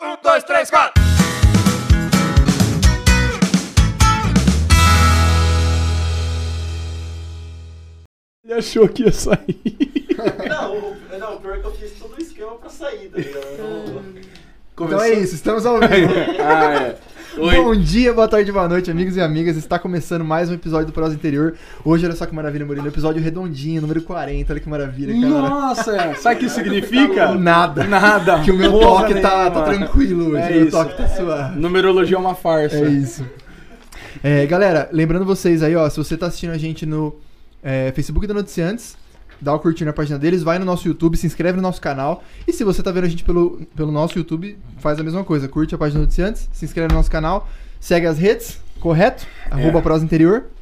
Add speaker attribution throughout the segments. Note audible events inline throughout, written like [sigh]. Speaker 1: Um, dois, três, quatro.
Speaker 2: Ele achou que ia sair.
Speaker 3: Não, o- não, o pior é que eu fiz todo o esquema pra sair, tá ligado? Eu não-
Speaker 4: Então é isso,
Speaker 2: [laughs]
Speaker 4: estamos ao vivo.
Speaker 2: [laughs] ah, é. Oi.
Speaker 4: Bom dia, boa tarde, boa noite, amigos e amigas. Está começando mais um episódio do Prosa Interior. Hoje, olha só que maravilha, Murilo. Episódio redondinho, número 40. Olha que maravilha, cara. é.
Speaker 2: Nossa, sabe o que significa?
Speaker 4: Nada.
Speaker 2: Nada.
Speaker 4: Que o meu
Speaker 2: Porra
Speaker 4: toque tá, tá
Speaker 2: nenhuma.
Speaker 4: tranquilo hoje.
Speaker 2: É
Speaker 4: meu
Speaker 2: isso.
Speaker 4: toque tá suave.
Speaker 2: Numerologia é uma farsa.
Speaker 4: É isso. É, galera, lembrando vocês aí, ó, se você tá assistindo a gente no é, Facebook da Noticiantes, dá o curtir na página deles, vai no nosso YouTube, se inscreve no nosso canal. E se você tá vendo a gente pelo, pelo nosso YouTube, faz a mesma coisa. Curte a página do Noticiantes, se inscreve no nosso canal, segue as redes, correto? Arroba Prosa Interior.
Speaker 2: É.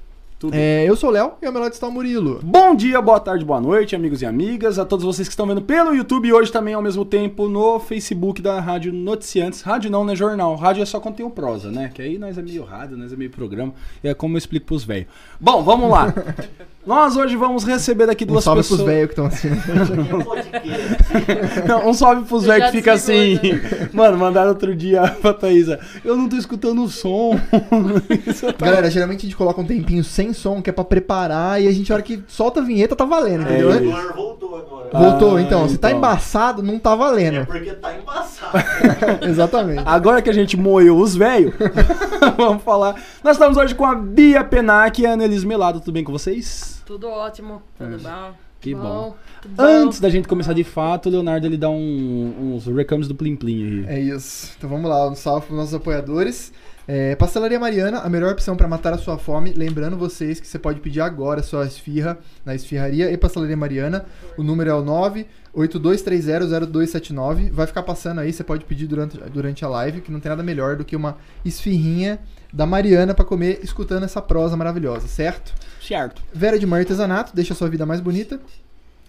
Speaker 2: Tudo.
Speaker 4: É, eu sou o Léo e ao meu lado está o Murilo.
Speaker 2: Bom dia, boa tarde, boa noite, amigos e amigas, a todos vocês que estão vendo pelo YouTube e hoje também ao mesmo tempo no Facebook da Rádio Noticiantes. Rádio não, né? Jornal. Rádio é só quando tem o prosa, né? Que aí nós é meio rádio, nós é meio programa. E é como eu explico pros velhos. Bom, vamos
Speaker 4: [laughs]
Speaker 2: lá. nós hoje vamos receber aqui
Speaker 4: Um
Speaker 2: duas
Speaker 4: salve
Speaker 2: pessoas.
Speaker 4: pros velhos que estão
Speaker 2: [laughs]
Speaker 4: assistindo.
Speaker 3: Aqui é podcast.
Speaker 2: Não, um salve pros
Speaker 5: Eu
Speaker 2: velhos
Speaker 5: já
Speaker 2: que fica assim.
Speaker 5: desligou,
Speaker 2: [laughs] Mano, mandaram outro dia pra Thaísa. Eu não tô escutando o som. Isso tá-
Speaker 4: Galera, geralmente a gente coloca um tempinho sem som, que é pra preparar, e a gente, a hora que solta a vinheta, tá valendo,
Speaker 2: É
Speaker 3: O
Speaker 4: entendeu? né?
Speaker 3: celular voltou agora.
Speaker 4: Voltou,
Speaker 2: Ah,
Speaker 4: então. Se tá
Speaker 2: então.
Speaker 4: embaçado, não tá
Speaker 2: [laughs]
Speaker 3: É
Speaker 4: valendo.
Speaker 3: porque tá embaçado.
Speaker 4: Exatamente.
Speaker 2: Agora que a gente moeu os velhos, [laughs] vamos falar. Nós estamos hoje com a Bia Penac e a Annelise Melado. Tudo bem com vocês?
Speaker 5: Tudo ótimo,
Speaker 4: É.
Speaker 5: tudo bom.
Speaker 2: Que bom.
Speaker 5: tudo
Speaker 2: Antes
Speaker 5: bom.
Speaker 2: da gente começar de fato, o Leonardo ele dá um- uns recames do Plim Plim aí.
Speaker 4: É isso. Então vamos lá, um salve pros nossos apoiadores. É, Pastelaria Mariana, a melhor opção pra matar a sua fome. Lembrando vocês que você pode pedir agora a sua esfirra na esfirraria e Pastelaria Mariana. O número é o 982300279. Vai ficar passando aí, você pode pedir durante, durante a live, que não tem nada melhor do que uma esfirrinha da Mariana pra comer escutando essa prosa maravilhosa, certo?
Speaker 2: Certo.
Speaker 4: Vera de Mar Artesanato, deixa a sua vida mais bonita.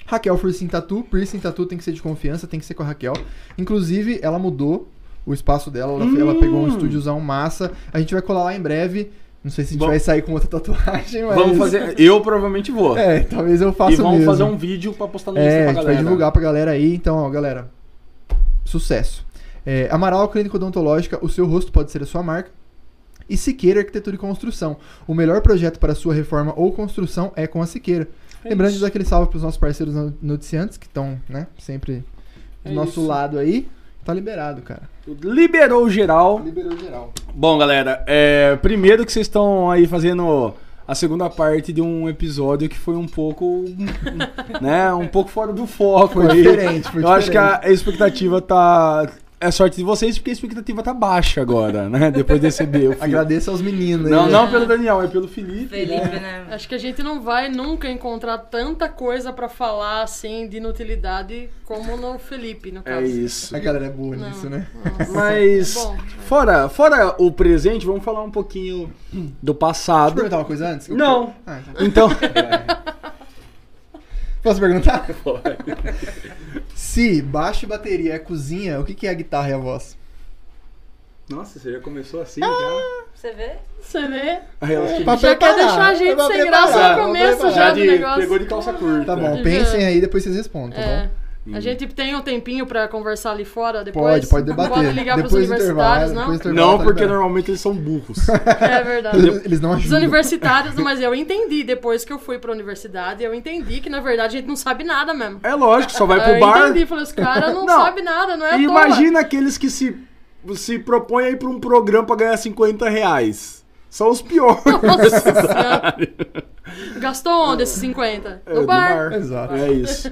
Speaker 4: Raquel Fursim Tatu, Piercing Tatu tem que ser de confiança, tem que ser com a Raquel. Inclusive, ela mudou o espaço dela, ela, ela
Speaker 2: Hum.
Speaker 4: pegou um estúdiozão massa. A gente vai colar lá em breve. Não sei se a gente
Speaker 2: Bom.
Speaker 4: vai sair com outra [laughs] tatuagem, mas.
Speaker 2: Vamos fazer. É. Eu provavelmente vou.
Speaker 4: É, talvez eu faça
Speaker 2: e vamos
Speaker 4: mesmo.
Speaker 2: fazer um vídeo pra postar no Insta
Speaker 4: É,
Speaker 2: pra
Speaker 4: a gente vai
Speaker 2: galera.
Speaker 4: divulgar pra galera aí. Então, ó, galera, sucesso. É, Amaral Clínica Odontológica, o seu rosto pode ser a sua marca. E Siqueira Arquitetura e Construção. O melhor projeto para sua reforma ou construção é com a Siqueira.
Speaker 2: É
Speaker 4: Lembrando de
Speaker 2: isso.
Speaker 4: dar aquele salve pros nossos parceiros no- noticiantes, que estão, né, sempre do
Speaker 2: É
Speaker 4: nosso
Speaker 2: isso.
Speaker 4: lado aí. Tá liberado, cara.
Speaker 2: Liberou geral.
Speaker 4: Liberou geral.
Speaker 2: Bom, galera, é, primeiro que vocês estão aí fazendo a segunda parte de um episódio que foi um pouco, né, um pouco fora do foco
Speaker 4: Foi
Speaker 2: aí.
Speaker 4: diferente, foi
Speaker 2: Eu acho que
Speaker 4: diferente.
Speaker 2: a expectativa tá é sorte de vocês porque a expectativa tá baixa agora, né? Depois desse B. o Felipe.
Speaker 4: Agradeço aos meninos
Speaker 2: Não,
Speaker 4: aí.
Speaker 2: não pelo Daniel, é pelo Felipe.
Speaker 1: Felipe,
Speaker 4: É.
Speaker 1: né?
Speaker 5: Acho que a gente não vai nunca encontrar tanta coisa pra falar assim de inutilidade como no Felipe, no
Speaker 2: É
Speaker 5: caso.
Speaker 2: isso.
Speaker 4: A galera é boa
Speaker 5: Não,
Speaker 4: nisso, né?
Speaker 5: nossa.
Speaker 2: Mas
Speaker 5: Bom.
Speaker 2: fora, fora o presente, vamos falar um pouquinho do
Speaker 4: Posso
Speaker 2: passado.
Speaker 4: perguntar uma coisa antes?
Speaker 2: Não.
Speaker 4: Ah, então. [laughs]
Speaker 2: Então,
Speaker 4: Posso perguntar? Se baixo e bateria é cozinha, o que, que é a guitarra e a voz?
Speaker 2: Nossa, você já começou assim
Speaker 5: Ah,
Speaker 2: já?
Speaker 1: Você vê?
Speaker 5: Você vê?
Speaker 2: Aí ela fica-
Speaker 4: Pra
Speaker 5: Já quer
Speaker 4: preparar,
Speaker 5: deixar a
Speaker 4: é
Speaker 5: gente
Speaker 4: pra
Speaker 5: sem
Speaker 4: preparar,
Speaker 5: graça
Speaker 2: vamos
Speaker 5: no começo
Speaker 4: preparar.
Speaker 5: já do
Speaker 2: de-
Speaker 5: negócio.
Speaker 2: pegou de calça curta.
Speaker 4: Tá bom,
Speaker 5: Já.
Speaker 4: pensem aí, depois vocês respondem, tá
Speaker 5: Uhum. É.
Speaker 4: bom?
Speaker 5: A gente tem um tempinho pra conversar ali fora depois?
Speaker 4: Pode, pode debater.
Speaker 5: Pode ligar pros
Speaker 4: depois do
Speaker 5: universitários,
Speaker 4: intervalo,
Speaker 5: não?
Speaker 4: depois do intervalo,
Speaker 2: Não,
Speaker 4: tá
Speaker 2: porque
Speaker 4: liberado.
Speaker 2: normalmente eles são
Speaker 4: [laughs]
Speaker 2: burros.
Speaker 5: [laughs] É verdade.
Speaker 4: Eles, eles não
Speaker 5: Os
Speaker 4: ajudam.
Speaker 5: universitários, mas eu entendi depois que eu fui pra universidade, eu entendi que na verdade a gente não sabe nada mesmo.
Speaker 2: É lógico, só vai pro
Speaker 5: eu
Speaker 2: bar.
Speaker 5: Ah, entendi, falei, os caras
Speaker 2: [laughs]
Speaker 5: não,
Speaker 2: Não.
Speaker 5: sabem nada, não é à
Speaker 2: E
Speaker 5: toa.
Speaker 2: imagina aqueles que se, se propõem aí pra um programa pra ganhar 50 reais. São os piores.
Speaker 5: [laughs] Nossa Senhora. Gastou onde esses 50?
Speaker 2: [laughs] É,
Speaker 5: No
Speaker 2: no
Speaker 5: bar.
Speaker 2: bar.
Speaker 4: Exato.
Speaker 2: É
Speaker 4: [laughs]
Speaker 2: isso.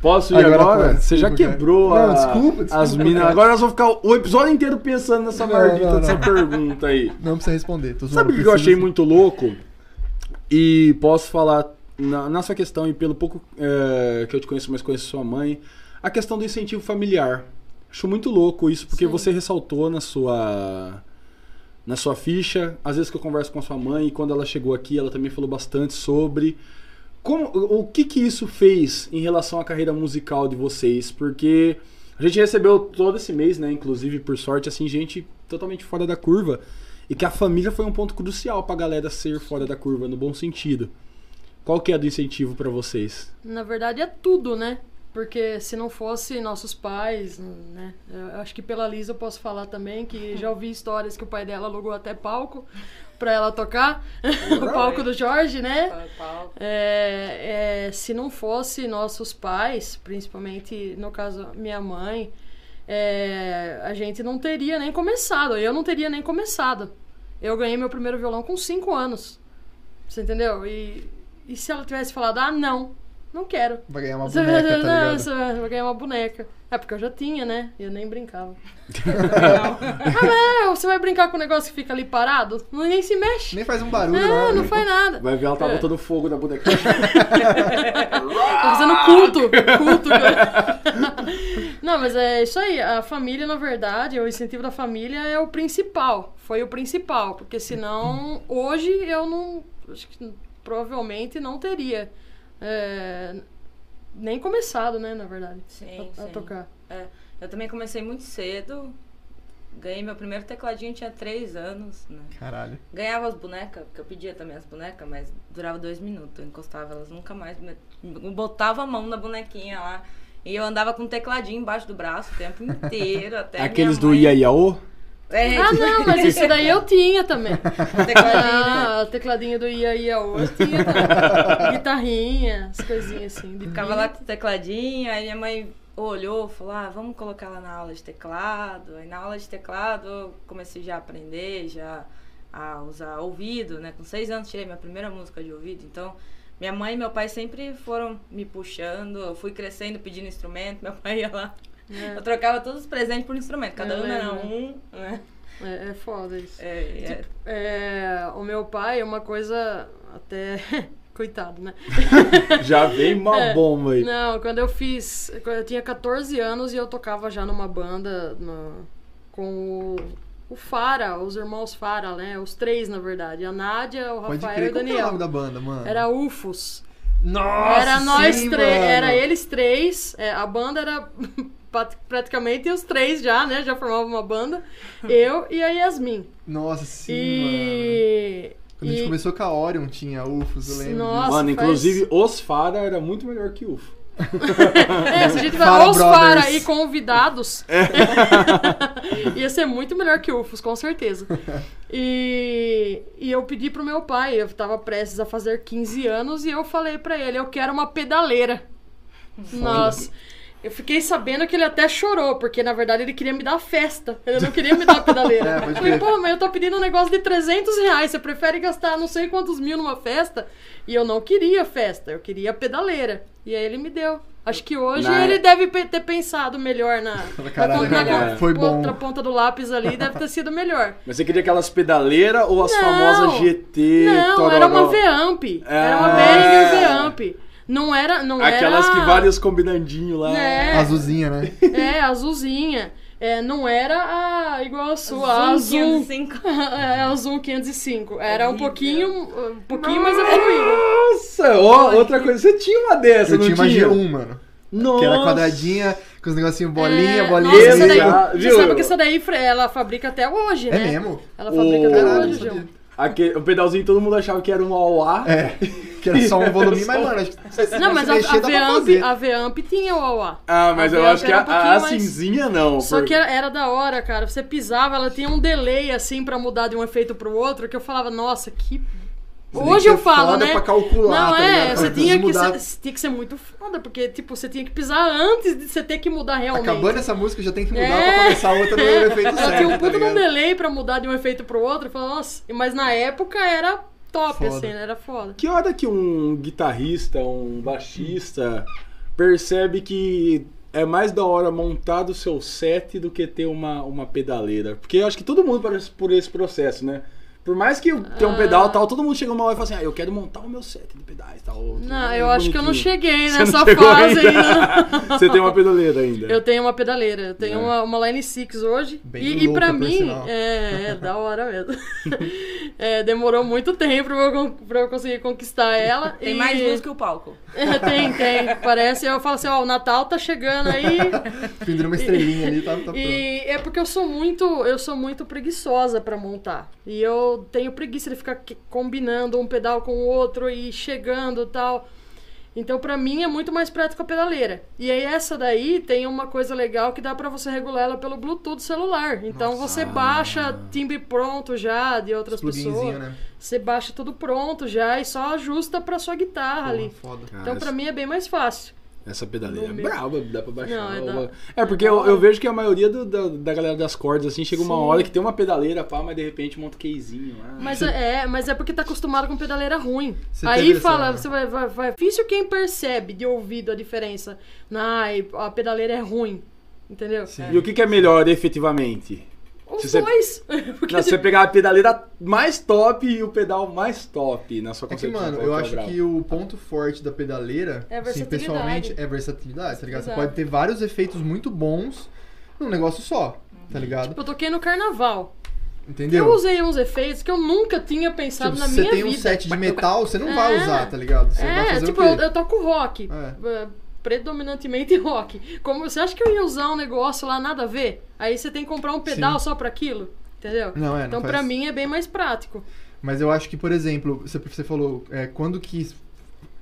Speaker 2: Posso ir agora?
Speaker 4: Agora pode,
Speaker 2: Você já
Speaker 4: desculpa, cara.
Speaker 2: quebrou a-
Speaker 4: Não, desculpa, desculpa,
Speaker 2: as minas.
Speaker 4: cara.
Speaker 2: Agora elas vão ficar o episódio inteiro pensando nessa
Speaker 4: Não,
Speaker 2: maldita
Speaker 4: não, não.
Speaker 2: dessa pergunta aí.
Speaker 4: Não precisa responder. Tô zoando,
Speaker 2: Sabe o que
Speaker 4: precisa
Speaker 2: eu achei
Speaker 4: sim.
Speaker 2: muito louco? E posso falar na, na sua questão, e pelo pouco é, que eu te conheço, mas conheço sua mãe, a questão do incentivo familiar. Acho muito louco isso, porque
Speaker 5: Sim.
Speaker 2: você ressaltou na sua na sua ficha. Às vezes que eu converso com a sua mãe, e quando ela chegou aqui, ela também falou bastante sobre como, o o que que isso fez em relação à carreira musical de vocês? Porque a gente recebeu todo esse mês, né? Inclusive, por sorte, assim, gente totalmente fora da curva. E que a família foi um ponto crucial pra galera ser fora da curva, no bom sentido. Qual que é do incentivo pra vocês?
Speaker 5: Na verdade é tudo, né? Porque se não fosse nossos pais, né? Eu acho que pela Lisa eu posso falar também que já ouvi histórias que o pai dela alugou até palco pra ela tocar. [laughs] o palco do Jorge, né? É, é, se não fosse nossos pais, principalmente no caso minha mãe, é, a gente não teria nem começado. Eu não teria nem começado. Eu ganhei meu primeiro violão com 5 anos. Você entendeu? E, e se ela tivesse falado, ah, não, não quero.
Speaker 4: Vai ganhar uma
Speaker 5: Você
Speaker 4: boneca, tá
Speaker 5: vai- não,
Speaker 4: ligado?
Speaker 5: você [laughs] vai- vai ganhar uma boneca. É porque eu já tinha, né? E Eu
Speaker 4: [laughs]
Speaker 5: nem brincava. ah, não, você vai brincar com um negócio que fica ali parado? Não, Nem se mexe.
Speaker 4: Nem faz um barulho,
Speaker 5: Não,
Speaker 4: né?
Speaker 5: não faz nada.
Speaker 2: Vai ver, ela tá
Speaker 5: É.
Speaker 2: botando fogo na
Speaker 5: [laughs]
Speaker 2: bonequinha.
Speaker 5: Tá fazendo culto. Culto. cara. [laughs] não, mas é isso aí. A família, na verdade, o incentivo da família é o principal. Foi o principal. Porque senão, hoje eu não. Acho que provavelmente não teria. é, nem começado, né, na verdade.
Speaker 1: Sim,
Speaker 5: a, a
Speaker 1: sim. É,
Speaker 5: tocar.
Speaker 1: Eu também comecei muito cedo. Ganhei meu primeiro tecladinho, tinha três anos, né?
Speaker 4: Caralho.
Speaker 1: Ganhava as bonecas, porque eu pedia também as bonecas, mas durava dois minutos. Eu encostava elas nunca mais. me- Botava a mão na bonequinha lá. E eu andava com um tecladinho embaixo do braço o tempo [laughs] inteiro. Até
Speaker 5: É,
Speaker 1: minha
Speaker 2: Aqueles do
Speaker 1: mãe...
Speaker 5: [laughs]
Speaker 2: Iaiaô?
Speaker 1: É,
Speaker 5: Ah, não, mas isso daí eu tinha também.
Speaker 1: um [laughs] tecladinho, né?
Speaker 5: Ah, o tecladinho do Ia Ia O, eu tinha
Speaker 1: [laughs]
Speaker 5: também. Guitarrinha, as coisinhas assim. De
Speaker 1: Ficava lá com o tecladinho, aí minha mãe olhou, falou, ah, vamos colocar ela na aula de teclado. Aí na aula de teclado eu comecei já a aprender, já a usar ouvido, né? Com seis anos tirei minha primeira música de ouvido, então... Minha mãe e meu pai sempre foram me puxando, eu fui crescendo pedindo instrumento, [laughs] meu pai ia lá.
Speaker 5: É,
Speaker 1: Eu trocava todos os presentes por instrumento, cada
Speaker 5: Eu
Speaker 1: ano era
Speaker 5: lembro. Tipo,
Speaker 1: um, né?
Speaker 5: é, é foda isso.
Speaker 1: É, é,
Speaker 5: É, o meu pai é uma coisa até. [laughs] Coitado, né?
Speaker 2: Já veio uma
Speaker 5: É.
Speaker 2: bomba aí.
Speaker 5: Não, quando eu fiz. quando Eu tinha 14 anos e eu tocava já numa banda na- com o, o Fara, os irmãos Fara, né? Os três, na verdade. A Nádia, o
Speaker 4: Pode
Speaker 5: Rafael
Speaker 4: crer.
Speaker 5: e o
Speaker 4: Como que é o
Speaker 5: Daniel.
Speaker 4: nome da banda, mano?
Speaker 5: Era UFOS.
Speaker 4: Nossa,
Speaker 5: era nós
Speaker 4: sim,
Speaker 5: três,
Speaker 4: mano.
Speaker 5: era eles três, é, a banda era [laughs] pat- praticamente os três já, né? Já formava
Speaker 4: [laughs]
Speaker 5: uma banda. Eu e a Yasmin.
Speaker 4: Nossa, sim, mano.
Speaker 5: e.
Speaker 4: Quando a gente
Speaker 5: e-
Speaker 4: começou com a Orion, tinha UFOS, eu lembro.
Speaker 5: Nossa.
Speaker 2: Mano,
Speaker 5: faz-
Speaker 2: inclusive os Fara era muito melhor que o UFO.
Speaker 5: É, se a gente
Speaker 4: Fala,
Speaker 5: vai os
Speaker 4: brothers.
Speaker 5: para aí convidados, [laughs] ia ser muito melhor que UFOS, com certeza. E, e eu pedi pro meu pai, eu tava prestes a fazer 15 anos, e eu falei pra ele, eu quero uma pedaleira. Nossa. Eu fiquei sabendo que ele até chorou, porque na verdade ele queria me dar festa. Ele não queria me dar a pedaleira.
Speaker 4: É, pode
Speaker 5: eu
Speaker 4: crer.
Speaker 5: falei, pô, mas eu tô pedindo um negócio de 300 reais. Você prefere gastar não sei quantos mil numa festa? E eu não queria festa, eu queria a pedaleira. E aí ele me deu. Acho que hoje
Speaker 2: Na-
Speaker 5: ele deve pe- ter pensado
Speaker 2: [laughs]
Speaker 5: melhor na,
Speaker 4: Caralho,
Speaker 5: na, na-
Speaker 2: é.
Speaker 4: Foi bom.
Speaker 5: outra ponta do lápis ali, deve ter sido
Speaker 2: [laughs]
Speaker 5: melhor.
Speaker 2: Mas você queria aquelas pedaleiras ou as
Speaker 5: Não.
Speaker 2: famosas GT?
Speaker 5: não,
Speaker 2: tororó?
Speaker 5: era uma Vamp. Era uma
Speaker 2: Ah.
Speaker 5: Behringer Vamp. Não era. Não
Speaker 2: Aquelas
Speaker 5: era...
Speaker 2: que vários combinandinho lá.
Speaker 5: É.
Speaker 2: [laughs]
Speaker 4: Azulzinha, né?
Speaker 5: É, azulzinha. É, não era a, igual a sua, a
Speaker 1: Zoom
Speaker 5: azul.
Speaker 1: 505.
Speaker 5: [laughs] é, a azul 505. Era um
Speaker 1: Horrível.
Speaker 5: pouquinho, um pouquinho mais evoluída.
Speaker 2: Nossa, ó, outra coisa. Você tinha uma dessa,
Speaker 4: eu
Speaker 2: não
Speaker 4: tinha uma G1, mano.
Speaker 2: Nossa.
Speaker 4: Que era quadradinha, com os negocinhos bolinha,
Speaker 5: É,
Speaker 4: bolinha. assim,
Speaker 5: Nossa, essa
Speaker 2: Exato,
Speaker 5: daí,
Speaker 4: bolinha. Ah,
Speaker 5: você
Speaker 2: viu?
Speaker 5: sabe que essa daí Fre, ela fabrica até hoje,
Speaker 4: É
Speaker 5: né?
Speaker 4: mesmo?
Speaker 5: Ela fabrica até
Speaker 2: Caralho,
Speaker 5: hoje,
Speaker 4: não sabia.
Speaker 5: João.
Speaker 2: Aquele, o pedalzinho todo mundo achava um que era um auá.
Speaker 4: É, que era só um volume, mas, mano, acho que se
Speaker 5: Não, mas a,
Speaker 4: mexer,
Speaker 5: a,
Speaker 4: dá pra
Speaker 5: Vamp,
Speaker 4: fazer.
Speaker 5: a Vamp tinha o AUA.
Speaker 2: Ah, mas
Speaker 5: A
Speaker 2: eu
Speaker 5: dela
Speaker 2: acho que
Speaker 5: era
Speaker 2: a,
Speaker 5: um pouquinho
Speaker 2: a
Speaker 5: mais-
Speaker 2: cinzinha não.
Speaker 5: Só
Speaker 2: por-
Speaker 5: que era, era da hora, cara. Você pisava, ela tinha um delay assim pra mudar de um efeito pro outro, que eu falava, nossa, que.
Speaker 4: Você tem que
Speaker 5: Hoje
Speaker 4: ser
Speaker 5: eu falo,
Speaker 4: foda
Speaker 5: né?
Speaker 4: pra calcular,
Speaker 5: não
Speaker 4: tá
Speaker 5: é,
Speaker 4: ligado?
Speaker 5: você
Speaker 4: Pra
Speaker 5: tinha que,
Speaker 4: mudar.
Speaker 5: ser, você tinha que ser muito foda, porque tipo, você tinha que pisar antes de você ter que mudar realmente.
Speaker 4: Acabando essa música, já tem que mudar pra
Speaker 5: um É.
Speaker 4: começar a outra no
Speaker 5: [laughs]
Speaker 4: efeito
Speaker 5: Ela
Speaker 4: certo,
Speaker 5: tinha um
Speaker 4: tá
Speaker 5: puta de um
Speaker 4: ligado?
Speaker 5: delay pra mudar de um efeito pro outro, eu falava, nossa, mas na época era top,
Speaker 4: Foda.
Speaker 5: assim, né? era foda.
Speaker 2: Que hora que um guitarrista, um baixista percebe que é mais da hora montar do seu set do que ter uma, uma pedaleira? Porque eu acho que todo mundo passa por esse processo, né? Por mais que tenha um
Speaker 5: Ah.
Speaker 2: pedal e tal, todo mundo chega uma hora e fala assim, ah, eu quero montar o meu set de pedais e tal. um
Speaker 5: Não, eu acho que eu não
Speaker 2: Bonitinho.
Speaker 5: cheguei
Speaker 2: Você não
Speaker 5: nessa
Speaker 2: chegou
Speaker 5: fase
Speaker 2: ainda.
Speaker 4: [laughs]
Speaker 2: [laughs]
Speaker 5: ainda.
Speaker 2: Você tem uma pedaleira ainda.
Speaker 5: Eu tenho uma pedaleira, eu tenho
Speaker 2: É.
Speaker 5: uma, uma Line 6 hoje.
Speaker 4: Bem
Speaker 5: e, e pra
Speaker 4: louca, por
Speaker 5: mim,
Speaker 4: sinal.
Speaker 5: é, é da hora
Speaker 4: [laughs]
Speaker 5: mesmo. [laughs] É, demorou muito tempo pra eu, con- pra eu conseguir conquistar ela.
Speaker 1: Tem
Speaker 5: e-
Speaker 1: mais luz que o palco.
Speaker 5: [laughs] É, tem, tem. Parece, eu falo assim, ó, o Natal tá chegando aí.
Speaker 4: [laughs] Pendura uma estrelinha ali, tá, tá pronto.
Speaker 5: e é porque eu sou muito, eu sou muito preguiçosa pra montar. E eu tenho preguiça de ficar que- combinando um pedal com o outro e chegando e tal. Então, pra mim, é muito mais prático a pedaleira. E aí, essa daí tem uma coisa legal que dá pra você regular ela pelo Bluetooth celular. Então, você baixa timbre pronto já de outras pessoas.
Speaker 4: Pluginzinho, né?
Speaker 5: Você baixa tudo pronto já e só ajusta pra sua guitarra
Speaker 4: Porra,
Speaker 5: ali.
Speaker 4: foda.
Speaker 5: Então, pra mim, é bem mais fácil.
Speaker 2: Essa pedaleira é
Speaker 5: No meu-
Speaker 2: braba, dá pra baixar.
Speaker 5: Não, é
Speaker 2: uma-
Speaker 5: da-
Speaker 2: é, porque eu, eu vejo que a maioria do- da, da galera das cordas, assim, chega uma
Speaker 5: Sim.
Speaker 2: hora que tem uma pedaleira, pá, mas de repente monta um casezinho lá.
Speaker 5: Mas é, mas é porque tá acostumado com pedaleira ruim.
Speaker 4: Você teve
Speaker 5: Aí
Speaker 4: essa-
Speaker 5: fala, você vai, vai, vai. Difícil quem percebe de ouvido a diferença. Ai, a pedaleira é ruim. Entendeu?
Speaker 2: E o que, que é melhor, efetivamente?
Speaker 5: Os
Speaker 2: Se você-
Speaker 5: dois. [laughs]
Speaker 2: Não,
Speaker 5: Porque
Speaker 2: você pegar a pedaleira mais top e o pedal mais top na sua
Speaker 4: É que,
Speaker 2: concepção.
Speaker 4: mano,
Speaker 2: qual
Speaker 4: eu
Speaker 2: é
Speaker 4: acho
Speaker 2: brabo?
Speaker 4: que o ponto forte da pedaleira,
Speaker 5: É a
Speaker 4: assim,
Speaker 5: versatilidade.
Speaker 4: pessoalmente, é a versatilidade, tá ligado? Você
Speaker 5: Exato.
Speaker 4: pode ter vários efeitos muito bons num negócio só, tá ligado?
Speaker 5: eu toquei no carnaval.
Speaker 4: Entendeu?
Speaker 5: Eu usei uns efeitos que eu nunca tinha pensado
Speaker 4: Tipo,
Speaker 5: na
Speaker 4: se você
Speaker 5: minha
Speaker 4: tem
Speaker 5: vida.
Speaker 4: um set de metal, você não vai
Speaker 5: É.
Speaker 4: usar, tá ligado? Você vai
Speaker 5: É,
Speaker 4: fazer
Speaker 5: tipo,
Speaker 4: o
Speaker 5: eu,
Speaker 4: quê?
Speaker 5: eu toco rock.
Speaker 4: É.
Speaker 5: eh, Predominantemente [laughs] rock. Como você acha que eu ia usar um negócio lá nada a ver? Aí você tem que comprar um pedal
Speaker 4: Sim.
Speaker 5: só pra aquilo, entendeu?
Speaker 4: Não, é, não
Speaker 5: então
Speaker 4: faz-
Speaker 5: pra mim é bem mais prático.
Speaker 4: Mas eu acho que, por exemplo, você, você falou, é, quando que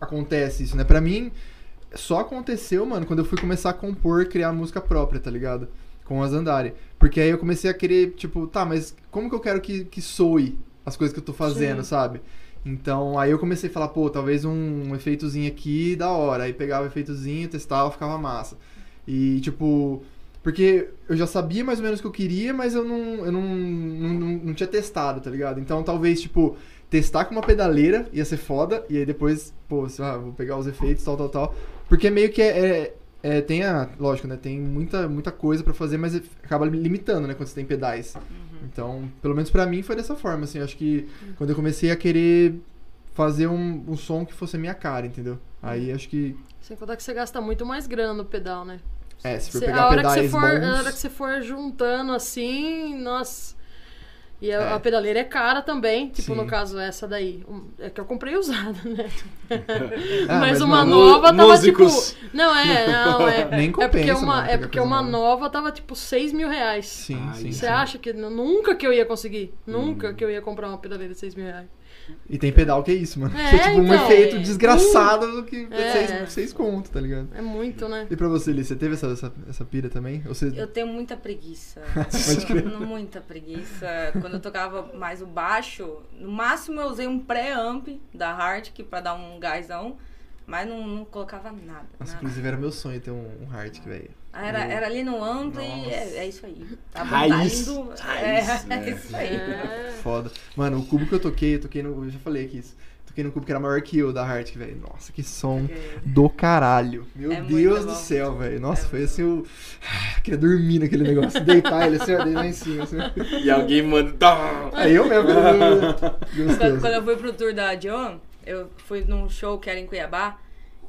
Speaker 4: acontece isso, né? Pra mim, só aconteceu, mano, quando eu fui começar a compor, criar música própria, tá ligado? Com a Zandari. Porque aí eu comecei a querer, tipo, tá, mas como que eu quero que, que soe as coisas que eu tô fazendo, sabe? Então, aí eu comecei a falar, pô, talvez um efeitozinho aqui da hora. Aí pegava o efeitozinho, testava, ficava massa. E, tipo, porque eu já sabia mais ou menos o que eu queria, mas eu não, eu não, não, não, não tinha testado, tá ligado? Então talvez, tipo, testar com uma pedaleira ia ser foda, e aí depois, pô, sei lá, vou pegar os efeitos, tal, tal, tal. Porque meio que é. é é, tem a. Lógico, né? Tem muita, muita coisa pra fazer, mas acaba limitando, né? Quando você tem pedais.
Speaker 5: Uhum.
Speaker 4: Então, pelo menos pra mim foi dessa forma, assim. eu Acho que quando eu comecei a querer fazer um, um som que fosse a minha cara, entendeu? Aí acho que.
Speaker 5: Sem contar que você gasta muito mais grana no pedal, né?
Speaker 4: É, se for
Speaker 5: Você-
Speaker 4: pegar
Speaker 5: a, hora que
Speaker 4: pedais
Speaker 5: você for,
Speaker 4: bons...
Speaker 5: a hora que você for juntando assim, nossa. E a,
Speaker 4: É.
Speaker 5: a pedaleira é cara também, tipo
Speaker 4: Sim.
Speaker 5: no caso essa daí. Um- É que eu comprei usada, né?
Speaker 4: [laughs] Ah,
Speaker 5: mas,
Speaker 4: mas,
Speaker 5: uma
Speaker 4: mano,
Speaker 5: nova tava
Speaker 2: músicos.
Speaker 5: tipo. Não, é, não, é.
Speaker 4: [laughs] Nem
Speaker 5: é porque
Speaker 4: compensa,
Speaker 5: uma,
Speaker 4: mano,
Speaker 5: é
Speaker 4: pegar
Speaker 5: porque
Speaker 4: coisa
Speaker 5: uma
Speaker 4: nova.
Speaker 5: nova tava tipo 6 mil reais.
Speaker 4: Sim,
Speaker 2: Ai,
Speaker 4: sim.
Speaker 5: Você
Speaker 4: sim. Hum.
Speaker 5: acha que n- nunca que eu ia conseguir? Nunca que eu ia comprar uma pedaleira de 6 mil reais.
Speaker 4: E tem pedal que é isso, mano.
Speaker 5: É,
Speaker 4: que [laughs] é tipo um
Speaker 5: então,
Speaker 4: efeito
Speaker 5: é.
Speaker 4: desgraçado do que
Speaker 5: É.
Speaker 4: vocês, vocês contam, tá ligado?
Speaker 5: É muito, né?
Speaker 4: E pra você, Liz, você teve essa, essa, essa pira também? Ou você...
Speaker 1: Eu tenho muita preguiça.
Speaker 4: Pode crer.
Speaker 1: muita preguiça. Quando eu tocava mais o baixo, no máximo eu usei um pré-amp da Hardk pra dar um gásão, mas não, não colocava nada.
Speaker 4: Nossa,
Speaker 1: nada.
Speaker 4: inclusive era meu sonho ter um, um hard que, velho.
Speaker 1: Era, era ali no amp e é, é isso aí. Tá bom, tá
Speaker 2: Raiz.
Speaker 1: lindo.
Speaker 2: Raiz,
Speaker 1: é, [laughs]
Speaker 2: né?
Speaker 1: é isso aí.
Speaker 5: É.
Speaker 4: Foda. Mano, o cubo que eu toquei, eu toquei no. Eu já falei aqui isso. Toquei no cubo que era maior que eu da Hard, velho. Nossa, que som do caralho. Meu
Speaker 1: É muito
Speaker 4: Deus do
Speaker 1: bom.
Speaker 4: céu, velho. Nossa,
Speaker 1: É
Speaker 4: foi
Speaker 1: muito
Speaker 4: assim o. Queria dormir naquele negócio. Deitar ele assim, ó, deitar em cima. Assim.
Speaker 2: E alguém manda. Tá.
Speaker 4: Aí eu
Speaker 1: [laughs]
Speaker 4: mesmo. né?
Speaker 1: Quando, quando
Speaker 4: Gostoso.
Speaker 1: eu fui pro tour da Joan, eu fui num show que era em Cuiabá.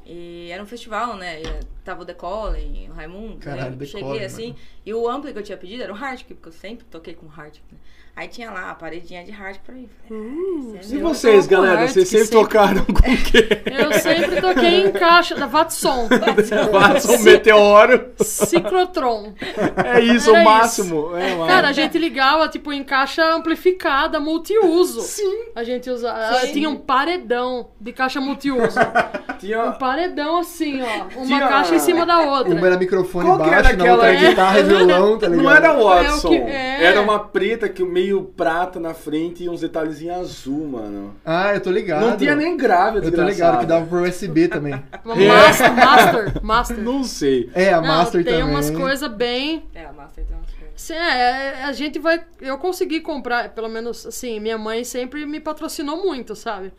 Speaker 1: E era um festival, né? E tava o The Colin, o Raimundo.
Speaker 4: Caralho,
Speaker 1: né?
Speaker 4: The
Speaker 1: Cheguei
Speaker 4: Calling,
Speaker 1: assim.
Speaker 4: mano.
Speaker 1: E o amplo que eu tinha pedido era um Hardkick, porque eu sempre toquei com Hardkick, né? Aí tinha lá a paredinha de Hardkick pra mim. Falei,
Speaker 5: Hum,
Speaker 1: "Ah, esse é
Speaker 2: E
Speaker 1: meu."
Speaker 2: vocês,
Speaker 5: Eu toco
Speaker 2: galera?
Speaker 5: arte
Speaker 2: Vocês
Speaker 5: que É,
Speaker 2: sempre
Speaker 5: sempre-
Speaker 2: tocaram
Speaker 5: [laughs]
Speaker 2: com o quê?
Speaker 5: Eu sempre toquei em caixa da Vatson.
Speaker 2: Faça um meteoro.
Speaker 5: Ciclotron.
Speaker 2: É isso,
Speaker 5: Era
Speaker 2: o
Speaker 5: isso.
Speaker 2: máximo. É, o
Speaker 5: Cara, a
Speaker 2: máximo.
Speaker 5: gente ligava, tipo, em caixa amplificada, multiuso. Sim. A gente usava.
Speaker 1: Sim.
Speaker 5: Tinha um paredão de caixa multiuso. Um
Speaker 2: Tinha-
Speaker 5: paredão assim, ó. Uma
Speaker 2: Tinha-
Speaker 5: caixa em cima da outra.
Speaker 4: Uma era microfone
Speaker 2: Qual que
Speaker 4: baixo,
Speaker 2: era
Speaker 4: na outra
Speaker 2: aquela-
Speaker 4: era guitarra e violão, tá ligado?
Speaker 2: Não era Watson.
Speaker 5: É o que- é.
Speaker 2: Era uma preta que o meio prata na frente e uns detalhezinhos azul, mano.
Speaker 4: Ah, eu tô ligado.
Speaker 2: Não tinha nem grave,
Speaker 4: Eu tô ligado que dava pro USB também.
Speaker 5: Uma master, master, master.
Speaker 2: Não sei.
Speaker 4: É, a
Speaker 5: Não,
Speaker 4: Master
Speaker 5: tem
Speaker 4: também.
Speaker 5: umas coisas bem.
Speaker 1: É, a Master tem umas coisas.
Speaker 5: Sim, é, a gente vai. Eu consegui comprar, pelo menos assim, minha mãe sempre me patrocinou muito, sabe?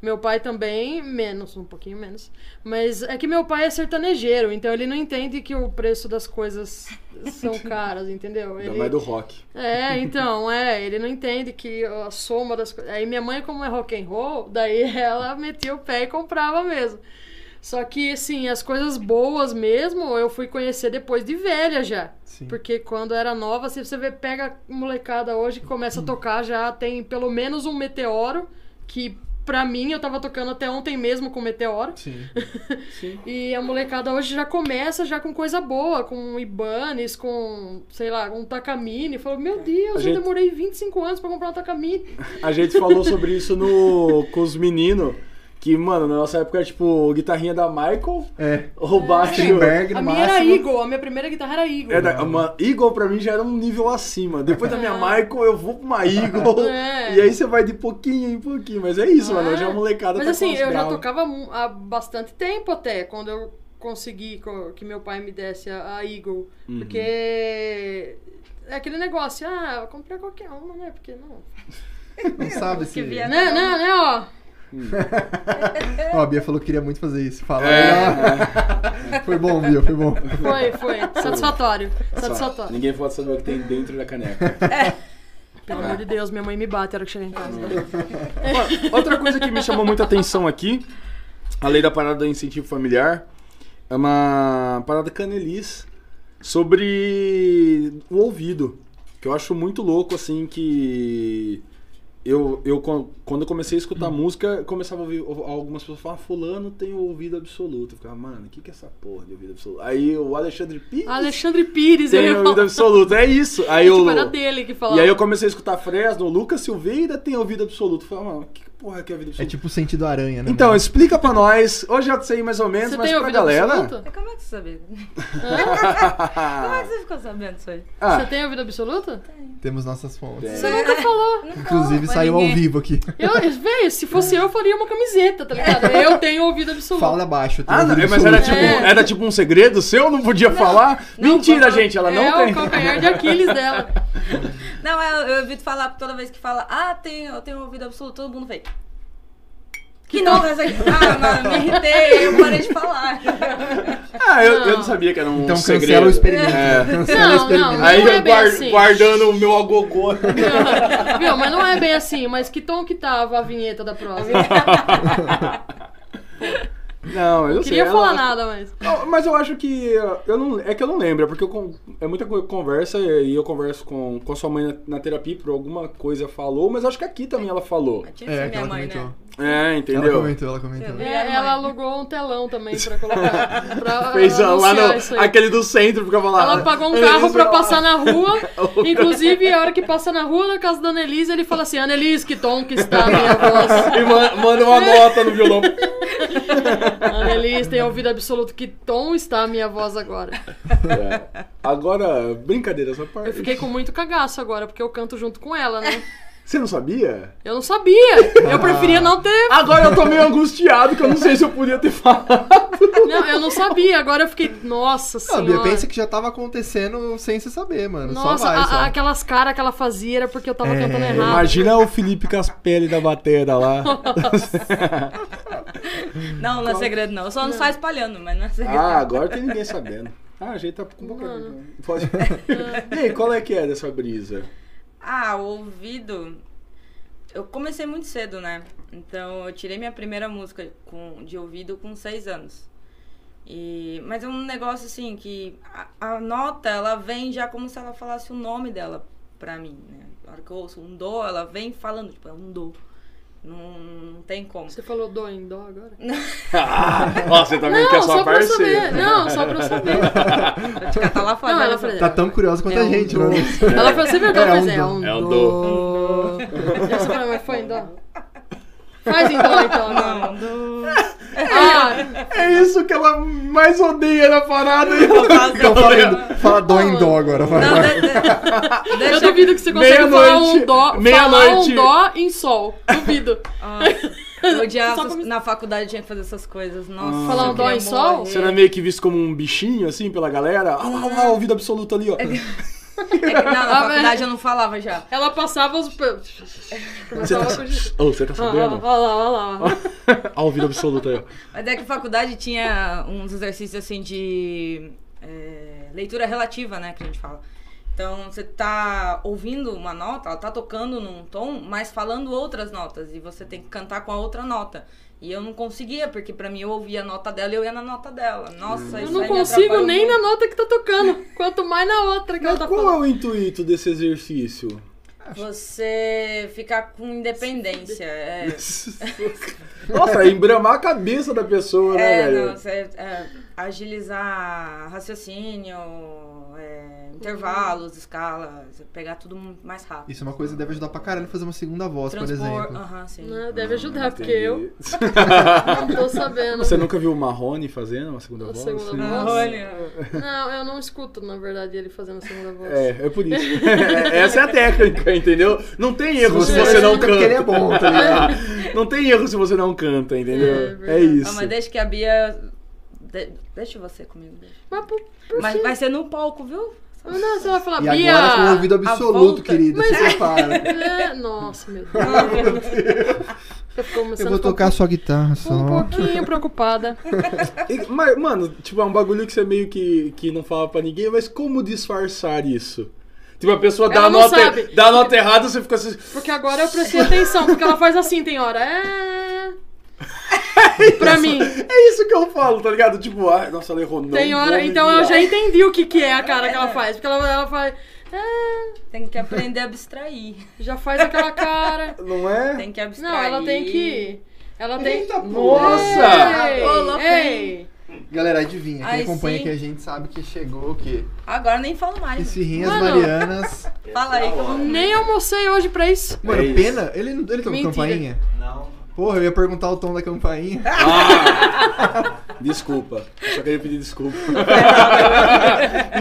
Speaker 5: Meu pai também, menos, um pouquinho menos. Mas é que meu pai é sertanejeiro, então ele não entende que o preço das coisas
Speaker 2: [laughs]
Speaker 5: são caras, entendeu?
Speaker 2: Ainda
Speaker 5: Ele-
Speaker 2: mais do rock.
Speaker 5: É, então, é, ele não entende que a soma das coisas. Aí minha mãe, como é rock and roll, daí [laughs] ela metia o pé e comprava mesmo. Só que, assim, as coisas boas mesmo eu fui conhecer depois de velha já.
Speaker 4: Sim.
Speaker 5: Porque quando era nova, assim, você vê, pega a molecada hoje que começa a tocar, já tem pelo menos um meteoro, que pra mim eu tava tocando até ontem mesmo com meteoro.
Speaker 4: Sim.
Speaker 5: [laughs] E a molecada hoje já começa já com coisa boa, com Ibanez, com, sei lá, um Takamine. Falou, meu Deus,
Speaker 2: A
Speaker 5: eu
Speaker 2: gente- [laughs]
Speaker 5: demorei 25 anos pra comprar um Takamine.
Speaker 2: A gente falou sobre isso no, com os meninos. Que, mano, na nossa época era tipo guitarrinha da Michael,
Speaker 4: É.
Speaker 5: Ah,
Speaker 2: roubar a trio.
Speaker 4: Strindberg
Speaker 5: A
Speaker 4: no
Speaker 5: minha era
Speaker 4: máximo.
Speaker 5: Eagle, a minha primeira guitarra era Eagle.
Speaker 2: É da, uma Eagle pra mim já era um nível acima. Depois da minha Michael, eu vou pra uma Eagle.
Speaker 5: É.
Speaker 2: [laughs] E aí você vai de pouquinho em pouquinho. Mas é isso, mano. Hoje a
Speaker 5: É.
Speaker 2: molecada
Speaker 5: Mas
Speaker 2: tá
Speaker 5: assim,
Speaker 2: com as
Speaker 5: eu já
Speaker 2: bravas.
Speaker 5: tocava mu- há bastante tempo até, quando eu consegui co- que meu pai me desse a, a Eagle.
Speaker 2: Uhum.
Speaker 5: Porque é aquele negócio, ah, eu comprei qualquer uma, né? Porque não.
Speaker 4: Não sabe se.
Speaker 1: Que vier-
Speaker 5: Né, né,
Speaker 2: um.
Speaker 5: né, ó.
Speaker 4: Ó, a Bia falou que queria muito fazer isso. Fala.
Speaker 2: É.
Speaker 4: [laughs] Foi bom, Bia, foi bom.
Speaker 5: Foi,
Speaker 2: [laughs]
Speaker 5: foi. Satisfatório. Satisfatório.
Speaker 2: Ninguém pode saber o que tem dentro da caneca.
Speaker 5: Pelo amor de Deus, minha mãe me bate a hora que chegar em casa.
Speaker 2: Ó, Outra coisa que me chamou muita atenção aqui, além da parada do incentivo familiar, é uma parada canelis sobre o ouvido. Que eu acho muito louco, assim, que. Eu, eu quan- quando eu comecei a escutar música, começava a ouvir ou- algumas pessoas falar, fulano tem o ouvido absoluto. Eu ficava, mano, o que, que é essa porra de ouvido absoluto? Aí o Alexandre Pires
Speaker 5: Alexandre Pires,
Speaker 2: tem
Speaker 5: ele
Speaker 2: ouvido
Speaker 5: falou.
Speaker 2: absoluto, é isso. Aí eu,
Speaker 5: Tipo, era dele que falava.
Speaker 2: E aí eu comecei a escutar Fresno, Lucas Silveira tem ouvido absoluto. Falei, mano, que porra que é ouvido
Speaker 4: É
Speaker 2: absoluto?
Speaker 4: tipo o sentido aranha, né?
Speaker 2: Então,
Speaker 4: mano?
Speaker 2: explica pra nós. Hoje eu sei mais ou menos,
Speaker 5: Você
Speaker 2: mas
Speaker 5: tem
Speaker 2: pra
Speaker 5: ouvido
Speaker 2: galera.
Speaker 5: absoluto?
Speaker 1: Como é que você
Speaker 5: [laughs]
Speaker 1: sabia? Como é que
Speaker 2: ah,
Speaker 1: você ficou sabendo isso aí?
Speaker 5: Você tem ouvido absoluto?
Speaker 4: Temos nossas fontes.
Speaker 2: Tem.
Speaker 5: Você nunca falou.
Speaker 4: Inclusive
Speaker 1: Mas
Speaker 4: saiu ao
Speaker 1: ninguém-
Speaker 4: vivo aqui.
Speaker 5: Eu, véi, se fosse eu, eu faria uma camiseta, tá ligado? Eu tenho ouvido absoluto.
Speaker 4: Fala baixo. tem um
Speaker 2: Ah, não,
Speaker 4: ouvido
Speaker 2: mas era
Speaker 4: absoluto.
Speaker 2: tipo,
Speaker 5: É.
Speaker 2: era tipo um segredo seu, não podia falar?
Speaker 1: não,
Speaker 2: Mentira,
Speaker 1: não.
Speaker 2: gente, ela
Speaker 5: é
Speaker 2: não
Speaker 5: o
Speaker 2: tem.
Speaker 5: calcanhar de Aquiles dela.
Speaker 2: [laughs]
Speaker 1: Não, é, eu, eu evito falar toda vez que fala, ah, tem, eu tenho ouvido absoluto, todo mundo vem. Que não, essa aqui. Ah, mano, me irritei, eu parei de falar.
Speaker 2: Ah, eu, eu não
Speaker 5: Não.
Speaker 2: sabia que era um
Speaker 4: Então cancela
Speaker 2: segredo.
Speaker 4: o experimento.
Speaker 2: É.
Speaker 4: Cancela o
Speaker 5: Não, não,
Speaker 4: experimento.
Speaker 5: não
Speaker 2: Aí
Speaker 5: é
Speaker 2: eu
Speaker 5: bem
Speaker 2: guar-
Speaker 5: assim.
Speaker 2: guardando o meu agogô.
Speaker 5: Viu, mas não é bem assim, mas que tom que tava a vinheta
Speaker 2: [laughs]
Speaker 5: da prova? Eu
Speaker 2: Não, eu não
Speaker 5: não queria
Speaker 2: sei,
Speaker 5: falar
Speaker 2: ela-
Speaker 5: nada, mas.
Speaker 2: Não, Mas eu acho que. Eu não, é que eu não lembro, é porque eu, con- é muita co- conversa e eu converso com, com a sua mãe na, na terapia por alguma coisa falou, mas acho que aqui também ela falou.
Speaker 1: Eu tive que
Speaker 4: É,
Speaker 1: ser
Speaker 4: que
Speaker 1: minha
Speaker 4: ela
Speaker 1: mãe,
Speaker 4: comentou.
Speaker 1: né?
Speaker 2: É,
Speaker 4: Ela
Speaker 2: entendeu?
Speaker 4: comentou, ela comentou.
Speaker 1: Entendeu?
Speaker 5: É, ela alugou um telão também pra colocar.
Speaker 2: [laughs]
Speaker 5: Pra
Speaker 2: Fez a- lá
Speaker 5: anunciar
Speaker 2: no, aquele do centro, ficava lá.
Speaker 5: Ela pagou um
Speaker 2: Eles
Speaker 5: carro pra
Speaker 2: vão-
Speaker 5: passar na rua. Inclusive, a hora que passa na rua, na casa da Annelise, ele fala assim: Annelise, que tom que está a minha
Speaker 2: [laughs]
Speaker 5: voz.
Speaker 2: E man- manda uma nota no violão.
Speaker 5: Annelise tem ouvido absoluto, que tom está a minha voz agora.
Speaker 2: É. Agora, brincadeira essa parte.
Speaker 5: Eu fiquei com muito cagaço agora, porque eu canto junto com ela, né?
Speaker 2: Você não sabia?
Speaker 5: Eu não sabia. Eu preferia não ter.
Speaker 2: Agora eu tô meio angustiado que eu não sei se eu podia ter falado.
Speaker 5: Não, eu não sabia. Agora eu fiquei. Nossa
Speaker 4: Não,
Speaker 5: senhora.
Speaker 4: Bia, pensa que já tava acontecendo sem você saber, mano.
Speaker 5: Nossa,
Speaker 4: só vai,
Speaker 5: a-
Speaker 4: só.
Speaker 5: a- aquelas caras que ela fazia era porque eu tava
Speaker 4: É,
Speaker 5: cantando errado.
Speaker 2: Imagina o Felipe Caspelli da batera
Speaker 5: [laughs]
Speaker 2: lá.
Speaker 1: Não, não é segredo, não. Eu só não, saio espalhando, mas não é segredo.
Speaker 2: Ah, agora tem ninguém sabendo. Ah, a gente tá com boca Pode. [laughs] E aí, qual é que é dessa brisa?
Speaker 1: Ah, o ouvido. Eu comecei muito cedo, né? Então eu tirei minha primeira música com- de ouvido com seis anos. E, mas é um negócio assim que a, a nota ela vem já como se ela falasse o nome dela pra mim, né? Na hora que eu ouço um dó, ela vem falando, tipo, é um dó. Não, não tem como.
Speaker 5: Você falou dó em dó agora?
Speaker 2: Ó, você também
Speaker 5: não,
Speaker 2: quer
Speaker 5: só
Speaker 2: sua
Speaker 5: pra eu saber.
Speaker 2: parceira.
Speaker 5: Não, só pra eu saber.
Speaker 1: Pra ficar talafada.
Speaker 5: Não, ela
Speaker 1: né?
Speaker 5: falou-
Speaker 4: Tá tão curiosa quanto
Speaker 1: É
Speaker 4: a
Speaker 1: um
Speaker 4: gente,
Speaker 1: dom.
Speaker 4: mano.
Speaker 5: Ela falou, você viu o dó?
Speaker 4: É
Speaker 5: Pois
Speaker 4: um
Speaker 5: é,
Speaker 4: dó.
Speaker 5: um
Speaker 2: É um
Speaker 5: dó. Eu só falei, mas foi em dó? Faz em dó, então. agora.
Speaker 1: Não, dó.
Speaker 5: Ah,
Speaker 2: É isso que ela mais odeia na parada.
Speaker 4: Então fala,
Speaker 2: [laughs]
Speaker 4: em- fala dó em dó agora, vai.
Speaker 1: Não, de- de-
Speaker 5: eu
Speaker 1: deixa eu
Speaker 5: duvido que você consiga falar
Speaker 2: Meia-noite.
Speaker 5: um dó, falar
Speaker 2: Meia-noite.
Speaker 5: um dó em sol. Duvido.
Speaker 1: Nossa, eu odiava
Speaker 5: Só
Speaker 1: essas-
Speaker 5: pra me-
Speaker 1: na faculdade eu tinha que fazer essas coisas. Nossa,
Speaker 5: Falar um
Speaker 1: eu
Speaker 5: dó
Speaker 1: queria
Speaker 5: em sol?
Speaker 1: morrer.
Speaker 2: Você não é meio que visto como um bichinho, assim, pela galera? Ah, lá, lá, ouvido absoluto ali, ó.
Speaker 1: É que na, na
Speaker 5: Ah, mas-
Speaker 1: faculdade eu não falava já.
Speaker 5: Ela passava os...
Speaker 2: Você tá,
Speaker 5: Começava com...
Speaker 2: Ô, você tá
Speaker 5: Ah, Olha
Speaker 2: sabendo?
Speaker 5: lá, olha lá. olha lá.
Speaker 2: Ah, ouvido absoluto aí, ó.
Speaker 5: [laughs]
Speaker 1: Mas é que faculdade tinha uns exercícios assim de é, leitura relativa, né? Que a gente fala. Então você tá ouvindo uma nota, ela tá tocando num tom, mas falando outras notas. E você tem que cantar com a outra nota. E eu não conseguia, porque pra mim eu ouvia a nota dela e eu ia na nota dela. Nossa,
Speaker 5: Eu
Speaker 1: isso
Speaker 5: não
Speaker 1: aí me um
Speaker 5: consigo
Speaker 1: atrapalhou
Speaker 5: nem
Speaker 1: muito.
Speaker 5: na nota que tá tocando, quanto mais na outra que ela
Speaker 2: Mas
Speaker 5: tá
Speaker 2: qual é
Speaker 5: falando.
Speaker 2: o intuito desse exercício?
Speaker 1: Você ficar com independência. É,
Speaker 2: Nossa, é embramar a cabeça da pessoa, né,
Speaker 1: É,
Speaker 2: velho?
Speaker 1: não, você, é, agilizar raciocínio, é, intervalos, escala, você pegar tudo muito mais rápido.
Speaker 4: Isso é uma coisa que deve ajudar pra caralho fazer uma segunda voz, por
Speaker 1: Transpor, Ah.
Speaker 4: exemplo.
Speaker 1: aham, sim.
Speaker 5: Né, Deve ajudar, porque eu não tô sabendo.
Speaker 2: Você nunca viu o Marrone fazendo uma segunda
Speaker 5: Uma
Speaker 2: voz?
Speaker 5: segunda
Speaker 2: Sim.
Speaker 5: voz?
Speaker 1: Ah, olha.
Speaker 5: Não, eu não escuto, na verdade, ele fazendo a segunda voz.
Speaker 2: É, é por isso. Essa é a técnica, entendeu? Não tem erro se
Speaker 5: Você
Speaker 2: você não
Speaker 5: nunca
Speaker 2: canta.
Speaker 4: ele é bom, tá ligado?
Speaker 2: Não tem erro se você não canta,
Speaker 5: É
Speaker 2: entendeu? É,
Speaker 5: verdade.
Speaker 1: Ah,
Speaker 2: isso.
Speaker 1: mas deixa que a Bia. de- Deixa você comigo. deixa.
Speaker 5: Mas por, por
Speaker 1: Mas
Speaker 5: quê?
Speaker 1: vai ser no palco, viu?
Speaker 5: Mas Não, você vai falar,
Speaker 4: E
Speaker 5: Bia!
Speaker 4: agora com o ouvido
Speaker 1: a
Speaker 4: absoluto,
Speaker 1: volta.
Speaker 4: querido.
Speaker 5: Mas-
Speaker 4: Você para.
Speaker 5: É, nossa, meu Deus. Eu
Speaker 4: Ah,
Speaker 5: fico começando
Speaker 4: Eu vou
Speaker 5: a ficar
Speaker 4: tocar só guitarra só.
Speaker 5: um pouquinho preocupada.
Speaker 2: E- mas, mano, tipo, é um bagulho que você meio que, que não fala pra ninguém, mas como disfarçar isso? Tipo, a pessoa dá
Speaker 5: Ela
Speaker 2: a,
Speaker 5: não
Speaker 2: nota,
Speaker 5: sabe.
Speaker 2: dá a nota errada, você fica assim.
Speaker 5: Porque agora
Speaker 4: [laughs]
Speaker 5: eu prestei atenção, porque ela faz assim, tem hora. É. Pra mim.
Speaker 2: É isso que eu falo, tá ligado? Tipo, ai, nossa, ela errou. Não,
Speaker 5: Tem hora.
Speaker 2: vou
Speaker 5: Então eu
Speaker 2: virar.
Speaker 5: já entendi o que, que é a cara que ela faz. Porque ela, ela faz. É.
Speaker 1: Tem que aprender a abstrair.
Speaker 5: Já faz
Speaker 4: [laughs]
Speaker 5: aquela cara.
Speaker 2: Não é?
Speaker 1: Tem que abstrair.
Speaker 5: [laughs] Não, ela tem que. Ela tem.
Speaker 4: Eita, pô.
Speaker 2: Nossa!
Speaker 5: Ei,
Speaker 1: Ô, louco,
Speaker 5: ei.
Speaker 4: Galera, adivinha. Quem
Speaker 1: Ai,
Speaker 4: acompanha
Speaker 1: sim.
Speaker 4: aqui a gente sabe que chegou o quê?
Speaker 1: Agora nem falo mais.
Speaker 4: Esfirrinhas
Speaker 5: Mano.
Speaker 4: Marianas.
Speaker 1: Fala
Speaker 4: Tá
Speaker 1: aí que eu vou.
Speaker 5: Nem almocei hoje pra isso.
Speaker 4: Mano,
Speaker 2: É isso.
Speaker 4: pena? Ele, não- ele tocou
Speaker 5: Mentira.
Speaker 4: campainha?
Speaker 3: Não.
Speaker 4: Porra, eu ia perguntar o tom da campainha.
Speaker 2: Desculpa. Eu só queria pedir desculpa. [laughs]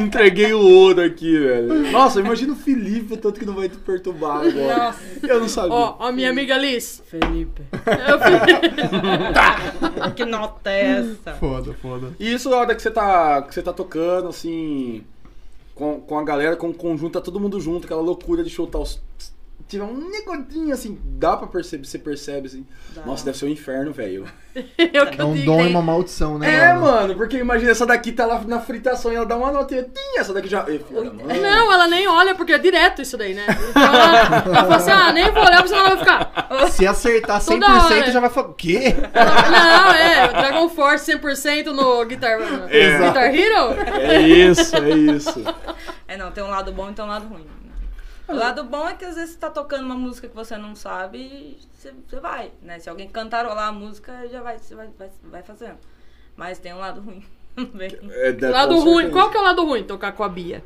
Speaker 2: Entreguei o ouro aqui, velho. Nossa, imagina o Felipe, o tanto que não vai te perturbar agora.
Speaker 1: Nossa.
Speaker 2: Eu não sabia.
Speaker 5: Ó, ó, minha amiga Liz.
Speaker 1: Felipe.
Speaker 5: Eu fiz.
Speaker 1: Que nota é essa?
Speaker 4: Foda, foda.
Speaker 2: E isso na hora que você tá, que você tá tocando, assim, com, com a galera, com o conjunto, tá todo mundo junto, aquela loucura de chutar os. Tiver um negodinho assim, dá pra perceber, você percebe assim.
Speaker 1: Dá.
Speaker 2: Nossa, deve ser um inferno, velho.
Speaker 5: Eu que
Speaker 4: É um
Speaker 5: digo.
Speaker 4: dom e uma maldição, né?
Speaker 2: É, mano, porque imagina, essa daqui tá lá na fritação e ela dá uma notinha. Tim, essa daqui já. Ei, filha da mãe.
Speaker 5: É, Não, ela nem olha, porque é direto isso daí, né? Então ela, ela fala assim, ah, nem vou olhar, porque senão ela vai ficar.
Speaker 4: Se acertar
Speaker 5: Toda
Speaker 4: 100%,
Speaker 5: hora.
Speaker 4: já vai falar. Quê?
Speaker 5: Ela, não, é, Dragon Force 100% no Guitar, no
Speaker 2: É.
Speaker 5: Guitar Hero.
Speaker 2: É isso, é isso.
Speaker 1: É não, tem um lado bom e tem um lado ruim. né? O lado bom é que às vezes você tá tocando uma música que você não sabe e você, você vai, né? Se alguém cantarolar a música, já vai, você vai, vai, vai fazendo. Mas tem um lado ruim [laughs] também.
Speaker 2: É, deve-
Speaker 5: Lado
Speaker 2: com
Speaker 5: ruim.
Speaker 2: certeza.
Speaker 5: Qual que é o lado ruim? Tocar com a Bia.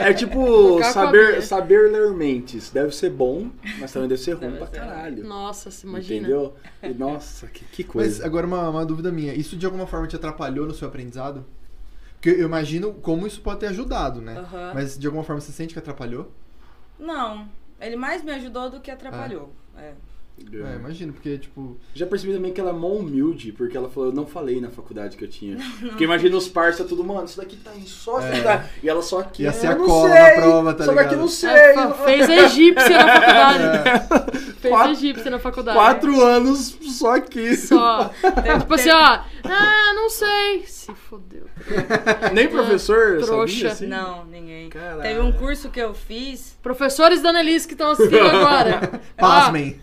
Speaker 2: É
Speaker 5: [laughs]
Speaker 2: tipo,
Speaker 5: Tocar com a
Speaker 2: saber,
Speaker 5: Bia.
Speaker 2: saber ler mentes. Deve ser bom, mas também deve ser ruim
Speaker 1: Deve
Speaker 2: pra
Speaker 1: ser.
Speaker 2: caralho.
Speaker 5: Nossa, se imagina.
Speaker 2: Entendeu? E, nossa, que, que
Speaker 4: Mas
Speaker 2: coisa.
Speaker 4: agora uma, uma dúvida minha. Isso de alguma forma te atrapalhou no seu aprendizado? Porque eu imagino como isso pode ter ajudado, né?
Speaker 1: Aham.
Speaker 4: Mas de alguma forma você sente que atrapalhou?
Speaker 1: Não, ele mais me ajudou do que atrapalhou. É.
Speaker 4: É, imagino, porque, tipo.
Speaker 2: Já percebi também que ela é mó humilde, porque ela falou, eu não falei na faculdade que eu
Speaker 5: [laughs]
Speaker 2: tinha. Porque imagina os parça, tudo, mano, isso daqui tá em só
Speaker 4: É.
Speaker 2: faculdade. E ela só aqui.
Speaker 4: Ia ser
Speaker 2: "Eu
Speaker 4: a
Speaker 2: não
Speaker 4: cola
Speaker 2: sei,
Speaker 4: na prova, tá
Speaker 2: Só
Speaker 4: ligado?"
Speaker 2: daqui
Speaker 5: É
Speaker 2: eu não sei.
Speaker 5: Ela fa- fez a egípcia na faculdade. Fez a
Speaker 2: É. Quatro-
Speaker 5: egípcia na faculdade.
Speaker 2: Quatro anos só aqui.
Speaker 5: Só. [laughs] Tipo assim, ó. Ah, não sei. Se fodeu.
Speaker 2: Nem professor
Speaker 5: é Trouxa.
Speaker 2: sabia, assim?
Speaker 1: Não, ninguém.
Speaker 2: Caralho.
Speaker 1: Teve um curso que eu fiz
Speaker 5: Professores da Annelise que estão assistindo
Speaker 2: [laughs]
Speaker 5: agora.
Speaker 1: Ah,
Speaker 4: Pasmem!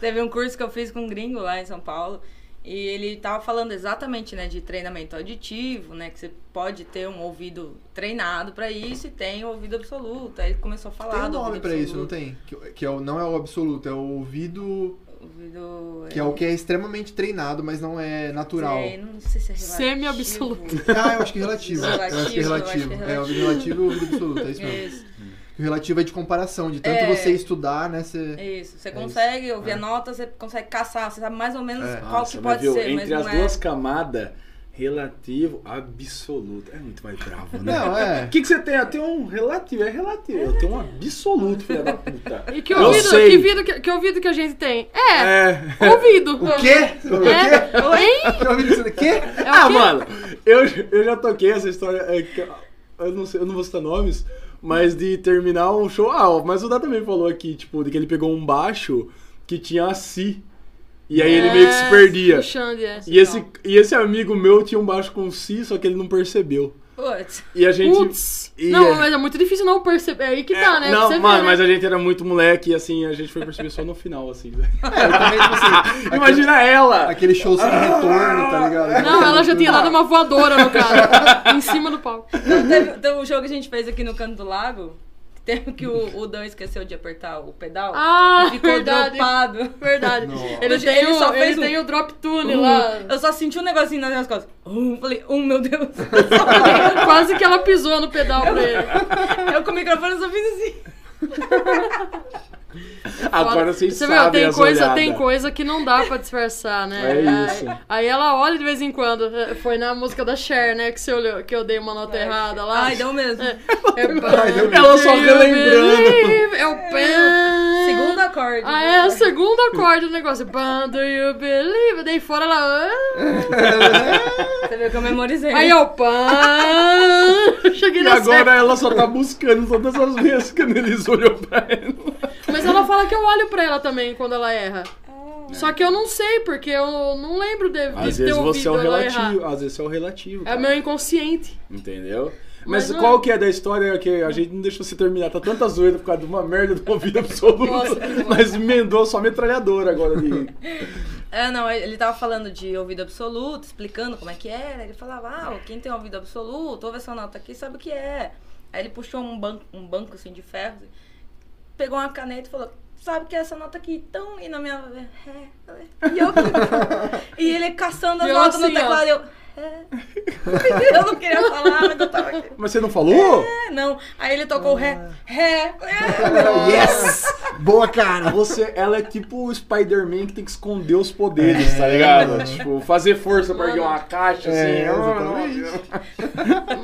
Speaker 1: Teve um curso que eu fiz com um gringo lá em São Paulo. E ele tava falando exatamente, né, de treinamento auditivo, né, que você pode ter um ouvido treinado pra isso e tem o ouvido absoluto. Aí ele começou a falar
Speaker 4: tem um
Speaker 1: do
Speaker 4: nome
Speaker 1: ouvido
Speaker 4: pra isso, não
Speaker 1: absoluto.
Speaker 4: tem? Que, que é o, não é o absoluto, é o ouvido.
Speaker 1: Ouvido...
Speaker 4: Que é o que é extremamente treinado, mas não é natural.
Speaker 1: Sei, não sei se é relativo.
Speaker 5: Semi-absoluto.
Speaker 4: Ah, eu acho que é relativo. eu
Speaker 1: Relativo,
Speaker 4: acho que é
Speaker 1: eu acho que é
Speaker 4: relativo. É, o ouvido relativo e o ouvido absoluto, é [laughs] isso mesmo.
Speaker 1: Isso,
Speaker 4: O relativo é de comparação, de tanto
Speaker 1: É.
Speaker 4: você estudar, né? Você...
Speaker 1: isso. Você
Speaker 4: É
Speaker 1: consegue ouvir
Speaker 4: É.
Speaker 1: a nota, você consegue caçar, você sabe mais ou menos
Speaker 4: É.
Speaker 1: qual
Speaker 2: Nossa, mas
Speaker 1: que pode
Speaker 2: né, viu,
Speaker 1: ser, mas
Speaker 2: Entre
Speaker 1: não
Speaker 2: as
Speaker 1: é.
Speaker 2: duas camadas, relativo, absoluto. É muito mais bravo, né?
Speaker 4: Não,
Speaker 2: O
Speaker 4: é.
Speaker 2: que, que você tem? Eu tenho um relativo, é relativo. Eu tenho um absoluto, filha da puta.
Speaker 1: [laughs]
Speaker 5: E que
Speaker 2: Eu
Speaker 5: ouvido
Speaker 2: sei.
Speaker 5: que, ouvido que, que ouvido que a gente tem? É,
Speaker 2: É.
Speaker 1: [laughs]
Speaker 5: ouvido.
Speaker 4: O quê? O quê?
Speaker 5: É. Hein?
Speaker 4: [laughs] Que ouvido você- quê?
Speaker 5: É o
Speaker 2: Ah,
Speaker 5: quê?
Speaker 2: mano, eu, eu já toquei essa história. é, que eu- Eu não, sei, eu não vou citar nomes, mas de terminar um show. Ah, ó, mas o Dá também falou aqui, tipo, de que ele pegou um baixo que tinha a si. E aí ele meio que se
Speaker 5: É,
Speaker 2: perdia.
Speaker 5: puxando, é.
Speaker 2: E esse, e esse amigo meu tinha um baixo com si, só que ele não percebeu.
Speaker 1: Putz, [laughs]
Speaker 2: E a gente.
Speaker 5: Putz.
Speaker 2: e
Speaker 5: Não,
Speaker 2: é-
Speaker 5: mas é muito difícil não perceber. É aí que tá,
Speaker 2: É,
Speaker 5: né?
Speaker 2: Não,
Speaker 5: Você vê,
Speaker 2: mano,
Speaker 5: né?
Speaker 2: mas a gente era muito moleque e assim, a gente foi perceber só no final, assim.
Speaker 5: [laughs]
Speaker 4: É, eu também, tipo
Speaker 2: [laughs]
Speaker 4: assim,
Speaker 2: Imagina ela!
Speaker 4: Aquele show sem retorno, tá ligado?
Speaker 5: Não, ela já tinha dado uma
Speaker 2: [laughs]
Speaker 5: voadora no cara. em cima do palco.
Speaker 1: Não, teve, teve um jogo que a gente fez aqui no Canto do Lago. que tem que o, o Dan esqueceu de apertar o pedal.
Speaker 5: Ah,
Speaker 1: [laughs] e ficou
Speaker 5: verdade.
Speaker 1: dopado.
Speaker 5: Verdade.
Speaker 2: Nossa.
Speaker 5: Ele,
Speaker 1: Ele-
Speaker 5: tem,
Speaker 1: ele
Speaker 5: o,
Speaker 1: só fez
Speaker 5: ele
Speaker 1: um-
Speaker 5: tem o drop tune
Speaker 1: Uh,
Speaker 5: lá.
Speaker 1: Eu só senti um negocinho nas minhas costas. Uh, falei, um, meu Deus.
Speaker 5: [laughs]
Speaker 1: [laughs]
Speaker 5: Quase que ela pisou no pedal pra ele.
Speaker 1: eu com o microfone só fiz assim.
Speaker 2: [laughs] Agora vocês
Speaker 5: Você
Speaker 2: sabem
Speaker 5: vê, tem
Speaker 2: as
Speaker 5: coisa,
Speaker 2: olhadas.
Speaker 5: tem coisa que não dá pra disfarçar, né?
Speaker 2: É
Speaker 5: Aí-
Speaker 2: isso.
Speaker 5: Aí ela olha de vez em quando. Foi na música da Cher, né? Que você olhou, que eu dei uma nota errada Tá lá.
Speaker 1: Ai, deu mesmo.
Speaker 5: É,
Speaker 2: Ela só relembrando.
Speaker 5: É o pan.
Speaker 1: Segundo acorde.
Speaker 5: Ah, é o segundo acorde do negócio. Pan, do you believe? Daí fora ela. ah.
Speaker 1: Você viu que eu memorizei.
Speaker 5: Aí é o pan. [laughs] Cheguei
Speaker 2: E
Speaker 5: na
Speaker 2: agora
Speaker 5: certa.
Speaker 2: ela só tá buscando todas as vezes que o Nelis olhou pra ela.
Speaker 5: Mas ela fala que eu olho pra ela também quando ela erra. Só que eu não sei, porque eu não lembro de, de
Speaker 2: Às
Speaker 5: ter um
Speaker 2: vezes você
Speaker 5: ouvido
Speaker 2: é o
Speaker 5: ela
Speaker 2: relativo,
Speaker 5: errar.
Speaker 2: às vezes você é o relativo.
Speaker 5: É
Speaker 2: cara.
Speaker 5: meu inconsciente.
Speaker 2: Entendeu? Mas,
Speaker 5: Mas não-
Speaker 2: qual que é da história que a gente não deixou você terminar? Tá tanta zoeira por causa de uma merda do ouvido absoluto.
Speaker 5: Nossa, que bom.
Speaker 2: mas emendou só metralhadora agora
Speaker 5: [laughs]
Speaker 2: ali.
Speaker 1: É, não, ele tava falando de ouvido absoluto, explicando como é que era. Ele falava, ah, quem tem ouvido absoluto, ouve essa nota aqui, sabe o que é. Aí ele puxou um banco, um banco assim de ferro, assim, pegou uma caneta e falou, sabe o que é essa nota aqui? Então, e na minha. É, e eu. e ele caçando as
Speaker 5: E eu
Speaker 1: notas
Speaker 5: assim,
Speaker 1: no
Speaker 5: ó.
Speaker 1: teclado, eu. É. [laughs] eu não queria falar, mas eu tava aqui.
Speaker 2: Mas você não falou?
Speaker 1: É, não. Aí ele tocou o ré, ré.
Speaker 2: Yes!
Speaker 4: Boa, cara!
Speaker 2: Você, ela é tipo o Spider-Man que tem que esconder os poderes, tá ligado? Tipo, fazer força pra erguer uma caixa, assim.
Speaker 4: É,
Speaker 2: Ah,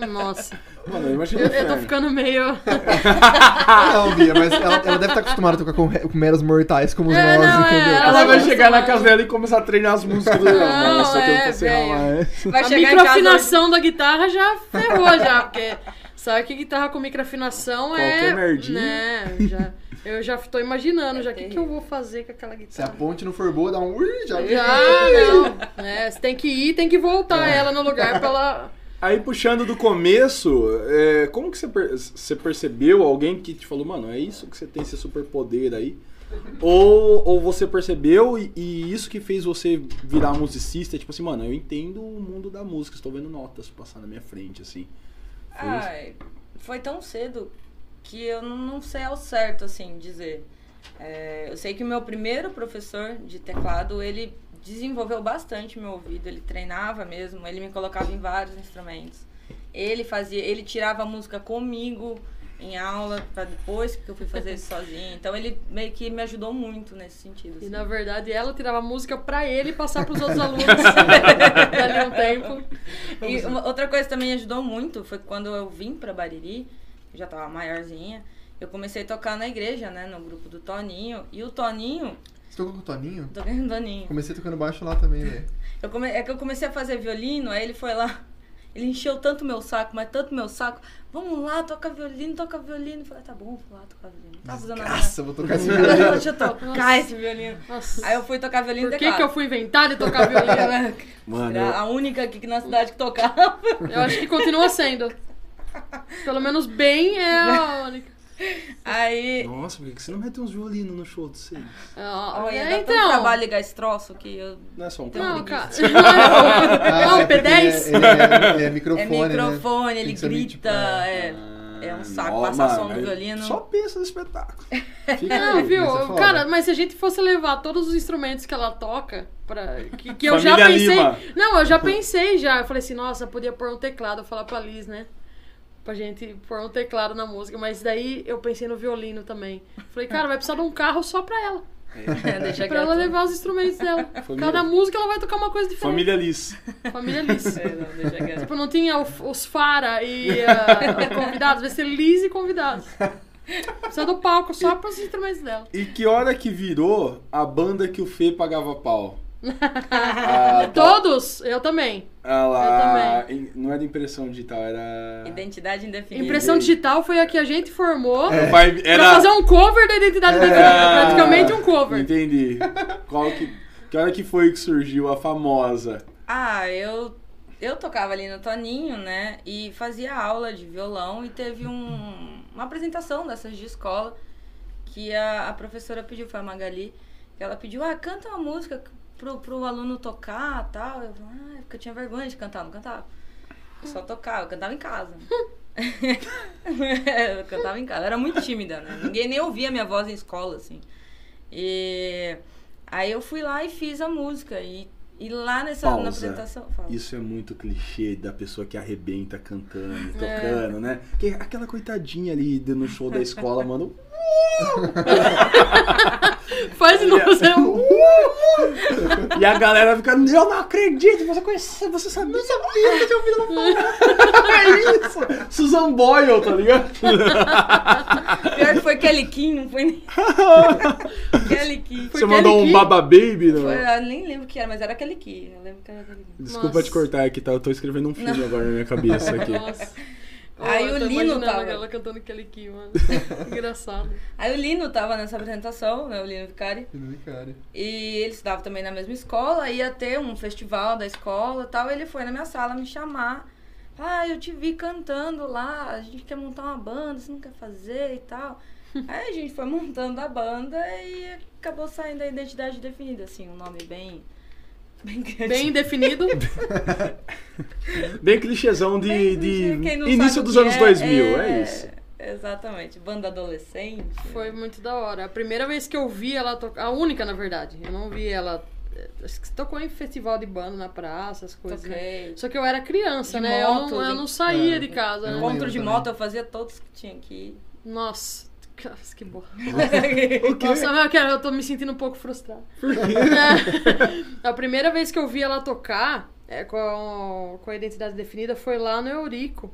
Speaker 5: Nossa.
Speaker 2: Mano, imagina
Speaker 5: Eu, é.
Speaker 2: o
Speaker 5: eu tô
Speaker 2: inferno.
Speaker 5: ficando meio. Ah.
Speaker 4: Não, Bia, mas ela, ela deve estar acostumada a tocar com, re- com meros mortais como os
Speaker 5: É,
Speaker 4: nós,
Speaker 5: não, é,
Speaker 4: entendeu?
Speaker 2: Ela vai
Speaker 5: Nossa,
Speaker 2: chegar na
Speaker 5: mano.
Speaker 2: casa dela e começar a treinar as músicas né? do
Speaker 5: Não, é, velho.
Speaker 1: Vai
Speaker 5: a
Speaker 1: chegar em casa. hoje-
Speaker 5: microafinação da guitarra já ferrou, já, porque sabe que guitarra com microafinação é.
Speaker 2: Qualquer merdinha.
Speaker 5: Né, já, eu já tô
Speaker 1: É
Speaker 5: imaginando já o que, que eu vou fazer com aquela
Speaker 4: Se a
Speaker 5: guitarra.
Speaker 4: ponte não for boa, dá um... ui, Já...
Speaker 5: Já, não. É, você tem que ir, tem que voltar ela no lugar pra ela.
Speaker 2: Aí puxando do começo, é, como que você, per- você percebeu alguém que te falou, mano, é isso que você tem esse superpoder aí? Ou, ou você percebeu e, e isso que fez você virar musicista? Tipo assim, mano, eu entendo o mundo da música, estou vendo notas passar na minha frente, assim.
Speaker 1: Ai, foi tão cedo que eu não não sei ao certo, assim, dizer. É, eu sei que o meu primeiro professor de teclado, ele desenvolveu bastante meu ouvido, ele treinava mesmo, ele me colocava em vários instrumentos. Ele fazia, ele tirava a música comigo em aula, pra depois que eu fui
Speaker 5: [laughs]
Speaker 1: fazer isso sozinha. Então ele meio que me ajudou muito nesse sentido.
Speaker 5: E
Speaker 1: assim.
Speaker 5: na verdade ela tirava música pra ele e passar pros outros alunos. Dali um tempo.
Speaker 1: E uma- outra coisa que também ajudou muito foi quando eu vim pra Bariri, eu já tava maiorzinha, eu comecei a tocar na igreja, né, no grupo do Toninho. E o Toninho, [laughs]
Speaker 4: Você tocou com o Toninho?
Speaker 1: tô ganhando Toninho.
Speaker 4: Comecei tocando baixo lá também, velho.
Speaker 1: Eu come- é que eu comecei a fazer violino, aí ele foi lá. [laughs] Ele encheu tanto meu saco, mas tanto meu saco. Vamos lá, toca violino, toca violino. Eu falei, tá bom, vou lá tocar violino. Não tá fazendo nada.
Speaker 4: Nossa, vou tocar esse violino.
Speaker 1: [laughs] Deixa eu tocar esse violino.
Speaker 5: Nossa.
Speaker 1: Aí eu fui tocar violino
Speaker 5: Por
Speaker 1: e
Speaker 5: que, que eu fui inventar de tocar violino? né?
Speaker 1: [laughs]
Speaker 2: Mano,
Speaker 1: Era a única aqui que na cidade que tocava. [laughs]
Speaker 5: Eu acho que continua sendo. Pelo menos bem é a única.
Speaker 1: Aí
Speaker 2: eu- nossa, por que que você não mete uns violinos no show de vocês?
Speaker 5: Ah,
Speaker 1: Olha,
Speaker 5: é,
Speaker 1: dá tanto trabalho ligar esse troço que eu...
Speaker 2: Não é só um
Speaker 5: Não,
Speaker 2: cara.
Speaker 5: cara. Não,
Speaker 4: [laughs] Ah, é porque ele é-
Speaker 5: P10.
Speaker 4: Ele é, ele é
Speaker 1: É
Speaker 4: microfone, né?
Speaker 1: microfone,
Speaker 4: Tem
Speaker 1: ele
Speaker 4: que ser Ah, meio tipo,
Speaker 1: grita, é...
Speaker 2: Ah,
Speaker 1: é um saco, passar som no violino.
Speaker 2: Só pensa no
Speaker 5: [laughs]
Speaker 2: espetáculo. Fica
Speaker 5: Não,
Speaker 2: aí.
Speaker 5: viu?
Speaker 4: Isso é foda.
Speaker 5: Cara, mas se a gente fosse levar todos os instrumentos que ela toca, pra, que, que eu já
Speaker 2: Família
Speaker 5: pensei.
Speaker 2: Lima.
Speaker 5: Não, eu já pensei já. Eu falei assim, nossa, podia pôr um teclado, falar pra Liz, né? Pra gente pôr um teclado na música. Mas daí eu pensei no violino também. Falei, cara, vai precisar de um carro só pra ela.
Speaker 1: É, [laughs] deixa
Speaker 5: Pra ela
Speaker 1: quieto.
Speaker 5: levar os
Speaker 4: [laughs]
Speaker 5: instrumentos dela.
Speaker 2: Família-
Speaker 5: Cada música ela vai tocar uma coisa diferente.
Speaker 2: Família Liz.
Speaker 4: [laughs]
Speaker 5: Família Liz.
Speaker 1: É, não, deixa quieto.
Speaker 5: [laughs] Tipo, não tinha o- os Fara e ah, convidados, vai ser Liz e convidados. Precisa do palco só para os instrumentos dela.
Speaker 2: E que hora que virou a banda que o Fê pagava
Speaker 5: [laughs]
Speaker 2: pau? ah, tá.
Speaker 5: Todos? Eu também.
Speaker 2: Ah lá,
Speaker 5: Eu
Speaker 2: em- não era impressão digital, era.
Speaker 1: Identidade indefinida.
Speaker 5: Impressão
Speaker 2: Entendi.
Speaker 5: digital foi a que a gente formou
Speaker 2: Era.
Speaker 5: pra
Speaker 2: [laughs] vibe- era- É.
Speaker 5: fazer um cover da identidade da
Speaker 2: era-
Speaker 5: Divina, praticamente um cover.
Speaker 2: Entendi. Qual que. Que hora que foi que surgiu a famosa?
Speaker 1: Ah, eu... Eu tocava ali no Toninho, né? E fazia aula de violão e teve um- uma apresentação dessas de escola que a, a professora pediu, foi a Magali, que ela pediu, ah, canta uma música pro, pro aluno é tocar tal. Eu falei, ah, porque eu tinha vergonha de cantar, não cantava. Eu só tocava, eu cantava em casa. [laughs] eu cantava em casa. Eu era muito tímida, né? Ninguém nem ouvia minha voz em escola, assim. E aí eu fui lá e fiz a música. E, e lá nessa na
Speaker 2: Pausa.
Speaker 1: apresentação. Fala.
Speaker 2: Isso é muito clichê da pessoa que arrebenta cantando,
Speaker 1: É.
Speaker 2: tocando, né? Que aquela coitadinha ali de- no show da escola, mano.
Speaker 5: Faz de novo, é um Zé.
Speaker 2: "Uh, E a galera fica, eu não acredito, você conhecia, você sabia, sabia que eu tinha ouvido ela falar. [laughs] É isso! Susan Boyle, tá ligado?
Speaker 1: Pior que foi Kelly Kim, não foi nem. Kelly Kim.
Speaker 2: você mandou um
Speaker 5: Kelly Key?
Speaker 2: Baba Baby, não
Speaker 1: Foi,
Speaker 2: é?
Speaker 1: eu nem lembro o que era, mas era Kelly Kim. Eu lembro que era Kelly Key.
Speaker 2: Desculpa
Speaker 5: Nossa.
Speaker 2: te cortar aqui, tá? Eu tô escrevendo um filme agora na minha cabeça
Speaker 1: [laughs]
Speaker 2: aqui.
Speaker 5: Nossa.
Speaker 1: Aí
Speaker 5: eu
Speaker 1: o
Speaker 5: tô
Speaker 1: Lino
Speaker 5: imaginando
Speaker 1: tava.
Speaker 5: ela cantando aquele aqui, mano.
Speaker 2: [laughs]
Speaker 5: Engraçado.
Speaker 1: Aí o Lino tava nessa apresentação, né? O Lino Vicari.
Speaker 4: é
Speaker 1: E ele estudava também na mesma escola, ia ter um festival da escola e tal. Ele foi na minha sala me chamar. Ah, eu te vi cantando lá, a gente quer montar uma banda, você não quer fazer e tal. Aí a gente foi montando a banda e acabou saindo a identidade definida, assim, um nome bem. Bem grande.
Speaker 5: Bem definido.
Speaker 2: Bem clichêzão de,
Speaker 1: Bem
Speaker 2: de
Speaker 1: clichê, quem não
Speaker 2: início
Speaker 1: sabe o
Speaker 2: dos
Speaker 1: que
Speaker 2: anos
Speaker 1: é,
Speaker 2: 2000, é, isso.
Speaker 1: Exatamente, banda adolescente.
Speaker 5: Foi muito da hora. A primeira vez que eu vi ela tocar, a única na verdade, eu não vi ela. eh, Acho que tocou em festival de banda na praça, as coisas. Né?
Speaker 1: Toquei.
Speaker 5: Só que eu era criança,
Speaker 1: De
Speaker 5: né? eu,
Speaker 1: moto,
Speaker 5: não, eu
Speaker 1: de-
Speaker 5: não saía
Speaker 4: É,
Speaker 5: de
Speaker 4: eu
Speaker 5: casa, né?
Speaker 4: não lembro
Speaker 1: Encontro de
Speaker 4: também.
Speaker 1: moto eu fazia todos que
Speaker 2: [laughs]
Speaker 1: tinha aqui.
Speaker 5: Nossa, nossa, que boa.
Speaker 1: o
Speaker 5: Nossa, mas eu, quero, eu tô me sentindo um pouco frustrada. É. a primeira vez que eu vi ela tocar é, com, com a identidade definida foi lá no Eurico.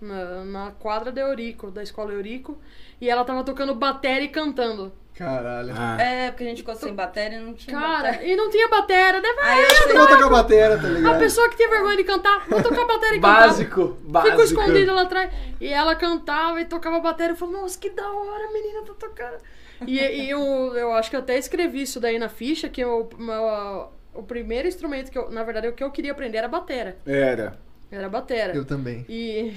Speaker 5: Na, na quadra da Eurico, da escola Eurico. E ela tava tocando bateria e cantando.
Speaker 4: Caralho.
Speaker 2: Ah,
Speaker 1: É, porque a gente ficou sem bateria e não tinha
Speaker 5: Cara,
Speaker 1: bateria.
Speaker 5: e não tinha bateria. né, Deve...
Speaker 1: Aí eu
Speaker 4: Eu vou tocar batera, tá
Speaker 5: A
Speaker 4: ligado?
Speaker 5: pessoa que tem vergonha de cantar, vou tocar bateria e cantar.
Speaker 2: básico,
Speaker 5: Ficou
Speaker 2: básico.
Speaker 5: escondida lá atrás. E ela cantava e tocava bateria. Eu falei, nossa, que da hora, a menina tá tocando. E, e eu, eu acho que eu até escrevi isso daí na ficha, que o, meu- o primeiro instrumento que eu, na verdade, o que eu queria aprender era batera.
Speaker 2: Era.
Speaker 5: Era batera.
Speaker 4: Eu também.
Speaker 5: E.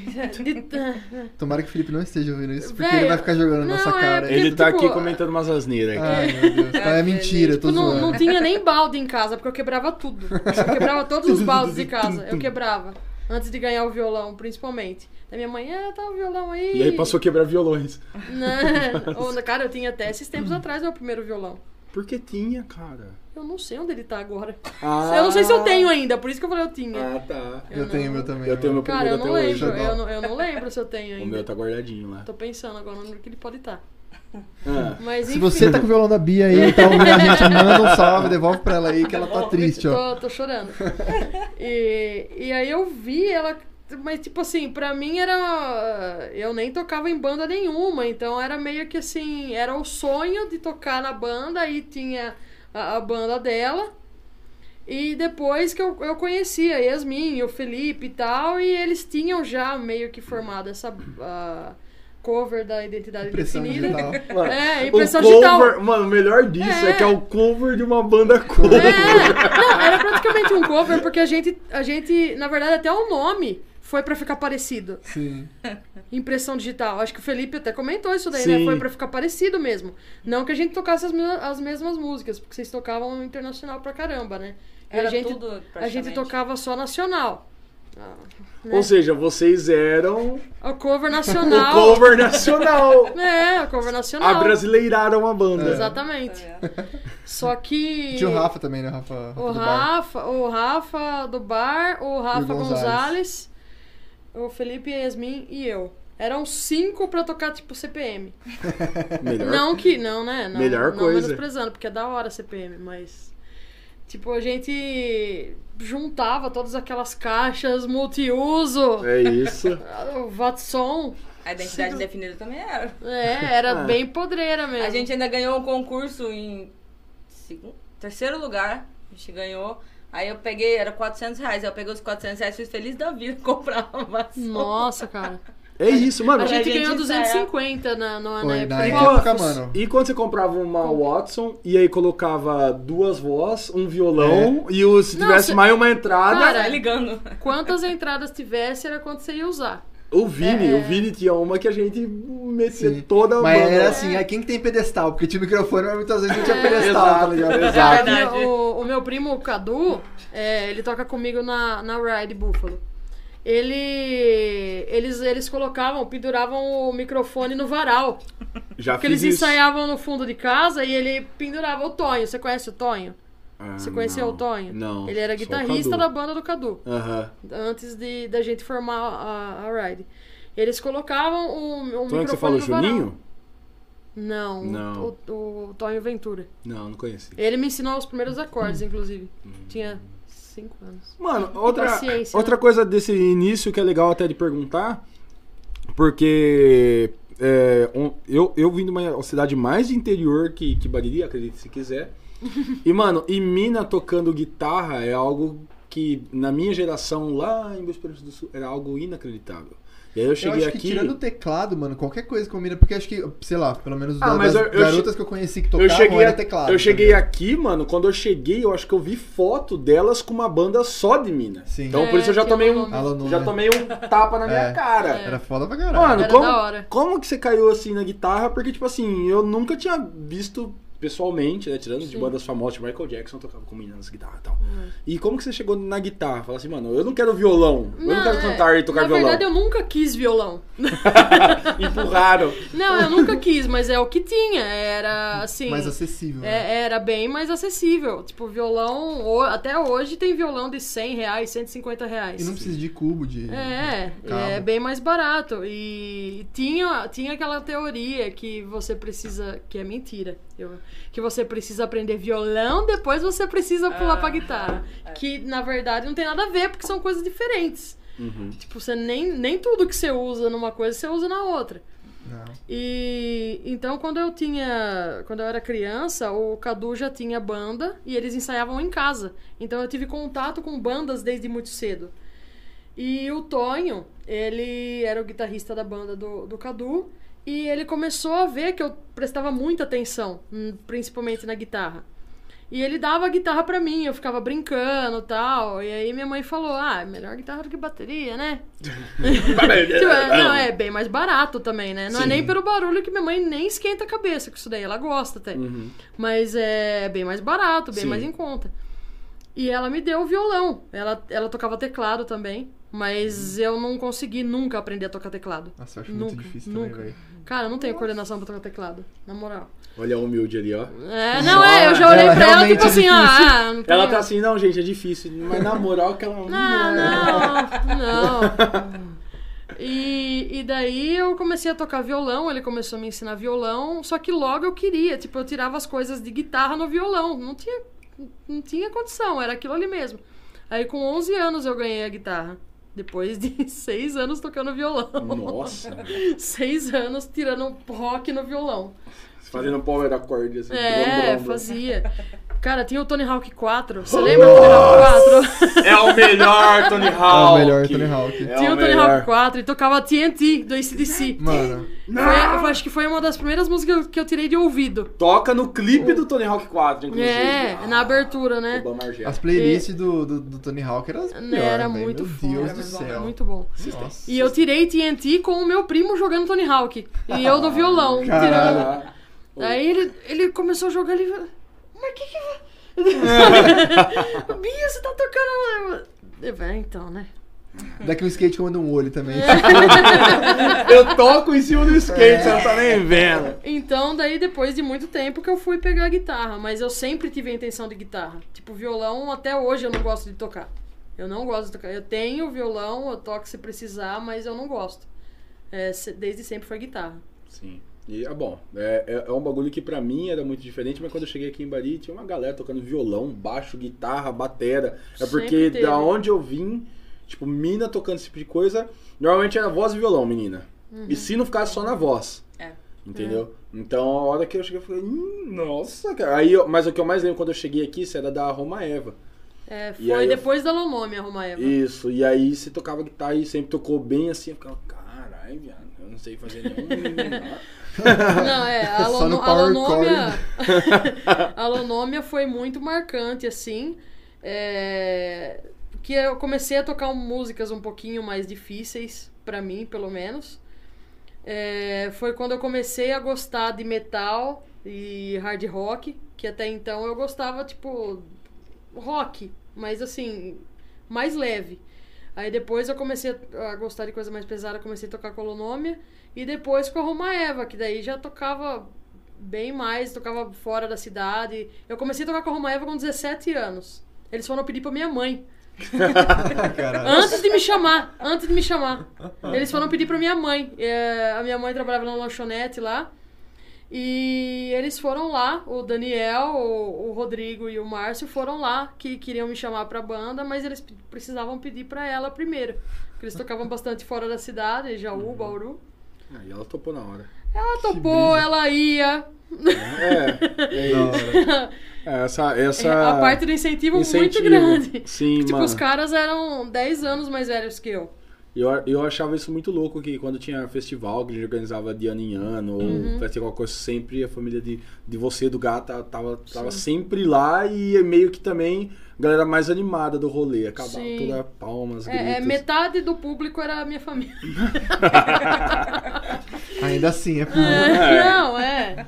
Speaker 5: [laughs]
Speaker 4: Tomara que o Felipe não esteja ouvindo isso, porque
Speaker 5: Velho,
Speaker 4: ele vai ficar jogando na nossa
Speaker 5: não, é
Speaker 4: cara.
Speaker 5: porque-
Speaker 2: Ele tá
Speaker 5: tipo,
Speaker 2: aqui comentando umas asneiras aqui.
Speaker 4: Ai, meu Deus. Tá, é mentira, eu tô
Speaker 5: Tipo, não,
Speaker 4: zoando.
Speaker 5: não tinha nem balde em casa, porque eu quebrava tudo. Eu quebrava
Speaker 2: [laughs]
Speaker 5: todos os baldes de casa. Eu quebrava. Antes de ganhar o violão, principalmente. Da minha mãe, é, tá o violão aí.
Speaker 2: E aí passou a quebrar violões.
Speaker 5: [laughs] Né? Ou, cara, eu tinha até esses tempos atrás meu primeiro violão.
Speaker 2: Porque tinha, cara.
Speaker 5: Eu não sei onde ele tá agora.
Speaker 2: Ah,
Speaker 5: Eu não sei se eu tenho ainda, por isso que eu falei eu tinha.
Speaker 2: Ah, tá.
Speaker 4: Eu tenho o meu também.
Speaker 2: Eu tenho meu
Speaker 4: mano.
Speaker 5: Cara,
Speaker 2: primeiro
Speaker 5: eu
Speaker 2: até
Speaker 5: não
Speaker 2: hoje.
Speaker 5: lembro.
Speaker 4: tá bom.
Speaker 5: Eu não, eu não lembro se eu tenho
Speaker 2: O meu
Speaker 5: ainda.
Speaker 2: tá guardadinho lá.
Speaker 5: Tô pensando agora onde que ele pode estar.
Speaker 2: Ah,
Speaker 5: Mas
Speaker 4: Se
Speaker 5: enfim.
Speaker 4: você tá com o violão da Bia aí, então a gente manda um salve, devolve pra ela aí que ela tá
Speaker 3: Devolve.
Speaker 4: triste, ó.
Speaker 5: Tô,
Speaker 4: [laughs]
Speaker 5: tô chorando. E, e aí eu vi ela. Mas, tipo assim, pra mim era. Eu nem tocava em banda nenhuma, então era meio que assim. Era o sonho de tocar na banda, aí tinha a, a banda dela. E depois que eu, eu conheci a Yasmin, o Felipe e tal, e eles tinham já meio que formado essa a cover da identidade
Speaker 4: Impressão
Speaker 5: definida.
Speaker 4: digital.
Speaker 2: mano,
Speaker 5: [laughs] É,
Speaker 2: o
Speaker 5: impressão digital.
Speaker 2: cover, mano, o melhor disso é.
Speaker 5: É.
Speaker 2: que é o cover de uma banda cover.
Speaker 5: É, não, era praticamente um cover, porque a gente, a gente, na verdade, até o nome foi pra ficar parecido.
Speaker 4: Sim.
Speaker 5: Impressão digital. Acho que o Felipe até comentou isso daí,
Speaker 2: Sim.
Speaker 5: né? Foi pra ficar parecido mesmo. Não que a gente tocasse as, me- as mesmas músicas, porque vocês tocavam internacional pra caramba, né? E
Speaker 1: Era
Speaker 5: a gente,
Speaker 1: tudo
Speaker 5: a gente
Speaker 1: praticamente.
Speaker 5: tocava só nacional. Ah, né?
Speaker 2: Ou seja, vocês eram
Speaker 5: O
Speaker 2: [laughs]
Speaker 5: cover
Speaker 2: o
Speaker 5: nacional.
Speaker 2: cover
Speaker 5: [laughs]
Speaker 2: nacional.
Speaker 5: É, o cover nacional.
Speaker 2: Abrasileiraram a banda. É.
Speaker 5: Exatamente.
Speaker 1: É.
Speaker 5: Só que.
Speaker 4: Tinha o Rafa também, né, Rafa?
Speaker 2: Tá
Speaker 4: Rafa
Speaker 5: O
Speaker 4: do bar.
Speaker 5: Rafa, o Rafa do bar, o Rafa
Speaker 4: Gonzalez.
Speaker 5: Gonzalez, o Felipe Yasmin e eu. Eram cinco pra tocar, tipo, CPM.
Speaker 2: Melhor.
Speaker 5: Não que, não, né? Não,
Speaker 2: Melhor
Speaker 5: não
Speaker 2: coisa.
Speaker 5: menosprezando, porque é da hora CPM, mas... Tipo, a gente juntava todas aquelas caixas multiuso,
Speaker 2: É isso.
Speaker 5: o Watson.
Speaker 1: A identidade definida também era.
Speaker 5: É, era
Speaker 2: Ah.
Speaker 5: bem podreira mesmo.
Speaker 1: A gente ainda ganhou um concurso em segundo, terceiro lugar. A gente ganhou. Aí eu peguei, era 400 reais. Aí Eu peguei os 400 reais, fiz feliz da vida, [laughs] comprava uma vassoura.
Speaker 5: Nossa, cara.
Speaker 2: É isso,
Speaker 5: A
Speaker 2: mano.
Speaker 5: gente,
Speaker 1: é assim. A gente
Speaker 5: ganhou
Speaker 1: ensaiava.
Speaker 5: 250 na, na, na
Speaker 4: Foi,
Speaker 5: época.
Speaker 2: né?
Speaker 4: na
Speaker 5: do
Speaker 4: época,
Speaker 5: Waffles.
Speaker 4: mano.
Speaker 2: E quando você comprava uma Watson e aí colocava duas vozes, um violão e o, se
Speaker 5: Não,
Speaker 2: tivesse
Speaker 5: cê-
Speaker 2: mais uma entrada,
Speaker 5: É. Cara,
Speaker 1: Tá ligando.
Speaker 5: Quantas entradas tivesse era quanto você ia usar.
Speaker 2: o Vini,
Speaker 5: É.
Speaker 2: o Vini tinha uma que a gente metia
Speaker 4: Sim.
Speaker 2: toda a
Speaker 4: Mas
Speaker 2: banda.
Speaker 4: era assim, aí quem que tem pedestal? Porque tinha microfone, mas muitas vezes não
Speaker 5: É.
Speaker 4: tinha pedestal, tá
Speaker 2: Exato,
Speaker 4: ligado?
Speaker 2: exato.
Speaker 1: Verdade.
Speaker 5: é, O, o meu primo, o Cadu, é, ele toca comigo na, na Ride Buffalo. ele, eles, eles colocavam, penduravam o microfone no varal.
Speaker 2: Já
Speaker 5: Porque
Speaker 2: fiz
Speaker 5: eles
Speaker 2: isso.
Speaker 5: ensaiavam no fundo de casa e ele pendurava o Tonho. Você conhece o Tonho?
Speaker 2: Ah,
Speaker 5: Você conheceu
Speaker 2: não.
Speaker 5: o Tonho?
Speaker 2: Não.
Speaker 5: Ele era
Speaker 2: só o
Speaker 5: guitarrista
Speaker 2: Cadu.
Speaker 5: da banda do Cadu.
Speaker 2: Aham.
Speaker 5: Antes de da gente formar a, a Ride. Eles colocavam o, o
Speaker 2: Então é
Speaker 5: Um microfone
Speaker 2: que você falou
Speaker 5: no varal.
Speaker 2: Juninho?
Speaker 5: Não,
Speaker 2: Não.
Speaker 5: O, o, o Tonho Ventura.
Speaker 2: Não, não conheci.
Speaker 5: Ele me ensinou os primeiros acordes, inclusive.
Speaker 2: Hum.
Speaker 5: Tinha cinco anos.
Speaker 2: Mano, outra,
Speaker 5: paciência,
Speaker 2: outra
Speaker 5: né?
Speaker 2: coisa desse início que é legal até de perguntar, porque é, um- eu, eu vim de uma cidade mais de interior que, que Bariri, acredite se
Speaker 5: [laughs]
Speaker 2: quiser. E, mano, e mina tocando guitarra é algo que, na minha geração, lá em Boa Esperança do Sul, era algo inacreditável. E aí eu
Speaker 4: Eu
Speaker 2: cheguei
Speaker 4: acho que
Speaker 2: aqui.
Speaker 4: tirando o teclado, mano, qualquer coisa com mina, porque acho que, sei lá, pelo menos
Speaker 2: Ah,
Speaker 4: da-
Speaker 2: mas
Speaker 4: das
Speaker 2: eu- eu
Speaker 4: garotas que eu conheci que tocavam
Speaker 2: eu cheguei,
Speaker 4: era
Speaker 2: a-
Speaker 4: teclado.
Speaker 2: eu
Speaker 4: tá
Speaker 2: cheguei
Speaker 4: ligado?
Speaker 2: aqui, mano, quando eu cheguei, eu acho que eu vi foto delas com uma banda só de mina.
Speaker 4: Sim.
Speaker 2: Então
Speaker 5: É,
Speaker 2: por isso eu já
Speaker 5: tinha
Speaker 2: tomei
Speaker 5: um
Speaker 2: um,
Speaker 5: nome.
Speaker 4: Alô,
Speaker 2: já
Speaker 4: né?
Speaker 2: tomei um tapa na minha
Speaker 4: É.
Speaker 2: cara.
Speaker 4: Era foda pra caralho.
Speaker 2: Mano,
Speaker 5: Era
Speaker 2: como,
Speaker 5: da hora.
Speaker 2: como que você caiu assim na guitarra? Porque, tipo assim, eu nunca tinha visto pessoalmente, né? Tirando de
Speaker 5: Sim. Uhum.
Speaker 2: bandas famosas, tipo Michael Jackson tocava com meninas guitarra e tal. E como que você chegou na guitarra? Fala assim, mano, eu não quero violão. eu não quero
Speaker 5: é,
Speaker 2: cantar e tocar
Speaker 5: na
Speaker 2: violão.
Speaker 5: verdade, eu nunca quis violão.
Speaker 2: Empurraram.
Speaker 5: Não, eu nunca quis, mas é o que tinha. Era assim.
Speaker 4: Mais acessível. né?
Speaker 5: É, era bem mais acessível. Tipo, violão. o- Até hoje tem violão de 100 reais, 150 reais.
Speaker 4: E não precisa de cubo, de.
Speaker 5: É,
Speaker 4: Cabo.
Speaker 5: é bem mais barato. E tinha, tinha aquela teoria que você precisa. que é mentira. eu- que você precisa aprender violão, depois você precisa pular pra
Speaker 1: Ah,
Speaker 5: guitarra. Que na verdade não tem nada a ver, porque são coisas diferentes.
Speaker 2: Uhum.
Speaker 5: Tipo, você nem, nem tudo que você usa numa coisa você usa na outra.
Speaker 4: Não.
Speaker 5: E então quando eu tinha, quando eu era criança, o Cadu já tinha banda e eles ensaiavam em casa. Então eu tive contato com bandas desde muito cedo. E o Tonho, ele era o guitarrista da banda do, do Cadu e ele começou a ver que eu prestava muita atenção, hum, principalmente na guitarra. E ele dava a guitarra pra mim, eu ficava brincando e tal. E aí minha mãe falou: "Ah, é melhor guitarra do que bateria,
Speaker 2: [laughs]
Speaker 5: né?" [laughs] Tipo, é, não, é bem mais barato também, né? Não
Speaker 2: né?
Speaker 5: é
Speaker 2: Sim.
Speaker 5: nem pelo barulho que minha mãe nem esquenta a cabeça com isso daí. Ela gosta até.
Speaker 2: Uhum.
Speaker 5: Mas é bem mais barato, bem
Speaker 2: Sim.
Speaker 5: mais em conta. E ela me deu o violão. Ela, ela tocava teclado também. Mas eu não consegui nunca aprender a tocar teclado.
Speaker 4: Nossa, eu Hum. Ah, acho muito
Speaker 5: Nunca,
Speaker 4: difícil
Speaker 5: nunca.
Speaker 4: também, velho.
Speaker 5: Cara, eu não tenho coordenação pra tocar teclado.
Speaker 4: [laughs]
Speaker 5: Na moral.
Speaker 2: Olha a humilde ali, ó.
Speaker 5: É, não, é, eu já
Speaker 4: Ela
Speaker 5: olhei pra ela
Speaker 4: realmente
Speaker 5: tipo
Speaker 4: é
Speaker 5: assim,
Speaker 4: difícil.
Speaker 5: ah, ah, não
Speaker 2: Ela
Speaker 5: tenho-
Speaker 2: tá assim, não, gente, é difícil. Mas na moral que ela.
Speaker 5: Ah,
Speaker 2: Né?
Speaker 5: Não, não,
Speaker 2: [laughs]
Speaker 5: não. E, e daí eu comecei a tocar violão, ele começou a me ensinar violão, só que logo eu queria, tipo, eu tirava as coisas de guitarra no violão, não tinha, não tinha condição, era aquilo ali mesmo. Aí com 11 anos eu ganhei a guitarra, depois de [laughs] 6 anos tocando violão, [laughs]
Speaker 2: Nossa,
Speaker 5: 6 anos tirando rock no violão.
Speaker 2: fazendo power acorde assim.
Speaker 5: É,
Speaker 2: blom, blom, blom.
Speaker 5: fazia. Cara, tinha o Tony Hawk 4, você lembra do Tony Hawk 4?
Speaker 2: É o melhor Tony Hawk.
Speaker 4: É o melhor Tony Hawk.
Speaker 2: É
Speaker 5: [laughs] Tinha
Speaker 2: o
Speaker 5: o Tony
Speaker 2: melhor.
Speaker 5: Hawk 4 e tocava TNT do ACDC.
Speaker 4: Mano,
Speaker 5: Foi, eu acho que foi uma das primeiras músicas que eu tirei de ouvido.
Speaker 2: Toca no clipe do Tony Hawk 4, inclusive.
Speaker 5: É,
Speaker 2: Ah,
Speaker 5: na abertura, né?
Speaker 2: Obama Argel.
Speaker 4: as playlists do, do, do Tony Hawk eram as
Speaker 5: Né,
Speaker 4: melhores,
Speaker 5: Era
Speaker 4: velho.
Speaker 5: muito
Speaker 4: Meu
Speaker 5: foda.
Speaker 4: Deus
Speaker 5: era
Speaker 4: do
Speaker 5: muito bom,
Speaker 4: céu.
Speaker 5: Muito bom.
Speaker 4: Nossa.
Speaker 5: E eu tirei TNT com o meu primo jogando Tony Hawk. E eu no violão. tirando.
Speaker 4: Caralho.
Speaker 2: Ah,
Speaker 5: Aí ele, ele começou a jogar ele falou, Mas que que. [laughs]
Speaker 4: É.
Speaker 5: Bia, você tá tocando. Eu falei, "É, então, né?
Speaker 4: Daqui um skate comanda um olho também.
Speaker 2: [laughs] Eu toco em cima do skate, você não tá nem vendo.
Speaker 5: Então, daí depois de muito tempo que eu fui pegar a guitarra, mas eu sempre tive a intenção de guitarra. Tipo, violão até hoje eu não gosto de tocar. Eu não gosto de tocar. Eu tenho violão, eu toco se precisar, mas eu não gosto. É, se- desde sempre foi guitarra.
Speaker 2: Sim. E é bom. É, é- é um bagulho que pra mim era muito diferente, mas quando eu cheguei aqui em Bari, tinha uma galera tocando violão, baixo, guitarra, batera. É
Speaker 5: Sempre
Speaker 2: porque
Speaker 5: teve.
Speaker 2: da onde eu vim, tipo, mina tocando esse tipo de coisa, normalmente era voz e violão, menina.
Speaker 5: Uhum.
Speaker 2: E se não ficasse só na voz.
Speaker 1: É.
Speaker 2: Entendeu? Então a hora que eu cheguei, eu falei, "Hum, nossa, cara. Aí, eu- mas o que eu mais lembro quando eu cheguei aqui, isso era da Roma Eva.
Speaker 5: É,
Speaker 2: E aí
Speaker 5: foi
Speaker 2: eu-
Speaker 5: depois da Lonome, a Roma Eva.
Speaker 2: Isso, e aí você tocava guitarra e sempre tocou bem assim, eu ficava, caralho, viado, eu não sei fazer nenhum.
Speaker 4: [laughs]
Speaker 5: Não, é, a,
Speaker 4: Só no
Speaker 5: Lono, a
Speaker 4: PowerCore.
Speaker 5: Lonômia. [laughs] a Lonômia foi muito marcante, assim. é, que eu comecei a tocar músicas um pouquinho mais difíceis, pra mim, pelo menos. É, foi quando eu comecei a gostar de metal e hard rock, que até então eu gostava, tipo, rock, mas assim, mais leve. Aí depois eu comecei a, a gostar de coisa mais pesada, comecei a tocar colonômia. E depois com a Roma Eva, que daí já tocava bem mais, tocava fora da cidade. Eu comecei a tocar com a Roma Eva com 17 anos. Eles foram pedir pra minha mãe. Antes de me chamar, antes de me chamar. Eles foram pedir pra minha mãe. É, a minha mãe trabalhava na lanchonete lá. E eles foram lá, o Daniel, o, o Rodrigo e o Márcio foram lá, que queriam me chamar pra banda, mas eles pe- precisavam pedir pra ela primeiro. Porque eles tocavam bastante fora da cidade, Jaú, Bauru.
Speaker 2: Aí ela topou na hora.
Speaker 5: Ela Uhum. Ah, topou, ela ia.
Speaker 2: É, é
Speaker 4: Da
Speaker 2: isso.
Speaker 4: hora.
Speaker 2: É, Essa, essa
Speaker 5: A parte do incentivo,
Speaker 2: incentivo.
Speaker 5: muito grande.
Speaker 2: [laughs] Sim,
Speaker 5: [laughs] tipo,
Speaker 2: mano.
Speaker 5: os caras eram 10 anos mais velhos que eu.
Speaker 2: Eu, eu achava isso muito louco que quando tinha festival que a gente organizava de ano em ano,
Speaker 5: Uhum.
Speaker 2: ou festival qualquer coisa, sempre a família de, de você, do gata, tava, tava sempre lá e meio que também a galera mais animada do rolê. Acabava
Speaker 5: Sim.
Speaker 2: toda palmas, gritos.
Speaker 5: É, é, metade do público era a
Speaker 2: [laughs]
Speaker 5: minha família.
Speaker 4: Ainda assim, é
Speaker 5: É, [laughs]
Speaker 4: puro.
Speaker 5: Não, é.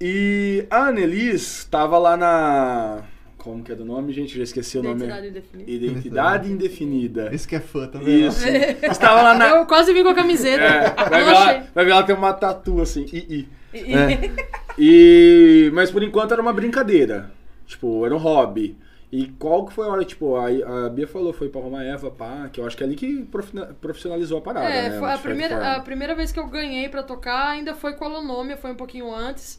Speaker 2: E a Annelise tava lá na. Como que é do nome, gente? Já esqueci o nome. é
Speaker 5: Identidade indefinida.
Speaker 2: Identidade Indefinida.
Speaker 4: Esse que é fã, tá vendo?
Speaker 2: Isso.
Speaker 5: É.
Speaker 2: Estava lá na.
Speaker 5: Eu quase vim com a camiseta.
Speaker 2: É,
Speaker 5: [laughs]
Speaker 2: vai, ver
Speaker 5: não
Speaker 2: ela,
Speaker 5: achei.
Speaker 2: vai ver ela tem uma tatu assim, i, i.
Speaker 1: E-
Speaker 4: É.
Speaker 5: [laughs]
Speaker 2: E. Mas por enquanto era uma brincadeira. Tipo, era um hobby. E qual que foi a hora, tipo, a, a Bia falou, foi pra Roma Eva, pá, que eu acho que é ali que profina- profissionalizou a parada,
Speaker 5: É,
Speaker 2: né?
Speaker 5: foi
Speaker 2: de
Speaker 5: a,
Speaker 2: certa
Speaker 5: primeira,
Speaker 2: forma.
Speaker 5: a primeira vez que eu ganhei pra tocar ainda foi com a Lonômia, foi um pouquinho antes.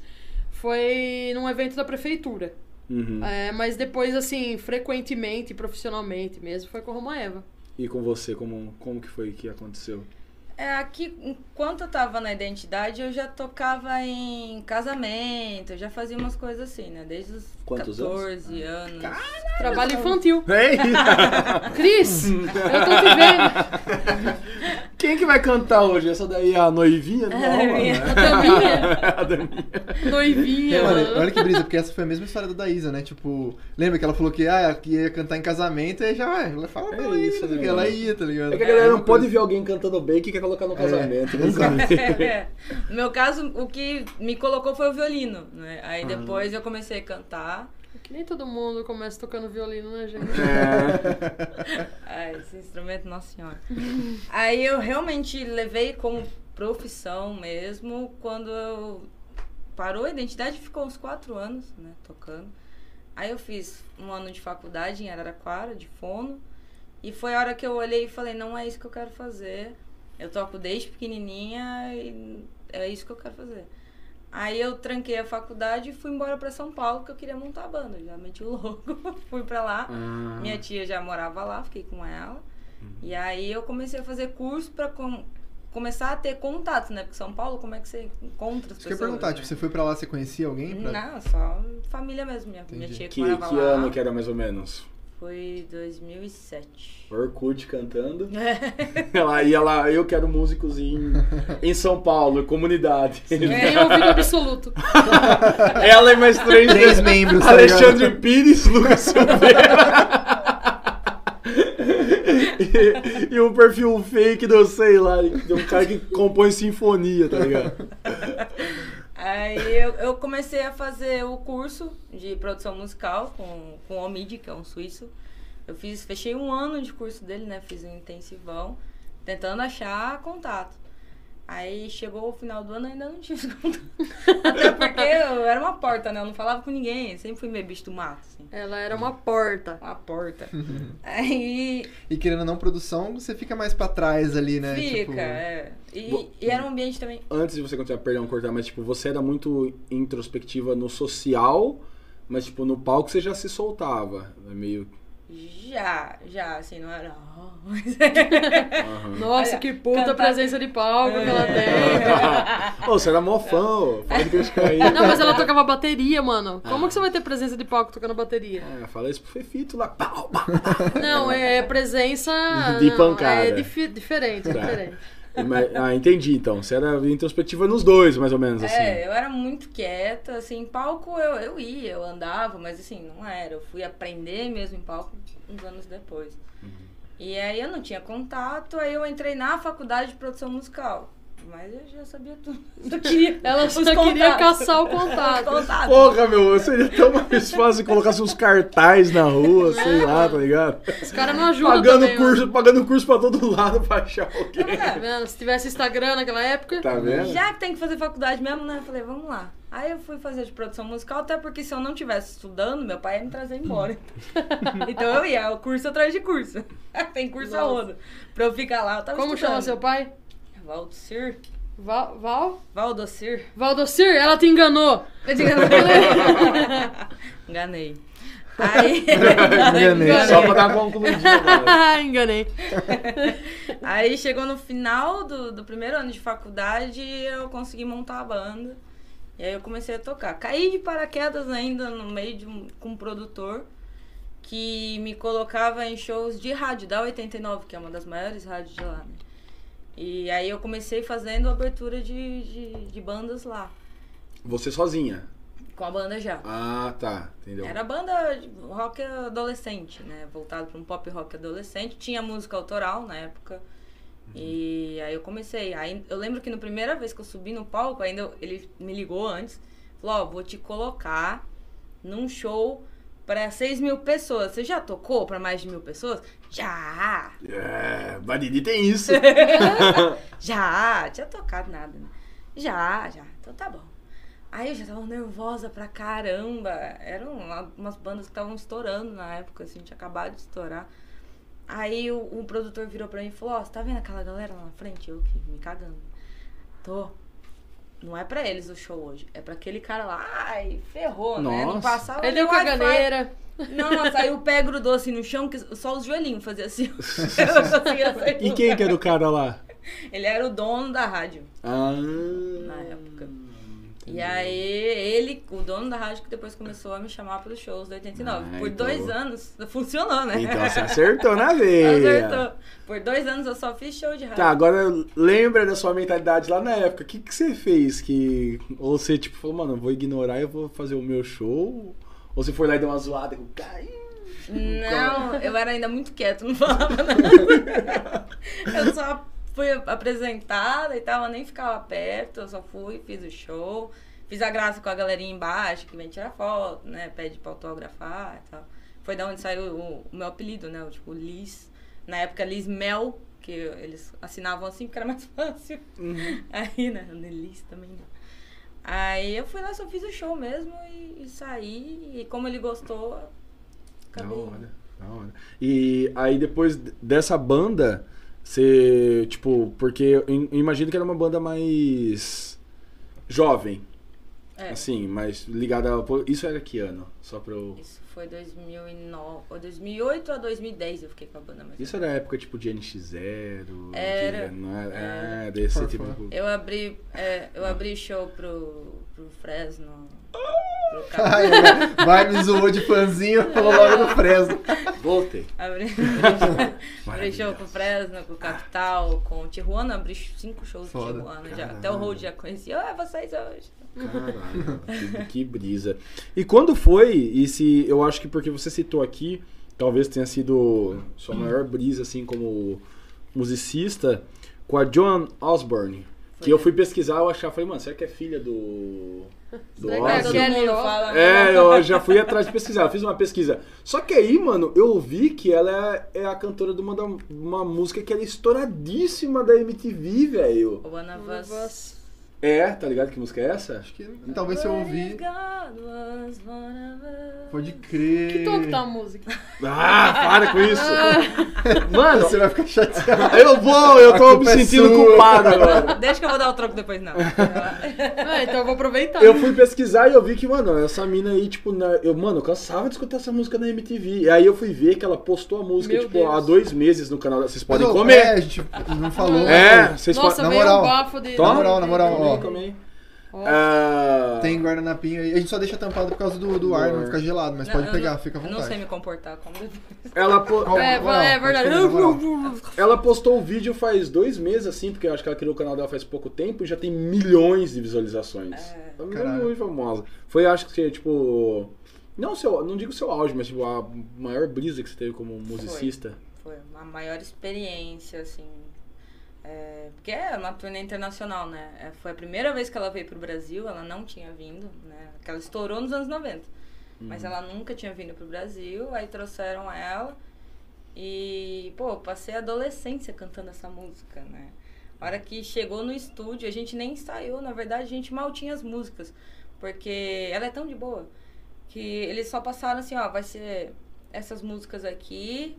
Speaker 5: Foi num evento da prefeitura.
Speaker 2: Uhum.
Speaker 5: É, mas depois, assim, frequentemente, profissionalmente mesmo, foi com a Roma Eva.
Speaker 2: E com você, como, como que foi que aconteceu?
Speaker 1: É, aqui, enquanto eu tava na identidade, eu já tocava em casamento, eu já fazia umas coisas assim, né? Desde os
Speaker 2: Quantos anos?
Speaker 1: 14 anos.
Speaker 5: Trabalho infantil.
Speaker 2: Ei!
Speaker 5: Cris, eu tô te vendo.
Speaker 2: Quem é que vai cantar hoje? Essa daí é a noivinha? né? Não,
Speaker 1: [laughs] É, noivinha.
Speaker 2: mano.
Speaker 5: A Daminha,
Speaker 2: A Daminha.
Speaker 5: noivinha.
Speaker 4: Olha,
Speaker 5: mano.
Speaker 4: É, olha que brisa, porque essa foi a mesma história da Daísa, né? Tipo, lembra que ela falou que, ah, que ia cantar em casamento, e já, ah, ela fala,
Speaker 2: É
Speaker 4: não, é
Speaker 2: isso,
Speaker 4: isso,
Speaker 2: né,
Speaker 4: ela
Speaker 2: mano?
Speaker 4: ia, tá ligado?
Speaker 2: É que a galera não
Speaker 4: Uma
Speaker 2: pode
Speaker 4: coisa-
Speaker 2: ver alguém cantando bem que quer colocar no casamento. né?
Speaker 1: É. No meu caso, o que me colocou foi o violino, né?
Speaker 2: Ah.
Speaker 1: Aí depois eu comecei a cantar,
Speaker 5: Que nem todo mundo começa tocando violino, né, gente?
Speaker 1: Ai, Ah, esse instrumento, nossa senhora. Aí eu realmente levei como profissão mesmo quando eu parou a identidade, ficou uns quatro anos, né, tocando. Aí eu fiz um ano de faculdade em Araraquara, de fono, e foi a hora que eu olhei e falei, não é isso que eu quero fazer. Eu toco desde pequenininha e é isso que eu quero fazer. Aí eu tranquei a faculdade e fui embora pra São Paulo, que eu queria montar a banda. Eu Já meti o [laughs] louco, fui pra lá.
Speaker 2: Ah,
Speaker 1: Minha tia já morava lá, fiquei com ela.
Speaker 4: Uhum.
Speaker 1: E aí eu comecei a fazer curso pra com- começar a ter contato, né? Porque São Paulo, como é que você encontra as
Speaker 4: Isso que eu
Speaker 1: pessoas?
Speaker 4: ia perguntar,
Speaker 1: né?
Speaker 4: tipo, você foi pra lá, você conhecia alguém? Pra...
Speaker 1: Não, só família mesmo. Minha, minha
Speaker 4: Entendi.
Speaker 1: tia que,
Speaker 2: que,
Speaker 1: morava
Speaker 2: que
Speaker 1: lá.
Speaker 2: ano que é? era mais ou menos?
Speaker 1: Foi 2007.
Speaker 2: Orkut cantando.
Speaker 4: É.
Speaker 2: [laughs] Ela ia lá, eu quero músicos
Speaker 4: [laughs]
Speaker 2: em, em São Paulo, comunidade.
Speaker 5: Tem é
Speaker 1: É,
Speaker 5: ouvido absoluto.
Speaker 2: [laughs] Ela e mais três.
Speaker 4: Três membros, tá ligado?
Speaker 2: Alexandre Pires,
Speaker 4: [laughs]
Speaker 2: Lucas Silveira. [laughs] e, e um perfil fake do, sei lá, de um cara que compõe sinfonia, tá ligado?
Speaker 1: Aí eu, eu comecei a fazer o curso de produção musical com, com o Omid, que é um suíço. Eu fiz, fechei um ano de curso dele, né? Fiz um intensivão, tentando achar contato. Aí chegou o final do ano e ainda não [laughs] tive contato. Até porque eu era uma porta, né? Eu não falava com ninguém, sempre fui meio bicho do mato, assim.
Speaker 5: Ela é, era uma porta.
Speaker 4: [laughs]
Speaker 1: Uma porta. Aí
Speaker 4: E querendo ou não, produção, você fica mais pra trás ali, né?
Speaker 1: fica,
Speaker 4: Tipo, [laughs]
Speaker 1: é. E-
Speaker 2: Bo-
Speaker 1: e era um ambiente também
Speaker 2: Antes de você continuar, perdão, cortar, mas tipo, você era muito introspectiva no social, mas tipo, no palco você já se soltava. É meio.
Speaker 5: [laughs]
Speaker 1: já, já, assim, não era. "Ah", mas-
Speaker 2: Aham.
Speaker 5: Nossa,
Speaker 1: Olha,
Speaker 5: que puta
Speaker 1: cantar-
Speaker 5: presença de palco que ela tem.
Speaker 2: É. Ô, você era mó fã, ô. Fala de criticar aí.
Speaker 5: Não, mas ela tocava bateria, mano. Como que você vai ter presença de palco tocando bateria?
Speaker 2: É, fala isso pro Fefito lá. Pau, pau.
Speaker 4: Tá
Speaker 5: Não, é presença.
Speaker 2: De
Speaker 5: não,
Speaker 2: pancada.
Speaker 5: É difi- diferente,
Speaker 2: Tá.
Speaker 5: diferente.
Speaker 2: Mas- Ah, entendi então. Você era introspectiva nos dois, mais ou menos, assim.
Speaker 1: É, eu era muito quieta, assim, em palco eu, eu ia, eu andava, mas assim, não era. Eu fui aprender mesmo em palco uns anos
Speaker 4: Uhum.
Speaker 1: depois. E aí eu não tinha contato, aí eu entrei na faculdade de produção musical. Mas eu já sabia tudo. [laughs] Só queria.
Speaker 5: Ela só
Speaker 1: Os
Speaker 5: queria
Speaker 1: contatos.
Speaker 5: caçar o [laughs] contato.
Speaker 1: Contato.
Speaker 2: Porra, meu, seria tão mais fácil se colocasse uns cartazes na rua, sei lá, tá ligado?
Speaker 5: Os caras não ajudam
Speaker 2: Pagando
Speaker 5: também,
Speaker 2: curso, pagando curso pra todo lado pra achar alguém.
Speaker 5: mano. Tá vendo? Se tivesse Instagram naquela época,
Speaker 2: Tá vendo?
Speaker 1: Já que tem que fazer faculdade mesmo, né? Eu falei, vamos lá. Aí eu fui fazer de produção musical, até porque se eu não tivesse estudando, meu pai ia me trazer
Speaker 5: [laughs]
Speaker 1: embora. então eu ia, o curso atrás de curso. [laughs] tem curso a
Speaker 5: Nossa.
Speaker 1: roda. Pra eu ficar lá, eu tava
Speaker 5: como chama seu
Speaker 1: estudando.
Speaker 5: pai?
Speaker 1: Valdocir.
Speaker 5: Val? Val?
Speaker 1: Valdocir.
Speaker 5: Valdocir? Ela te enganou.
Speaker 1: [laughs] Enganei. Aí, [laughs]
Speaker 4: Enganei.
Speaker 2: Só pra dar uma concluída. galera.
Speaker 5: [laughs] Enganei.
Speaker 1: aí chegou no final do, do primeiro ano de faculdade eu consegui montar a banda. E aí eu comecei a tocar. Caí de paraquedas ainda no meio de um, com um produtor que me colocava em shows de rádio, da 89, que é uma das maiores rádios de lá, né? E aí eu comecei fazendo abertura de, de, de bandas lá,
Speaker 2: Você sozinha.
Speaker 1: com a banda já.
Speaker 2: Ah, tá. Entendeu?
Speaker 1: Era banda de rock adolescente, né? Voltado para um pop rock adolescente. Tinha música autoral na época. E aí eu comecei. Aí eu lembro que na primeira vez que eu subi no palco, ainda eu- ele me ligou antes. Falou, ó, vou te colocar num show para 6 mil pessoas. Você já tocou para mais de mil pessoas? Já!
Speaker 2: É, Badidi tem
Speaker 1: [laughs]
Speaker 2: isso.
Speaker 1: Já, tinha tocado nada, né? Já, já. Então tá bom. Aí eu já tava nervosa pra caramba. Eram uma- umas bandas que estavam estourando na época, assim, tinha acabado de estourar. Aí o, o produtor virou pra mim e falou, ó, você tá vendo aquela galera lá na frente? Eu que me cagando. Tô. Não é pra eles o show hoje, é pra aquele cara lá. Ai, ferrou, né? Não
Speaker 2: Nossa.
Speaker 1: passava
Speaker 5: Ele é deu
Speaker 1: de Wi-Fi.
Speaker 5: caganeira.
Speaker 1: Nossa, aí o pé grudou assim no chão, que só os joelhinhos
Speaker 2: [laughs]
Speaker 1: fazia assim. [laughs] Eu não conseguia sair
Speaker 2: E
Speaker 1: do
Speaker 2: quem
Speaker 1: lugar.
Speaker 2: que era o cara lá?
Speaker 1: Ele era o dono da rádio.
Speaker 2: Ah,
Speaker 1: Na época.
Speaker 2: entendi.
Speaker 1: E aí, ele, o dono da rádio, que depois começou a me chamar para os shows da 89.
Speaker 2: Ah,
Speaker 1: Por
Speaker 2: então-
Speaker 1: dois anos, funcionou, né?
Speaker 2: Então
Speaker 1: [laughs]
Speaker 2: você acertou na veia.
Speaker 1: Acertou. Por dois anos eu só fiz show de rádio.
Speaker 2: Tá, agora lembra da sua mentalidade lá na época. O que, que você fez? Que... Ou você tipo falou, mano, eu vou ignorar e eu vou fazer o meu show? Ou você foi lá e deu uma zoada com o cara? Ih,
Speaker 1: Não, eu era ainda muito quieta, não falava nada. eu só fui apresentada e tal, eu nem ficava perto, eu só fui, fiz o show, fiz a graça com a galerinha embaixo, que vem tirar foto, né? Pede pra autografar e tal. Foi da onde saiu o, o meu apelido, né? O, tipo, Liz. Na época, Liz Mel, que eles assinavam assim porque era mais [laughs] fácil.
Speaker 2: Uhum.
Speaker 1: Aí, né? Liz também não. Aí eu fui lá, só fiz o show mesmo e, e saí. E como ele gostou,
Speaker 2: Da
Speaker 1: acabei.
Speaker 2: hora, da hora. E aí depois d- dessa banda, você, tipo, porque eu im- eu imagino que era uma banda mais jovem,
Speaker 1: É.
Speaker 2: assim, mais ligada ao... po- Isso era que ano? Só pra eu...
Speaker 1: Isso foi 2009, ou 2008 a 2010 eu fiquei com a banda mais.
Speaker 2: Isso era a época, tipo, de NX0?
Speaker 1: Era.
Speaker 2: De, não era,
Speaker 1: Era.
Speaker 2: É, desse
Speaker 4: Por
Speaker 2: tipo...
Speaker 4: favor.
Speaker 1: Eu abri, é, eu abri show pro, pro Fresno. Pro
Speaker 4: [laughs] Ai,
Speaker 1: Cabo-
Speaker 4: ela vai, me zoou de fãzinho, [laughs] falou logo no Fresno.
Speaker 2: Voltei.
Speaker 1: abri, abri show pro
Speaker 2: Maravilhoso.
Speaker 1: Fresno, com o Capital, com o Tijuana, abri cinco shows
Speaker 4: Foda.
Speaker 1: de Tijuana já.
Speaker 2: Caralho.
Speaker 1: Até o Road já conhecia. Ah, vocês hoje.
Speaker 2: Caralho, que, que brisa. E quando foi, e se eu acho que porque você citou aqui, talvez tenha sido sua maior brisa, assim, como musicista, com a Joan Osborne. Que
Speaker 1: Foi.
Speaker 2: eu fui pesquisar, eu achava, falei, mano, será que é filha do. do
Speaker 5: Será que é
Speaker 1: Mas
Speaker 5: todo
Speaker 2: Ozzy?
Speaker 1: todo mundo
Speaker 5: mundo
Speaker 1: fala.
Speaker 2: É, eu já fui atrás de pesquisar, eu fiz uma pesquisa. Só que aí, mano, eu vi que ela é, é a cantora de uma, da- uma música que ela é estouradíssima da MTV, velho.
Speaker 1: One of
Speaker 5: One of
Speaker 1: Us.
Speaker 5: us.
Speaker 2: É, tá ligado que música é essa?
Speaker 4: Acho que talvez se eu ouvir,
Speaker 1: God was one of us.
Speaker 4: pode crer.
Speaker 5: Que tom que tá a música?
Speaker 2: Ah, para com isso! [laughs] Mano,
Speaker 4: Você vai ficar chateado. [laughs]
Speaker 2: eu vou, eu
Speaker 4: A
Speaker 2: tô me
Speaker 4: culpa é
Speaker 2: sentindo
Speaker 4: sua.
Speaker 2: culpado agora.
Speaker 1: Deixa que eu vou dar o troco depois,
Speaker 4: [laughs]
Speaker 1: não.
Speaker 5: Ah, então eu vou aproveitar.
Speaker 2: Eu fui pesquisar e eu vi que, mano, essa mina aí, tipo, na- eu, mano, eu cansava de escutar essa música na MTV. E aí eu fui ver que ela postou a música,
Speaker 5: Meu
Speaker 2: tipo,
Speaker 5: Deus.
Speaker 2: há dois meses no canal. Vocês podem
Speaker 4: Mas, ô, É,
Speaker 2: comer!
Speaker 4: a gente não falou.
Speaker 2: É,
Speaker 4: mas,
Speaker 2: vocês
Speaker 5: Nossa,
Speaker 4: na
Speaker 5: veio
Speaker 4: moral.
Speaker 5: um bafo de...
Speaker 2: Toma.
Speaker 4: Na moral, na moral,
Speaker 2: podem
Speaker 4: ó.
Speaker 2: comer também.
Speaker 5: Ó.
Speaker 2: Ah,
Speaker 4: ô, Tem guardanapinho aí. A gente só deixa tampado por causa do, do ar, não fica gelado, mas
Speaker 1: Não,
Speaker 4: pode
Speaker 1: eu
Speaker 4: pegar,
Speaker 1: não-
Speaker 4: fica à
Speaker 1: Eu não sei
Speaker 4: vontade.
Speaker 1: me comportar como depois.
Speaker 2: ela, po-
Speaker 4: Qual-
Speaker 5: É,
Speaker 4: moral,
Speaker 5: é
Speaker 4: pode
Speaker 5: verdade.
Speaker 4: comer, na moral.
Speaker 2: ela postou o vídeo faz dois meses, assim, porque eu acho que ela criou o canal dela faz pouco tempo e já tem milhões de visualizações.
Speaker 1: É.
Speaker 2: Ela virou
Speaker 4: Caralho.
Speaker 2: muito famosa. Foi, acho que, tipo. Não, seu, não digo seu auge, mas tipo, a maior brisa que você teve como musicista.
Speaker 1: Foi uma maior experiência, assim. É, porque é uma turnê internacional, né? É, Foi a primeira vez que ela veio pro Brasil, ela não tinha vindo, né? Porque ela estourou nos anos 90. Mas ela nunca tinha vindo pro Brasil, aí trouxeram ela. E, pô, passei a adolescência cantando essa música, né? A hora que chegou no estúdio, a gente nem ensaiou, na verdade, a gente mal tinha as músicas. Porque ela é tão de boa que eles só passaram assim, ó, vai ser essas músicas aqui,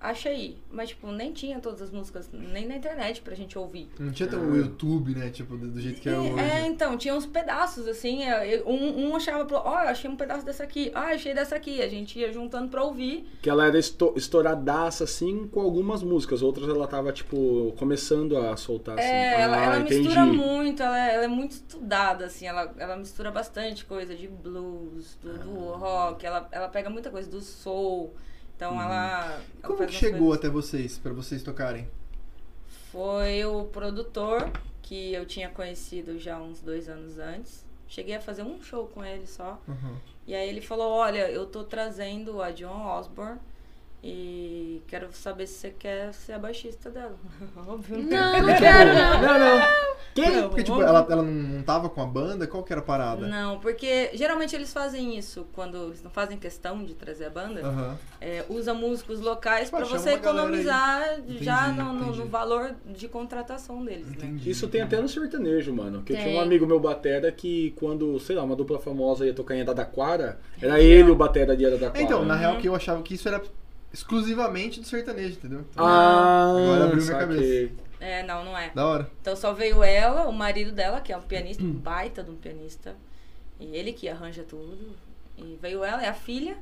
Speaker 1: acha aí. Mas, tipo, nem tinha todas as músicas, nem na internet pra gente ouvir.
Speaker 4: Não tinha tão o YouTube, né? Tipo, do, do jeito que é
Speaker 1: E-
Speaker 4: hoje.
Speaker 1: É, então, tinha uns pedaços, assim, eu- eu- um, um achava, pro- ó, eu achei um pedaço dessa aqui, ó, eu achei dessa aqui. A gente ia juntando pra ouvir.
Speaker 2: Que ela era esto- estouradaça, assim, com algumas músicas. Outras ela tava, tipo, começando a soltar, assim.
Speaker 1: É, ela,
Speaker 2: ah,
Speaker 1: ela
Speaker 2: entendi.
Speaker 1: mistura muito, ela, é- ela é muito estudada, assim, ela, ela mistura bastante coisa de blues, do,
Speaker 4: Ah.
Speaker 1: do rock, ela, ela pega muita coisa do soul. Então ela. ela
Speaker 4: Uhum. Como
Speaker 1: faz
Speaker 4: que
Speaker 1: umas
Speaker 4: chegou
Speaker 1: coisas-
Speaker 4: até vocês, pra vocês tocarem?
Speaker 1: Foi o produtor que eu tinha conhecido já uns dois anos antes. Cheguei a fazer um show com ele só.
Speaker 4: Uhum.
Speaker 1: E aí ele falou, olha, eu tô trazendo a John Osborne e quero saber se você quer ser a baixista dela. [laughs] Óbvio, não quero.
Speaker 4: É
Speaker 5: Não, não quero, não.
Speaker 4: Não, não.
Speaker 1: Não,
Speaker 4: Porque, tipo,
Speaker 1: óbvio.
Speaker 4: ela, ela não tava com a banda? Qual que era a parada?
Speaker 1: Não, porque geralmente eles fazem isso quando eles não fazem questão de trazer a banda.
Speaker 4: Aham.
Speaker 1: É, usa músicos locais
Speaker 4: Pô,
Speaker 1: pra
Speaker 4: Ah. chama
Speaker 1: você
Speaker 4: uma galera aí.
Speaker 1: economizar já
Speaker 4: Entendi,
Speaker 1: no, no-
Speaker 4: entendi.
Speaker 1: no valor de contratação deles, né?
Speaker 4: Entendi.
Speaker 2: Isso tem até no sertanejo, mano. Que eu tinha um
Speaker 1: Tem.
Speaker 2: amigo meu batera que quando, sei lá, uma dupla famosa ia tocar em Araraquara, era ele o batera de Araraquara.
Speaker 4: É, Então, na
Speaker 1: Uhum.
Speaker 4: real que eu achava que isso era exclusivamente do sertanejo, entendeu?
Speaker 2: Ah,
Speaker 4: Agora abriu minha
Speaker 2: saquei.
Speaker 1: É, não, não é.
Speaker 4: Da hora.
Speaker 1: Então só veio ela, o marido dela, que é um pianista, um baita de um pianista. E ele que arranja tudo. E veio ela, é a filha.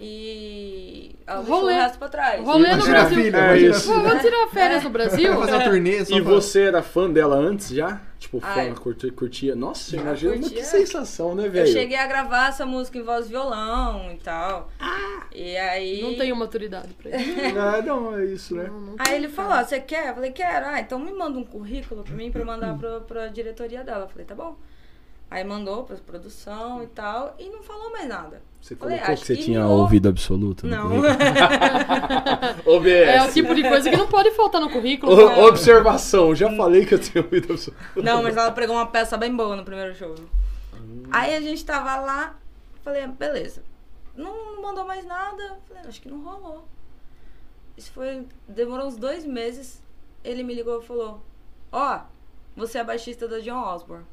Speaker 1: E ela deixou o
Speaker 5: Rolê.
Speaker 1: resto pra trás.
Speaker 5: Rolê no
Speaker 4: Imagina a
Speaker 5: Brasil.
Speaker 4: filha,
Speaker 2: É
Speaker 4: imagina a
Speaker 2: isso.
Speaker 5: Pô,
Speaker 4: filha.
Speaker 5: vou tirar férias no Brasil?
Speaker 4: Vai fazer uma turnê só
Speaker 2: E
Speaker 4: pra-
Speaker 2: você era fã dela antes já? Tipo, fã,
Speaker 1: Ai.
Speaker 2: curti- curtia. Nossa,
Speaker 1: Ah,
Speaker 2: imagina
Speaker 1: curtia.
Speaker 2: que sensação, né,
Speaker 1: Eu
Speaker 2: velho?
Speaker 1: cheguei a gravar essa música em voz e violão e tal. E aí.
Speaker 5: Ah! Não tenho maturidade pra isso.
Speaker 2: Ah, não, é isso, né?
Speaker 1: Aí ele falou, "Ó, você quer? Eu falei, quero. Ah, então me manda um currículo pra mim pra eu mandar pra, pra diretoria dela. Eu falei, tá bom. Aí mandou pra produção e tal, e não falou mais nada.
Speaker 2: Você
Speaker 1: Falei,
Speaker 2: colocou que
Speaker 1: acho
Speaker 2: você
Speaker 1: que
Speaker 2: tinha
Speaker 1: não.
Speaker 2: ouvido absoluto? né? é no
Speaker 1: Não. [laughs]
Speaker 2: currículo? OBS.
Speaker 5: É o tipo de coisa que não pode faltar no currículo. cara.
Speaker 2: [laughs] O- observação, já falei que eu tinha ouvido absoluto.
Speaker 1: não, mas ela pregou uma peça bem boa no primeiro show. Aí a gente tava lá, falei, beleza. Não, não mandou mais nada. Falei, acho que não rolou. Isso foi. Demorou uns dois meses. Ele me ligou e falou: Ó, você é a baixista da John Osborne.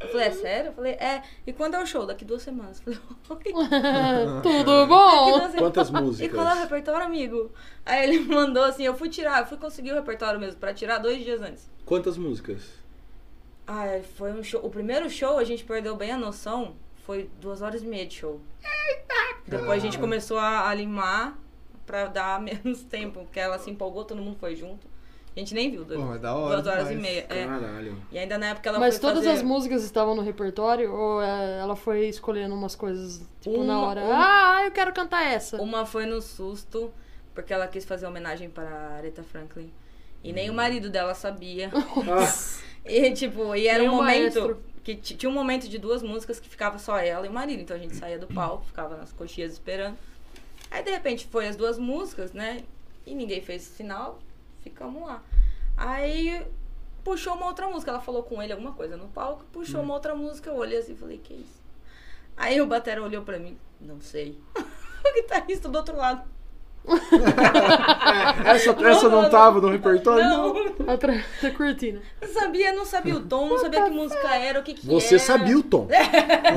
Speaker 1: Eu falei, é sério? Eu falei, é. E quando é o show? Daqui duas semanas. Eu falei, [laughs] oi.
Speaker 5: [laughs] Tudo
Speaker 1: Daqui
Speaker 5: bom?
Speaker 1: duas semanas.
Speaker 2: Quantas
Speaker 1: E
Speaker 2: músicas?
Speaker 1: qual é o repertório, amigo? Aí ele [laughs] mandou assim, eu fui tirar, eu fui conseguir o repertório mesmo, pra tirar dois dias antes.
Speaker 2: Quantas músicas?
Speaker 1: Ah, foi um show. O primeiro show a gente perdeu bem a noção. Foi duas horas e meia de show. Depois a gente começou a, a limar pra dar [laughs] menos tempo, porque ela se empolgou, todo mundo foi junto. A gente nem viu. Dois,
Speaker 4: Pô, mas da hora
Speaker 1: duas horas e
Speaker 4: demais.
Speaker 1: meia. é.
Speaker 2: Caralho.
Speaker 1: E ainda na época ela
Speaker 5: Mas
Speaker 1: foi
Speaker 5: todas
Speaker 1: fazer-
Speaker 5: as músicas estavam no repertório ou é, ela foi escolhendo umas coisas, tipo, na
Speaker 1: Uma-
Speaker 5: hora?
Speaker 1: uma-
Speaker 5: Ah, eu quero cantar essa.
Speaker 1: Uma foi no susto, porque ela quis fazer homenagem para a Aretha Franklin. E nem o marido dela sabia. [laughs] E tipo, e era
Speaker 5: Nem
Speaker 1: um
Speaker 5: o
Speaker 1: momento
Speaker 5: maestro.
Speaker 1: que t- tinha um momento de duas músicas que ficava só ela e o marido, então a gente saía do palco, ficava nas coxias esperando. Aí de repente foi as duas músicas, né? E ninguém fez sinal, ficamos lá. Aí puxou uma outra música, ela falou com ele alguma coisa no palco, puxou uma outra música, eu olhei assim e falei: "Que isso?" Aí o batera olhou pra mim, não sei. [laughs] o guitarrista do outro lado.
Speaker 2: Essa, essa não tava no repertório?
Speaker 1: Não,
Speaker 5: [laughs] Outra da cortina.
Speaker 1: não sabia, não sabia o tom, não sabia que música era, o que que
Speaker 2: Você
Speaker 1: era.
Speaker 2: sabia o tom.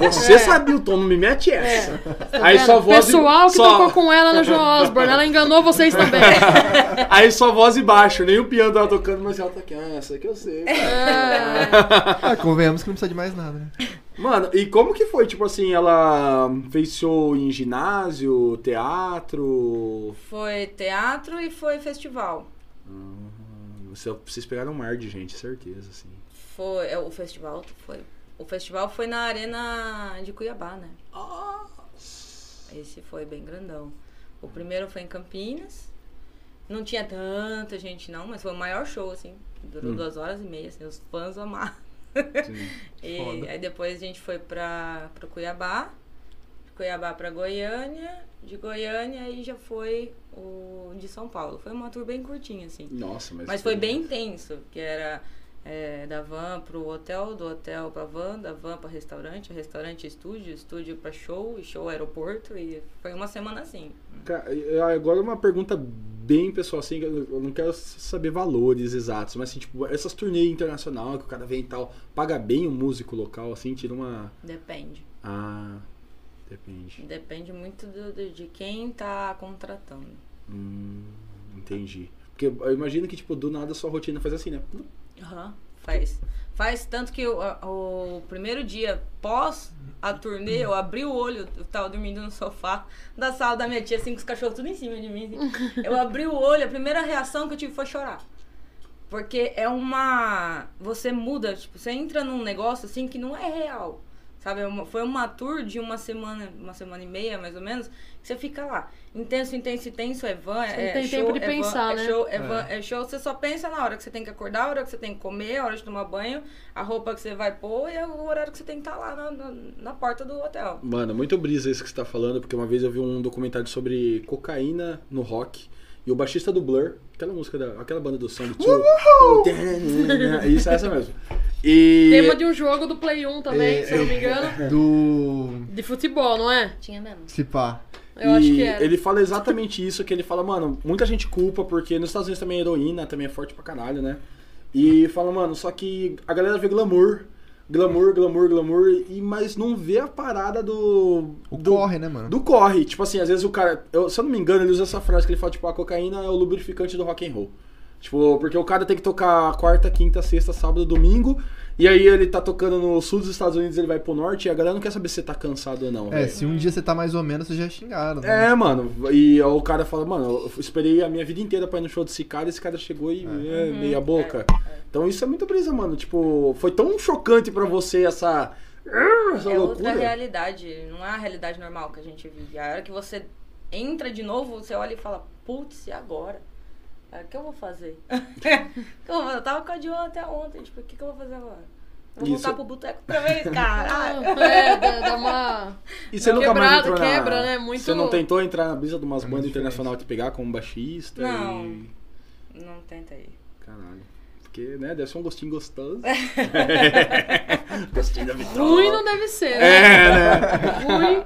Speaker 2: Você sabia o tom, não me mete essa. Aí
Speaker 5: Cara,
Speaker 2: só voz
Speaker 5: Pessoal
Speaker 2: e...
Speaker 5: que
Speaker 2: só-
Speaker 5: tocou com ela no João Osborne, ela enganou
Speaker 2: [laughs]
Speaker 5: vocês também.
Speaker 2: Aí só voz e baixo, nem o piano tava tocando, mas ela tá aqui, ah, essa aqui eu sei. cara."
Speaker 5: Ah,
Speaker 4: [laughs] Ah, convenhamos que não precisa de mais nada, né?
Speaker 2: Mano, e como que foi? Tipo assim, ela fez show em ginásio, teatro.
Speaker 1: Foi teatro e foi festival.
Speaker 2: Você- Vocês pegaram um mar de gente, certeza, assim.
Speaker 1: Foi, é, o festival foi. O festival foi na arena de Cuiabá, né? Esse foi bem grandão. O primeiro foi em Campinas. Não tinha tanta gente não, mas foi o maior show assim. Durou
Speaker 2: Hum.
Speaker 1: duas horas e meia, assim, os fãs amaram.
Speaker 2: Sim.
Speaker 1: [laughs] E
Speaker 4: Foda.
Speaker 1: aí depois a gente foi pra, pro Cuiabá. Cuiabá para Goiânia, de Goiânia aí já foi o de São Paulo. Foi uma tour bem curtinha, assim.
Speaker 2: Nossa, mas.
Speaker 1: Mas foi bem intenso, que era é, da van pro hotel, do hotel pra van, da van pra restaurante, restaurante estúdio, estúdio pra show, e show aeroporto, e foi uma semana assim.
Speaker 2: Ca- Agora é uma pergunta bem pessoal, assim, eu não quero saber valores exatos, mas assim, tipo, essas turnês internacional que o cara vem e tal, paga bem o músico local, assim, tira uma.
Speaker 1: Depende.
Speaker 2: Ah, depende.
Speaker 1: Depende muito do- do- de quem tá contratando.
Speaker 2: Hum, entendi. Porque eu imagino que, tipo, do nada a sua rotina faz assim, né?
Speaker 1: Aham, Faz. Faz tanto que o, a- o primeiro dia pós a turnê, eu abri o olho, eu tava dormindo no sofá da sala da minha tia, assim, com os cachorros tudo em cima de mim.
Speaker 5: [laughs]
Speaker 1: assim. Eu abri o olho, a primeira reação que eu tive foi chorar. Porque é uma. Você muda, tipo, você entra num negócio assim que não é real. Sabe? É uma- foi uma tour de uma semana, uma semana e meia, mais ou menos, que você fica lá. Intenso, intenso, intenso, é van,
Speaker 5: Você
Speaker 1: é,
Speaker 5: não tem
Speaker 1: show,
Speaker 5: tempo de
Speaker 1: é van,
Speaker 5: pensar,
Speaker 1: é
Speaker 5: né?
Speaker 1: show, é, van, é show, você só pensa na hora que você tem que acordar, a hora que você tem que comer, a hora de tomar banho, a roupa que você vai pôr e o horário que você tem que estar lá na, na, na porta do hotel.
Speaker 2: Mano, muito brisa isso que você tá falando, porque uma vez eu vi um documentário sobre cocaína no rock. E o baixista do Blur, aquela música da. aquela banda do [laughs] Song Tio. [laughs] Isso, é essa mesmo. E.
Speaker 5: Tema de um jogo do Play 1 também,
Speaker 4: É,
Speaker 5: se eu não me engano.
Speaker 4: Do.
Speaker 5: De futebol, não é?
Speaker 1: Tinha mesmo.
Speaker 4: Se pá.
Speaker 5: Eu
Speaker 2: e
Speaker 5: acho que é. era.
Speaker 2: ele fala exatamente isso, que ele fala, mano, muita gente culpa, porque nos Estados Unidos também a heroína também é forte pra caralho, né? E fala, mano, só que a galera vê glamour, glamour, glamour, glamour, e, mas não vê a parada do...
Speaker 4: O
Speaker 2: do,
Speaker 4: corre, né, mano?
Speaker 2: Do corre. Tipo assim, às vezes o cara... eu- se eu não me engano, ele usa essa frase que ele fala, tipo, a cocaína é o lubrificante do rock and roll. Tipo, porque o cara tem que tocar quarta, quinta, sexta, sábado, domingo, e aí ele tá tocando no sul dos Estados Unidos, ele vai pro norte, e a galera não quer saber se você tá cansado ou não.
Speaker 4: É,
Speaker 2: velho.
Speaker 4: se um dia você tá mais ou menos, você já é xingado. né?
Speaker 2: É, mano, e o cara fala, mano, eu esperei a minha vida inteira pra ir no show desse cara, esse cara chegou e é, meia boca. Então isso é muito brisa, mano. Tipo, foi tão chocante pra você essa, essa
Speaker 1: é
Speaker 2: loucura.
Speaker 1: outra realidade, não é a realidade normal que a gente vive. A hora que você entra de novo, você olha e fala, putz, e agora? É, O que eu vou fazer? [laughs] eu, eu tava com a Dion até ontem, tipo, o que, que eu vou fazer agora? Eu
Speaker 2: Isso.
Speaker 1: vou
Speaker 2: é
Speaker 1: voltar pro boteco outra vez, [laughs] caralho.
Speaker 5: Ah, [laughs] é, dá, dá uma.
Speaker 2: E você
Speaker 5: Não,
Speaker 2: nunca mais
Speaker 5: quebrado,
Speaker 2: entrou na...
Speaker 5: quebra, né? Muito-
Speaker 2: Você não tentou entrar na brisa de umas
Speaker 4: É muito
Speaker 2: bandas
Speaker 4: diferente.
Speaker 2: internacionais te pegar como baixista?
Speaker 1: Não.
Speaker 2: E...
Speaker 1: Não tenta aí.
Speaker 2: Caralho. Porque, né, deve ser um gostinho gostoso. [laughs] gostinho da vitória.
Speaker 5: Ruim não deve ser, né?
Speaker 2: É, né?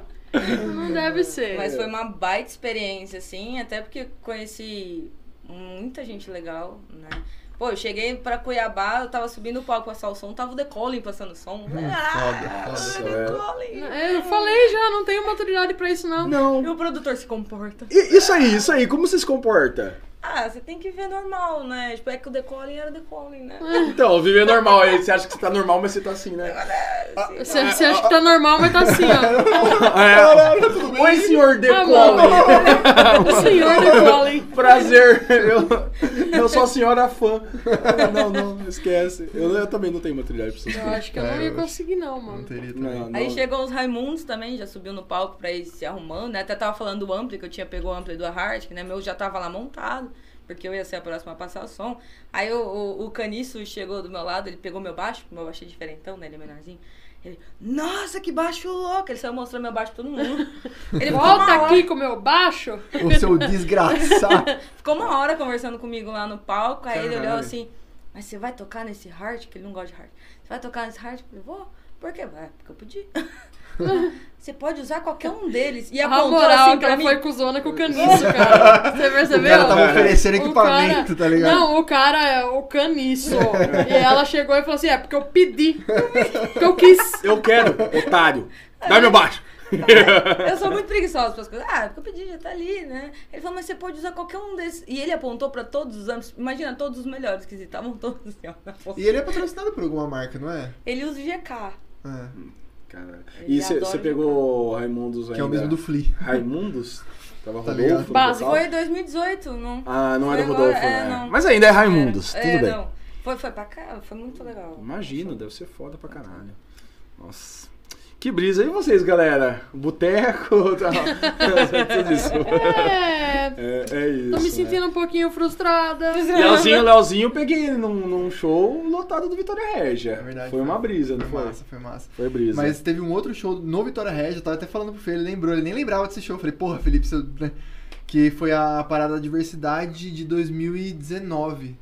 Speaker 5: Ruim não deve ser.
Speaker 1: Mas
Speaker 2: É.
Speaker 1: foi uma baita experiência, assim, até porque conheci muita gente legal, né? Pô, eu cheguei pra Cuiabá, eu tava subindo o palco passar o som, tava o The Colin passando o som. Ah,
Speaker 2: Hum, foda.
Speaker 1: The Colin!
Speaker 5: É, Eu falei já, não tenho maturidade pra isso, não.
Speaker 2: Não.
Speaker 1: E o produtor se comporta.
Speaker 2: E- Isso aí, isso aí. Como você se comporta?
Speaker 1: Ah, você tem que ver normal, né? Tipo, é que o The Colin era o The Colin, né?
Speaker 5: Ah.
Speaker 2: Então, viver normal aí. Você acha que você tá normal, mas você tá assim, né?
Speaker 5: Você, você acha que tá normal, mas tá
Speaker 4: [laughs]
Speaker 5: assim, ó.
Speaker 2: tá Oi, senhor
Speaker 1: Tá né?
Speaker 2: Decole.
Speaker 5: Amor. Tá O senhor do Colin.
Speaker 2: Prazer. Eu, eu sou a senhora fã. Ah, Não, não, esquece. Eu, eu também não tenho maturidade pra
Speaker 5: Eu
Speaker 4: [laughs]
Speaker 2: vocês.
Speaker 5: acho que eu
Speaker 4: É,
Speaker 5: não
Speaker 4: eu
Speaker 5: ia
Speaker 4: acho-
Speaker 5: conseguir, não,
Speaker 4: Não
Speaker 5: mano.
Speaker 4: teria também.
Speaker 2: Não, não.
Speaker 1: Aí chegou os Raimundos também, já subiu no palco pra ir se arrumando, né? Até tava falando do ampli, que eu tinha pegou o ampli do Hard, né? Meu já tava lá montado, porque eu ia ser a próxima a passar o som. Aí o, o, o Caniço chegou do meu lado, ele pegou meu baixo, meu baixo é diferentão, né? Ele é menorzinho. Ele, nossa, que baixo louco! Ele saiu mostrando meu baixo pra
Speaker 5: [laughs]
Speaker 1: todo mundo. Ele ficou uma
Speaker 5: Volta
Speaker 1: hora-
Speaker 5: aqui com o meu baixo.
Speaker 4: O
Speaker 2: [laughs]
Speaker 4: seu desgraçado.
Speaker 1: Ficou uma hora conversando comigo lá no palco, aí ele olhou
Speaker 4: Caralho.
Speaker 1: assim, mas você vai tocar nesse hard? Que ele não gosta de hard. Você vai tocar nesse hard? Eu falei, vou. Por quê? "Ah, porque eu podia. [laughs] você pode usar qualquer um deles. E
Speaker 5: A
Speaker 1: apontou
Speaker 5: moral é
Speaker 1: assim
Speaker 5: que
Speaker 1: pra
Speaker 5: ela
Speaker 1: mim.
Speaker 5: foi cuzona
Speaker 4: [laughs]
Speaker 5: com o caniço, cara. Você
Speaker 4: O
Speaker 5: percebeu?
Speaker 4: cara tava oferecendo
Speaker 5: O
Speaker 4: equipamento,
Speaker 5: cara-
Speaker 4: tá ligado?
Speaker 5: Não, o cara é o caniço. e ela chegou e falou assim: é porque eu pedi. Porque eu quis.
Speaker 2: Eu quero, otário. Dá meu baixo.
Speaker 1: Eu sou muito preguiçosa para as coisas. Ah, porque eu pedi, já tá ali, né? Ele falou, mas você pode usar qualquer um desses. E ele apontou pra todos os amplos. Imagina, todos os melhores que estavam todos assim, ó. na foto.
Speaker 4: E ele é patrocinado por alguma marca, não é?
Speaker 1: Ele usa o GK.
Speaker 4: É.
Speaker 2: Caralho.
Speaker 1: Ele
Speaker 2: E você
Speaker 1: adora
Speaker 2: pegou Raimundos ainda?
Speaker 4: Que é o mesmo do Flea.
Speaker 2: [laughs] Raimundos? Tava
Speaker 4: Tá
Speaker 2: Rodolfo?
Speaker 4: ligado.
Speaker 2: no
Speaker 5: Base,
Speaker 2: vocal?
Speaker 1: Foi em 2018, não.
Speaker 2: Ah, não era o
Speaker 1: Foi
Speaker 2: Rodolfo,
Speaker 1: agora, é,
Speaker 2: né?
Speaker 1: não.
Speaker 2: Mas ainda é Raimundos,
Speaker 1: É,
Speaker 2: tudo bem.
Speaker 1: Não. Foi, foi pra cá, foi muito legal.
Speaker 2: Imagino, deve ser foda pra caralho. Nossa. Que brisa. E vocês, galera? Boteco? [laughs]
Speaker 1: [laughs]
Speaker 2: Tá... Tudo isso.
Speaker 5: É,
Speaker 2: É, é isso.
Speaker 5: tô me
Speaker 2: né?
Speaker 5: sentindo um pouquinho frustrada.
Speaker 4: é
Speaker 2: Leozinho, Leozinho, eu peguei ele num, num show lotado do Vitória Regia.
Speaker 4: É verdade,
Speaker 2: foi
Speaker 4: foi.
Speaker 2: uma brisa, não
Speaker 4: Foi
Speaker 2: foi?
Speaker 4: massa, foi massa.
Speaker 2: Foi brisa.
Speaker 4: Mas teve um outro show no Vitória Regia, eu tava até falando pro Fê, ele lembrou, ele nem lembrava desse show. Eu falei, porra, Felipe, você... né? que foi a parada da diversidade de 2019,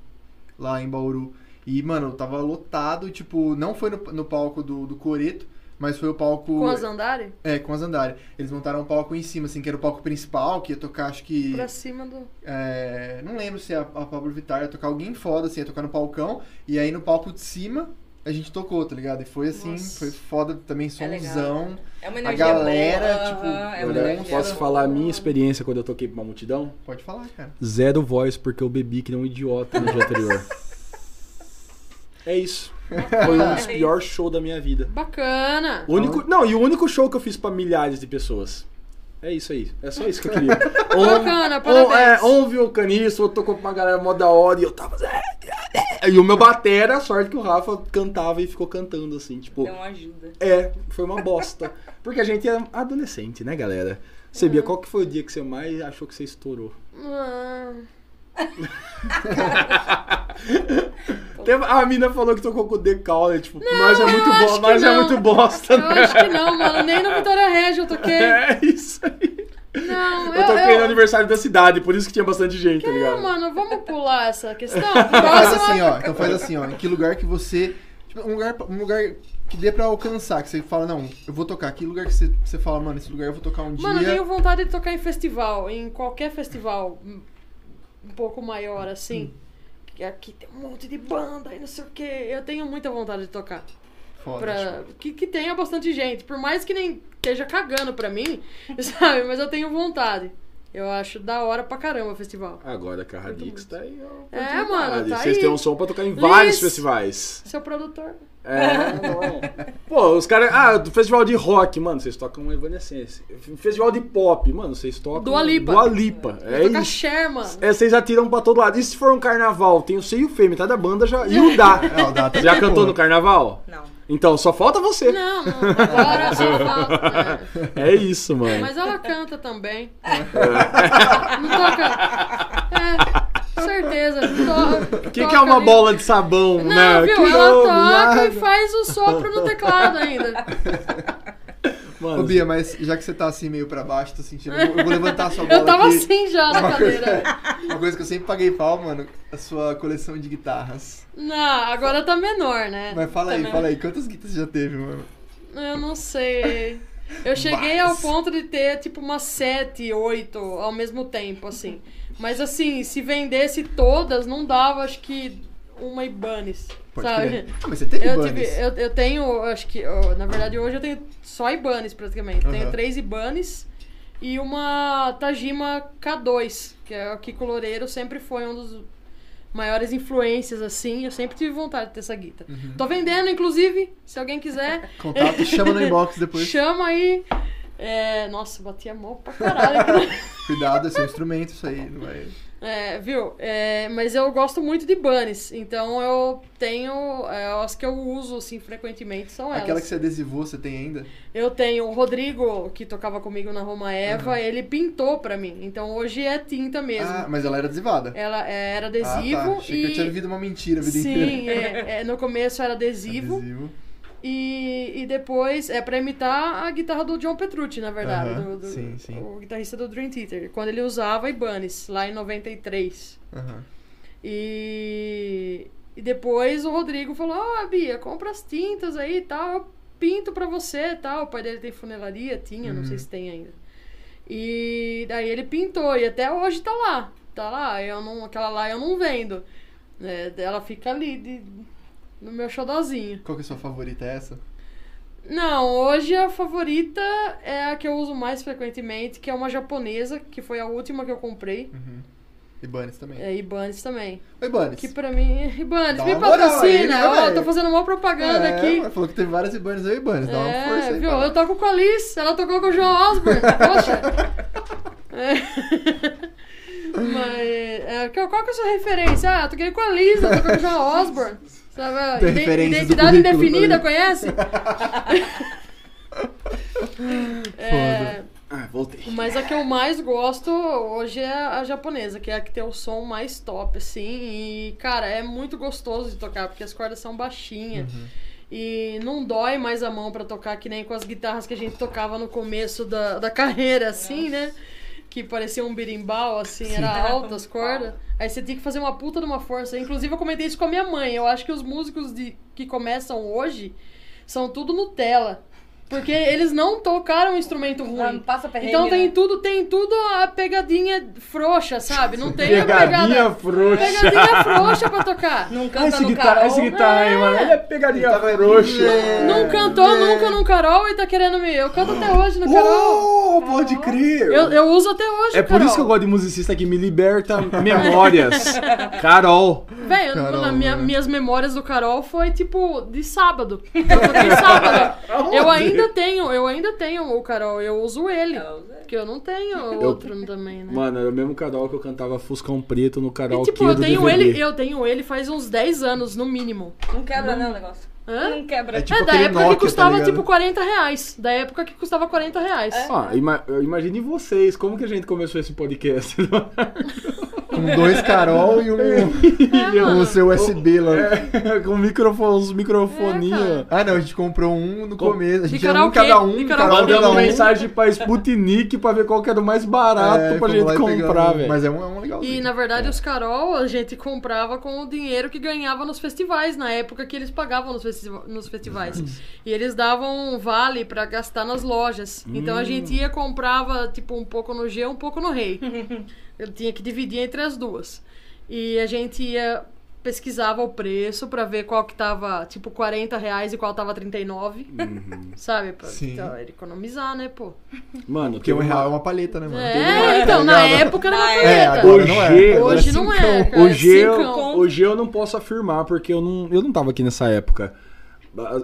Speaker 4: lá em Bauru. E, mano, tava lotado, tipo, não foi no, no palco do, do Coreto, mas foi o palco.
Speaker 5: Com as andares?
Speaker 4: É, com as andares. Eles montaram um palco em cima, assim, que era o palco principal, que ia tocar, acho que.
Speaker 5: Pra cima do.
Speaker 4: É, não lembro se a, a Pablo Vittar ia tocar alguém foda, assim, ia tocar no palcão. E aí no palco de cima a gente tocou, tá ligado? E foi assim,
Speaker 5: Nossa.
Speaker 4: foi foda também, somzão.
Speaker 1: É uma
Speaker 4: A
Speaker 1: energia
Speaker 4: galera,
Speaker 1: boa,
Speaker 4: tipo,
Speaker 1: aham, é uma
Speaker 4: olha,
Speaker 2: Olha,
Speaker 1: energia
Speaker 2: posso
Speaker 1: boa.
Speaker 2: falar a minha experiência quando eu toquei pra uma multidão?
Speaker 4: Pode falar, cara.
Speaker 2: Zero voz, porque eu bebi que nem um idiota no dia anterior. [laughs] É isso. Foi um dos
Speaker 1: É
Speaker 2: piores shows da minha vida.
Speaker 5: Bacana!
Speaker 2: O único, não, e o único show que eu fiz pra milhares de pessoas. É isso aí. É só isso que eu [laughs] queria. Ou,
Speaker 5: Bacana,
Speaker 2: ou, é,
Speaker 5: parabéns.
Speaker 2: ou um violcanista, outro tocou pra uma galera mó da hora e eu tava. assim, é, E o meu batera, a sorte que o Rafa cantava e ficou cantando assim, tipo.
Speaker 1: Então ajuda.
Speaker 2: É, foi uma bosta. Porque a gente é adolescente, né, galera?
Speaker 5: Hum.
Speaker 2: Sebia, qual que foi o dia que você mais achou que você estourou?
Speaker 5: Ah,
Speaker 2: Teve- a mina falou que tocou com o Decal, né? Tipo, nós é muito
Speaker 5: acho
Speaker 2: bo-
Speaker 5: que
Speaker 2: nós é
Speaker 5: não.
Speaker 2: muito bosta,
Speaker 5: [laughs] eu
Speaker 2: né?
Speaker 5: acho que não, mano. Nem no Vitória Regia eu toquei.
Speaker 2: [laughs] É isso aí.
Speaker 5: Não, eu.
Speaker 2: Eu toquei no
Speaker 5: eu,
Speaker 2: aniversário da cidade, por isso que tinha bastante gente, tá
Speaker 5: Não,
Speaker 2: ligado?
Speaker 5: mano, vamos pular essa questão?
Speaker 4: Então faz
Speaker 5: Próxima.
Speaker 4: assim, ó. Então faz assim, ó. Em que lugar que você. Tipo, um lugar, um lugar que dê pra alcançar, que você fala, não, eu vou tocar. Que lugar que você, você fala, mano, esse lugar eu vou tocar um
Speaker 5: Mano, eu
Speaker 4: dia.
Speaker 5: tenho vontade de tocar em festival, em qualquer festival hum, um pouco maior, assim. Que aqui tem um monte de banda e não sei o quê. Eu tenho muita vontade de tocar.
Speaker 4: Foda. tipo.
Speaker 5: Pra, que, que tenha bastante gente. Por mais que nem esteja cagando pra mim, [laughs] sabe? Mas eu tenho vontade. Eu acho da hora pra caramba o festival.
Speaker 2: Agora que a Radix tá aí, ó.
Speaker 5: É,
Speaker 2: oportunidade.
Speaker 5: mano, tá
Speaker 2: Vocês
Speaker 5: aí.
Speaker 2: têm um som pra tocar em vários
Speaker 5: Liz. [laughs]
Speaker 2: festivais.
Speaker 5: Seu produtor.
Speaker 2: É, Pô, os caras. Ah, do festival de rock, mano, vocês tocam um Evanescence. Festival de pop, mano, vocês tocam.
Speaker 5: Dua Lipa.
Speaker 2: Dua Lipa. É
Speaker 5: tocar
Speaker 2: isso.
Speaker 5: Cher, mano.
Speaker 2: É, vocês atiram pra todo lado. E se for um carnaval, tem o C e o Fê, metade da banda já. E
Speaker 5: [laughs]
Speaker 2: o Dá. [laughs]
Speaker 4: É, o Dá tá
Speaker 2: já
Speaker 4: bem,
Speaker 2: cantou
Speaker 4: pô.
Speaker 2: no carnaval?
Speaker 1: Não.
Speaker 2: Então, só falta você.
Speaker 5: Não, não. Agora só falta. né?
Speaker 2: É isso, mano.
Speaker 5: Mas ela canta também.
Speaker 2: É.
Speaker 5: Não toca. É, certeza.
Speaker 2: O que, que é uma bola de sabão,
Speaker 5: Não,
Speaker 2: né?
Speaker 5: viu?
Speaker 2: Que
Speaker 5: Ela
Speaker 2: louco,
Speaker 5: toca
Speaker 2: nada.
Speaker 5: e faz o sopro no teclado ainda.
Speaker 2: Mano,
Speaker 4: Ô, Bia, mas já que você tá assim meio pra baixo, tô sentindo. Eu vou, eu vou levantar a sua bola.
Speaker 5: Eu tava
Speaker 4: aqui.
Speaker 5: assim já na
Speaker 4: Uma coisa,
Speaker 5: cadeira.
Speaker 4: [laughs] uma coisa que eu sempre paguei pau, mano, a sua coleção de guitarras.
Speaker 5: Não, agora tá menor, né?
Speaker 4: Mas fala aí,
Speaker 5: Também.
Speaker 4: fala aí, quantas guitarras você já teve, mano?
Speaker 5: Eu não sei. Eu cheguei ao ponto de ter tipo umas sete, oito ao mesmo tempo, assim. Mas assim, se vendesse todas, não dava, acho que uma Ibanez,
Speaker 4: Pode
Speaker 5: sabe?
Speaker 4: crer. Ah, mas você teve
Speaker 5: Eu,
Speaker 4: Bunnies.
Speaker 5: tive, eu, eu tenho, eu acho que, eu- na verdade, hoje eu tenho só Ibanez praticamente. Eu Tenho
Speaker 4: Aham.
Speaker 5: três Ibanez e uma Tajima K2, que é o Kiko Loureiro, sempre foi um dos maiores influências, assim. Eu sempre tive vontade de ter essa guita. Tô vendendo, inclusive, se alguém quiser,
Speaker 4: Uhum. [laughs] Contato, chama no inbox depois.
Speaker 5: chama aí. É, nossa, bati a mão pra caralho aqui. [laughs] né?
Speaker 4: Cuidado, é seu instrumento, isso aí. Não vai...
Speaker 5: É, viu? É, mas eu gosto muito de Ibanez, então eu tenho, é, as que eu uso, assim, frequentemente são elas.
Speaker 4: Aquela que você adesivou, você tem ainda?
Speaker 5: Eu tenho o Rodrigo, que tocava comigo na Roma Eva, ele pintou pra mim. Então hoje é tinta mesmo.
Speaker 4: Ah, mas ela era adesivada.
Speaker 5: Ela é, era
Speaker 4: ah,
Speaker 5: adesivo
Speaker 4: tá. Achei
Speaker 5: e.
Speaker 4: que eu tinha vivido uma mentira a vida
Speaker 5: Sim,
Speaker 4: inteira.
Speaker 5: é, é, no começo era adesivo, E, e depois é pra imitar a guitarra do John Petrucci, na verdade,
Speaker 4: Aham,
Speaker 5: do, do-
Speaker 4: sim, sim.
Speaker 5: o guitarrista do Dream Theater, quando ele usava Ibanez, lá em 93.
Speaker 4: Aham.
Speaker 5: E, e depois o Rodrigo falou: Ah, Bia, compra as tintas aí e tal, eu pinto pra você e tal. O pai dele tem funelaria, tinha, não sei se tem ainda. E daí ele pintou, e até hoje tá lá. Tá lá, eu não, aquela lá eu não vendo. né, ela fica ali de- no meu xodozinho.
Speaker 4: Qual que é a sua favorita? É essa?
Speaker 5: Não, hoje a favorita é a que eu uso mais frequentemente, que é uma japonesa, que foi a última que eu comprei.
Speaker 4: Uhum. E Bunnies também.
Speaker 5: É, e Bunnies também.
Speaker 4: Oi, Bunnies.
Speaker 5: Que pra mim. Ibanez,
Speaker 4: Dá
Speaker 5: me
Speaker 4: uma moral aí, né,
Speaker 5: patrocina. Ó,
Speaker 4: velho?
Speaker 5: tô fazendo uma propaganda
Speaker 4: É,
Speaker 5: aqui.
Speaker 4: mas Falou que teve várias Ibanez aí, Bunnies. Dá uma força
Speaker 5: É,
Speaker 4: aí.
Speaker 5: viu?
Speaker 4: cara.
Speaker 5: Eu toco com a Liz, ela tocou com o João Osborne. Poxa. É. [laughs] Mas. é, que- qual que é a sua referência? Ah, eu toquei com a Liz, eu toquei com o João Osborne. Sabe?
Speaker 4: Tem
Speaker 5: ide-
Speaker 4: referências do né?
Speaker 5: identidade
Speaker 4: [laughs] currículo
Speaker 5: indefinida,
Speaker 4: também.
Speaker 5: conhece? É, Mas a que eu mais gosto hoje é a japonesa, que é a que tem o som mais top, assim. E, cara, é muito gostoso de tocar, porque as cordas são baixinhas. E não dói mais a mão pra tocar, que nem com as guitarras que a gente tocava no começo da, da carreira, assim, né? Que parecia um birimbau, assim, era
Speaker 1: Era
Speaker 5: alto as
Speaker 1: um
Speaker 5: cordas. Aí você tinha que fazer uma puta de uma força. Inclusive, eu comentei isso com a minha mãe. Eu acho que os músicos de, que começam hoje são tudo Nutella. Porque eles não tocaram um instrumento ruim.
Speaker 1: Não passa perrengue,
Speaker 5: Então tem
Speaker 1: né?
Speaker 5: tudo, tem tudo a pegadinha frouxa, sabe? Não tem a
Speaker 2: Pegadinha
Speaker 5: pegada.
Speaker 2: frouxa.
Speaker 5: Pegadinha frouxa pra tocar.
Speaker 1: Não
Speaker 2: Ah,
Speaker 1: canta
Speaker 2: Esse
Speaker 1: no
Speaker 2: guitarra,
Speaker 1: Carol.
Speaker 2: esse guitarra aí, mano. Ele é pegadinha frouxa.
Speaker 5: Não cantou
Speaker 2: é.
Speaker 5: nunca num Carol e tá querendo me. Eu canto até hoje no Carol.
Speaker 2: Oh, pode crer.
Speaker 5: Eu, eu uso até hoje,
Speaker 2: É por
Speaker 5: Carol.
Speaker 2: isso que eu gosto de musicista que me liberta
Speaker 5: [laughs]
Speaker 2: memórias. Carol. né?
Speaker 5: Véi, eu-
Speaker 4: Carol,
Speaker 5: na minha-
Speaker 4: mano.
Speaker 5: minhas memórias do Carol foi tipo de sábado. Eu toquei sábado. eu ainda tenho, eu ainda tenho o Carol, eu uso ele. Porque eu não tenho outro também, né?
Speaker 2: Mano, era o mesmo Carol que eu cantava Fuscão Preto no Carol
Speaker 5: E, tipo,
Speaker 2: Kill
Speaker 5: eu
Speaker 2: do
Speaker 5: tenho,
Speaker 2: DVD.
Speaker 5: ele, eu tenho ele faz uns 10 anos, no mínimo.
Speaker 1: Não quebra, não, o negócio.
Speaker 5: Hã?
Speaker 1: Não quebra.
Speaker 4: É tipo
Speaker 5: é, da
Speaker 4: aquele
Speaker 5: época
Speaker 4: Nokia,
Speaker 5: que
Speaker 4: tá
Speaker 5: custava
Speaker 4: ligado?
Speaker 5: tipo 40 reais. Da época que custava 40 reais.
Speaker 2: Ah, ima imagine vocês, como que a gente começou esse podcast? [laughs]
Speaker 4: Com dois Carol [laughs] e um,
Speaker 5: [laughs] É,
Speaker 4: um
Speaker 5: mano.
Speaker 4: seu USB lá.
Speaker 2: Com microfone, os microfoninhos.
Speaker 5: É,
Speaker 4: Ah, não, a gente comprou um no
Speaker 2: Com-
Speaker 4: começo. A gente
Speaker 5: De
Speaker 4: era um
Speaker 5: karaokê,
Speaker 4: cada um,
Speaker 5: de
Speaker 4: Carol
Speaker 5: karaokê.
Speaker 4: cada
Speaker 2: Mandando
Speaker 4: um.
Speaker 2: mensagem pra Sputnik pra ver qual que era o mais barato
Speaker 4: É,
Speaker 2: pra
Speaker 4: fomos lá
Speaker 2: gente
Speaker 4: e pegamos
Speaker 2: comprar,
Speaker 4: um,
Speaker 2: velho.
Speaker 4: Mas é um, é um legalzinho.
Speaker 5: E na verdade os Carol a gente comprava com o dinheiro que ganhava nos festivais, na época que eles pagavam nos, festi- nos festivais. e eles davam um vale pra gastar nas lojas. Então a
Speaker 4: Hum.
Speaker 5: gente ia comprava tipo um pouco no G, um pouco no
Speaker 4: [laughs]
Speaker 5: Rei. Eu tinha que dividir entre as duas. E a gente ia pesquisava o preço pra ver qual que tava tipo 40 reais e qual tava 39, [laughs] sabe? Pra,
Speaker 4: Uhum. Sim.
Speaker 5: Então, era economizar, né, pô?
Speaker 2: Mano,
Speaker 4: Porque um
Speaker 2: teve
Speaker 4: real é uma palheta, né, mano?
Speaker 5: É, então, na
Speaker 4: ligado?
Speaker 5: época era uma
Speaker 1: Na
Speaker 5: paleta.
Speaker 4: É, agora não
Speaker 2: Hoje- assim,
Speaker 4: é. Agora
Speaker 5: Hoje
Speaker 4: é
Speaker 5: não
Speaker 4: cincão.
Speaker 5: é, cara.
Speaker 2: Hoje eu,
Speaker 5: Cincão.
Speaker 2: hoje eu não posso afirmar, porque eu não, eu não tava aqui nessa época.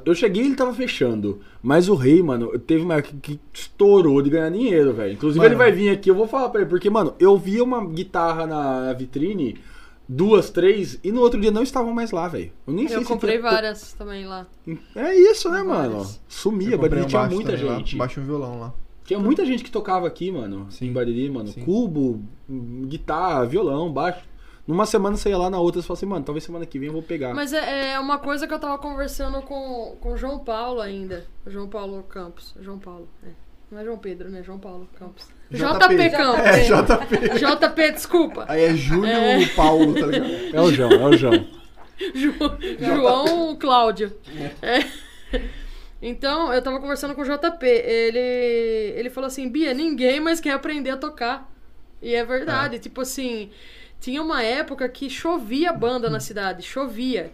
Speaker 2: Eu cheguei e ele tava fechando. Mas o Rei, mano, teve uma época que estourou de ganhar dinheiro, velho. Inclusive,
Speaker 4: Mano.
Speaker 2: ele vai vir aqui, eu vou falar pra ele. Porque, mano, eu via uma guitarra na, na vitrine, duas, três, e no outro dia não estavam mais lá, velho. Eu nem sei
Speaker 5: Eu
Speaker 2: se
Speaker 5: comprei
Speaker 2: tinha-
Speaker 5: várias também lá.
Speaker 2: É isso, né, mano?
Speaker 5: Várias.
Speaker 2: Sumia,
Speaker 4: Eu comprei
Speaker 2: Bariri
Speaker 4: um
Speaker 2: tinha
Speaker 4: baixo
Speaker 2: muita
Speaker 4: também lá,
Speaker 2: gente.
Speaker 4: Baixo e um violão lá.
Speaker 2: Tinha muita gente que tocava aqui, mano.
Speaker 4: Sim.
Speaker 2: Em Bariri, mano.
Speaker 4: Sim.
Speaker 2: Cubo, hum, guitarra, violão, baixo. Numa semana você ia lá, na outra você fala assim, mano, talvez semana que vem eu vou pegar.
Speaker 5: Mas é, é uma coisa que eu tava conversando com, com o João Paulo ainda. O João Paulo Campos. João Paulo, é. Não é João Pedro, né? João Paulo Campos. JP, Campos.
Speaker 4: um
Speaker 2: [laughs]
Speaker 4: É, JP.
Speaker 5: JP, desculpa.
Speaker 4: Aí é Júlio Paulo, tá ligado?
Speaker 2: É o João, é o João.
Speaker 5: [laughs] João, João Cláudio. É. Então, eu tava conversando com o JP. Ele, ele falou assim: Bia, ninguém mais quer aprender a tocar. E é verdade. Tipo assim, tinha uma época que chovia banda na cidade chovia.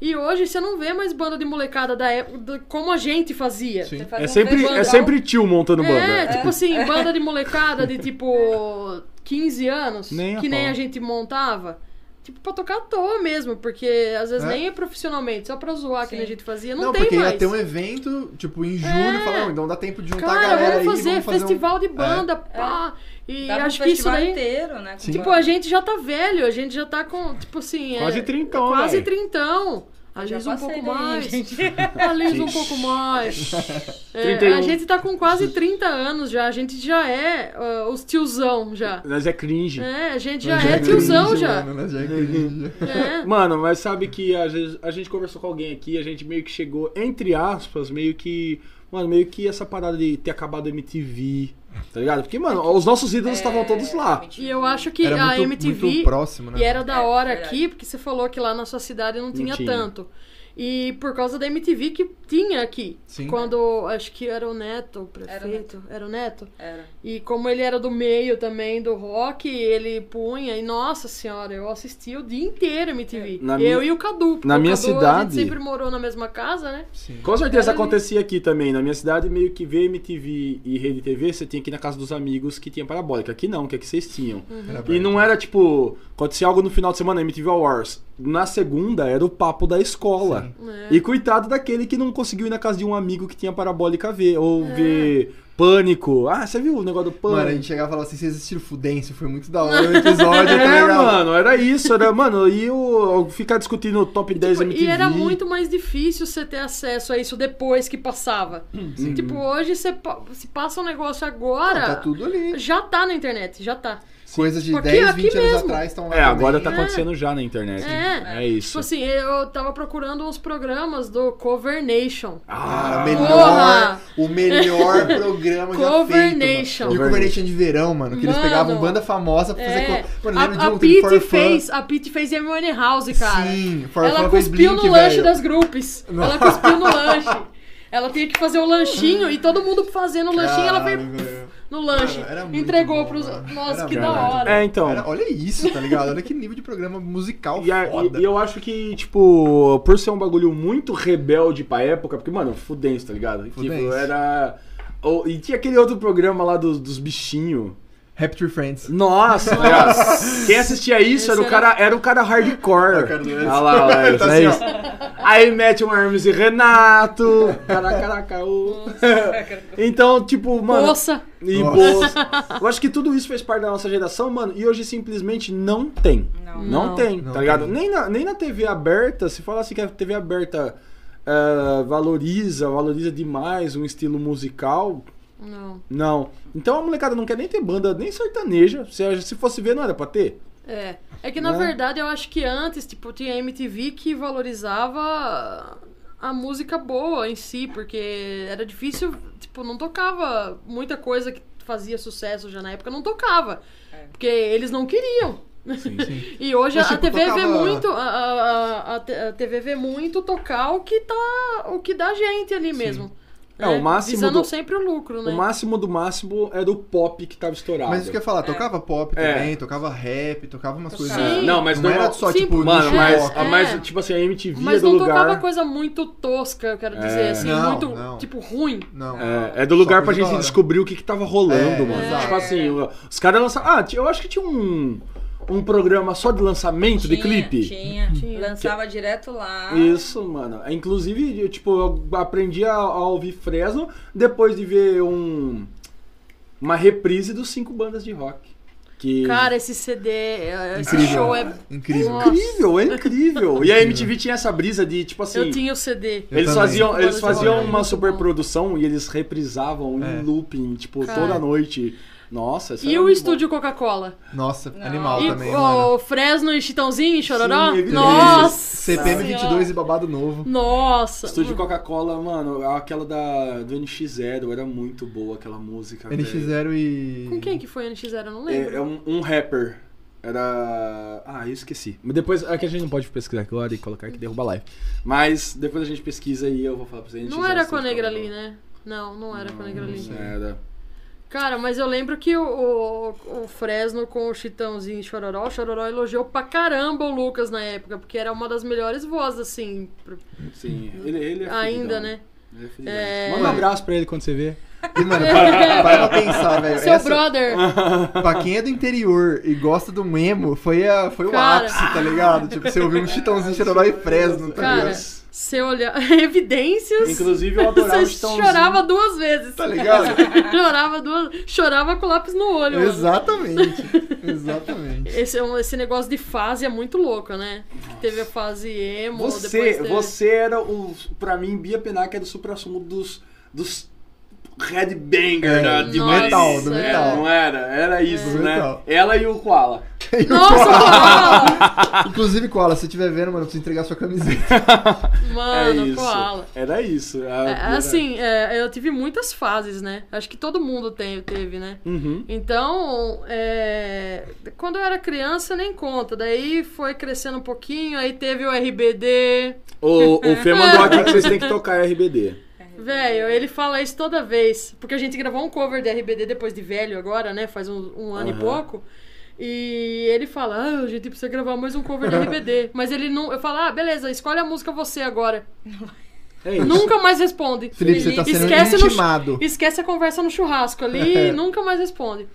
Speaker 5: E hoje você não vê mais banda de molecada da época, do- como a gente fazia.
Speaker 4: Sim.
Speaker 1: Você faz
Speaker 2: É
Speaker 1: um
Speaker 2: sempre,
Speaker 1: fesão.
Speaker 2: é sempre tio montando
Speaker 4: né?
Speaker 5: É,
Speaker 2: banda.
Speaker 5: tipo assim, banda de molecada de tipo 15 anos,
Speaker 2: Nem a
Speaker 5: que nem
Speaker 2: pau.
Speaker 5: a gente montava. Tipo, pra tocar à toa mesmo, porque às vezes
Speaker 4: É.
Speaker 5: nem é profissionalmente, só pra zoar que nem a gente fazia, não,
Speaker 4: Não,
Speaker 5: tem
Speaker 4: porque
Speaker 5: mais.
Speaker 4: ia ter um evento, tipo, em julho,
Speaker 5: É.
Speaker 4: falaram, então dá tempo de juntar a
Speaker 5: Cara,
Speaker 4: galera
Speaker 5: vamos fazer,
Speaker 4: aí, vamos fazer um-
Speaker 5: festival de
Speaker 4: É.
Speaker 5: banda, pá. E
Speaker 1: Dava um
Speaker 5: acho que isso
Speaker 1: festival
Speaker 5: daí.
Speaker 1: inteiro, né? com
Speaker 4: Sim.
Speaker 5: Tipo,
Speaker 1: banda.
Speaker 5: a gente já tá velho, a gente já tá com, tipo assim. é-
Speaker 2: Quase
Speaker 1: Então,
Speaker 2: trintão,
Speaker 5: Quase
Speaker 2: velho.
Speaker 5: trintão. Alisa um
Speaker 1: passei
Speaker 5: pouco
Speaker 1: daí,
Speaker 5: mais. [laughs]
Speaker 1: gente.
Speaker 5: Alisa um pouco
Speaker 1: [laughs]
Speaker 5: mais. É,
Speaker 2: 31.
Speaker 5: a
Speaker 1: um.
Speaker 5: gente tá com quase 30 anos já. A gente já é ah, os tiozão já.
Speaker 2: Nós é cringe.
Speaker 5: É, a gente já,
Speaker 4: Já
Speaker 5: é,
Speaker 4: é
Speaker 5: tiozão
Speaker 4: cringe,
Speaker 5: já.
Speaker 4: mano, né? Já é cringe.
Speaker 5: É.
Speaker 2: Mano, mas sabe que às vezes a gente conversou com alguém aqui, a gente meio que chegou, entre aspas, meio que. Mano, meio que essa parada de ter acabado a MTV, tá ligado? Porque, mano, os nossos
Speaker 1: é,
Speaker 5: É,
Speaker 2: ídolos estavam todos lá.
Speaker 5: E eu acho que
Speaker 4: Era
Speaker 5: a
Speaker 4: muito,
Speaker 5: MTV.
Speaker 4: muito próximo, né?
Speaker 5: E era da hora
Speaker 1: É, verdade.
Speaker 5: aqui, porque você falou que lá na sua cidade não tinha,
Speaker 2: tinha.
Speaker 5: tanto. E por causa da MTV que tinha aqui.
Speaker 4: Sim.
Speaker 5: Quando acho que era o Neto, o prefeito. Era o Neto.
Speaker 1: Era.
Speaker 5: E como ele era do meio também do rock, ele punha. E nossa senhora, eu assisti o dia inteiro MTV.
Speaker 4: É,
Speaker 2: Na
Speaker 5: eu
Speaker 2: minha-
Speaker 5: e o Cadu. porque
Speaker 2: na
Speaker 5: o
Speaker 2: minha
Speaker 5: Cadu, A
Speaker 2: cidade-
Speaker 5: gente sempre morou na mesma casa, né?
Speaker 4: Sim.
Speaker 2: Com certeza
Speaker 5: Era
Speaker 2: acontecia aqui também. Na minha cidade, meio que ver MTV e Rede TV, você tinha que ir na casa dos amigos que tinha
Speaker 5: Uhum.
Speaker 2: parabólica. Aqui não, que aqui vocês tinham.
Speaker 4: Era
Speaker 2: E
Speaker 4: brabo.
Speaker 2: não era tipo, acontecia algo no final de semana, MTV Awards. Na segunda era o papo da escola.
Speaker 5: É.
Speaker 2: E coitado daquele que não conseguiu ir na casa de um amigo que tinha parabólica ver, ou
Speaker 5: É.
Speaker 2: ver pânico. Ah, você viu o negócio do pânico?
Speaker 4: Mano, a gente chegava e falava assim, vocês assistiram Fudêncio, foi muito da hora o episódio, tá
Speaker 2: É,
Speaker 4: ligado?
Speaker 2: mano, era isso, era, mano, e o, ficar discutindo o top 10
Speaker 5: Tipo,
Speaker 2: MTV.
Speaker 5: E era muito mais difícil você ter acesso a isso depois que passava. Tipo, hoje você pa- se passa um negócio agora,
Speaker 4: Tá tudo ali.
Speaker 5: já tá na internet, já tá.
Speaker 4: Coisas de
Speaker 5: Porque
Speaker 4: 10,
Speaker 5: aqui
Speaker 4: 20 anos
Speaker 5: mesmo.
Speaker 4: atrás estão lá.
Speaker 2: É, agora
Speaker 4: também.
Speaker 2: tá acontecendo já na internet.
Speaker 5: É.
Speaker 2: É
Speaker 5: Tipo
Speaker 2: isso.
Speaker 5: assim, eu tava procurando uns programas do Cover Nation.
Speaker 4: Cara,
Speaker 2: Ah,
Speaker 4: melhor,
Speaker 5: Porra!
Speaker 4: o
Speaker 5: [laughs]
Speaker 4: melhor programa já
Speaker 5: Cover
Speaker 4: feito.
Speaker 5: Nation.
Speaker 4: Mano. E o Cover Nation de verão, mano, que eles
Speaker 5: Mano.
Speaker 4: pegavam banda famosa pra fazer...
Speaker 5: É.
Speaker 4: co- Mano, lembra de
Speaker 5: A, a
Speaker 4: um que
Speaker 5: Pete
Speaker 4: For Fun?
Speaker 5: fez, a Pete fez Amy House, cara.
Speaker 4: Sim, For
Speaker 5: Ela
Speaker 4: Fun fez
Speaker 5: cuspiu
Speaker 4: Blink,
Speaker 5: no lanche
Speaker 4: velho.
Speaker 5: das grupos. Ela cuspiu no lanche. Ela tinha que fazer o lanchinho e todo mundo fazendo o lanchinho, ela
Speaker 4: Caralho,
Speaker 5: fez
Speaker 4: velho.
Speaker 5: no lanche.
Speaker 4: Mano, era muito
Speaker 5: entregou
Speaker 4: bom,
Speaker 5: pros.
Speaker 4: mano.
Speaker 5: Nossa,
Speaker 4: Era
Speaker 5: que da
Speaker 4: verdade.
Speaker 5: hora.
Speaker 2: É, então.
Speaker 4: Cara, olha isso, tá ligado? Olha que nível de programa musical
Speaker 2: E, a-
Speaker 4: foda.
Speaker 2: e- e eu acho que, tipo, por ser um bagulho muito rebelde pra época, porque, mano, fudense, tá ligado? Tipo,
Speaker 4: Fudense.
Speaker 2: era. ou- e tinha aquele outro programa lá dos, dos bichinhos.
Speaker 4: Happy Tree Friends.
Speaker 2: Nossa, cara. Quem assistia isso era o,
Speaker 5: Esse
Speaker 2: cara, era o cara hardcore.
Speaker 4: Ah, cara, não é
Speaker 2: Olha
Speaker 4: [laughs]
Speaker 2: lá, olha lá,
Speaker 4: Tá
Speaker 2: é
Speaker 4: assim,
Speaker 2: isso. Aí mete um Hermes e Renato. Caraca, ô. Então, tipo, mano.
Speaker 5: Poça.
Speaker 2: E
Speaker 4: Nossa.
Speaker 2: bolsa. Eu acho que tudo isso fez parte da nossa geração, mano. E hoje simplesmente não tem.
Speaker 1: Não.
Speaker 2: Não,
Speaker 5: Não.
Speaker 2: tem,
Speaker 4: Não
Speaker 2: tá ligado?
Speaker 4: tem.
Speaker 2: Nem na, nem na TV aberta, se fala assim que a TV aberta eh, valoriza, valoriza demais um estilo musical,
Speaker 5: Não.
Speaker 2: não. Então a molecada não quer nem ter banda, nem sertaneja. Se, se fosse ver, não era pra ter.
Speaker 5: É. É que na
Speaker 2: Né?
Speaker 5: verdade eu acho que antes, tipo, tinha MTV que valorizava a música boa em si, porque era difícil, tipo, não tocava muita coisa que fazia sucesso já na época, não tocava. Porque eles não queriam. [laughs] E hoje
Speaker 2: Então,
Speaker 4: Mas,
Speaker 5: a
Speaker 4: tipo,
Speaker 5: TV vê
Speaker 4: tocava-
Speaker 5: muito, a, a, a- a- a TV vê muito tocar o que tá, o que dá gente ali mesmo. né?
Speaker 2: É, o máximo
Speaker 5: Visando
Speaker 2: do-
Speaker 5: sempre o lucro, né?
Speaker 2: O máximo do máximo era o pop que tava estourado.
Speaker 4: Mas isso que é eu ia falar, tocava pop
Speaker 2: É.
Speaker 4: também, tocava rap, tocava umas coisas. assim.
Speaker 5: Sim.
Speaker 2: Não, mas
Speaker 4: não
Speaker 2: não-
Speaker 4: era só,
Speaker 5: Sim,
Speaker 4: tipo,
Speaker 2: Mano,
Speaker 4: nicho
Speaker 2: mas,
Speaker 4: rock.
Speaker 5: é.
Speaker 2: mas, tipo assim, a MTV é
Speaker 5: Mas
Speaker 2: do
Speaker 5: não tocava
Speaker 2: lugar.
Speaker 5: coisa muito tosca, eu quero dizer,
Speaker 2: É.
Speaker 5: assim,
Speaker 4: Não,
Speaker 5: muito,
Speaker 4: não.
Speaker 5: tipo, ruim.
Speaker 4: Não.
Speaker 2: É, é do
Speaker 4: Só
Speaker 2: lugar
Speaker 4: coisa
Speaker 2: pra
Speaker 4: da
Speaker 2: gente
Speaker 4: hora.
Speaker 2: descobrir o que, que tava rolando,
Speaker 4: É,
Speaker 2: mano.
Speaker 4: exato.
Speaker 2: Tipo assim, o- os caras lançaram. Ah, ti- eu acho que tinha um, um programa só de lançamento Tipo, de clipe.
Speaker 1: Tinha.
Speaker 5: Tinha.
Speaker 1: Lançava direto lá.
Speaker 2: Isso, mano. É, Inclusive, eu, tipo, eu aprendi a, a ouvir Fresno depois de ver um uma reprise dos cinco bandas de rock. Que
Speaker 5: Cara, esse CD, eh, esse
Speaker 4: Incrível.
Speaker 5: show é.
Speaker 4: Incrível.
Speaker 5: Nossa.
Speaker 2: incrível, é incrível. E a MTV tinha essa brisa de tipo assim,
Speaker 5: Eu tinha o CD.
Speaker 4: Eu
Speaker 2: eles
Speaker 4: também.
Speaker 2: faziam,
Speaker 5: Bandas
Speaker 2: eles
Speaker 5: de
Speaker 2: faziam
Speaker 5: rock,
Speaker 2: uma
Speaker 5: muito
Speaker 2: superprodução e eles reprisavam
Speaker 4: É.
Speaker 2: em looping, tipo,
Speaker 5: Cara.
Speaker 2: toda noite. Nossa, isso
Speaker 5: E
Speaker 2: era
Speaker 5: o
Speaker 2: muito
Speaker 5: estúdio Coca-Cola?
Speaker 4: Nossa,
Speaker 1: Não.
Speaker 4: animal
Speaker 5: E
Speaker 4: também,
Speaker 5: o
Speaker 4: mano.
Speaker 5: Fresno e Chitãozinho e Chororó?
Speaker 2: Sim, evidente.
Speaker 5: Nossa!
Speaker 4: CPM 22 e
Speaker 5: Senhora.
Speaker 4: babado novo.
Speaker 5: Nossa!
Speaker 2: Estúdio Coca-Cola, mano, aquela da, do NX0 era muito boa aquela música. velho.
Speaker 4: NX0 e.
Speaker 5: Com quem que foi NX0? Eu não lembro.
Speaker 2: É, é um, um rapper. Era. Ah, eu esqueci. Mas depois. É que a gente não pode pesquisar agora e colocar que derruba a live. Mas depois a gente pesquisa e eu vou falar pra vocês.
Speaker 5: Não era com a Negra ali, né? Não, não era com a Negra ali.
Speaker 2: é Não era.
Speaker 5: Cara, mas eu lembro que o, o, o Fresno com o Chitãozinho e Chororó, o Chororó elogiou pra caramba o Lucas na época, porque era uma das melhores vozes, assim, pro-
Speaker 2: Sim. Ele, ele é
Speaker 5: ainda,
Speaker 2: fudidão.
Speaker 5: né?
Speaker 2: Ele é fudidão.
Speaker 5: É.
Speaker 2: Manda um abraço pra ele quando você vê.
Speaker 4: E, mano, para, para pra pensar, velho.
Speaker 5: Seu
Speaker 4: Essa-
Speaker 5: brother!
Speaker 4: Pra quem é do interior e gosta do memo, foi, a, foi o
Speaker 5: Cara.
Speaker 4: ápice, tá ligado? Tipo, você ouviu um chitãozinho, chororó e fresno, tá
Speaker 5: Cara,
Speaker 4: ligado?
Speaker 5: se eu olhar. [laughs] Evidências.
Speaker 2: Inclusive eu adorava o
Speaker 5: você
Speaker 2: Estãozinho.
Speaker 5: chorava duas vezes. [laughs]
Speaker 4: Tá ligado?
Speaker 5: chorava duas. Chorava com o lápis no olho. mano.
Speaker 4: Exatamente. Exatamente.
Speaker 5: Esse, é um- esse negócio de fase é muito louco, né? Teve a fase emo, depois
Speaker 2: Você,
Speaker 5: teve...
Speaker 2: você era o. Pra mim, Bia Penac era o supra-sumo dos. dos headbanger
Speaker 4: É,
Speaker 2: da, de
Speaker 5: do
Speaker 2: Paris.
Speaker 5: metal, do
Speaker 2: É,
Speaker 4: metal.
Speaker 2: não era? Era isso,
Speaker 4: Do
Speaker 2: né?
Speaker 4: metal.
Speaker 2: Ela e o Koala.
Speaker 5: Nossa, Koala!
Speaker 4: Inclusive, Koala, se estiver vendo, mano, eu preciso entregar sua camiseta.
Speaker 2: [laughs]
Speaker 5: Mano,
Speaker 2: é isso.
Speaker 5: Ah, Koala.
Speaker 2: Era isso. Ah, A-
Speaker 5: É,
Speaker 2: era-
Speaker 5: assim, é, eu tive muitas fases, né? Acho que todo mundo tem, teve, né?
Speaker 2: Uhum.
Speaker 5: Então, é, quando eu era criança, nem conta. Daí foi crescendo um pouquinho, aí teve o RBD.
Speaker 2: O, o
Speaker 5: [laughs]
Speaker 2: Fê mandou aqui que vocês têm que tocar RBD.
Speaker 5: Velho, ele fala isso toda vez. Porque a gente gravou um cover de RBD depois de velho agora, né? Faz um, um ano
Speaker 2: Aham.
Speaker 5: e pouco. E ele fala, ah, a gente precisa gravar mais um cover de
Speaker 2: [laughs]
Speaker 5: RBD. Mas ele não... Eu falo, ah, beleza, escolhe a música você agora.
Speaker 2: É isso.
Speaker 5: Nunca mais responde.
Speaker 4: Felipe, você tá sendo
Speaker 5: Esquece no-
Speaker 4: intimado.
Speaker 5: Esquece a conversa
Speaker 2: [laughs]
Speaker 5: no
Speaker 2: É.
Speaker 5: churrasco ali e nunca mais responde.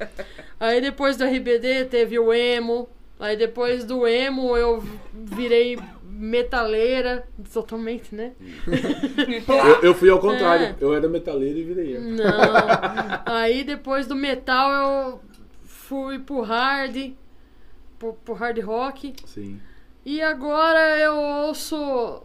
Speaker 5: Aí depois do RBD teve o emo, Aí depois do emo eu virei metaleira, totalmente, né?
Speaker 2: Eu, eu fui ao contrário.
Speaker 5: É.
Speaker 2: Eu era metaleiro e virei emo.
Speaker 5: Não. Aí depois do metal eu fui pro hard, pro, pro hard rock.
Speaker 2: Sim.
Speaker 5: E agora eu ouço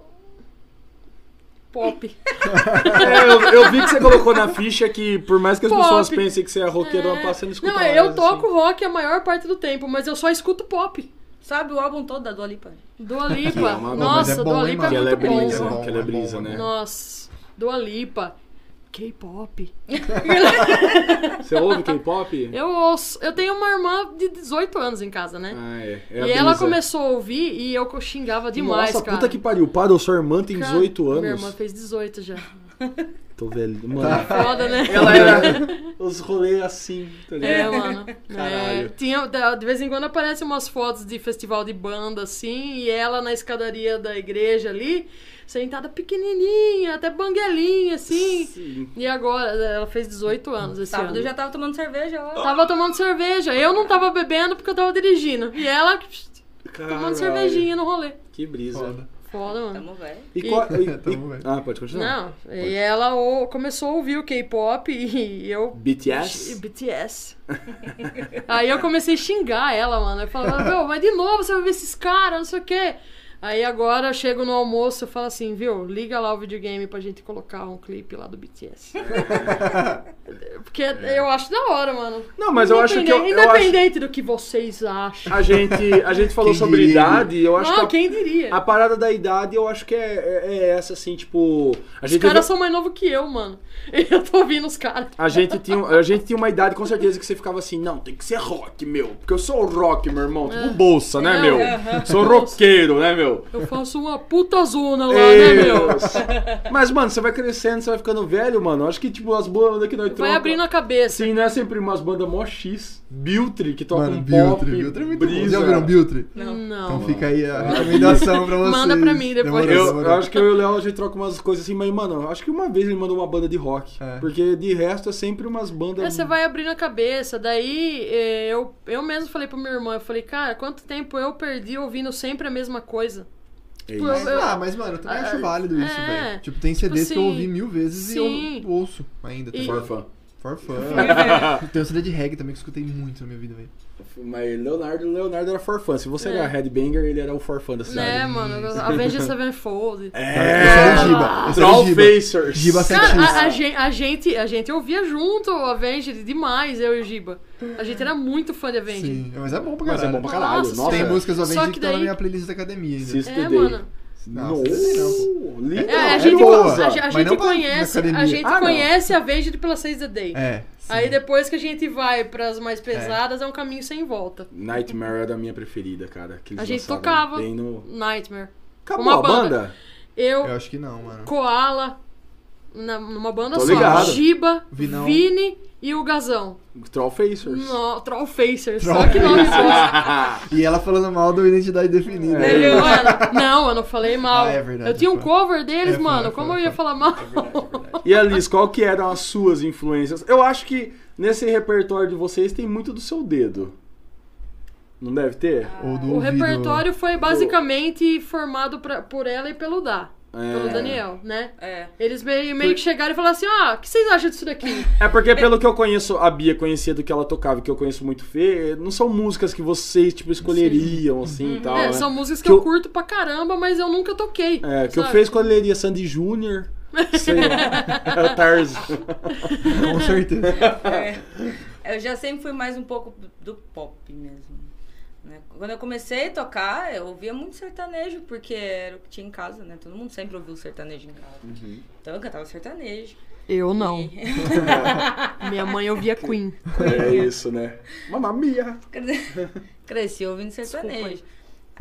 Speaker 5: pop.
Speaker 2: É, eu, eu vi que você colocou na ficha que, por mais que as
Speaker 5: Pop.
Speaker 2: pessoas pensem que você é roqueiro, ela
Speaker 5: É.
Speaker 2: passa não escuta
Speaker 5: Não,
Speaker 2: mais,
Speaker 5: eu toco
Speaker 2: assim.
Speaker 5: rock a maior parte do tempo, mas eu só escuto pop.
Speaker 1: [laughs] Sabe o álbum todo da Dua Lipa?
Speaker 5: Dua
Speaker 2: Que é
Speaker 5: Lipa.
Speaker 2: uma- Bom, mas
Speaker 5: Nossa,
Speaker 4: é bom,
Speaker 5: Dua
Speaker 4: hein,
Speaker 5: Lipa
Speaker 4: mano?
Speaker 2: Que
Speaker 5: é
Speaker 2: ela é
Speaker 5: muito bom.
Speaker 2: brisa,
Speaker 4: bom,
Speaker 2: que ela é
Speaker 4: é bom,
Speaker 2: brisa,
Speaker 4: é
Speaker 2: né?
Speaker 5: Nossa, Dua Lipa.
Speaker 2: [laughs]
Speaker 5: K-pop.
Speaker 2: Você ouve K-pop?
Speaker 5: Eu ouço. Eu tenho uma irmã de 18 anos em casa, né?
Speaker 2: Ah, é. é a
Speaker 5: e ela
Speaker 2: brisa.
Speaker 5: começou a ouvir e eu xingava demais,
Speaker 2: Nossa,
Speaker 5: cara.
Speaker 2: puta que pariu. Para, eu sou irmã, tem
Speaker 5: Cara,
Speaker 2: 18 anos.
Speaker 5: Minha irmã fez
Speaker 2: [laughs]
Speaker 5: 18 já.
Speaker 2: Tô velho. Mano.
Speaker 5: Foda, né?
Speaker 2: Ela é- era os rolês assim, tá
Speaker 5: É,
Speaker 2: ligado?
Speaker 5: mano.
Speaker 2: Caralho.
Speaker 5: É, tinha, da- de vez em quando aparecem umas fotos de festival de banda, assim, e ela na escadaria da igreja ali, sentada pequenininha, até banguelinha, assim.
Speaker 2: Sim.
Speaker 5: E agora, ela fez 18 anos esse
Speaker 1: Sábado eu
Speaker 5: ano.
Speaker 1: já tava tomando cerveja lá.
Speaker 5: Tava tomando cerveja. Eu não tava bebendo porque eu tava dirigindo. E ela
Speaker 2: Caralho.
Speaker 5: tomando cerveja no rolê.
Speaker 2: Que brisa.
Speaker 4: Foda.
Speaker 5: Foda, mano.
Speaker 1: Tamo velho.
Speaker 2: E qual- e- [laughs] e-
Speaker 4: Tamo bem.
Speaker 2: Ah, pode continuar.
Speaker 5: Não, e ela o- começou a ouvir o K-pop e eu E
Speaker 2: BTS?
Speaker 5: BTS. [laughs] Aí eu comecei a xingar ela, mano. Eu falava, meu, mas de novo você vai ver esses caras, não sei o quê. Aí agora eu chego no almoço e falo assim, viu, liga lá o videogame pra gente colocar um clipe lá
Speaker 2: [laughs]
Speaker 5: do BTS. Porque eu acho da hora, mano.
Speaker 2: Não, mas eu acho que eu,
Speaker 5: Independente-
Speaker 2: eu acho,
Speaker 5: Independente do que vocês acham.
Speaker 2: a gente a gente falou
Speaker 4: Quem
Speaker 2: sobre
Speaker 4: diria?
Speaker 2: idade, eu acho
Speaker 5: ah,
Speaker 2: que
Speaker 5: quem diria?
Speaker 2: a, a parada da idade eu acho que é, é- é essa assim, tipo, a
Speaker 5: Os
Speaker 2: gente
Speaker 5: caras são mais novos que eu, mano. [laughs] Eu tô ouvindo os caras.
Speaker 2: a gente tinha um, a gente tinha uma idade com certeza que você ficava assim, não, tem que ser rock, meu, porque eu sou rock, meu irmão, tipo bolsa, né,
Speaker 5: Não,
Speaker 2: meu?
Speaker 5: é.
Speaker 2: Sou roqueiro, né, meu?
Speaker 5: Eu faço uma puta zona lá, né, meu?
Speaker 2: Deus. Mas, mano, você vai crescendo, você vai ficando velho, mano. Acho que, tipo, as bandas que nós
Speaker 5: Vai
Speaker 2: troca-
Speaker 5: abrindo a cabeça.
Speaker 2: Sim, não é sempre umas bandas mó X. Biltre, que toca
Speaker 4: Mano,
Speaker 2: um pop,
Speaker 4: Biltre. Biltre é muito bom. Já ouviram Biltre?
Speaker 1: Não.
Speaker 5: Não.
Speaker 4: Então fica aí a recomendação pra vocês.
Speaker 5: [laughs] Manda pra mim depois.
Speaker 4: Demorou,
Speaker 2: Eu,
Speaker 4: demorou.
Speaker 2: eu acho que eu e o Léo, a gente troca umas coisas assim, mas, mano, acho que uma vez ele mandou uma banda de rock.
Speaker 4: É.
Speaker 2: Porque, de resto, é sempre umas bandas...
Speaker 5: É, você vai abrindo a cabeça. Daí eh, eu, eu mesmo falei pra minha irmã, eu falei, cara, quanto tempo eu perdi ouvindo sempre a
Speaker 4: [laughs]
Speaker 5: mesma coisa?
Speaker 2: É
Speaker 5: Tipo,
Speaker 2: isso.
Speaker 5: eu- eu-
Speaker 4: Ah, mas mano, eu também
Speaker 5: Ah,
Speaker 4: acho válido isso,
Speaker 5: é.
Speaker 4: velho. Tipo, tem CDs que eu
Speaker 5: assim,
Speaker 4: ouvi mil vezes e
Speaker 5: sim.
Speaker 4: eu ouço ainda. Tá
Speaker 5: E-
Speaker 4: ligado?
Speaker 2: For fun.
Speaker 4: For fun.
Speaker 5: [laughs]
Speaker 2: [laughs]
Speaker 4: tem um CD de reggae também que eu escutei muito na minha vida, velho.
Speaker 2: Mas Leonardo, Leonardo era for fun. Se você
Speaker 5: É.
Speaker 2: era headbanger, ele era o for fun da
Speaker 5: né,
Speaker 2: cidade.
Speaker 5: mano? Avengers Sevenfold.
Speaker 4: É.
Speaker 2: É,
Speaker 4: Eu sou do Giba. Eu sou
Speaker 2: Troll
Speaker 4: do Giba.
Speaker 2: Facers.
Speaker 4: Giba Sete
Speaker 5: Cara, a, a
Speaker 4: X.
Speaker 5: gen- a gente, a gente ouvia junto o Avengers demais, eu e o Giba. A gente era muito fã de Avengers.
Speaker 4: Sim, mas é bom pra
Speaker 2: Mas é
Speaker 4: caralho.
Speaker 2: bom pra caralho.
Speaker 5: Nossa,
Speaker 2: Nossa,
Speaker 4: Tem músicas do
Speaker 5: ah, Só
Speaker 4: Avenged
Speaker 5: que
Speaker 4: que estão na
Speaker 5: daí-
Speaker 4: minha playlist da academia ainda.
Speaker 2: Se
Speaker 5: É,
Speaker 2: estudei.
Speaker 5: mano.
Speaker 4: Nossa, sei não,
Speaker 2: Linda,
Speaker 5: É, a
Speaker 4: é
Speaker 5: gente,
Speaker 4: boa,
Speaker 5: a, ge- a
Speaker 4: mas
Speaker 5: gente
Speaker 4: não pra- na
Speaker 5: conhece, a
Speaker 4: academia.
Speaker 5: gente
Speaker 2: Ah, não.
Speaker 5: conhece Avenged pela 6 the Day.
Speaker 4: É.
Speaker 5: Aí depois que a gente vai pras mais pesadas, é um caminho sem volta.
Speaker 2: Nightmare era a minha preferida, cara. que eles né?
Speaker 5: A gente
Speaker 2: lançavam
Speaker 5: tocava.
Speaker 2: Bem no...
Speaker 5: Nightmare.
Speaker 2: Acabou
Speaker 5: Uma
Speaker 2: a banda?
Speaker 5: Eu,
Speaker 4: Eu acho que não, mano.
Speaker 5: Koala, na- numa banda
Speaker 2: Tô
Speaker 5: só.
Speaker 2: ligado.
Speaker 5: Giba,
Speaker 4: Vinão.
Speaker 5: Vini e o Gazão.
Speaker 2: Troll Facers.
Speaker 5: No, Trollfacers. Só
Speaker 4: Troll
Speaker 5: que nome bosta.
Speaker 4: [laughs] E ela falando mal do Identidade Definida.
Speaker 2: É.
Speaker 5: Ele, olha, não, eu não falei mal.
Speaker 4: Ah, é verdade,
Speaker 5: eu tinha um
Speaker 4: foi.
Speaker 5: cover deles,
Speaker 4: É, foi,
Speaker 5: mano.
Speaker 4: foi,
Speaker 5: como eu
Speaker 4: foi. É
Speaker 5: ia falar mal?
Speaker 2: E Alice, qual que eram as suas influências? Eu acho que nesse repertório de vocês tem muito do seu dedo. Não deve ter?
Speaker 4: Ou do
Speaker 5: [laughs] o
Speaker 4: ouvido.
Speaker 5: repertório foi basicamente formado pra- por ela e pelo Dá. Pelo
Speaker 2: É.
Speaker 5: Daniel, né?
Speaker 1: É.
Speaker 5: Eles meio, meio que chegaram e falaram assim: ah, o que vocês acham disso daqui?
Speaker 2: É porque pelo que eu conheço, a Bia conhecia do que ela tocava, e que eu conheço muito Fê, não são músicas que vocês, tipo, escolheriam, assim, e tal,
Speaker 5: É,
Speaker 2: né?
Speaker 5: São músicas que,
Speaker 2: Que
Speaker 5: eu...
Speaker 2: eu-
Speaker 5: curto pra caramba, mas eu nunca toquei.
Speaker 2: É, que eu
Speaker 5: sabe?
Speaker 2: Fê escolheria Sandy Júnior, sei lá, Tarzan.
Speaker 4: Com certeza.
Speaker 1: É, Eu já sempre fui mais um pouco do pop mesmo. né? Quando eu comecei a tocar, eu ouvia muito sertanejo, porque era o que tinha em casa, né? Todo mundo sempre ouviu sertanejo em casa. Então eu cantava sertanejo.
Speaker 5: Eu não.
Speaker 1: E-
Speaker 5: Minha mãe ouvia Queen.
Speaker 2: É isso, né? Mamma mia!
Speaker 1: [laughs] Cresci ouvindo sertanejo.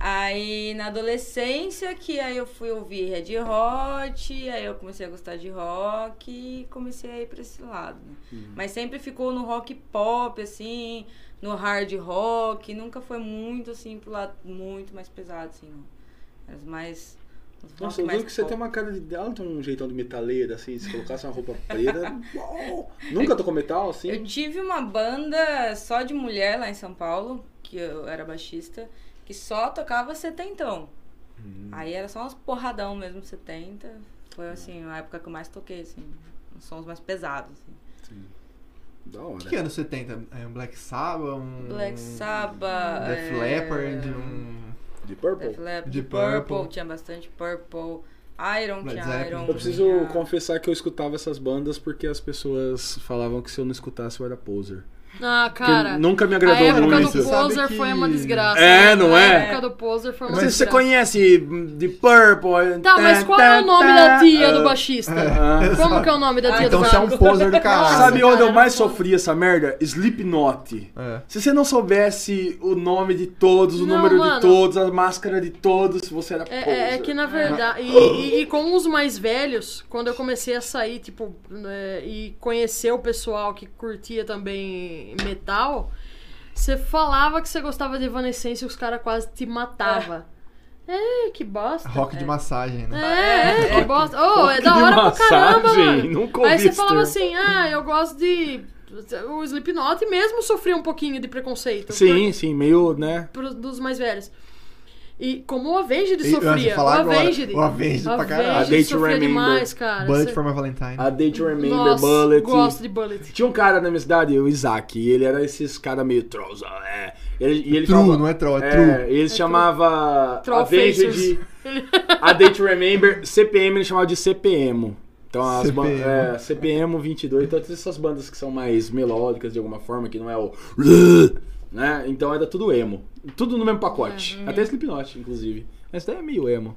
Speaker 1: Aí na adolescência que aí eu fui ouvir Red Hot, aí eu comecei a gostar de rock e comecei a ir pra esse lado. né?
Speaker 2: Uhum.
Speaker 1: Mas sempre ficou no rock pop, assim, no hard rock, nunca foi muito assim pro lado muito mais pesado, assim, não. Era os mais. os rock
Speaker 2: Nossa, eu
Speaker 1: mais
Speaker 2: vi que você
Speaker 1: pop.
Speaker 2: tem uma cara de. Ela tem um jeitão de metaleira, assim, se colocasse uma roupa preta. [laughs]
Speaker 5: É.
Speaker 2: uau! Nunca tocou metal, assim?
Speaker 1: Eu tive uma banda só de mulher lá em São Paulo, que eu era baixista, que só tocava setentão.
Speaker 4: Hum.
Speaker 1: Aí era só uns porradão mesmo, 70. Foi assim, a época que eu mais toquei, assim. Uns sons mais pesados. assim.
Speaker 2: Sim. Da
Speaker 4: O
Speaker 2: hora.
Speaker 4: que ano 70? É um Black Sabbath? Um...
Speaker 1: Black Sabbath.
Speaker 4: Def
Speaker 1: é,
Speaker 4: Leppard? Um...
Speaker 2: De Purple?
Speaker 1: Def Leppard.
Speaker 4: De
Speaker 1: Purple.
Speaker 4: Purple.
Speaker 1: Tinha bastante Purple. Iron,
Speaker 4: Led
Speaker 1: tinha
Speaker 4: Zeppelin
Speaker 1: Iron.
Speaker 2: Eu preciso
Speaker 1: tinha-
Speaker 2: confessar que eu escutava essas bandas porque as pessoas falavam que se eu não escutasse eu era poser.
Speaker 5: Ah,
Speaker 2: Porque
Speaker 5: cara.
Speaker 2: nunca me
Speaker 5: A
Speaker 2: agradou
Speaker 5: época
Speaker 2: muito.
Speaker 5: do
Speaker 4: Você sabe
Speaker 5: poser
Speaker 4: que-
Speaker 5: foi uma desgraça.
Speaker 2: É,
Speaker 5: né?
Speaker 2: não
Speaker 5: a
Speaker 2: é?
Speaker 5: época do poser foi
Speaker 2: Não
Speaker 5: uma
Speaker 2: sei se você
Speaker 5: desgraça.
Speaker 2: conhece de Purple.
Speaker 5: é. Tá, mas qual é o nome da tia do baixista?
Speaker 6: [laughs]
Speaker 2: Ah.
Speaker 5: Como que é o nome da
Speaker 1: Ah,
Speaker 5: tia
Speaker 4: Então
Speaker 5: do
Speaker 4: você é um
Speaker 5: baixista?
Speaker 4: poser do [laughs]
Speaker 5: Ah,
Speaker 4: caralho.
Speaker 2: Sabe onde eu
Speaker 5: Caramba.
Speaker 2: mais sofri essa merda? Slipknot.
Speaker 4: É.
Speaker 2: Se você não soubesse o nome de todos, o
Speaker 5: Não,
Speaker 2: número de
Speaker 5: mano.
Speaker 2: todos, a máscara de todos, você era
Speaker 5: É,
Speaker 2: poser.
Speaker 5: é- é que na verdade. E, e- e com os mais velhos, quando eu comecei a sair, tipo, né, e conhecer o pessoal que curtia também metal, você falava que você gostava de Evanescence e os caras quase te matavam. É. que bosta.
Speaker 4: Rock de massagem,
Speaker 5: É,
Speaker 4: né?
Speaker 5: é, que bosta. Oh, é
Speaker 2: Rock
Speaker 5: da
Speaker 2: de
Speaker 5: hora pra caramba,
Speaker 2: massagem,
Speaker 5: mano.
Speaker 2: nunca
Speaker 5: Aí
Speaker 2: ouvi
Speaker 5: você
Speaker 2: esse
Speaker 5: falava
Speaker 2: termo.
Speaker 5: assim, ah, eu gosto de. O Slipknot mesmo sofria um pouquinho de preconceito. por-
Speaker 2: Sim, sim, meio, né?
Speaker 5: pro- dos mais velhos. E como o Avenged
Speaker 4: E- eu ia
Speaker 5: sofria. O
Speaker 4: falar agora,
Speaker 5: Avenged.
Speaker 4: o Avenged pra caralho.
Speaker 5: Avenged
Speaker 2: A Day to
Speaker 5: sofria
Speaker 2: Remember.
Speaker 5: demais, cara.
Speaker 4: Bullet
Speaker 5: Cê-
Speaker 4: for my Valentine.
Speaker 2: A Day to Remember,
Speaker 5: Nossa,
Speaker 2: Bullet.
Speaker 5: gosto de Bullet.
Speaker 2: Tinha um cara na minha cidade, o Isaac, e ele era esses cara meio troll, é. Ele, e ele
Speaker 4: True,
Speaker 2: falava-
Speaker 4: não é troll, é true.
Speaker 2: ele chamava
Speaker 5: Troll
Speaker 2: Avenged
Speaker 4: [laughs]
Speaker 5: Facers.
Speaker 2: A Day to Remember, CPM ele chamava de CPM. Então as bandas.
Speaker 4: CPM.
Speaker 2: É, CPM 22, então todas essas bandas que são mais melódicas de alguma forma, que não é o. Né? Então era tudo emo. Tudo no mesmo pacote.
Speaker 4: Uhum.
Speaker 2: Até Slipknot, inclusive. Mas daí é meio
Speaker 4: [laughs]
Speaker 2: emo.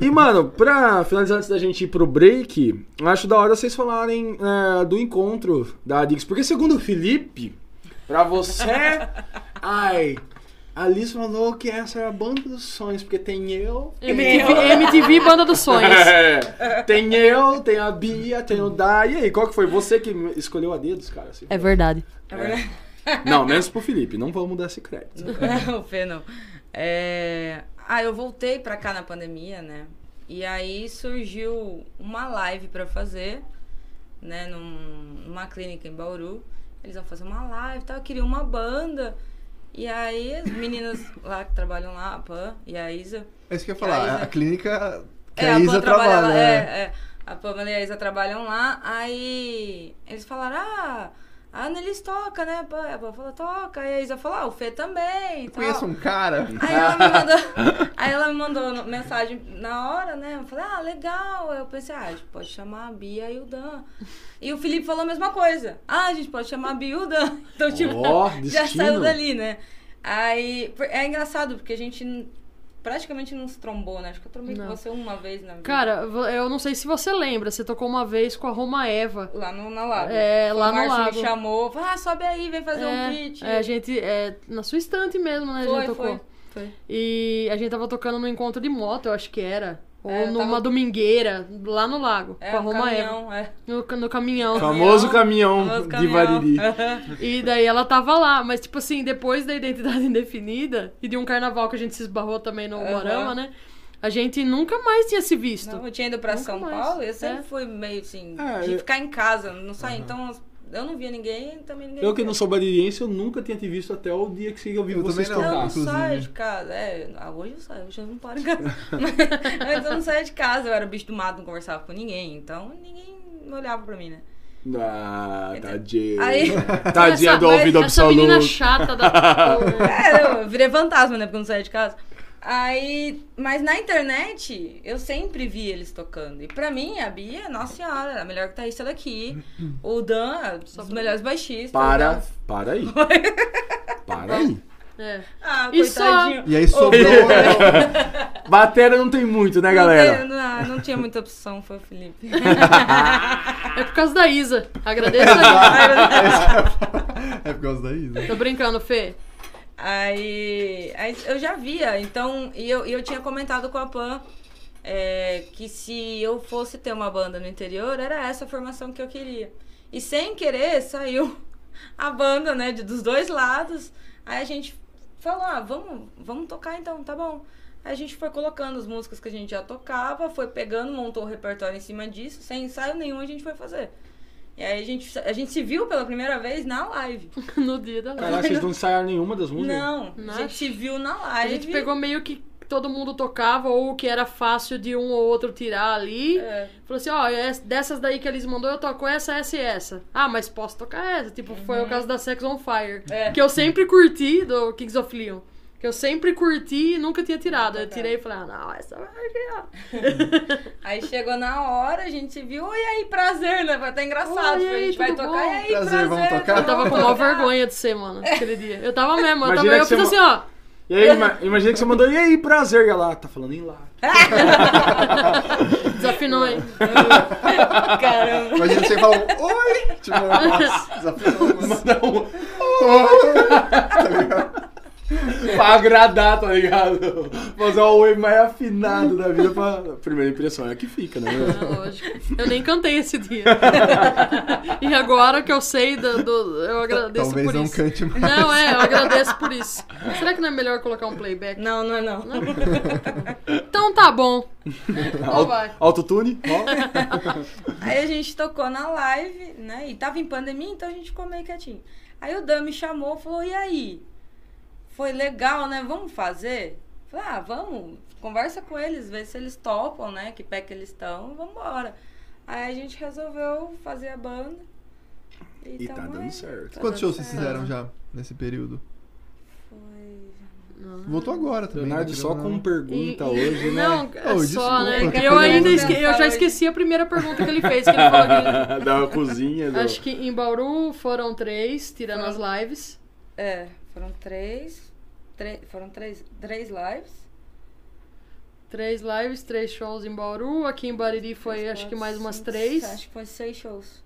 Speaker 2: e, mano, pra finalizar antes da gente ir pro break, eu acho da hora vocês falarem é, do encontro da Dix. Porque, segundo o Felipe, pra você. ai. A Liz falou que essa era a banda dos sonhos, porque tem eu.
Speaker 1: É.
Speaker 5: MTV, MTV Banda dos
Speaker 1: [laughs]
Speaker 5: Sonhos.
Speaker 2: É. Tem eu, tem a Bia, tem o Dai. E aí, qual que foi? Você que escolheu a dedos, cara? assim?
Speaker 5: É verdade.
Speaker 1: É verdade.
Speaker 2: Não, né?
Speaker 5: [laughs]
Speaker 2: menos pro Felipe, não vamos dar esse crédito.
Speaker 1: [laughs] o Fê não. É... Ah, eu voltei pra cá na pandemia, né? E aí surgiu uma live pra fazer, né? num- numa clínica em Bauru. Eles vão fazer uma live e tal. Eu queria uma banda. E aí as meninas lá que trabalham lá, a Pan e a Isa,
Speaker 4: É isso que eu ia
Speaker 1: Que a
Speaker 4: falar.
Speaker 1: Isa-
Speaker 4: A clínica que
Speaker 1: é,
Speaker 4: a Isa
Speaker 1: Pan trabalha,
Speaker 4: trabalha.
Speaker 1: lá,
Speaker 4: é.
Speaker 1: é, é. A Pamela e a Isa trabalham lá, aí eles falaram, ah, a Annelise toca, né? Pan?" A Pan falou, toca, e a Isa falou, ah, o Fê também. e
Speaker 4: Eu
Speaker 1: tal.
Speaker 4: conheço um cara.
Speaker 1: Aí
Speaker 2: [laughs]
Speaker 1: ela me mandou, aí ela me mandou no- mensagem na hora, né? Eu falei, ah, legal. Aí eu pensei, ah, a gente pode chamar a Bia e o Dan. E o Felipe falou a mesma coisa. Ah, a gente pode chamar a Bia e o Dan. [laughs] Então, tipo,
Speaker 2: Ó,
Speaker 1: já
Speaker 2: destino.
Speaker 1: saiu dali, né? Aí, por- é engraçado, porque a gente n- praticamente não se trombou, né? Acho que eu trombei
Speaker 5: Não.
Speaker 1: com você uma vez na vida.
Speaker 5: Cara, vo- eu não sei se você lembra, você tocou uma vez com a Roma Eva.
Speaker 1: Lá no, na Lago.
Speaker 5: É, lá
Speaker 1: o
Speaker 5: no
Speaker 1: Márcio
Speaker 5: Lago.
Speaker 1: me chamou, falou, ah, sobe aí, vem fazer um
Speaker 5: é,
Speaker 1: feat.
Speaker 5: é, a gente. É, na sua estante mesmo, né? a
Speaker 1: foi,
Speaker 5: gente tocou.
Speaker 1: foi, foi.
Speaker 5: E a gente tava tocando no encontro de moto, eu acho que era. Ou
Speaker 1: É, eu
Speaker 5: numa
Speaker 1: tava-
Speaker 5: domingueira, lá no lago,
Speaker 1: É,
Speaker 5: com a
Speaker 1: um
Speaker 5: Roma Eva.
Speaker 1: caminhão, é.
Speaker 5: No, ca- no caminhão.
Speaker 2: Famoso caminhão
Speaker 1: Famoso
Speaker 2: de Variri.
Speaker 1: [laughs]
Speaker 5: E daí ela tava lá, mas tipo assim, depois da identidade [laughs] indefinida e de um carnaval que a gente se esbarrou também no
Speaker 1: Aham.
Speaker 5: Morama, né? A gente nunca mais tinha se visto.
Speaker 1: Não, eu tinha ido pra
Speaker 5: Nunca
Speaker 1: São
Speaker 5: mais.
Speaker 1: Paulo, eu sempre
Speaker 5: É.
Speaker 1: fui meio assim,
Speaker 2: É,
Speaker 1: de
Speaker 2: eu-
Speaker 1: ficar em casa, não sair. Então eu não via ninguém, também ninguém.
Speaker 2: Eu que
Speaker 1: via.
Speaker 2: não sou baririense, eu nunca tinha te visto até o dia que eu vi
Speaker 4: Eu
Speaker 2: vocês
Speaker 4: também
Speaker 1: Eu
Speaker 4: não.
Speaker 2: tocar.
Speaker 1: não
Speaker 4: inclusive.
Speaker 1: saio de casa. É, ah, hoje eu saio, hoje eu não paro
Speaker 2: [laughs]
Speaker 1: em casa. Mas antes eu não saía de casa, eu era bicho do mato, não conversava com ninguém. Então ninguém olhava pra mim, né?
Speaker 2: Ah, tadinha. [laughs]
Speaker 1: Aí- [laughs]
Speaker 2: Tadinha
Speaker 5: essa,
Speaker 2: do ouvido
Speaker 5: É, essa
Speaker 2: absoluto.
Speaker 5: menina chata da porra.
Speaker 1: É, eu virei fantasma, né? Porque eu não saía de casa. Aí, mas na internet, eu sempre vi eles tocando. E pra mim, a Bia, nossa senhora, era a melhor
Speaker 2: [laughs]
Speaker 1: guitarrista daqui. O Dan, é um dos melhores baixistas.
Speaker 2: Para, para aí. Para aí.
Speaker 5: É.
Speaker 1: Ah,
Speaker 5: E só-
Speaker 1: coitadinho.
Speaker 4: E aí [laughs] sobrou. É né?
Speaker 2: Batera não tem muito, né,
Speaker 1: Não,
Speaker 2: galera?
Speaker 1: tem- não, não tinha muita opção, foi o Felipe. [laughs]
Speaker 5: É por causa da Isa. Agradeço a Isa.
Speaker 4: é por causa da Isa.
Speaker 5: Tô brincando, Fê.
Speaker 1: aí, aí eu já via, então, e eu, e eu tinha comentado com a Pan é, que se eu fosse ter uma banda no interior, era essa a formação que eu queria. E sem querer, saiu [laughs] a banda, né, de, dos dois lados. Aí a gente falou, ah, vamos, vamos tocar então, tá bom. Aí a gente foi colocando as músicas que a gente já tocava, foi pegando, montou o repertório em cima disso, sem ensaio nenhum a gente foi fazer. E aí a gente, a gente se viu pela primeira vez na live.
Speaker 5: no dia da live.
Speaker 2: Caralho, vocês não ensaiaram nenhuma das músicas?
Speaker 1: Não, a gente
Speaker 5: Nossa.
Speaker 1: se viu na
Speaker 5: A
Speaker 1: live.
Speaker 5: gente pegou meio que todo mundo tocava ou o que era fácil de um ou outro tirar ali.
Speaker 1: É.
Speaker 5: Falou assim, ó, es- dessas daí que eles mandou, eu toco essa, essa e essa. Ah, mas posso tocar essa. Tipo, foi
Speaker 4: Uhum.
Speaker 5: o caso da Sex on Fire.
Speaker 1: É.
Speaker 5: Que eu sempre curti do Kings of Leon. Que eu sempre curti e nunca tinha tirado. Eu tirei e falei, ah, não, essa vai tirar.
Speaker 4: [laughs]
Speaker 1: Aí chegou na hora, a gente se viu, e aí, prazer, né? Vai estar engraçado.
Speaker 5: Oi,
Speaker 1: a gente
Speaker 5: tudo
Speaker 1: vai
Speaker 5: bom?
Speaker 1: tocar, e aí,
Speaker 4: Prazer,
Speaker 1: prazer.
Speaker 4: vamos tocar?
Speaker 5: Eu tava com maior
Speaker 1: tocar.
Speaker 5: vergonha de ser, mano, aquele dia. Eu tava mesmo, eu,
Speaker 2: Imagina
Speaker 5: tava,
Speaker 2: que
Speaker 5: eu
Speaker 2: você
Speaker 5: fiz assim, ó.
Speaker 2: E aí, ima- imagina que você mandou, e aí, prazer, e ela tá falando em lá. [laughs]
Speaker 5: Desafinou, hein?
Speaker 1: [laughs] Caramba.
Speaker 4: Imagina você falar um oi! Tipo, nossa, desafinou, mano.
Speaker 2: Manda um. pra agradar, tá ligado? Fazer o oi mais afinado da vida pra. Primeira impressão é a que fica, né?
Speaker 5: É lógico. Eu nem cantei esse dia.
Speaker 2: [laughs]
Speaker 5: e agora que eu sei, do, do- eu agradeço
Speaker 4: Talvez
Speaker 5: por
Speaker 4: não
Speaker 5: isso.
Speaker 4: cante mais.
Speaker 5: Não, é, eu agradeço por isso. Será que não é melhor colocar um playback?
Speaker 1: Não, não é não.
Speaker 5: Então
Speaker 2: [laughs]
Speaker 5: tá bom. Então vai.
Speaker 2: Autotune?
Speaker 5: [laughs]
Speaker 2: ó.
Speaker 1: Aí a gente tocou na live, né? E tava em pandemia, então a gente ficou meio quietinho. Aí o Dan me chamou, falou, e aí? Foi legal, né? Vamos fazer? Falei, ah, vamos. Conversa com eles, vê se eles topam, né? Que pé que eles estão, vambora. Aí a gente resolveu fazer a banda.
Speaker 2: E tá
Speaker 1: tamo
Speaker 2: dando
Speaker 1: aí.
Speaker 2: certo.
Speaker 4: Quantos shows vocês
Speaker 1: certo.
Speaker 4: fizeram já nesse período?
Speaker 1: Foi...
Speaker 4: Voltou agora também.
Speaker 2: Leonardo
Speaker 4: né,
Speaker 2: só
Speaker 4: querendo ou
Speaker 2: com
Speaker 4: não.
Speaker 2: pergunta
Speaker 5: E-
Speaker 2: hoje, né?
Speaker 5: Não, é
Speaker 4: Oh, desculpa,
Speaker 5: só, né?
Speaker 4: que
Speaker 5: Eu ainda
Speaker 4: vergonha.
Speaker 5: esque... eu já esqueci a primeira pergunta que ele fez, que ele falou
Speaker 2: [laughs] [laughs]
Speaker 5: que...
Speaker 2: da cozinha. Do...
Speaker 5: Acho que em Bauru foram três, tirando as lives.
Speaker 1: É, foram três. três foram três, três lives.
Speaker 5: Três lives, três shows em Bauru. Aqui em Bariri foi,
Speaker 1: Três,
Speaker 5: acho que
Speaker 1: quatro,
Speaker 5: mais umas
Speaker 1: cinco,
Speaker 5: três.
Speaker 1: Acho que foi seis shows.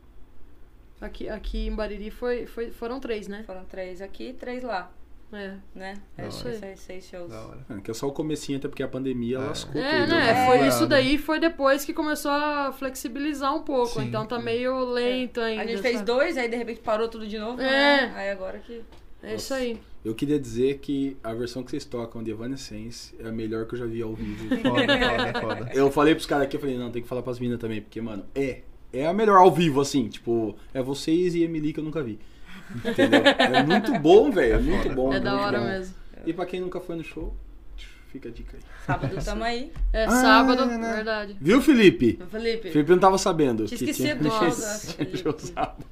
Speaker 5: Aqui, aqui em Bariri foi, foi, foram três, né?
Speaker 1: Foram três aqui e três lá,
Speaker 5: É,
Speaker 1: né?
Speaker 4: Da
Speaker 1: Acho
Speaker 5: hora.
Speaker 1: que seis, seis shows.
Speaker 4: Da hora.
Speaker 2: É, que é só o comecinho, até porque a pandemia
Speaker 4: É.
Speaker 2: lascou
Speaker 5: é
Speaker 2: tudo.
Speaker 5: né?
Speaker 1: né?
Speaker 5: Foi
Speaker 4: É.
Speaker 5: isso daí foi depois que começou a flexibilizar um pouco.
Speaker 4: Sim.
Speaker 5: Então tá meio lento ainda.
Speaker 1: É. A gente fez
Speaker 5: sabe?
Speaker 1: dois, aí de repente parou tudo de novo.
Speaker 5: É.
Speaker 1: né? Aí agora que.
Speaker 5: É isso aí.
Speaker 2: Eu queria dizer que a versão que vocês tocam de Evanescence é a melhor que eu já vi ao vivo.
Speaker 4: Foda, foda, [laughs] foda.
Speaker 2: Eu falei pros caras aqui, eu falei, não, tem que falar pras meninas também, porque, mano, é. É a melhor ao vivo, assim, tipo, é vocês e Emily que eu nunca vi. Entendeu? É muito bom, velho. É muito bom.
Speaker 5: É da
Speaker 2: muito
Speaker 5: hora
Speaker 2: bom.
Speaker 5: mesmo.
Speaker 2: E pra quem nunca foi no show, fica a dica aí.
Speaker 1: Sábado
Speaker 2: [laughs]
Speaker 1: tamo aí.
Speaker 5: É
Speaker 2: Ah,
Speaker 5: sábado,
Speaker 2: né, né.
Speaker 5: verdade.
Speaker 2: Viu, Felipe?
Speaker 1: Felipe.
Speaker 2: Felipe não tava sabendo.
Speaker 1: Tinha
Speaker 2: que tinha, [laughs]
Speaker 1: esquecido do
Speaker 2: tinha-
Speaker 1: Felipe.
Speaker 2: tinha show
Speaker 1: [laughs]
Speaker 2: sábado.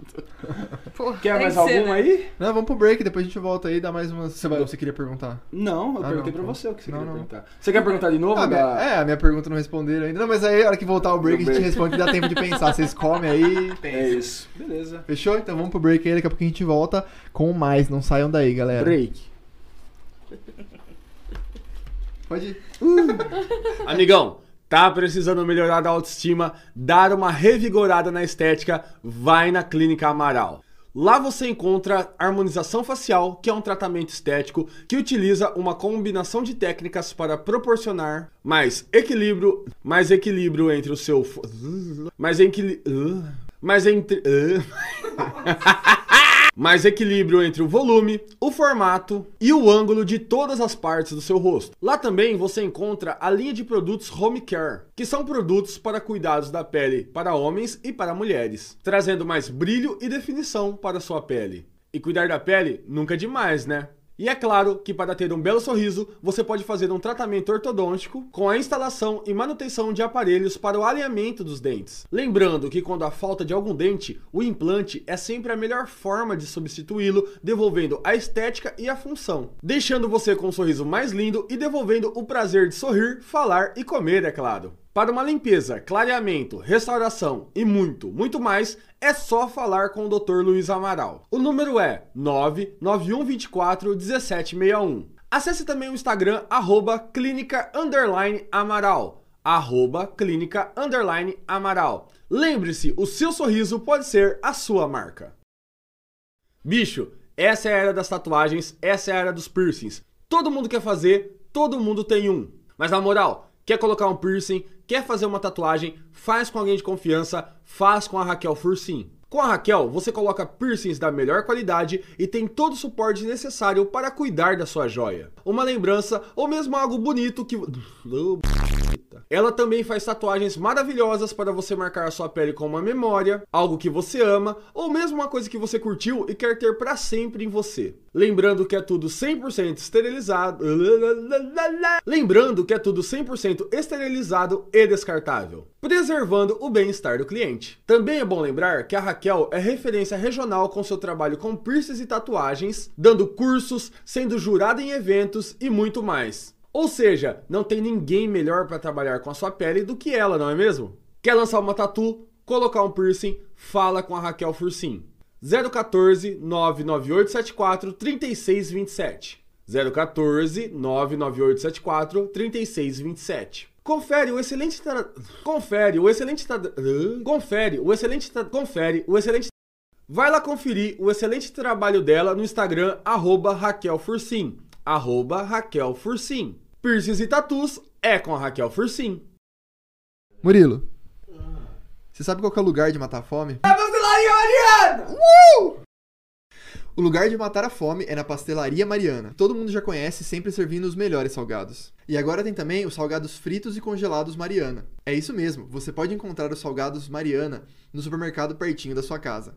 Speaker 5: Pô,
Speaker 2: Quer
Speaker 1: Tem
Speaker 2: mais
Speaker 1: que ser,
Speaker 2: alguma
Speaker 1: né?
Speaker 2: aí?
Speaker 4: Não, vamos pro break, depois a gente volta aí e dá mais uma. Você, vai- você queria perguntar?
Speaker 2: Não, eu
Speaker 4: Ah,
Speaker 2: perguntei
Speaker 4: não,
Speaker 2: pra
Speaker 4: pô.
Speaker 2: você o que você
Speaker 4: Não,
Speaker 2: queria
Speaker 4: não.
Speaker 2: perguntar. Tá. Você quer perguntar de novo?
Speaker 4: Ah, minha-
Speaker 2: da-
Speaker 4: é, a minha pergunta não responderam ainda. Não, mas aí a hora que voltar o break,
Speaker 2: Do
Speaker 4: a gente
Speaker 2: break.
Speaker 4: responde que dá tempo de pensar. Vocês comem aí.
Speaker 2: é isso. Beleza.
Speaker 4: Fechou? Então vamos pro break aí, daqui a pouco a gente volta com mais. Não saiam daí, galera.
Speaker 2: Break.
Speaker 4: Pode ir.
Speaker 2: Amigão, tá precisando melhorar da autoestima, dar uma revigorada na estética? Vai na Clínica Amaral. Lá você encontra harmonização facial, que é um tratamento estético que utiliza uma combinação de técnicas para proporcionar mais equilíbrio, mais equilíbrio entre o seu fo- mais equili... mais entre [laughs] mais equilíbrio entre o volume, o formato e o ângulo de todas as partes do seu rosto. Lá também você encontra a linha de produtos Home Care, que são produtos para cuidados da pele para homens e para mulheres, trazendo mais brilho e definição para a sua pele. E cuidar da pele nunca é demais, né? E é claro que para ter um belo sorriso, você pode fazer um tratamento ortodôntico com a instalação e manutenção de aparelhos para o alinhamento dos dentes. Lembrando que quando há falta de algum dente, o implante é sempre a melhor forma de substituí-lo, devolvendo a estética e a função, deixando você com um sorriso mais lindo e devolvendo o prazer de sorrir, falar e comer, é claro. Para uma limpeza, clareamento, restauração e muito, muito mais, é só falar com o Dr. Luiz Amaral. O número é 99124 1761. Acesse também o Instagram, arroba clínica underline Amaral. Arroba clínica underline Amaral. Lembre-se, o seu sorriso pode ser a sua marca. Bicho, essa é a era das tatuagens, essa é a era dos piercings. Todo mundo quer fazer, todo mundo tem um. Mas na moral, quer colocar um piercing, quer fazer uma tatuagem, faz com alguém de confiança, faz com a Raquel Fursim. Com a Raquel, você coloca piercings da melhor qualidade e tem todo o suporte necessário [laughs] para cuidar da sua joia. Uma lembrança ou mesmo algo bonito que. Eita. artista. Ela também faz tatuagens maravilhosas para você marcar a sua pele com uma memória, algo que você ama ou mesmo uma coisa que você curtiu e quer ter para sempre em você. Lembrando que é tudo 100% esterilizado. Lembrando que é tudo 100% esterilizado e descartável, preservando o bem-estar do cliente. Também é bom lembrar que a Raquel é referência regional com seu trabalho com piercings e tatuagens, dando cursos, sendo jurada em eventos e muito mais. Ou seja, não tem ninguém melhor para trabalhar com a sua pele do que ela, não é mesmo? Quer lançar uma tatu? Colocar um piercing? Fala com a Raquel Fursim. 014 99874 3627. 014 99874 3627. Confere o excelente tra... confere o excelente tra... confere o excelente tra... confere o excelente Vai lá conferir o excelente trabalho dela no Instagram arroba Raquel Fursim, arroba Raquel Fursim. Piercings e tatus é com a Raquel Fursim.
Speaker 4: Murilo, você sabe qual que é o lugar de matar a fome? Uh! O lugar de matar a fome é na Pastelaria Mariana. Todo mundo já conhece, sempre servindo os melhores salgados. E agora tem também os salgados fritos e congelados Mariana. É isso mesmo, você pode encontrar os salgados Mariana no supermercado pertinho da sua casa.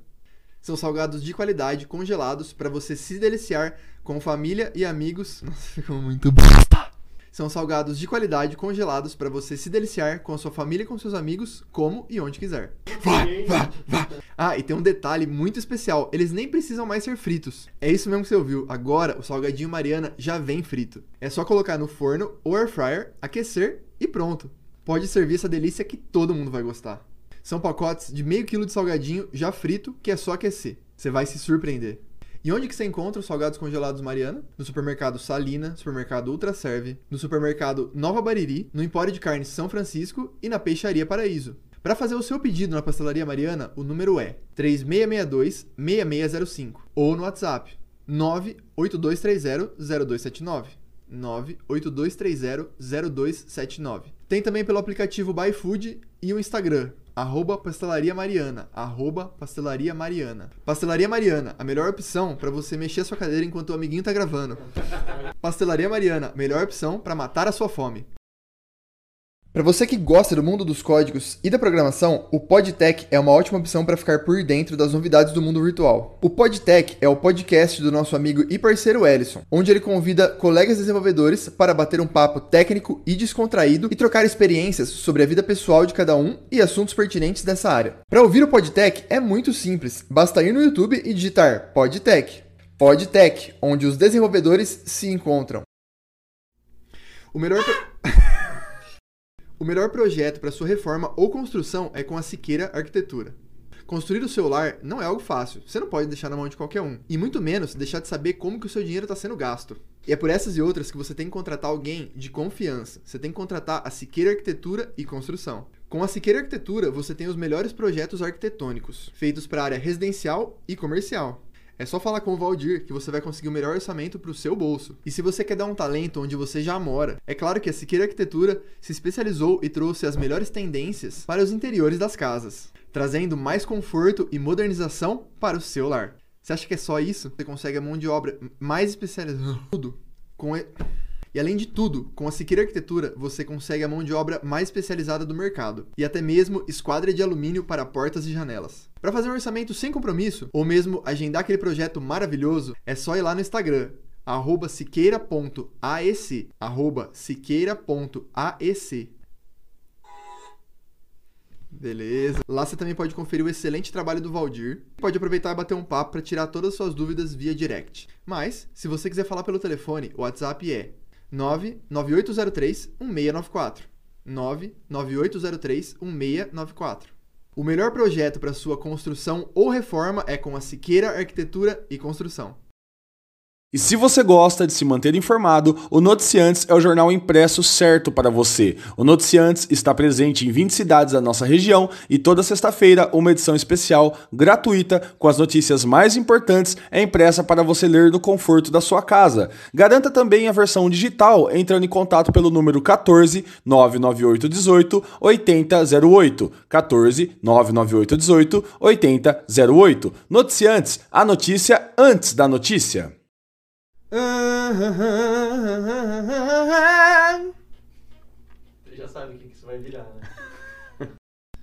Speaker 4: São salgados de qualidade, congelados, para você se deliciar com família e amigos. [laughs] Nossa, ficou muito bosta! São salgados de qualidade, congelados, para você se deliciar com a sua família e com seus amigos, como e onde quiser. Vai, vai, vai! Ah, e tem um detalhe muito especial: eles nem precisam mais ser fritos. É isso mesmo que você ouviu. Agora o salgadinho Mariana já vem frito. É só colocar no forno ou air fryer, aquecer e pronto. Pode servir essa delícia que todo mundo vai gostar. São pacotes de meio quilo de salgadinho já frito, que é só aquecer. Você vai se surpreender. E onde que você encontra os salgados congelados Mariana? No supermercado Salina, supermercado Ultra Serve, no supermercado Nova Bariri, no Empório de Carnes São Francisco e na Peixaria Paraíso. Para fazer o seu pedido na Pastelaria Mariana, o número é 3662-6605 ou no WhatsApp 98230-0279. 98230-0279. Tem também pelo aplicativo ByFood e o Instagram, arroba Pastelaria Mariana, arroba Pastelaria Mariana. Pastelaria Mariana, a melhor opção para você mexer a sua cadeira enquanto o amiguinho tá gravando. Pastelaria Mariana, melhor opção para matar a sua fome. Para você que gosta do mundo dos códigos e da programação, o Podtech é uma ótima opção para ficar por dentro das novidades do mundo virtual. O Podtech é o podcast do nosso amigo e parceiro Ellison, onde ele convida colegas desenvolvedores para bater um papo técnico e descontraído e trocar experiências sobre a vida pessoal de cada um e assuntos pertinentes dessa área. Para ouvir o Podtech é muito simples, basta ir no YouTube e digitar Podtech. Podtech, onde os desenvolvedores se encontram. O melhor pro- o melhor projeto para sua reforma ou construção é com a Siqueira Arquitetura. Construir o seu lar não é algo fácil, você não pode deixar na mão de qualquer um, e muito menos deixar de saber como que o seu dinheiro está sendo gasto. E é por essas e outras que você tem que contratar alguém de confiança. Você tem que contratar a Siqueira Arquitetura e Construção. Com a Siqueira Arquitetura, você tem os melhores projetos arquitetônicos, feitos para a área residencial e comercial. É só falar com o Valdir que você vai conseguir o melhor orçamento para o seu bolso. E se você quer dar um talento onde você já mora, é claro que a Siqueira Arquitetura se especializou e trouxe as melhores tendências para os interiores das casas, trazendo mais conforto e modernização para o seu lar. Você acha que é só isso? Você consegue a mão de obra mais especializada tudo com e... E além de tudo, com a Siqueira Arquitetura, você consegue a mão de obra mais especializada do mercado e até mesmo esquadra de alumínio para portas e janelas. Para fazer um orçamento sem compromisso ou mesmo agendar aquele projeto maravilhoso, é só ir lá no Instagram arroba siqueira.aec arroba siqueira.aec Beleza. Lá você também pode conferir o excelente trabalho do Valdir. Pode aproveitar e bater um papo para tirar todas as suas dúvidas via direct. Mas, se você quiser falar pelo telefone, o WhatsApp é 99803-1694. 99803-1694. O melhor projeto para sua construção ou reforma é com a Siqueira Arquitetura e Construção.
Speaker 2: E se você gosta de se manter informado, o Noticiantes é o jornal impresso certo para você. O Noticiantes está presente em 20 cidades da nossa região e toda sexta-feira uma edição especial, gratuita, com as notícias mais importantes é impressa para você ler no conforto da sua casa. Garanta também a versão digital entrando em contato pelo número 14 998 18 8008. 14 998 18 8008. Noticiantes, a notícia antes da notícia. Ah,
Speaker 3: Você já sabe o que que vai virar, né?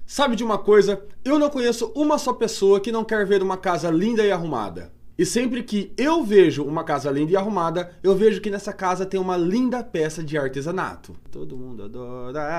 Speaker 2: Sabe de uma coisa? Eu não conheço uma só pessoa que não quer ver uma casa linda e arrumada. E sempre que eu vejo uma casa linda e arrumada, eu vejo que nessa casa tem uma linda peça de artesanato. Todo mundo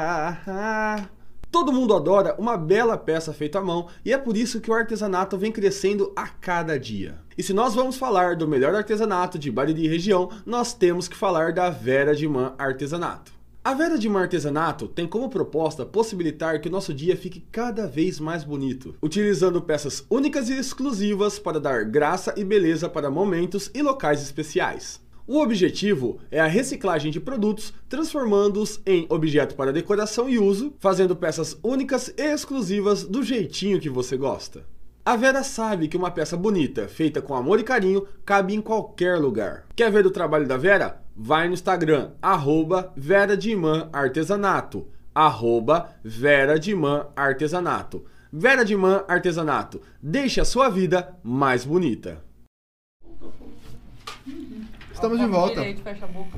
Speaker 2: adora. Todo mundo adora uma bela peça feita à mão e é por isso que o artesanato vem crescendo a cada dia. E se nós vamos falar do melhor artesanato de Bariri e região, nós temos que falar da Vera de Man Artesanato. A Vera de Man Artesanato tem como proposta possibilitar que o nosso dia fique cada vez mais bonito, utilizando peças únicas e exclusivas para dar graça e beleza para momentos e locais especiais. O objetivo é a reciclagem de produtos, transformando-os em objeto para decoração e uso, fazendo peças únicas e exclusivas do jeitinho que você gosta. A Vera sabe que uma peça bonita, feita com amor e carinho, cabe em qualquer lugar. Quer ver o trabalho da Vera? Vai no Instagram, arroba Vera de Imã Artesanato, arroba Vera de Imã Artesanato. Vera de Imã Artesanato, deixe a sua vida mais bonita.
Speaker 4: Estamos de volta.
Speaker 1: Direito, fecha a boca.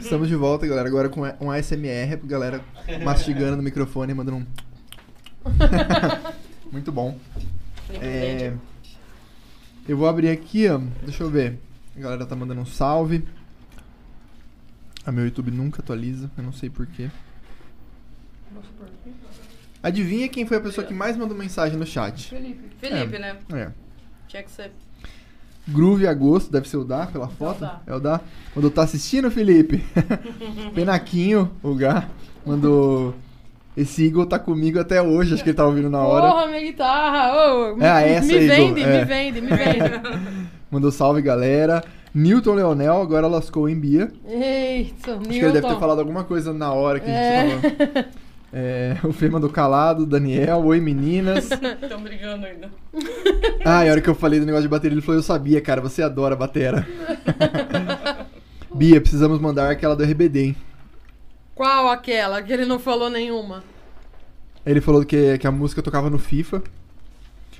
Speaker 4: Estamos de volta, galera. Agora com um ASMR, galera mastigando no microfone, mandando um. [laughs] Muito bom. É, eu vou abrir aqui, ó. Deixa eu ver. A galera tá mandando um salve. A meu YouTube nunca atualiza, eu não sei porquê. Adivinha quem foi a pessoa que mais mandou mensagem no chat?
Speaker 5: Felipe.
Speaker 1: Felipe, né?
Speaker 4: É.
Speaker 1: Tinha que ser.
Speaker 4: Groove Agosto, deve ser o Dá pela foto.
Speaker 5: Dá.
Speaker 4: É o Dá. Mandou, tá assistindo, [laughs] Felipe? Penaquinho, o Gá. Mandou. Esse Igor tá comigo até hoje, acho que ele tá ouvindo na hora.
Speaker 5: Porra, minha guitarra! ô, me,
Speaker 4: Ah, essa
Speaker 5: me
Speaker 4: aí, Igor,
Speaker 5: vende,
Speaker 4: é.
Speaker 5: me vende, me vende.
Speaker 4: [laughs] Mandou salve, galera. Newton Leonel, agora lascou em Bia.
Speaker 5: Eita,
Speaker 4: Acho
Speaker 5: Newton.
Speaker 4: que ele deve ter falado alguma coisa na hora que a gente tava.
Speaker 5: É.
Speaker 4: É, o Fê mandou calado, Daniel, oi meninas.
Speaker 5: [laughs]
Speaker 1: Estão brigando ainda.
Speaker 4: Ah, e a hora que eu falei do negócio de bateria, ele falou: Eu sabia, cara, você adora
Speaker 5: [laughs]
Speaker 4: batera. Bia, precisamos mandar aquela do RBD, hein?
Speaker 5: [laughs] Qual aquela? Que ele não falou nenhuma.
Speaker 4: Ele falou que, que a música tocava no FIFA.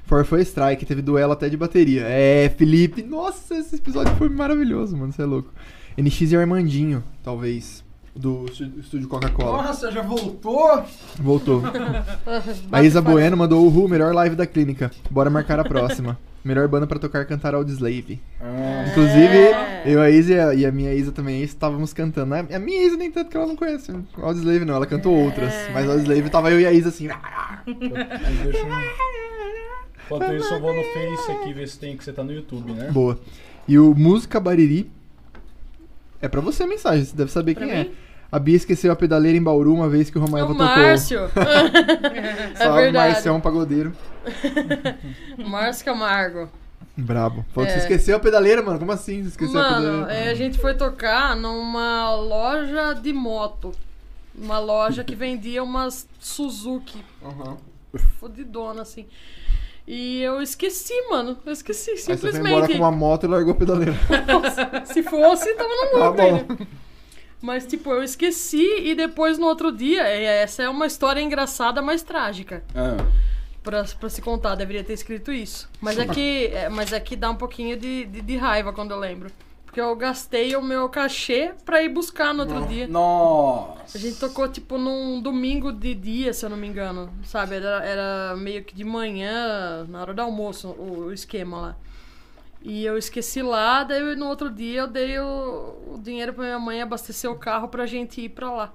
Speaker 4: For foi Strike, teve duelo até de bateria. É, Felipe. Nossa, esse episódio foi maravilhoso, mano. Você é louco. NX e Armandinho, talvez. Do estu- estúdio Coca-Cola.
Speaker 2: Nossa, Ah, já voltou?
Speaker 5: [laughs]
Speaker 4: Voltou. A Isa Bueno mandou o Ru, melhor live da clínica. Bora marcar a próxima. Melhor banda pra tocar Cantarol de Slave. Inclusive,
Speaker 5: É.
Speaker 4: eu, a Isa e a, e a minha Isa também estávamos cantando. A a minha Isa nem tanto que ela não conhece. Odd Slave não, ela cantou
Speaker 5: É.
Speaker 4: outras. Mas Odd Slave tava eu e a Isa assim.
Speaker 2: Enquanto isso, eu vou no Face aqui ver se tem que você tá no YouTube,
Speaker 5: É.
Speaker 2: né?
Speaker 4: Boa. E o Música Bariri. É pra você a mensagem, você deve saber quem é. A Bia esqueceu a pedaleira em Bauru uma vez que o
Speaker 5: É
Speaker 4: Romaeva
Speaker 5: o
Speaker 4: tocou. [laughs]
Speaker 5: Márcio. [laughs] é
Speaker 4: Salve,
Speaker 5: verdade.
Speaker 4: Márcio é um pagodeiro.
Speaker 5: Márcio é Camargo.
Speaker 4: Brabo. Falou que
Speaker 5: É.
Speaker 4: você esqueceu a pedaleira, mano. Como assim? Você esqueceu a
Speaker 5: Mano,
Speaker 4: pedaleira?
Speaker 5: é, a gente foi tocar numa loja de moto. Uma loja que vendia umas Suzuki
Speaker 4: Aham.
Speaker 5: fodidona, assim. E eu esqueci, mano. Eu esqueci,
Speaker 4: Aí você foi embora
Speaker 5: simplesmente.
Speaker 4: com uma moto e largou a
Speaker 5: [laughs]
Speaker 4: pedaleira.
Speaker 5: Se fosse, tava no
Speaker 4: Tá
Speaker 5: lucro ainda.
Speaker 4: bom.
Speaker 5: Mas, tipo, eu esqueci e depois no outro dia. é, Essa é uma história engraçada, mas trágica.
Speaker 2: É.
Speaker 5: Pra, pra se contar, deveria ter escrito isso. Mas é que, é, mas é que dá um pouquinho de, de, de raiva quando eu lembro. Porque eu gastei o meu cachê pra ir buscar no outro dia.
Speaker 2: Nossa.
Speaker 5: A gente tocou, tipo, num domingo de dia, se eu não me engano. Sabe? Era, era meio que de manhã, na hora do almoço, o, o esquema lá. E eu esqueci lá, daí eu- no outro dia eu dei o, o dinheiro pra minha mãe abastecer o carro pra gente ir pra lá.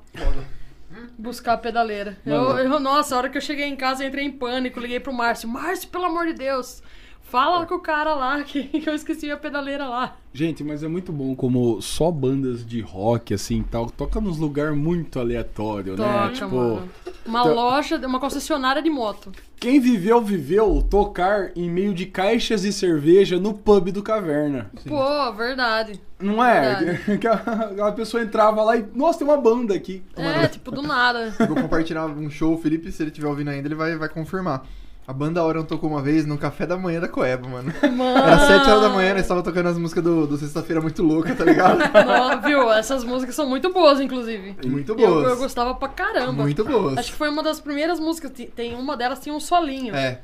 Speaker 5: Buscar a pedaleira. Eu,
Speaker 2: Mano.
Speaker 5: eu- nossa, a hora que eu cheguei em casa, eu entrei em pânico, liguei pro Márcio. Márcio, pelo amor de Deus, fala com o cara lá [laughs] que, que eu esqueci a pedaleira lá.
Speaker 2: Gente, mas é muito bom como só bandas de rock, assim, tal, toca nos lugar muito aleatório, né?
Speaker 5: Toca,
Speaker 2: Tipo,
Speaker 5: mano. Uma
Speaker 2: então-
Speaker 5: loja, uma concessionária de moto.
Speaker 2: quem viveu, viveu tocar em meio de caixas de cerveja no pub do Caverna.
Speaker 5: Pô, verdade.
Speaker 2: Não é? [laughs] Que a, a pessoa entrava lá e, nossa, tem uma banda aqui.
Speaker 5: É, tipo, do nada.
Speaker 4: Vou compartilhar um show, o Felipe, se ele estiver ouvindo ainda, ele vai, vai confirmar. A banda Orion tocou uma vez no café da manhã da Coeba, mano. [laughs] Era 7 horas da manhã, nós estava tocando as músicas do, do Sexta-feira muito louca, tá ligado?
Speaker 5: Não, viu? Essas músicas são muito boas, inclusive.
Speaker 4: Muito
Speaker 5: Eu, eu
Speaker 4: boas.
Speaker 5: gostava pra caramba.
Speaker 4: Muito
Speaker 5: Acho que
Speaker 4: boas.
Speaker 5: foi uma das primeiras músicas. Ti- Tem uma delas tinha um solinho.
Speaker 4: É.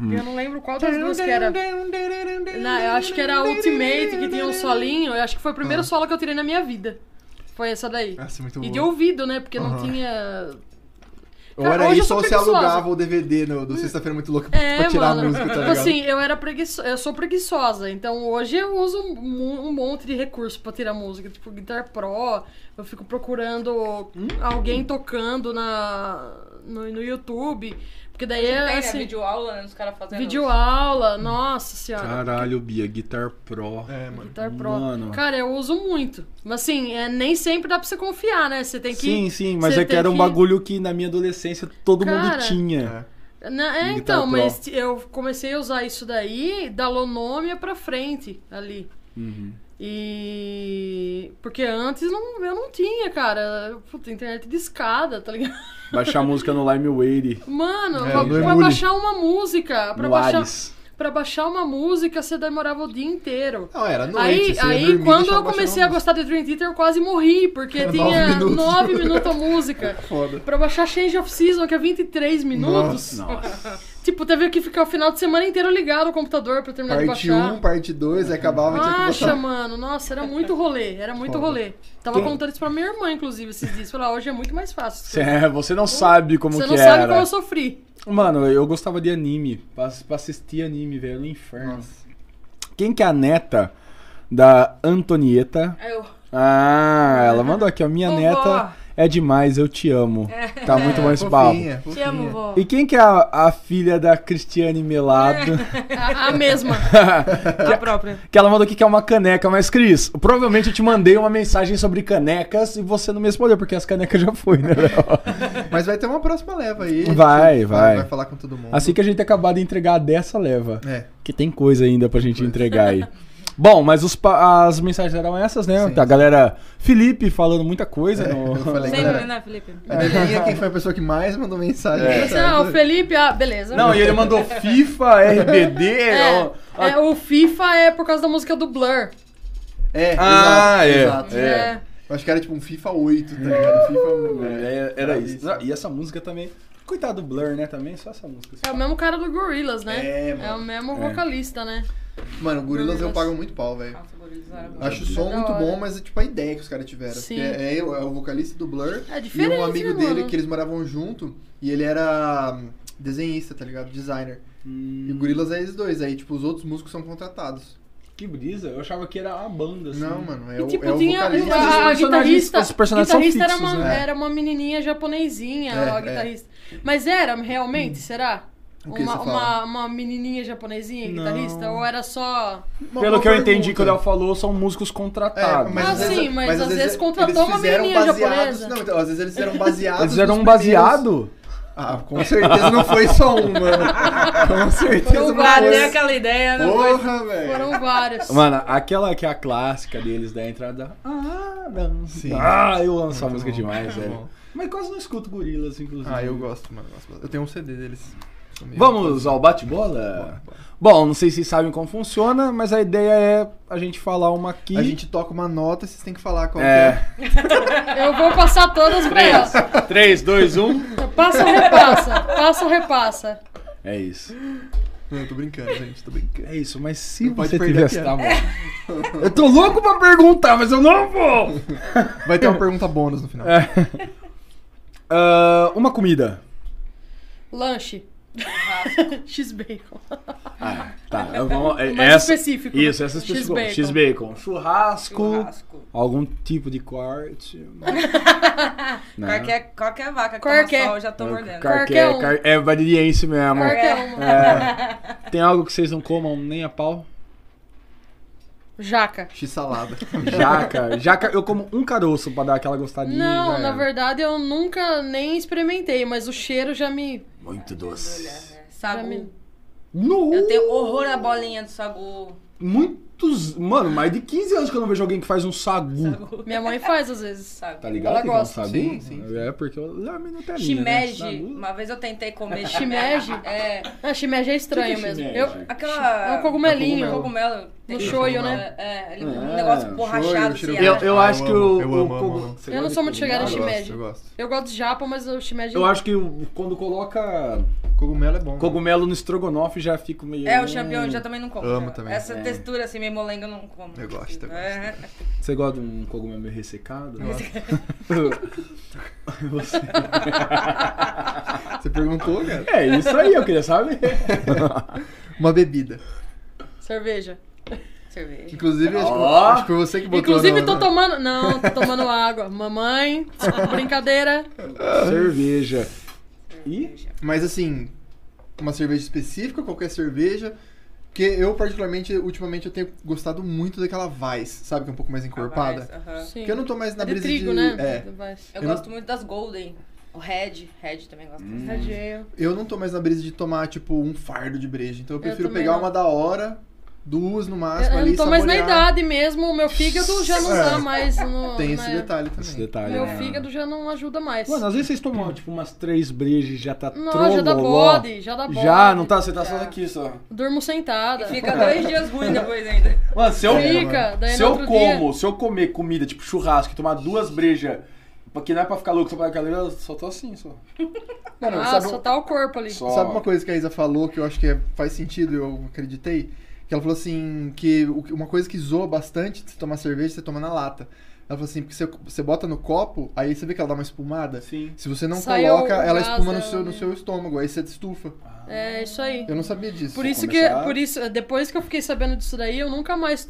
Speaker 5: Eu não lembro qual das duas que era.
Speaker 4: Ah.
Speaker 5: Não, eu acho que era a Ultimate que tinha um solinho. Eu acho que foi o primeiro solo que eu tirei na minha vida. Foi essa daí.
Speaker 4: Nossa, muito
Speaker 5: E
Speaker 4: bom.
Speaker 5: de ouvido, né? Porque não
Speaker 4: Aham.
Speaker 5: tinha.
Speaker 4: Ou
Speaker 5: Cara,
Speaker 4: era
Speaker 5: hoje eu
Speaker 4: isso
Speaker 5: sou
Speaker 4: ou você
Speaker 5: preguiçosa.
Speaker 4: alugava o DVD no- do Sexta-feira Muito Louca pra,
Speaker 5: É,
Speaker 4: pra tirar
Speaker 5: mano.
Speaker 4: a música, tá
Speaker 5: Tipo
Speaker 4: ligado?
Speaker 5: assim, eu era preguiçosa, eu sou preguiçosa, então hoje eu uso um, mon- um monte de recurso pra tirar música, tipo Guitar Pro, eu fico procurando
Speaker 4: Hum?
Speaker 5: alguém tocando na no, no YouTube, porque daí
Speaker 1: Tem,
Speaker 5: é
Speaker 1: né,
Speaker 5: assim,
Speaker 1: videoaula, né? Os caras fazendo.
Speaker 5: videoaula, nossa senhora.
Speaker 2: Caralho, Bia, Guitar Pro.
Speaker 4: É, mano.
Speaker 5: Guitar Pro.
Speaker 2: Mano.
Speaker 5: Cara, eu uso muito. Mas assim, é, nem sempre dá pra você confiar, né? Você tem que.
Speaker 2: sim, sim, mas
Speaker 5: você
Speaker 2: é que
Speaker 5: tem
Speaker 2: era um
Speaker 5: que-
Speaker 2: bagulho que na minha adolescência todo
Speaker 5: Cara,
Speaker 2: mundo tinha.
Speaker 4: É.
Speaker 5: Na- é,
Speaker 2: Guitar
Speaker 5: então,
Speaker 2: Pro.
Speaker 5: mas eu comecei a usar isso daí da Lonômia pra frente ali.
Speaker 2: Uhum.
Speaker 5: E. Porque antes não, eu não tinha, cara. Puta, internet de escada, tá ligado? [laughs]
Speaker 2: Baixar música no LimeWire,
Speaker 5: Mano,
Speaker 4: É,
Speaker 5: pra,
Speaker 4: no
Speaker 5: pra
Speaker 4: Emule.
Speaker 5: baixar uma música. Pra
Speaker 2: no
Speaker 5: baixar,
Speaker 2: Ares.
Speaker 5: pra baixar uma música, você demorava o dia inteiro.
Speaker 4: Não, era noite.
Speaker 5: aí,
Speaker 4: você ia
Speaker 5: aí
Speaker 4: dormir e
Speaker 5: quando
Speaker 4: deixava
Speaker 5: eu comecei a
Speaker 4: baixando
Speaker 5: gostar de Dream Theater, eu quase morri,
Speaker 4: [laughs]
Speaker 5: porque
Speaker 4: Nove
Speaker 5: tinha
Speaker 4: minutos.
Speaker 5: nove minutos
Speaker 4: [laughs]
Speaker 5: a música.
Speaker 4: música. Foda.
Speaker 5: Pra baixar Change of Season, que é 23 minutos.
Speaker 2: Nossa.
Speaker 5: [laughs] Tipo, teve que ficar o final de semana inteiro ligado o computador pra terminar de
Speaker 4: Parte
Speaker 5: baixar.
Speaker 4: 1, parte 2, aí acabava e tinha que
Speaker 5: Acha,
Speaker 4: baixar.
Speaker 5: mano. Nossa, era muito rolê. Era muito
Speaker 4: Foda.
Speaker 5: rolê. Tava
Speaker 2: Quem-
Speaker 5: contando isso pra minha irmã, inclusive, esses dias. Falei, ah, hoje é muito mais fácil.
Speaker 2: Cê- é, você não sabe como
Speaker 5: Você
Speaker 2: que
Speaker 5: não
Speaker 2: era.
Speaker 5: sabe como eu sofri.
Speaker 2: Mano, eu gostava de anime. Pra, pra assistir anime, velho, no inferno.
Speaker 4: Nossa.
Speaker 2: Quem que é a neta da Antonieta?
Speaker 1: Aí eu.
Speaker 2: Ah, ela mandou aqui, ó. Minha
Speaker 1: Vovó.
Speaker 2: neta é demais, eu te amo. Tá muito mais babo.
Speaker 4: É Fofinha,
Speaker 1: Te
Speaker 4: fofinha.
Speaker 1: amo, vó.
Speaker 2: E quem que é a, a filha da Cristiane Melado?
Speaker 5: A, a
Speaker 2: [laughs]
Speaker 5: mesma.
Speaker 1: A própria.
Speaker 2: que ela mandou aqui que é uma caneca, mas Cris, provavelmente eu te mandei uma mensagem sobre canecas e você não me respondeu, porque as canecas já foi, né, Léo?
Speaker 4: Mas vai ter uma próxima leva aí. a gente
Speaker 2: Vai, vai.
Speaker 4: Vai falar com todo mundo.
Speaker 2: Assim que a gente acabar de entregar a dessa leva.
Speaker 4: É.
Speaker 2: Que tem coisa ainda pra gente entregar aí. Bom, mas os pa- as mensagens eram essas, né?
Speaker 4: Sim,
Speaker 2: a galera. Felipe falando muita coisa.
Speaker 4: É,
Speaker 2: no-
Speaker 4: eu [laughs] falei,
Speaker 1: Sempre, né, Felipe?
Speaker 4: Adivinha quem foi a pessoa que mais mandou mensagem?
Speaker 5: Você, ah, o Felipe, ah, beleza.
Speaker 2: Não, e ele mandou [laughs] FIFA, RBD.
Speaker 5: É,
Speaker 2: ó, ó.
Speaker 5: é, o FIFA é por causa da música do Blur.
Speaker 4: É,
Speaker 2: Ah,
Speaker 4: exato,
Speaker 2: é,
Speaker 4: exato.
Speaker 2: é.
Speaker 4: Eu acho que era tipo um FIFA 8, tá ligado? FIFA...
Speaker 2: É, era isso. E essa música também. Coitado do Blur, né? Também só essa música.
Speaker 5: É o mesmo cara do Gorillaz, né?
Speaker 4: É, mano.
Speaker 5: o mesmo
Speaker 2: É.
Speaker 5: vocalista, né?
Speaker 4: Mano, Gorilas eu
Speaker 5: Nossa.
Speaker 4: pago muito pau, velho.
Speaker 1: Nossa, gurizada, era bom.
Speaker 4: Acho o som
Speaker 5: Da
Speaker 4: muito
Speaker 5: hora.
Speaker 4: bom, mas é tipo a ideia que os caras tiveram.
Speaker 5: Sim.
Speaker 4: Porque É, é, o- é o vocalista do Blur
Speaker 5: É
Speaker 4: e
Speaker 5: diferente,
Speaker 4: um amigo
Speaker 5: né,
Speaker 4: dele
Speaker 5: mano?
Speaker 4: que eles moravam junto e ele era hum, desenhista, tá ligado? Designer.
Speaker 2: Hum.
Speaker 4: E o Gorilas é eles dois, aí tipo os outros músicos são contratados.
Speaker 2: Que brisa. Eu achava que era uma banda, assim.
Speaker 4: Não, mano, é
Speaker 5: E
Speaker 4: o,
Speaker 5: tipo,
Speaker 4: é o
Speaker 5: tinha
Speaker 2: Mas
Speaker 4: vocalista.
Speaker 2: os
Speaker 5: a, a
Speaker 2: personagens-
Speaker 5: guitarrista.
Speaker 2: os personagens são
Speaker 5: guitarrista
Speaker 2: fixos,
Speaker 5: era, uma,
Speaker 4: né?
Speaker 5: era uma menininha japonesinha,
Speaker 4: É,
Speaker 5: a
Speaker 4: é.
Speaker 5: guitarrista. Mas era realmente, será?
Speaker 4: O que
Speaker 5: uma,
Speaker 4: você fala?
Speaker 5: uma, uma menininha japonesinha,
Speaker 2: Não.
Speaker 5: guitarrista? Ou era só.
Speaker 4: Uma-
Speaker 2: Pelo
Speaker 4: uma
Speaker 2: que eu entendi
Speaker 4: pergunta.
Speaker 2: que o Léo falou, são músicos contratados.
Speaker 4: É,
Speaker 5: Ah,
Speaker 4: às vezes-
Speaker 5: sim, mas às vezes
Speaker 4: e-
Speaker 5: contratou
Speaker 4: eles
Speaker 5: uma
Speaker 4: fizeram
Speaker 5: menininha
Speaker 4: baseados-
Speaker 5: japonesa.
Speaker 4: Não, então, às vezes eles eram baseados.
Speaker 2: Eles eram
Speaker 4: nos
Speaker 2: um
Speaker 4: primeiros-
Speaker 2: baseado?
Speaker 4: Ah, com certeza não foi só um,
Speaker 5: [laughs]
Speaker 4: mano. Com certeza
Speaker 5: Foram
Speaker 4: não
Speaker 5: vários,
Speaker 1: Bateu
Speaker 5: Pois.
Speaker 1: aquela ideia, né?
Speaker 4: Porra, velho.
Speaker 5: um, Foram várias.
Speaker 2: Mano, aquela que é a clássica deles da entrada. Ah, dança.
Speaker 4: Sim.
Speaker 2: Ah, eu amo essa
Speaker 4: Muito
Speaker 2: música
Speaker 4: bom,
Speaker 2: demais,
Speaker 4: muito
Speaker 2: velho.
Speaker 4: bom.
Speaker 2: Mas quase não escuto gorilas, inclusive.
Speaker 4: Ah, eu gosto, mano. eu gosto bastante. Eu tenho um CD deles. Sou meio-
Speaker 2: Vamos ao bate-bola?
Speaker 4: Bora, bora.
Speaker 2: Bom, não sei se vocês sabem como funciona, mas a ideia é a gente falar uma aqui.
Speaker 4: A gente toca uma nota e vocês têm que falar qual
Speaker 2: É.
Speaker 4: que
Speaker 5: Eu vou passar todas pra elas.
Speaker 2: 3, 2, 1.
Speaker 5: Passa ou repassa? Passa ou repassa?
Speaker 2: É isso.
Speaker 4: é. Não, eu tô brincando, gente. Tô brincando.
Speaker 2: É isso, mas se
Speaker 4: Não pode
Speaker 2: você
Speaker 4: perder a
Speaker 2: tivesse. Tá bom. [laughs] Eu tô louco pra perguntar, mas eu não vou!
Speaker 4: Vai ter uma pergunta bônus no final.
Speaker 2: É. Ah, uma comida.
Speaker 5: Lanche. [laughs] X-Bacon.
Speaker 2: Ah, tá. Vamos, é-
Speaker 5: Mais
Speaker 2: essa,
Speaker 5: específico. né?
Speaker 2: isso, essa é específico.
Speaker 5: X-Bacon.
Speaker 2: X-Bacon. Churrasco,
Speaker 1: Churrasco.
Speaker 2: Algum tipo de
Speaker 5: [laughs]
Speaker 2: corte. Não.
Speaker 1: Qualquer, qualquer vaca que
Speaker 5: Qualquer.
Speaker 1: toma sol, eu já tô mordendo.
Speaker 5: um. Qualquer
Speaker 2: Qualquer,
Speaker 5: um.
Speaker 2: qualquer- é variense mesmo.
Speaker 5: Qualquer uma.
Speaker 2: É. Tem algo que vocês não comam nem a pau?
Speaker 5: Jaca.
Speaker 4: X-salada.
Speaker 5: [laughs]
Speaker 2: Jaca. Jaca, eu como um caroço pra dar aquela gostadinha.
Speaker 5: Não,
Speaker 2: né?
Speaker 5: na verdade eu nunca nem experimentei, mas o cheiro já me.
Speaker 2: Muito doce.
Speaker 5: Já
Speaker 1: É, né? Sagu.
Speaker 5: me...
Speaker 2: No,
Speaker 1: Eu tenho horror à bolinha do sagu.
Speaker 2: Muitos. Mano, mais de 15 anos que eu não vejo alguém que faz um sagu.
Speaker 5: Minha mãe faz às vezes.
Speaker 1: Sagu.
Speaker 2: Tá ligado?
Speaker 5: Ela
Speaker 2: que é um
Speaker 5: gosta.
Speaker 2: sagu?
Speaker 4: Sim, sim, sim.
Speaker 2: É porque eu lame no telinho.
Speaker 1: Shimeji.
Speaker 2: Né?
Speaker 1: Uma vez eu tentei comer [laughs]
Speaker 5: Shimeji?
Speaker 1: shimeji. É.
Speaker 5: Ah, shimeji é estranho
Speaker 2: O que que é
Speaker 5: mesmo.
Speaker 2: shimeji?
Speaker 5: Eu-
Speaker 1: Aquela...
Speaker 5: É um cogumelinho.
Speaker 1: Um cogumelo.
Speaker 5: No
Speaker 1: Tem-
Speaker 5: shoyu, né?
Speaker 4: cogumelo.
Speaker 1: É, ele-
Speaker 2: É,
Speaker 1: um negócio borrachado.
Speaker 4: shoyu,
Speaker 1: assim,
Speaker 2: Eu,
Speaker 1: é.
Speaker 2: eu
Speaker 4: Ah,
Speaker 2: acho
Speaker 4: eu
Speaker 2: que
Speaker 4: amo,
Speaker 2: o.
Speaker 4: eu
Speaker 2: o
Speaker 4: amo, amo,
Speaker 2: cogu-
Speaker 4: amo.
Speaker 2: Você
Speaker 5: Eu não
Speaker 2: gosta
Speaker 5: sou
Speaker 2: de
Speaker 5: muito chegada
Speaker 2: cogumelos?
Speaker 4: eu
Speaker 5: em
Speaker 4: gosto,
Speaker 5: shimeji.
Speaker 4: eu gosto.
Speaker 5: Eu gosto de japa, mas o shimeji.
Speaker 2: Eu acho que o- quando coloca
Speaker 4: [laughs] Cogumelo é bom.
Speaker 2: cogumelo no estrogonofe já fico meio.
Speaker 5: tá-
Speaker 1: É, o champignon, eu já também não como.
Speaker 4: Amo
Speaker 1: já.
Speaker 4: também.
Speaker 1: Essa
Speaker 2: É.
Speaker 1: textura assim, meio nem molenga eu não como.
Speaker 4: Eu gosto, eu
Speaker 1: É.
Speaker 2: Você gosta de um cogumelo meio
Speaker 5: [laughs]
Speaker 2: ressecado? né? Você-
Speaker 4: Você perguntou, cara?
Speaker 2: É isso aí, eu queria saber.
Speaker 4: Uma bebida.
Speaker 5: Cerveja.
Speaker 1: Cerveja.
Speaker 4: Inclusive, acho, que,
Speaker 2: Ó.
Speaker 4: acho que foi você que botou.
Speaker 5: Inclusive,
Speaker 4: no-
Speaker 5: tô tomando. Não, tô tomando água. Mamãe, brincadeira.
Speaker 2: Cerveja. E?
Speaker 1: Cerveja.
Speaker 4: Mas assim, uma cerveja específica, qualquer cerveja. Porque eu, particularmente, ultimamente, eu tenho gostado muito daquela Vice, sabe? Que é um pouco mais encorpada.
Speaker 1: Ah, mas, aham.
Speaker 5: Sim.
Speaker 4: Porque eu não tô mais na
Speaker 5: É de
Speaker 4: brisa
Speaker 5: trigo,
Speaker 4: de-
Speaker 5: né?
Speaker 4: É. Eu
Speaker 1: Eu,
Speaker 4: não-
Speaker 1: gosto muito das Golden. O Red. Red também gosto.
Speaker 2: Hum.
Speaker 5: Tadinho.
Speaker 4: Eu não tô mais na brisa de tomar, tipo, um fardo de breja. Então eu prefiro
Speaker 5: também
Speaker 4: pegar
Speaker 5: não.
Speaker 4: uma da hora, duas no máximo
Speaker 5: Eu
Speaker 4: ali.
Speaker 5: não tô mais na
Speaker 4: saborear.
Speaker 5: idade mesmo, o meu fígado já não dá
Speaker 4: É.
Speaker 5: mais. No,
Speaker 4: Tem esse
Speaker 5: né?
Speaker 4: detalhe também.
Speaker 2: Esse detalhe.
Speaker 5: Meu
Speaker 2: né?
Speaker 5: fígado já não ajuda mais.
Speaker 2: Mano, às vezes vocês tomam, tipo, umas três brejas e já tá
Speaker 5: Não,
Speaker 2: trololó.
Speaker 5: já dá bode, já dá bode.
Speaker 2: Já, não tá? Você tá só
Speaker 1: Já.
Speaker 2: aqui, só.
Speaker 5: Durmo sentada.
Speaker 1: E
Speaker 4: [laughs]
Speaker 1: fica dois dias ruim depois ainda.
Speaker 2: Mano, se eu,
Speaker 5: Fica, daí
Speaker 2: se
Speaker 5: no
Speaker 2: eu
Speaker 5: outro
Speaker 2: como,
Speaker 5: dia-
Speaker 2: se eu comer comida, tipo, churrasco e tomar duas brejas, que não é pra ficar louco, só pra ficar louco, eu só tô assim,
Speaker 5: [laughs]
Speaker 2: só.
Speaker 4: Não, não,
Speaker 5: Ah,
Speaker 4: sabe,
Speaker 5: só tá o corpo ali.
Speaker 2: Só.
Speaker 4: sabe uma coisa que a Isa falou que eu acho que é- faz sentido, eu acreditei? Que ela falou assim, que o- uma coisa que zoa bastante de você tomar cerveja, você toma na lata. Ela falou assim, porque você, você bota no copo, aí você vê que ela dá uma espumada.
Speaker 2: Sim.
Speaker 4: Se você não
Speaker 5: Sai
Speaker 4: coloca,
Speaker 5: o
Speaker 4: ela
Speaker 5: gás
Speaker 4: espuma no
Speaker 5: dela,
Speaker 4: seu, no
Speaker 5: né?
Speaker 4: seu estômago, aí você estufa.
Speaker 5: É isso aí.
Speaker 4: Eu não sabia disso.
Speaker 5: Por isso que,
Speaker 2: começar-
Speaker 5: por isso, depois que eu fiquei sabendo disso daí, eu nunca mais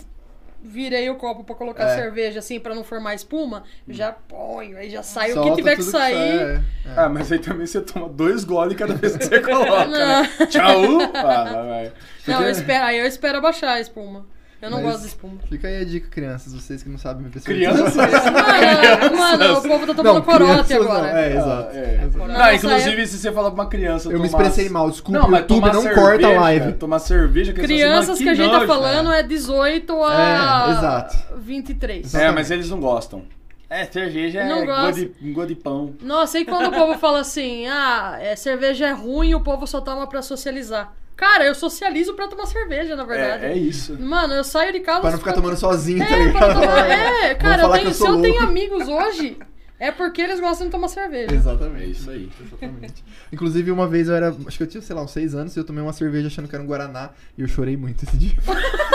Speaker 5: virei o copo pra colocar
Speaker 4: É.
Speaker 5: cerveja assim pra não formar espuma. Eu Já ponho, aí já sai o
Speaker 4: Solta
Speaker 5: que tiver que
Speaker 4: tudo
Speaker 5: sair.
Speaker 4: sai, é.
Speaker 2: Ah, mas aí também você toma dois goles cada vez que
Speaker 4: [laughs]
Speaker 2: você coloca,
Speaker 5: Não.
Speaker 2: né? Tchau! Ah, vai, vai.
Speaker 5: Não, eu espero, aí eu espero abaixar a espuma. Eu não
Speaker 4: Mas-
Speaker 5: gosto
Speaker 4: [laughs]
Speaker 5: de espuma.
Speaker 4: Fica aí a dica, crianças, vocês que não sabem me pessoa.
Speaker 5: [laughs]
Speaker 2: Crianças?
Speaker 5: Ah, mano, o povo tá tomando
Speaker 4: Não,
Speaker 5: corote
Speaker 4: crianças
Speaker 5: agora.
Speaker 4: Não, é, exato.
Speaker 2: Ah, é. Não,
Speaker 5: Na nossa
Speaker 2: inclusive, se você falar pra uma criança.
Speaker 4: Eu me
Speaker 2: tomar-
Speaker 4: expressei mal, desculpa, o
Speaker 2: mas
Speaker 4: YouTube
Speaker 2: tomar
Speaker 4: não
Speaker 2: cerveja-
Speaker 4: corta a live.
Speaker 2: Tomar cerveja, que eles falam assim,
Speaker 5: Crianças
Speaker 2: "Mano,
Speaker 5: que a gente tá
Speaker 2: nojo."
Speaker 5: falando é 18 a
Speaker 4: É, exato.
Speaker 5: 23.
Speaker 2: É, mas eles não gostam. É, cerveja
Speaker 5: Não
Speaker 2: é
Speaker 5: gosta.
Speaker 2: gosto de, gosto de pão.
Speaker 5: Nossa, e quando o povo fala assim, ah, é, cerveja é ruim, o povo só toma pra socializar. Cara, eu socializo pra tomar cerveja, na verdade.
Speaker 2: É, é isso.
Speaker 5: Mano, eu saio de casa.
Speaker 4: Pra não ficar tomando sozinho, tá
Speaker 5: [laughs] É, pra
Speaker 4: ligado?
Speaker 5: não tomar- é, cara, eu
Speaker 4: falar que
Speaker 5: tenho-
Speaker 4: eu
Speaker 5: se
Speaker 4: sou
Speaker 5: eu tenho
Speaker 4: louco.
Speaker 5: amigos hoje, é porque eles gostam de tomar cerveja.
Speaker 2: É
Speaker 4: Exatamente.
Speaker 2: isso aí.
Speaker 4: Exatamente. Inclusive, uma vez eu era. Acho que eu tinha, sei lá, uns seis anos e eu tomei uma cerveja achando que era um Guaraná e eu chorei muito esse dia. [laughs]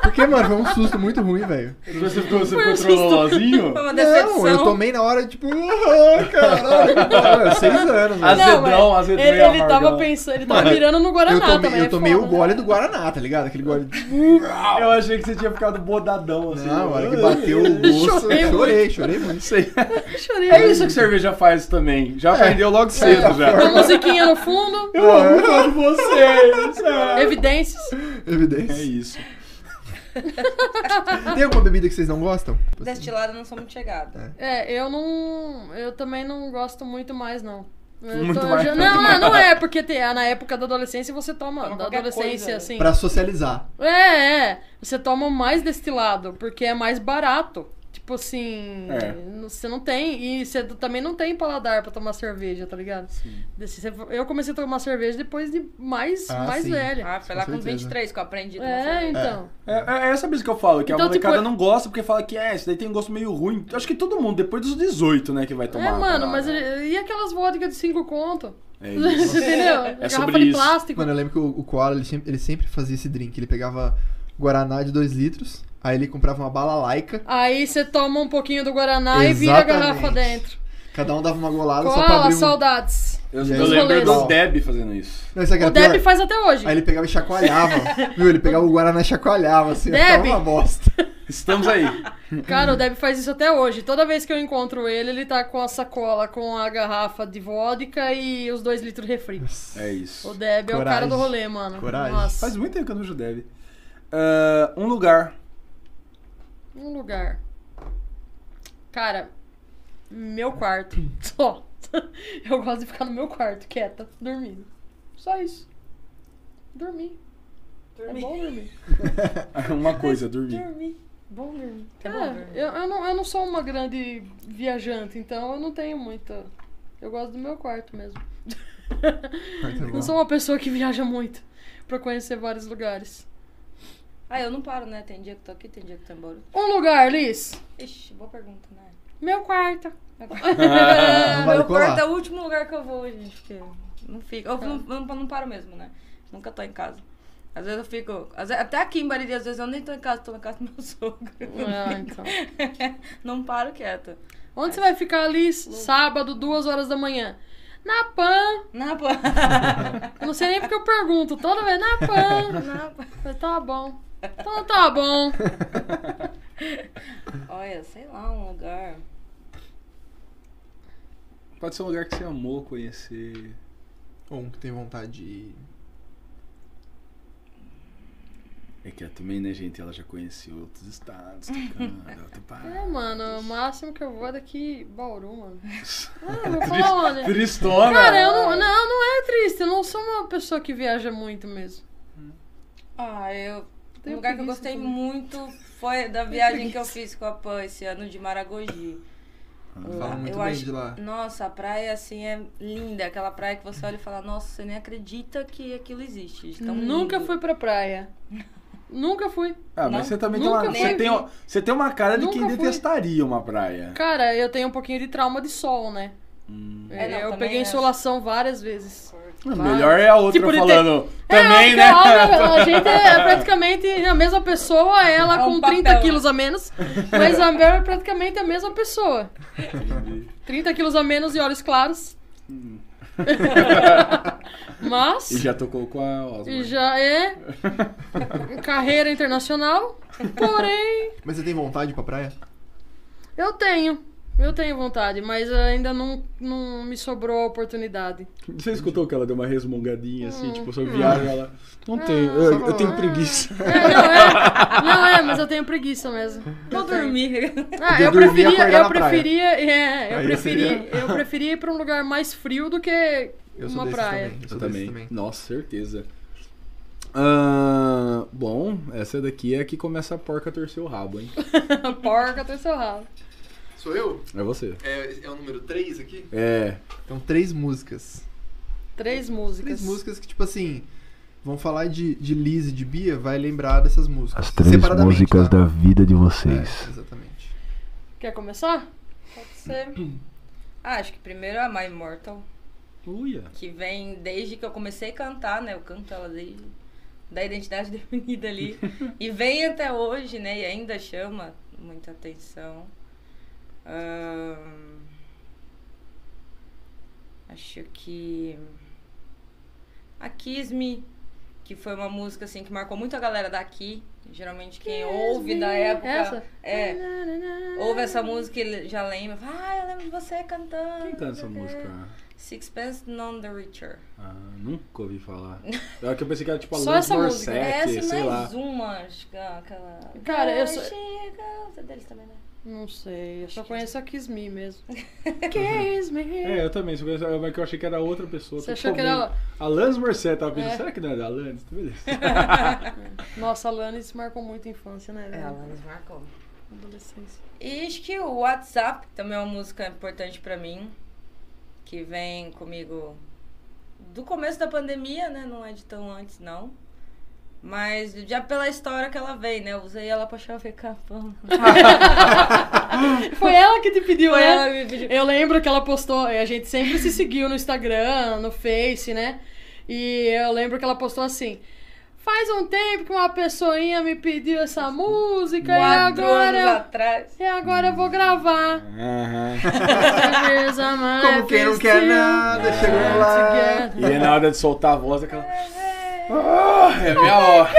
Speaker 4: Porque, mano, foi um susto muito ruim, velho.
Speaker 2: Você ficou, você
Speaker 5: Foi
Speaker 2: ficou
Speaker 5: um susto.
Speaker 2: trololozinho?
Speaker 1: Foi uma decepção.
Speaker 4: Não, eu tomei na hora, tipo, ah, caralho, seis anos, velho.
Speaker 2: As- Azedão,
Speaker 5: Não, mas
Speaker 2: azedão e
Speaker 5: Ele, ele tava
Speaker 2: amargão.
Speaker 5: pensando, ele tava
Speaker 4: Mano,
Speaker 5: mirando no Guaraná
Speaker 4: Eu tomei,
Speaker 5: também.
Speaker 4: eu tomei
Speaker 5: é
Speaker 4: o
Speaker 5: foda.
Speaker 4: gole do Guaraná, tá ligado? Aquele gole.
Speaker 2: Eu achei que você tinha ficado bodadão assim.
Speaker 4: Não, a hora que bateu
Speaker 2: [laughs]
Speaker 4: o gosto,
Speaker 5: Chorei
Speaker 4: eu chorei, chorei muito.
Speaker 2: Isso aí.
Speaker 5: Eu chorei.
Speaker 2: É isso que cerveja faz também.
Speaker 4: É.
Speaker 2: Já aprendeu logo cedo
Speaker 5: Uma
Speaker 2: já.
Speaker 5: musiquinha no fundo,
Speaker 2: Eu amo todos vocês. é.
Speaker 5: evidências.
Speaker 4: Evidência.
Speaker 2: É isso.
Speaker 4: Tem alguma bebida que vocês não gostam?
Speaker 1: Destilada eu não sou muito chegada.
Speaker 5: É, eu não. Eu também não gosto muito mais, não. Eu
Speaker 2: Muito mais,
Speaker 5: já-
Speaker 2: não.
Speaker 5: não, é, não é, porque tem- ah, na época da adolescência você toma.
Speaker 1: Toma
Speaker 5: da
Speaker 1: qualquer
Speaker 5: adolescência,
Speaker 1: coisa, né?
Speaker 5: assim.
Speaker 4: Pra socializar.
Speaker 5: É, é. Você toma mais destilado, porque é mais barato. Tipo assim,
Speaker 2: É.
Speaker 5: n- você não tem. E você t- também não tem paladar pra tomar cerveja, tá ligado? Desse- você- Eu comecei a tomar cerveja depois de mais,
Speaker 4: Ah,
Speaker 5: mais
Speaker 4: sim.
Speaker 5: velha.
Speaker 1: Ah, foi lá
Speaker 4: Com
Speaker 1: com,
Speaker 4: certeza.
Speaker 1: 23 que eu aprendi. a tomar
Speaker 5: é,
Speaker 1: cerveja.
Speaker 5: então.
Speaker 2: É, é essa brisa que eu falo, que
Speaker 5: Então,
Speaker 2: a molecada
Speaker 5: tipo,
Speaker 2: não gosta porque fala que é, isso daí tem um gosto meio ruim. Acho que todo mundo, depois dos 18, né, que vai
Speaker 5: É,
Speaker 2: tomar.
Speaker 5: mano, mas
Speaker 2: é...
Speaker 5: e aquelas vodkas de 5 conto?
Speaker 2: É isso.
Speaker 5: Você [laughs] entendeu? Garrafa
Speaker 2: sobre
Speaker 5: de
Speaker 2: isso.
Speaker 5: plástico.
Speaker 4: Mano, eu lembro que o, o Koala, ele sempre, ele sempre fazia esse drink. Ele pegava Guaraná de 2 litros, aí ele comprava uma bala laica,
Speaker 5: Aí você toma um pouquinho do Guaraná e vira a
Speaker 4: Exatamente.
Speaker 5: garrafa dentro.
Speaker 4: cada um dava uma golada só pra
Speaker 5: Cola,
Speaker 4: abrir um...
Speaker 5: saudades.
Speaker 2: Eu,
Speaker 4: E aí,
Speaker 2: eu
Speaker 4: os
Speaker 2: lembro
Speaker 5: rolês?
Speaker 2: do Deb fazendo isso.
Speaker 4: Não, isso aqui
Speaker 5: O
Speaker 4: era pior.
Speaker 5: Deb faz até hoje.
Speaker 4: Aí ele pegava e chacoalhava,
Speaker 5: [laughs]
Speaker 4: viu? Ele pegava o Guaraná e chacoalhava, assim,
Speaker 5: Deb!
Speaker 4: ficava uma bosta.
Speaker 2: Estamos aí.
Speaker 5: Cara, o Deb faz isso até hoje. Toda vez que eu encontro ele, ele tá com a sacola, com a garrafa de vodka e os dois litros de refri.
Speaker 2: [laughs] É isso.
Speaker 5: O Deb é o
Speaker 4: Coragem.
Speaker 5: cara do rolê, mano.
Speaker 4: Coragem. um-
Speaker 5: Nossa.
Speaker 2: Faz muito tempo que eu não vejo o Deb. Ah, um lugar. [laughs]
Speaker 5: Um lugar. Cara, meu quarto. [laughs] Só. Eu gosto de ficar no meu quarto, quieta, dormindo. Só isso. Dormir. É bom dormir.
Speaker 2: Uma coisa, dormir.
Speaker 5: Dormir. Bom dormir.
Speaker 1: É bom
Speaker 5: É,
Speaker 1: dormir.
Speaker 5: eu, eu não, eu não sou uma grande viajante, então eu não tenho muita. Eu gosto do meu quarto mesmo. [laughs] Não sou uma pessoa que viaja muito pra conhecer vários lugares.
Speaker 1: Ah, eu não paro, né? Tem dia que tô aqui, tem dia que tô em Bauru.
Speaker 5: Um lugar, Liz.
Speaker 1: Ixi, boa pergunta, né?
Speaker 5: Meu quarto.
Speaker 4: Não
Speaker 5: Ah,
Speaker 1: meu
Speaker 4: vale colar.
Speaker 1: quarto é o último lugar que eu vou, gente, porque não fica. Eu não, eu não paro mesmo, né? Nunca tô em casa. Às vezes eu fico. às vezes- até aqui em Bariri, às vezes eu nem tô em casa, tô na casa do meu [laughs] sogro.
Speaker 5: Ah, então.
Speaker 1: não paro quieta.
Speaker 5: Onde você vai ficar ali sábado, duas horas da manhã? Na PAN.
Speaker 1: Na
Speaker 4: [laughs]
Speaker 1: pô.
Speaker 5: Eu Não sei nem porque eu pergunto. Toda vez, na PAN.
Speaker 1: Na pô.
Speaker 5: Eu falei, Tá bom. Então tá bom.
Speaker 1: Olha, sei lá, um lugar.
Speaker 2: Pode ser um lugar que você amou conhecer.
Speaker 4: Ou um que tem vontade de ir.
Speaker 2: É que também, né, gente? Ela já conheceu outros estados,
Speaker 5: [laughs]
Speaker 2: tocando, outro
Speaker 5: É,
Speaker 2: país.
Speaker 5: mano, o máximo que eu vou é daqui Bauru, mano. Ah, eu vou falar onde?
Speaker 2: Tristona!
Speaker 5: Cara, eu não, não, não é triste. Eu não sou uma pessoa que viaja muito mesmo.
Speaker 1: Ah, eu.
Speaker 5: Tenho
Speaker 1: um lugar que eu
Speaker 5: preguiça
Speaker 1: gostei
Speaker 5: também.
Speaker 1: muito foi da viagem que eu fiz com a Pan esse ano de Maragogi.
Speaker 4: Fala
Speaker 1: Lá,
Speaker 4: muito
Speaker 1: eu
Speaker 4: bem
Speaker 1: acho-
Speaker 4: de lá.
Speaker 1: Nossa, a praia assim é linda. Aquela praia que você olha e fala, nossa, você nem acredita que aquilo existe. de Tão
Speaker 5: Nunca
Speaker 1: lindo."
Speaker 5: fui pra praia. Nunca fui.
Speaker 2: [laughs] Ah, mas
Speaker 1: Não,
Speaker 2: você também tem
Speaker 5: nunca
Speaker 2: uma,
Speaker 5: fui.
Speaker 2: você tem, uma- você tem uma cara de quem
Speaker 5: Nunca fui.
Speaker 2: detestaria uma praia.
Speaker 5: Cara, eu tenho um pouquinho de trauma de sol, né?
Speaker 2: Hum.
Speaker 1: É, não,
Speaker 5: eu
Speaker 1: também
Speaker 5: peguei
Speaker 1: é.
Speaker 5: insolação várias vezes.
Speaker 2: Melhor é a outra
Speaker 5: Tipo, ele tem-
Speaker 2: falando.
Speaker 5: É,
Speaker 2: Também,
Speaker 5: não,
Speaker 2: né?
Speaker 5: calma, a gente é praticamente a mesma pessoa, ela
Speaker 1: É um
Speaker 5: com 30
Speaker 1: papel.
Speaker 5: quilos a menos, mas a Mel é praticamente a mesma pessoa. 30 quilos a menos e olhos claros. [laughs] Mas.
Speaker 2: Hum. E já tocou com a Osborne.
Speaker 5: E já é [laughs] carreira internacional, porém
Speaker 4: Mas você tem vontade de ir pra praia?
Speaker 5: eu tenho, eu tenho vontade, mas ainda não, não me sobrou a oportunidade.
Speaker 2: Você escutou que ela deu uma resmungadinha
Speaker 5: Ah.
Speaker 2: assim, tipo, sobre viagem? Ela. Não tenho, eu, eu tenho preguiça.
Speaker 5: É, não é, não é, mas eu tenho preguiça mesmo.
Speaker 1: Vou [laughs] dormir.
Speaker 5: Ah,
Speaker 4: Porque
Speaker 5: eu
Speaker 4: dormir e
Speaker 5: preferia,
Speaker 4: acordar
Speaker 5: eu
Speaker 4: na praia.
Speaker 5: preferia, é, eu
Speaker 4: Aí
Speaker 5: preferia, eu preferia ir pra um lugar mais frio do que
Speaker 4: Eu sou
Speaker 5: uma
Speaker 4: desses
Speaker 5: praia.
Speaker 4: também. Eu,
Speaker 2: Eu
Speaker 4: sou desses
Speaker 2: também. Nossa, certeza. Ah, bom, essa daqui é a que começa a porca a torcer o rabo, hein?
Speaker 5: [laughs] Porca tem seu rabo.
Speaker 7: Sou eu?
Speaker 2: É você.
Speaker 7: É, é o número 3 aqui?
Speaker 2: É.
Speaker 4: Então, três músicas.
Speaker 5: Três músicas.
Speaker 4: Três músicas que, tipo assim, vão falar de, de Liz e de Bia, vai lembrar dessas músicas.
Speaker 6: As três
Speaker 4: Separadamente,
Speaker 6: músicas
Speaker 4: tá?
Speaker 6: da vida de vocês.
Speaker 4: É, exatamente.
Speaker 5: Quer começar?
Speaker 1: Pode ser. Ah, acho que primeiro é a My Immortal,
Speaker 2: Uia.
Speaker 1: que vem desde que eu comecei a cantar, né? Eu canto ela desde da identidade [laughs] definida ali. e vem até hoje, né? E ainda chama muita atenção. Ahn, Acho que. A Kiss Me, que foi uma música assim que marcou muito a galera daqui. Geralmente quem ouve da época.
Speaker 5: Essa?
Speaker 1: É. Ouve essa música e já lembra. fala, Ah, eu lembro de você cantando.
Speaker 2: Quem canta essa
Speaker 1: não sei o quê."
Speaker 2: música?
Speaker 1: Sixpence None the Richer.
Speaker 2: Ah, nunca ouvi falar. É que eu pensei que era tipo a
Speaker 5: Só
Speaker 2: Lance
Speaker 5: essa música.
Speaker 2: Morissette,
Speaker 1: É essa e
Speaker 2: sei lá.
Speaker 1: mais uma, acho que é aquela.
Speaker 5: Cara, eu
Speaker 1: There
Speaker 5: sou-
Speaker 1: she goes. É deles também, né?
Speaker 5: Não sei, eu só conheço a Kiss Me mesmo. [laughs] Kiss Me.
Speaker 2: É, eu também, só conheço- mas que eu achei que era outra pessoa.
Speaker 5: Você
Speaker 2: tô
Speaker 5: achou que
Speaker 2: comendo.
Speaker 5: era.
Speaker 2: A Lance Morissette tava pensando,
Speaker 5: É.
Speaker 2: será que não é da Lance? Beleza.
Speaker 5: Nossa, a Lannis marcou muito a infância, né? velho?
Speaker 1: Ela nos marcou.
Speaker 5: Adolescência.
Speaker 1: E acho que o WhatsApp também é uma música importante pra mim, que vem comigo do começo da pandemia, né? Não é de tão antes, não. Mas já pela história que ela vem, né? Eu usei ela pra chavecar a pão.
Speaker 5: [laughs] Foi ela [laughs] que te pediu,
Speaker 1: Foi
Speaker 5: né?
Speaker 1: ela que me pediu.
Speaker 5: Eu lembro que ela postou, e a gente sempre se seguiu no Instagram, no Face, né? E eu lembro que ela postou assim. Faz um tempo que uma pessoinha me pediu essa música e
Speaker 1: Quatro
Speaker 5: agora,
Speaker 1: anos
Speaker 5: eu-
Speaker 1: atrás.
Speaker 5: e agora eu vou gravar.
Speaker 2: Aham.
Speaker 5: Hum. [laughs] Como
Speaker 4: Como quem não quer nada, chegou lá.
Speaker 2: E aí, na hora de soltar a voz, aquela. Ah, é minha hora.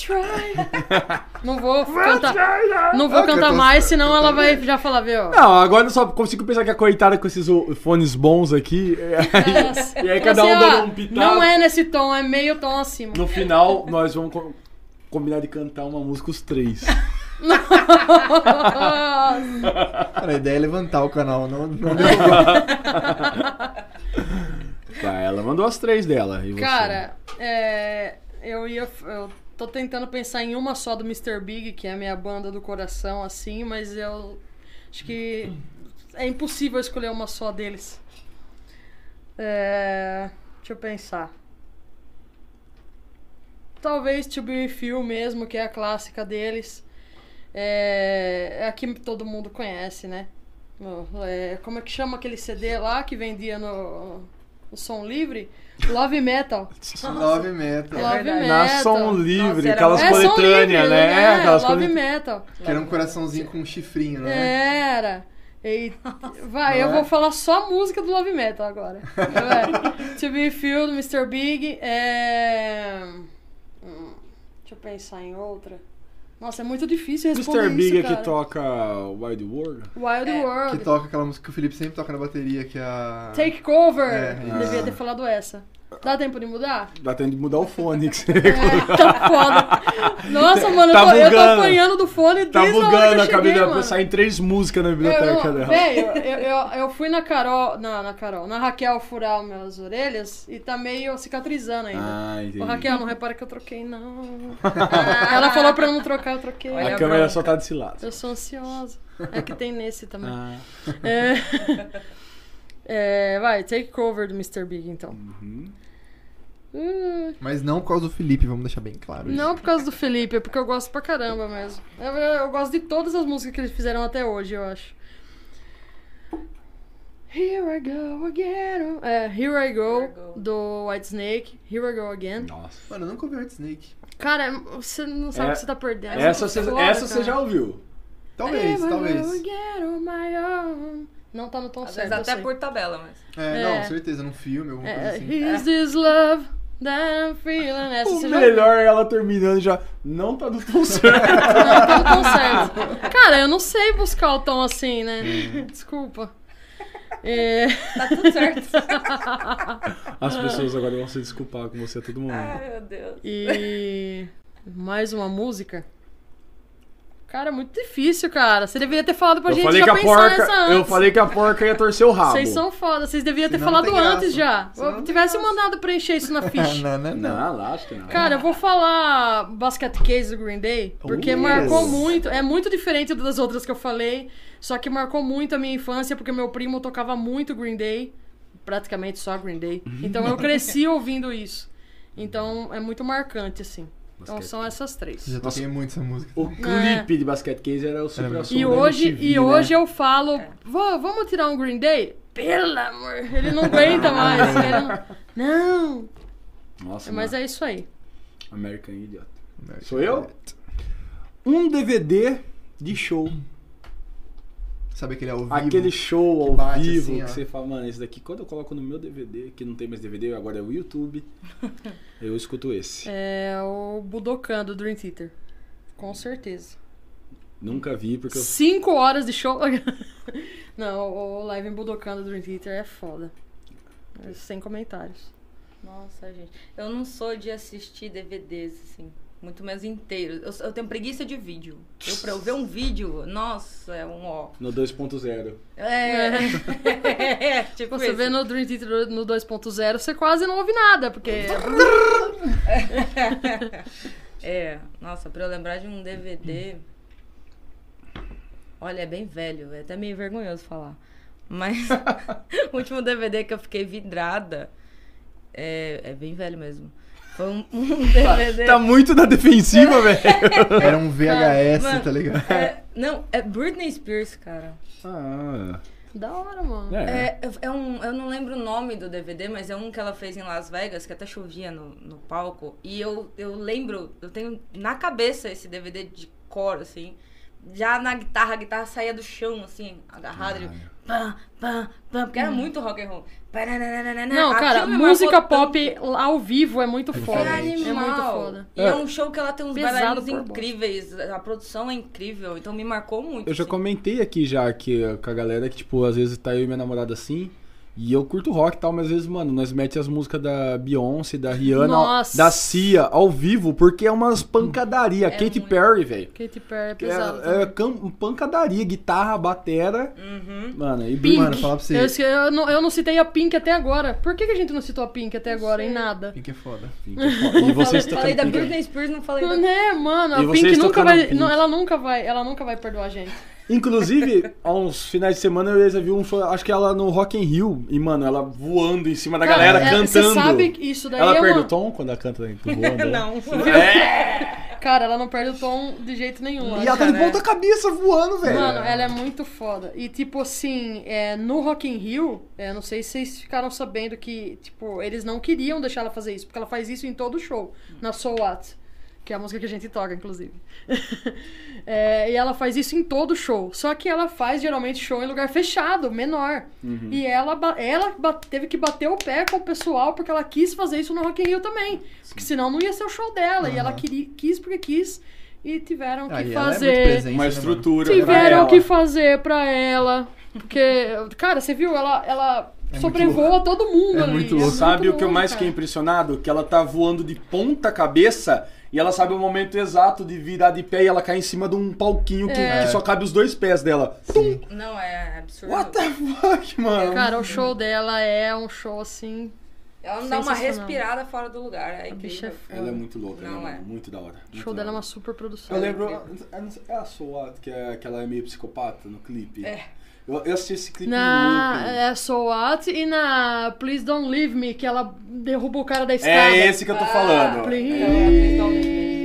Speaker 5: [laughs] Não vou cantar, não
Speaker 2: É
Speaker 5: vou cantar
Speaker 4: cantou-
Speaker 5: mais, senão ela vai já falar, viu?
Speaker 2: [laughs] Não, agora eu só consigo pensar que a coitada com esses o- fones bons aqui. é, E aí, cada um dando um pitaco.
Speaker 5: assim, Não é nesse tom, é meio tom acima.
Speaker 2: No final, nós vamos co- combinar [laughs] de cantar uma música os três.
Speaker 4: Cara, a ideia é levantar o canal, não, não
Speaker 2: Tá, ela mandou as três dela. E você?
Speaker 5: Cara, é, eu ia. Eu tô tentando pensar em uma só do Mr. Big, que é a minha banda do coração, assim, mas eu. Acho que é impossível escolher uma só deles. É, deixa eu pensar. Talvez To Be With You mesmo, que é a clássica deles. É, é a que todo mundo conhece, né? No- é, como é que chama aquele CD lá que vendia no, o som livre, Love Metal.
Speaker 4: Love metal.
Speaker 5: Love
Speaker 1: É verdade.
Speaker 5: Metal.
Speaker 2: Na som livre,
Speaker 1: Nossa, era
Speaker 2: aquelas
Speaker 1: bom.
Speaker 5: é som livre,
Speaker 2: coletâneas, né? É, aquelas É.
Speaker 5: Love
Speaker 2: coletâneas.
Speaker 5: Metal.
Speaker 4: Que era um coraçãozinho com um chifrinho, né?
Speaker 5: É. Era. E- vai,
Speaker 4: Não
Speaker 5: eu
Speaker 4: é?
Speaker 5: vou falar só a música do Love Metal agora.
Speaker 1: [laughs]
Speaker 5: Vai. to Be Filled, Mr. Big. É... hum, Deixa eu pensar em outra. Nossa, é muito difícil responder
Speaker 2: Mr. Big
Speaker 5: isso,
Speaker 2: é
Speaker 5: cara.
Speaker 2: que toca Wide World.
Speaker 5: Wild
Speaker 1: É.
Speaker 5: World.
Speaker 4: Que toca aquela música que o Felipe sempre toca na bateria, que é a.
Speaker 5: Take Cover.
Speaker 4: É,
Speaker 5: Eu Devia ter falado essa. Dá tempo de mudar?
Speaker 2: Dá tempo de mudar o fone. que você-
Speaker 5: É, [laughs] tá foda. Nossa, mano,
Speaker 2: Tá
Speaker 5: eu, tô, eu tô
Speaker 2: bugando.
Speaker 5: apanhando do fone
Speaker 2: Tá
Speaker 5: desde a hora que
Speaker 2: bugando
Speaker 5: eu
Speaker 2: a
Speaker 5: cheguei,
Speaker 2: cabeça
Speaker 5: mano.
Speaker 2: dela. Saem três músicas na biblioteca né?
Speaker 5: eu, eu,
Speaker 2: dela.
Speaker 5: Véio, eu, eu, eu fui na Carol, na, na Carol, na Raquel furar minhas orelhas e tá meio cicatrizando ainda.
Speaker 2: Ah, entendi.
Speaker 5: Ô, Raquel, não repara que eu troquei, não. [laughs] Ela falou pra eu não trocar, eu troquei.
Speaker 1: Olha
Speaker 2: A
Speaker 1: a
Speaker 2: câmera
Speaker 1: bronca.
Speaker 2: só tá desse lado.
Speaker 5: Eu sou ansiosa. É que tem nesse também.
Speaker 2: Ah,
Speaker 5: É... [laughs] É, vai, take cover do Mr. Big, então.
Speaker 2: uhum.
Speaker 5: Hum,
Speaker 4: Mas não por causa do Felipe, vamos deixar bem claro. isso.
Speaker 5: Não por causa do Felipe, é porque eu gosto pra caramba mesmo. Eu, eu gosto de todas as músicas que eles fizeram até hoje, eu acho. Here I go again. É, Here I Go,
Speaker 1: Here I Go.
Speaker 5: do Whitesnake. Here I Go Again.
Speaker 2: Nossa.
Speaker 4: Mano, eu nunca ouvi o Snake.
Speaker 5: Cara, você não sabe o
Speaker 2: É-
Speaker 5: que você tá perdendo.
Speaker 2: Essa,
Speaker 5: você,
Speaker 2: você, essa você já ouviu.
Speaker 5: É,
Speaker 4: Talvez, talvez.
Speaker 5: Go again on my own. Não tá no tom
Speaker 1: Às
Speaker 5: certo.
Speaker 1: vezes
Speaker 5: eu
Speaker 1: até
Speaker 5: sei.
Speaker 1: por tabela, mas.
Speaker 4: É,
Speaker 5: É.
Speaker 4: não, certeza, num filme, alguma coisa
Speaker 5: É,
Speaker 4: assim.
Speaker 5: Here's this love that I'm feeling. Essa
Speaker 2: O
Speaker 5: você já ouviu.
Speaker 2: melhor é ela terminando já. Não tá no
Speaker 5: [laughs]
Speaker 2: tom certo.
Speaker 5: Não, tá no tom certo. Cara, eu não sei buscar o tom assim, né? Desculpa. É,
Speaker 1: Tá
Speaker 5: [laughs]
Speaker 1: tudo certo.
Speaker 2: As pessoas agora vão se desculpar com você a todo momento.
Speaker 1: Ai, meu Deus.
Speaker 5: E mais uma música. Cara, muito difícil, cara. Você deveria ter falado pra
Speaker 2: Eu
Speaker 5: gente
Speaker 2: falei,
Speaker 5: já
Speaker 2: que a
Speaker 5: pensar
Speaker 2: porca,
Speaker 5: nessa antes.
Speaker 2: eu falei ah, que a porca ia torcer o rabo.
Speaker 5: Vocês são foda, vocês deveriam ter
Speaker 4: Senão não
Speaker 5: falado
Speaker 4: tem graça.
Speaker 5: antes já.
Speaker 4: Senão não
Speaker 5: Eu
Speaker 4: tem
Speaker 5: tivesse
Speaker 4: graça.
Speaker 5: mandado preencher isso na ficha.
Speaker 4: É, não, não,
Speaker 2: [laughs]
Speaker 4: não.
Speaker 2: Não, lá acho que não.
Speaker 5: Cara, eu vou falar Basket Case do Green Day, porque
Speaker 2: Uh,
Speaker 5: marcou
Speaker 2: yes.
Speaker 5: muito. É muito diferente das outras que eu falei, só que marcou muito a minha infância, porque meu primo tocava muito Green Day, praticamente só Green Day. Então eu cresci ouvindo isso. Então é muito marcante, assim. Então
Speaker 2: Basket
Speaker 5: são essas três.
Speaker 4: Eu já tá toquei muito essa música.
Speaker 2: O clipe de Basket Case era o super
Speaker 5: É.
Speaker 2: né,
Speaker 5: E hoje, e hoje eu falo, "Vô, vamos tirar um Green Day? Pelo amor, ele não aguenta mais. ele não... não.
Speaker 2: Nossa,
Speaker 5: Mas
Speaker 2: mano.
Speaker 5: é isso aí.
Speaker 2: American Idiot. Sou eu? Um DVD de show.
Speaker 4: Sabe aquele ao vivo?
Speaker 2: Aquele show ao
Speaker 4: bate
Speaker 2: vivo
Speaker 4: assim,
Speaker 2: que
Speaker 4: ó.
Speaker 2: você fala, mano, esse daqui, quando eu coloco no meu DVD, que não tem mais DVD, agora é o
Speaker 5: [laughs]
Speaker 2: YouTube, eu escuto esse.
Speaker 5: É o Budokan do Dream Theater. Com certeza.
Speaker 2: Nunca vi, porque eu...
Speaker 5: Cinco horas de show. [laughs] Não, o live em Budokan do Dream Theater é foda. É Sem comentários.
Speaker 1: Nossa, gente. Eu não sou de assistir DVDs, assim. Muito menos inteiros. Eu, eu tenho preguiça de vídeo. Eu, pra eu ver um vídeo, nossa, é um ó.
Speaker 2: no 2.0.
Speaker 1: [laughs] É. é tipo
Speaker 5: Você
Speaker 1: isso.
Speaker 5: vê no Dream Theater no 2.0, você quase não ouve nada,
Speaker 1: [laughs]
Speaker 5: porque.
Speaker 1: É, nossa, pra eu lembrar de um DVD. Olha, é bem velho, é até meio vergonhoso falar. Mas [laughs] o último DVD que eu fiquei vidrada é, é bem velho mesmo. Foi um, um [laughs] DVD.
Speaker 2: Tá muito na [laughs] defensiva, velho.
Speaker 4: Era um VHS,
Speaker 1: Mano,
Speaker 4: tá ligado?
Speaker 1: é, não, é Britney Spears, cara.
Speaker 2: Ah,
Speaker 5: da hora, mano.
Speaker 2: é.
Speaker 1: É, é um, eu não lembro o nome do DVD, mas é um que ela fez em Las Vegas, que até chovia no, no palco. E eu, eu lembro, eu tenho na cabeça esse DVD de cor, assim. Já na guitarra, a guitarra saía do chão, assim, agarrada. ele, pam, pam, pam, porque era muito rock and roll.
Speaker 5: Hum. Não, cara,
Speaker 1: Né, Aquilo é me
Speaker 5: música
Speaker 1: marcou tanto.
Speaker 5: pop ao vivo é muito foda.
Speaker 1: Era
Speaker 4: diferente.
Speaker 5: É muito
Speaker 1: animal.
Speaker 5: foda.
Speaker 1: E é. um show que ela tem uns
Speaker 5: Pesado
Speaker 1: bailarinos
Speaker 5: por bosta.
Speaker 1: incríveis, a produção é incrível, então me marcou muito.
Speaker 2: Eu já
Speaker 1: assim.
Speaker 2: comentei aqui já que, ó, com a galera que, tipo, às vezes tá eu e minha namorada assim. E eu curto rock e tal, mas às vezes, mano, nós mete as músicas da Beyoncé, da Rihanna,
Speaker 5: Nossa.
Speaker 2: da Cia ao vivo, porque é umas pancadaria. Katy
Speaker 1: É muito. né?
Speaker 2: Perry, velho.
Speaker 5: Katy Perry é pesado.
Speaker 2: É, é cam- pancadaria, guitarra, batera.
Speaker 1: Uhum.
Speaker 2: Mano, e
Speaker 5: Pink.
Speaker 4: Mano, falar pra
Speaker 5: Eu,
Speaker 4: você.
Speaker 5: esque- eu não, eu não citei a Pink até agora. Por que, que a gente não citou a Pink até agora em nada?
Speaker 4: Pink é foda.
Speaker 2: Pink é foda. E vocês
Speaker 1: Eu [laughs] falei da
Speaker 2: tocando Pink.
Speaker 1: Britney Spears, não falei da [laughs]
Speaker 5: Né, mano,
Speaker 2: E
Speaker 5: a
Speaker 2: vocês
Speaker 5: Pink nunca
Speaker 2: tocando
Speaker 5: vai,
Speaker 2: Pink.
Speaker 5: não, ela nunca vai, ela nunca vai perdoar a gente.
Speaker 1: [laughs]
Speaker 2: Inclusive, há uns finais de semana eu já vi um, fã- acho que ela no Rock in Rio, e mano, ela voando em cima da galera,
Speaker 5: é,
Speaker 2: cantando.
Speaker 5: Você sabe que isso daí
Speaker 2: ela né?
Speaker 5: é
Speaker 2: perde
Speaker 5: uma...
Speaker 1: [laughs]
Speaker 2: o tom quando ela canta voando?
Speaker 1: Não.
Speaker 2: É!
Speaker 5: cara, ela não perde o tom de jeito nenhum.
Speaker 4: E ela tá de
Speaker 1: né?
Speaker 4: ponta cabeça voando, velho.
Speaker 5: Mano, ela é muito foda. E, tipo, assim, é, no Rock in Rio, é, não sei se vocês ficaram sabendo que, tipo, eles não queriam deixar ela fazer isso, porque ela faz isso em todo show, na So What, que é a música que a gente toca, inclusive. [laughs] É, e ela faz isso em todo show. Só que ela faz, geralmente, show em lugar fechado, menor.
Speaker 4: Uhum.
Speaker 5: E ela, ba- ela ba- teve que bater o pé com o pessoal, porque ela quis fazer isso no Rock in Rio também. Porque senão não ia ser o show dela. E ela
Speaker 4: Aham.
Speaker 5: queria, quis porque quis, e tiveram que
Speaker 4: Ah, e ela é muito
Speaker 5: fazer...
Speaker 4: presente,
Speaker 2: Uma
Speaker 4: né, mano?
Speaker 2: estrutura. pra
Speaker 5: Tiveram
Speaker 2: ela.
Speaker 5: que fazer pra ela. Porque, cara, você viu? Ela,
Speaker 2: É
Speaker 5: ela
Speaker 4: muito
Speaker 5: sobrevoa todo mundo
Speaker 4: É
Speaker 5: ali.
Speaker 4: muito
Speaker 5: é
Speaker 4: louco.
Speaker 2: Sabe o que eu
Speaker 5: louco,
Speaker 2: mais
Speaker 5: cara.
Speaker 2: fiquei impressionado? Que ela tá voando de ponta cabeça e ela sabe o momento exato de virar de pé e ela cai em cima de um palquinho que,
Speaker 5: É.
Speaker 2: que só cabe os dois pés dela. Tum!
Speaker 1: Não, é absurdo.
Speaker 2: What the fuck, mano?
Speaker 5: Cara, o show dela é um show assim.
Speaker 1: Ela não dá uma
Speaker 5: Sensacional.
Speaker 1: respirada fora do lugar. É
Speaker 5: A bicha é
Speaker 1: incrível.
Speaker 5: foda.
Speaker 2: Ela é muito louca,
Speaker 1: Não
Speaker 2: né,
Speaker 1: é.
Speaker 2: mano? Muito da hora.
Speaker 5: O
Speaker 2: muito
Speaker 5: show
Speaker 2: da
Speaker 5: dela é
Speaker 2: hora.
Speaker 5: uma super produção.
Speaker 2: Eu lembro. eu não sei- É a Soat, que, é, que ela é meio psicopata no clipe. É. Eu, eu assisti esse clipe
Speaker 5: Na
Speaker 2: no loop.
Speaker 5: é, So What e na Please Don't Leave Me, que ela derruba o cara da escada.
Speaker 2: É esse É que eu tô falando.
Speaker 1: Please Don't Leave
Speaker 5: Ah,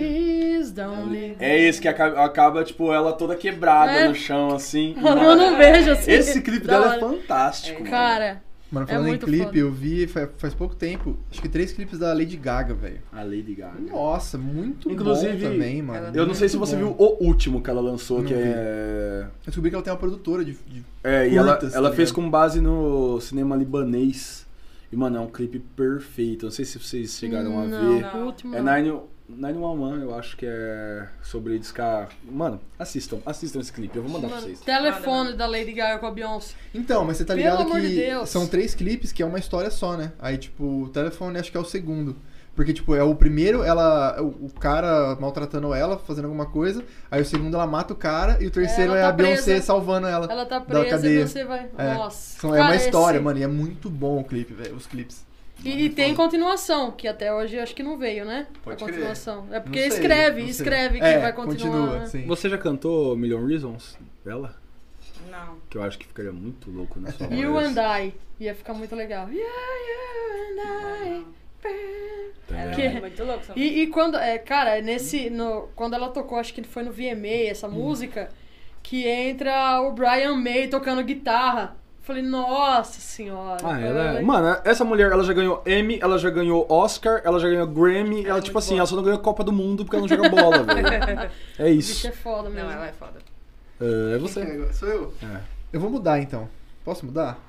Speaker 5: Please Don't Leave Me.
Speaker 2: É esse que acaba, acaba, tipo, ela toda quebrada
Speaker 5: É.
Speaker 2: no chão, assim.
Speaker 5: Mano, eu não vejo assim.
Speaker 2: Esse clipe
Speaker 5: Da
Speaker 2: dela
Speaker 5: hora.
Speaker 2: é fantástico. mano.
Speaker 5: Cara,
Speaker 4: Mano,
Speaker 5: É
Speaker 4: falando em
Speaker 5: muito
Speaker 4: clipe,
Speaker 5: foda.
Speaker 4: eu vi fa- faz pouco tempo, acho que três clipes da Lady Gaga, velho.
Speaker 2: A Lady Gaga.
Speaker 4: Nossa, muito
Speaker 2: Inclusive,
Speaker 4: bom também,
Speaker 5: é
Speaker 4: mano.
Speaker 2: Eu não sei se você viu o último que ela lançou,
Speaker 4: Não
Speaker 2: que
Speaker 4: vi.
Speaker 2: é.
Speaker 4: Eu descobri que ela tem uma produtora de. de-
Speaker 2: É, e ela,
Speaker 4: Curtas, tá
Speaker 2: ela fez
Speaker 4: ligado?
Speaker 2: com base no cinema libanês. E, mano, é um clipe perfeito. Não sei se vocês chegaram a
Speaker 5: não,
Speaker 2: ver.
Speaker 5: não. o último
Speaker 2: É
Speaker 5: não.
Speaker 2: Nine, Nine One One, eu acho que é sobre descar. Mano, assistam, assistam esse clipe, eu vou mandar pra
Speaker 5: Mano,
Speaker 2: vocês.
Speaker 5: telefone da Lady Gaga com a Beyoncé.
Speaker 4: Então, mas você tá
Speaker 5: Pelo
Speaker 4: ligado
Speaker 5: amor
Speaker 4: que
Speaker 5: de Deus.
Speaker 4: são três clipes que é uma história só, né? Aí, tipo, o telefone acho que é o segundo. Porque, tipo, é o primeiro, ela. O, o cara maltratando ela, fazendo alguma coisa. Aí o segundo ela mata o cara. E o terceiro
Speaker 5: Ela
Speaker 4: é
Speaker 5: tá
Speaker 4: a Beyoncé
Speaker 5: presa.
Speaker 4: salvando ela.
Speaker 5: Ela tá
Speaker 4: Da
Speaker 5: presa e
Speaker 4: cadeia.
Speaker 5: você vai.
Speaker 4: É.
Speaker 5: Nossa.
Speaker 4: São- é uma
Speaker 5: cara,
Speaker 4: história,
Speaker 5: esse-
Speaker 4: mano. E é muito bom o clipe, velho. Os clipes.
Speaker 5: E, e tem continuação, que até hoje acho que não veio, né?
Speaker 7: Pode
Speaker 5: a
Speaker 7: crer.
Speaker 5: continuação. É porque
Speaker 4: Não sei,
Speaker 5: escreve,
Speaker 4: não sei.
Speaker 5: escreve que
Speaker 4: É,
Speaker 5: vai continuar.
Speaker 4: Continua,
Speaker 5: né?
Speaker 4: sim.
Speaker 2: Você já cantou Million Reasons dela?
Speaker 4: é
Speaker 1: Não.
Speaker 2: Que eu acho que ficaria muito louco na sua
Speaker 5: You
Speaker 2: voz.
Speaker 5: and I. Ia ficar muito legal. Yeah, you and I.
Speaker 2: Tá
Speaker 1: Ela
Speaker 5: Que-
Speaker 1: é muito louca. essa música.
Speaker 5: E, e quando, é, cara, nesse, no, quando ela tocou, acho que foi no VMA,
Speaker 4: Hum.
Speaker 5: essa música, que entra o Brian May tocando guitarra. Falei, nossa senhora.
Speaker 2: Ah,
Speaker 5: cara,
Speaker 2: ela é... Mano, essa mulher, ela já ganhou Emmy, ela já ganhou Oscar, ela já ganhou Grammy, ela,
Speaker 1: é
Speaker 2: tipo
Speaker 1: muito
Speaker 2: assim,
Speaker 1: boa.
Speaker 2: ela só não ganhou Copa do Mundo porque ela não joga bola,
Speaker 5: [laughs]
Speaker 2: velho. É
Speaker 5: Bicho
Speaker 2: isso.
Speaker 5: é foda mesmo.
Speaker 1: Não, ela é foda.
Speaker 2: É,
Speaker 7: Quem que é
Speaker 2: é você.
Speaker 7: agora? Sou eu.
Speaker 2: É.
Speaker 4: Eu vou mudar então. Posso mudar?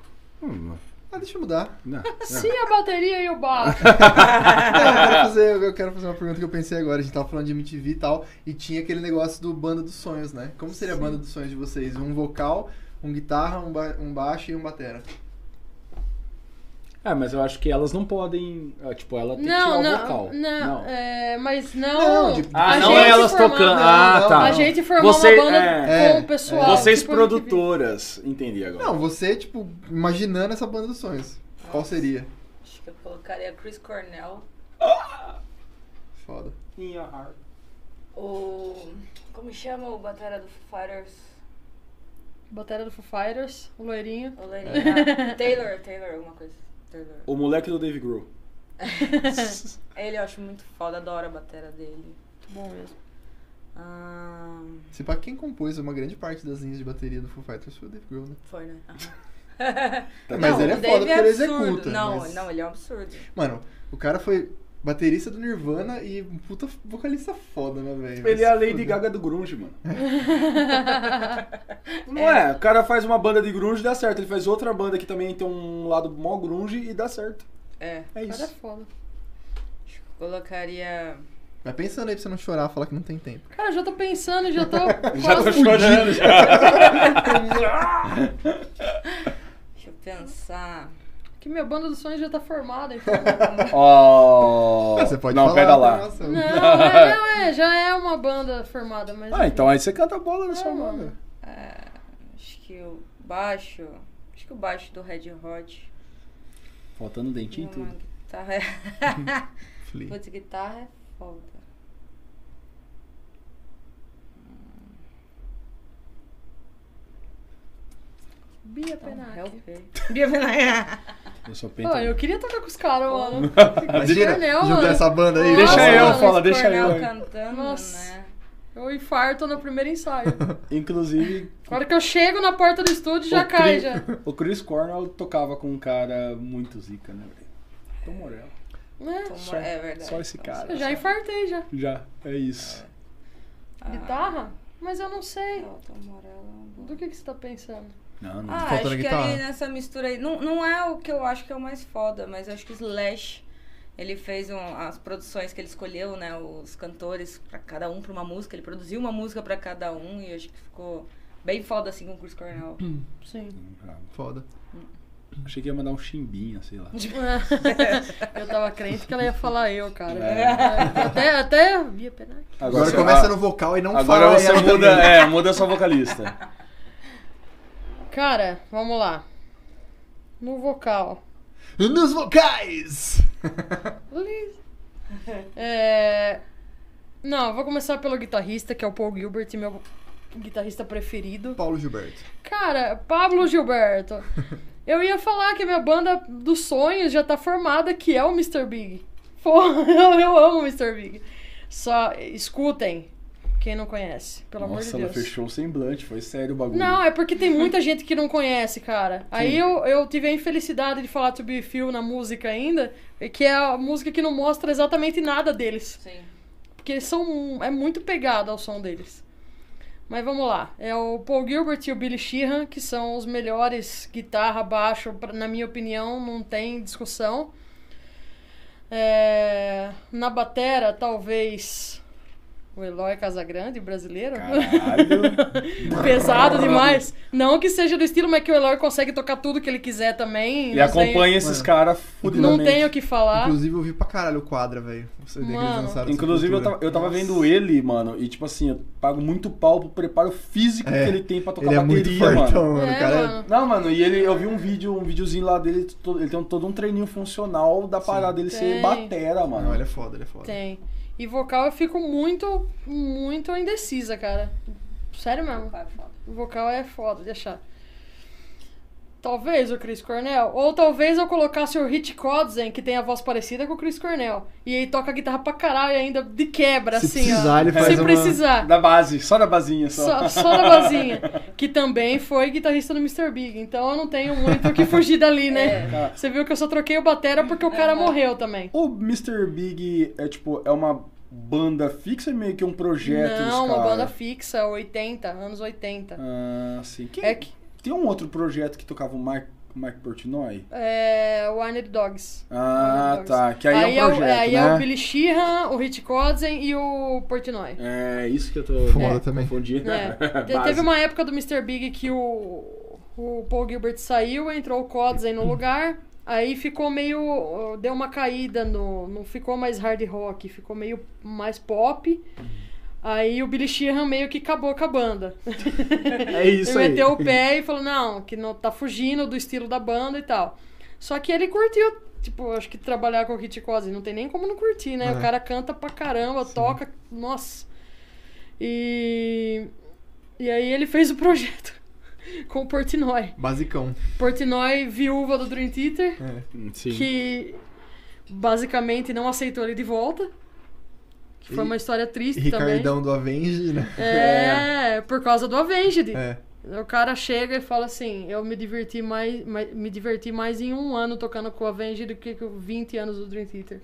Speaker 2: Hum, né.
Speaker 4: Ah, deixa
Speaker 2: [laughs]
Speaker 4: eu mudar.
Speaker 2: não,
Speaker 5: Se
Speaker 2: não.
Speaker 5: a bateria e o baixo.
Speaker 4: Não, eu, quero fazer, eu quero fazer uma pergunta que eu pensei agora. A gente tava falando de MTV e tal, e tinha aquele negócio do Banda dos Sonhos, né? Como seria a Banda dos Sonhos de vocês? Um vocal, um guitarra, um, ba- um baixo e um batera.
Speaker 2: É, mas eu acho que elas não podem. ah, Tipo, ela tem que
Speaker 5: Não,
Speaker 2: tirar
Speaker 5: não,
Speaker 2: o vocal.
Speaker 5: não, é, mas
Speaker 4: Não,
Speaker 5: não.
Speaker 4: de-
Speaker 2: Ah,
Speaker 5: a
Speaker 2: não
Speaker 5: gente
Speaker 2: elas
Speaker 5: formando-
Speaker 2: tocando.
Speaker 4: Ah,
Speaker 2: ah,
Speaker 4: tá.
Speaker 2: tá.
Speaker 5: A gente formou
Speaker 2: Você-
Speaker 5: uma banda
Speaker 2: é,
Speaker 5: com o pessoal.
Speaker 2: Vocês
Speaker 5: tipo
Speaker 2: produtoras, entendi agora.
Speaker 4: Não, você, tipo, imaginando essa Banda dos Sonhos. Qual seria?
Speaker 1: Acho que eu colocaria Chris Cornell
Speaker 4: Foda.
Speaker 1: ou... Como chama o batera do Foo Fighters?
Speaker 5: MTV. Batera do Foo Fighters, o loirinho. Tá
Speaker 1: O Lenin- Ah,
Speaker 5: [laughs]
Speaker 1: Taylor, Taylor, alguma coisa. Taylor.
Speaker 2: O moleque do Dave Grohl.
Speaker 1: Ele eu acho muito foda, adoro a batera dele.
Speaker 5: Muito bom mesmo.
Speaker 1: Ah,
Speaker 4: Se pá, quem compôs uma grande parte das linhas de bateria do Foo Fighters foi o Dave Grohl, né?
Speaker 1: foi, né? Aham.
Speaker 4: [laughs]
Speaker 2: Tá
Speaker 4: Mas
Speaker 1: Não,
Speaker 4: ele é
Speaker 1: o
Speaker 4: foda
Speaker 1: Dave
Speaker 4: porque ele
Speaker 1: absurdo.
Speaker 4: executa,
Speaker 1: Não,
Speaker 4: mas-
Speaker 1: não, ele é um absurdo.
Speaker 4: Mano, o cara foi baterista do Nirvana e um puta vocalista foda, né, velho? Vai
Speaker 2: Ele é a
Speaker 4: se
Speaker 2: Lady
Speaker 4: fuder.
Speaker 2: Gaga do grunge,
Speaker 5: [laughs]
Speaker 2: mano. Não é. o cara faz uma banda de grunge e dá certo. Ele faz outra banda que também tem um lado mó grunge e dá certo.
Speaker 1: É.
Speaker 2: É
Speaker 5: Cara, é
Speaker 2: isso.
Speaker 5: foda.
Speaker 1: Colocaria.
Speaker 4: Vai pensando aí pra você não chorar, falar que não tem tempo.
Speaker 5: Cara, eu já tô pensando, já
Speaker 2: [laughs]
Speaker 5: tô.
Speaker 2: Já tô
Speaker 5: quase-
Speaker 2: chorando. Já.
Speaker 1: Deixa eu pensar.
Speaker 5: Que minha banda dos sonhos já tá
Speaker 2: [laughs]
Speaker 5: formada, então.
Speaker 2: Ó.
Speaker 4: Ah, Você pode
Speaker 2: Não,
Speaker 4: falar. né,
Speaker 2: pera lá.
Speaker 4: nossa.
Speaker 5: não, é, não, é, já é uma banda formada, mas.
Speaker 2: Ah, então aí você canta a bola na sua
Speaker 5: mano.
Speaker 2: manga.
Speaker 1: Acho que o baixo. Acho que o baixo do Red Hot.
Speaker 2: Faltando
Speaker 1: e
Speaker 2: dentinho e
Speaker 1: Uma
Speaker 2: tudo.
Speaker 1: guitarra. é
Speaker 2: [laughs]
Speaker 4: Flea.
Speaker 1: Putz, guitarra é foda.
Speaker 5: Bia
Speaker 1: Então,
Speaker 5: Penac.
Speaker 1: É
Speaker 2: Então, é
Speaker 1: um [laughs] help me. Bia Benac.
Speaker 2: Eu só
Speaker 5: Pô,
Speaker 2: pento.
Speaker 5: Ah, eu queria tocar com os
Speaker 2: [laughs]
Speaker 5: caras, mano.
Speaker 4: Imagina,
Speaker 5: Cornel,
Speaker 4: juntar
Speaker 5: né, mano.
Speaker 4: essa banda aí.
Speaker 5: Deixa
Speaker 4: Nossa,
Speaker 5: eu,
Speaker 4: mano.
Speaker 2: fala,
Speaker 1: Luiz
Speaker 2: deixa
Speaker 1: Cornel
Speaker 2: eu.
Speaker 1: cantando,
Speaker 5: Nossa.
Speaker 1: né?
Speaker 5: Eu infarto no primeiro ensaio.
Speaker 2: Inclusive,
Speaker 5: Na hora que eu chego na porta do estúdio, [laughs] já
Speaker 2: O
Speaker 5: cai,
Speaker 2: Cri-
Speaker 5: já.
Speaker 2: o Chris Cornell tocava com um cara muito zica, né, velho? Tom Morello.
Speaker 5: Né?
Speaker 1: Como-
Speaker 2: Só-
Speaker 1: é verdade.
Speaker 2: só esse cara.
Speaker 5: Eu já infartei, já.
Speaker 2: Já, é isso.
Speaker 1: Ah,
Speaker 5: Guitarra? Mas eu não sei.
Speaker 1: Elton Morello é um bom.
Speaker 5: Do que, que você tá pensando?
Speaker 2: Não, não.
Speaker 1: Ah,
Speaker 4: Faltando
Speaker 1: acho que
Speaker 4: guitarra.
Speaker 1: ali nessa mistura aí. Não, não é o que eu acho que é o mais foda, mas acho que o Slash. Ele fez um- as produções que ele escolheu, né? Os cantores, pra cada um, pra uma música. Ele produziu uma música pra cada um e acho que ficou bem foda assim com o Chris Cornell.
Speaker 5: Sim. [laughs]
Speaker 2: Ah,
Speaker 4: Foda.
Speaker 2: Achei que ia mandar um chimbinha, sei lá.
Speaker 5: eu tava crente que ela ia falar eu, cara.
Speaker 2: É.
Speaker 5: Até, até via penar.
Speaker 4: Agora
Speaker 2: você-
Speaker 4: começa
Speaker 2: ah,
Speaker 4: no vocal e não
Speaker 2: Agora
Speaker 4: fala
Speaker 2: você
Speaker 4: ela
Speaker 2: muda,
Speaker 4: também.
Speaker 2: é, muda sua vocalista.
Speaker 5: Cara, vamos lá. No vocal.
Speaker 4: Nos vocais!
Speaker 5: Liz. É... Não, eu vou começar pelo guitarrista, que é o Paul Gilbert, meu guitarrista preferido.
Speaker 4: Paulo Gilberto.
Speaker 5: Cara,
Speaker 2: [laughs]
Speaker 5: Pablo Gilberto. Eu ia falar que a minha banda dos sonhos já tá formada, que é o Mr. Big. Porra, [laughs] eu, eu amo o Mr. Big. Só escutem, quem não conhece, pelo amor de
Speaker 2: Nossa, ela
Speaker 5: Deus.
Speaker 2: fechou o semblante, foi sério o bagulho.
Speaker 5: Não, é porque tem muita gente que não conhece, cara. Aí eu, eu tive a infelicidade de falar To Be Feel na música ainda, que é a música que não mostra exatamente nada deles.
Speaker 1: Sim.
Speaker 5: Porque eles são, é muito pegado ao som deles. Mas vamos lá. É o Paul Gilbert e o Billy Sheehan, que são os melhores guitarra, baixo, pra- na minha opinião, não tem discussão. É, na batera, talvez o Eloy Casagrande, brasileiro.
Speaker 2: Caralho.
Speaker 5: [laughs] Pesado demais. Não que seja do estilo, mas que o Eloy consegue tocar tudo que ele quiser também.
Speaker 2: E
Speaker 5: Não tem-
Speaker 2: acompanha esses
Speaker 4: Mano,
Speaker 2: caras
Speaker 5: Não
Speaker 2: fudidamente.
Speaker 5: tem o que falar.
Speaker 4: Inclusive, eu vi pra caralho o quadra, velho. O CD que eles
Speaker 5: Mano.
Speaker 4: lançaram.
Speaker 2: Inclusive, eu tava, eu tava vendo ele, mano, e tipo assim, eu pago muito pau pro preparo físico
Speaker 4: É,
Speaker 2: que ele tem pra tocar
Speaker 4: Ele é muito
Speaker 2: bateria, mano.
Speaker 4: fortão, mano.
Speaker 5: É,
Speaker 4: O cara
Speaker 5: mano.
Speaker 2: Não, mano, e ele, eu vi um vídeo, um videozinho lá dele, to- ele tem um- todo um treininho funcional da parada dele ser
Speaker 5: Tem.
Speaker 2: batera, mano.
Speaker 4: Não, ele é foda, ele é foda.
Speaker 5: Tem. E vocal eu fico muito, muito indecisa, cara. Sério mesmo.
Speaker 1: Vai, foda.
Speaker 5: O vocal é foda de achar. Talvez o Chris Cornell. Ou talvez eu colocasse o Rich Codzen, que tem a voz parecida com o Chris Cornell. E aí toca a guitarra pra caralho ainda de quebra,
Speaker 4: Se
Speaker 5: assim,
Speaker 4: precisar,
Speaker 5: ó.
Speaker 4: ele faz
Speaker 5: Se
Speaker 4: uma-
Speaker 5: precisar.
Speaker 2: [laughs] Da base, só da basinha, só.
Speaker 5: Só, só da vozinha. Que também foi guitarrista do Mr. Big. Então eu não tenho muito o que fugir dali, né? Você viu que eu só troquei o batera porque o cara morreu também.
Speaker 2: O Mr. Big é tipo, é uma banda fixa, é meio que um projeto
Speaker 5: não,
Speaker 2: dos
Speaker 5: uma
Speaker 2: cara?
Speaker 5: banda fixa, 80, anos 80.
Speaker 2: Ah, sim. Quem-
Speaker 5: É que-
Speaker 2: Tem um outro projeto que tocava o Mike, Mike Portnoy?
Speaker 5: É. Wild Dogs.
Speaker 2: Ah,
Speaker 5: Dogs.
Speaker 2: tá. Que aí, é um projeto,
Speaker 5: é, aí
Speaker 2: né?
Speaker 5: é o Billy Sheehan, o Rich Codzen e o
Speaker 2: [laughs]
Speaker 5: Portnoy.
Speaker 2: É, isso que eu tô
Speaker 4: Foda
Speaker 2: é,
Speaker 4: também.
Speaker 2: confundindo. [laughs]
Speaker 5: É. Te-
Speaker 2: Base.
Speaker 5: Teve uma época do Mr. Big que o, o Paul Gilbert saiu, entrou o Codzen no lugar. Aí ficou meio. Deu uma caída no. Não ficou mais hard rock, ficou meio mais pop. Aí o Billy Sheehan meio que acabou com a banda.
Speaker 2: É isso
Speaker 5: ele
Speaker 2: aí.
Speaker 5: meteu o pé e falou, não, que não tá fugindo do estilo da banda e tal. Só que ele curtiu, tipo, acho que trabalhar com o Kit Cosby não tem nem como não curtir, né?
Speaker 4: É.
Speaker 5: O cara canta pra caramba, toca, nossa. E... E aí ele fez o projeto [laughs] com o Portnoy.
Speaker 4: Basicão. É.
Speaker 5: Portnoy, viúva do Dream Theater,
Speaker 2: Sim.
Speaker 5: que basicamente não aceitou ele de volta. Que foi
Speaker 4: E-
Speaker 5: uma história triste também.
Speaker 4: Ricardão do Avenge, né?
Speaker 5: É, por causa do Avenged.
Speaker 4: É.
Speaker 5: O cara chega e fala assim: Eu me diverti mais, mais- me diverti mais em um ano tocando com o Avenged do que com 20 anos do Dream Theater.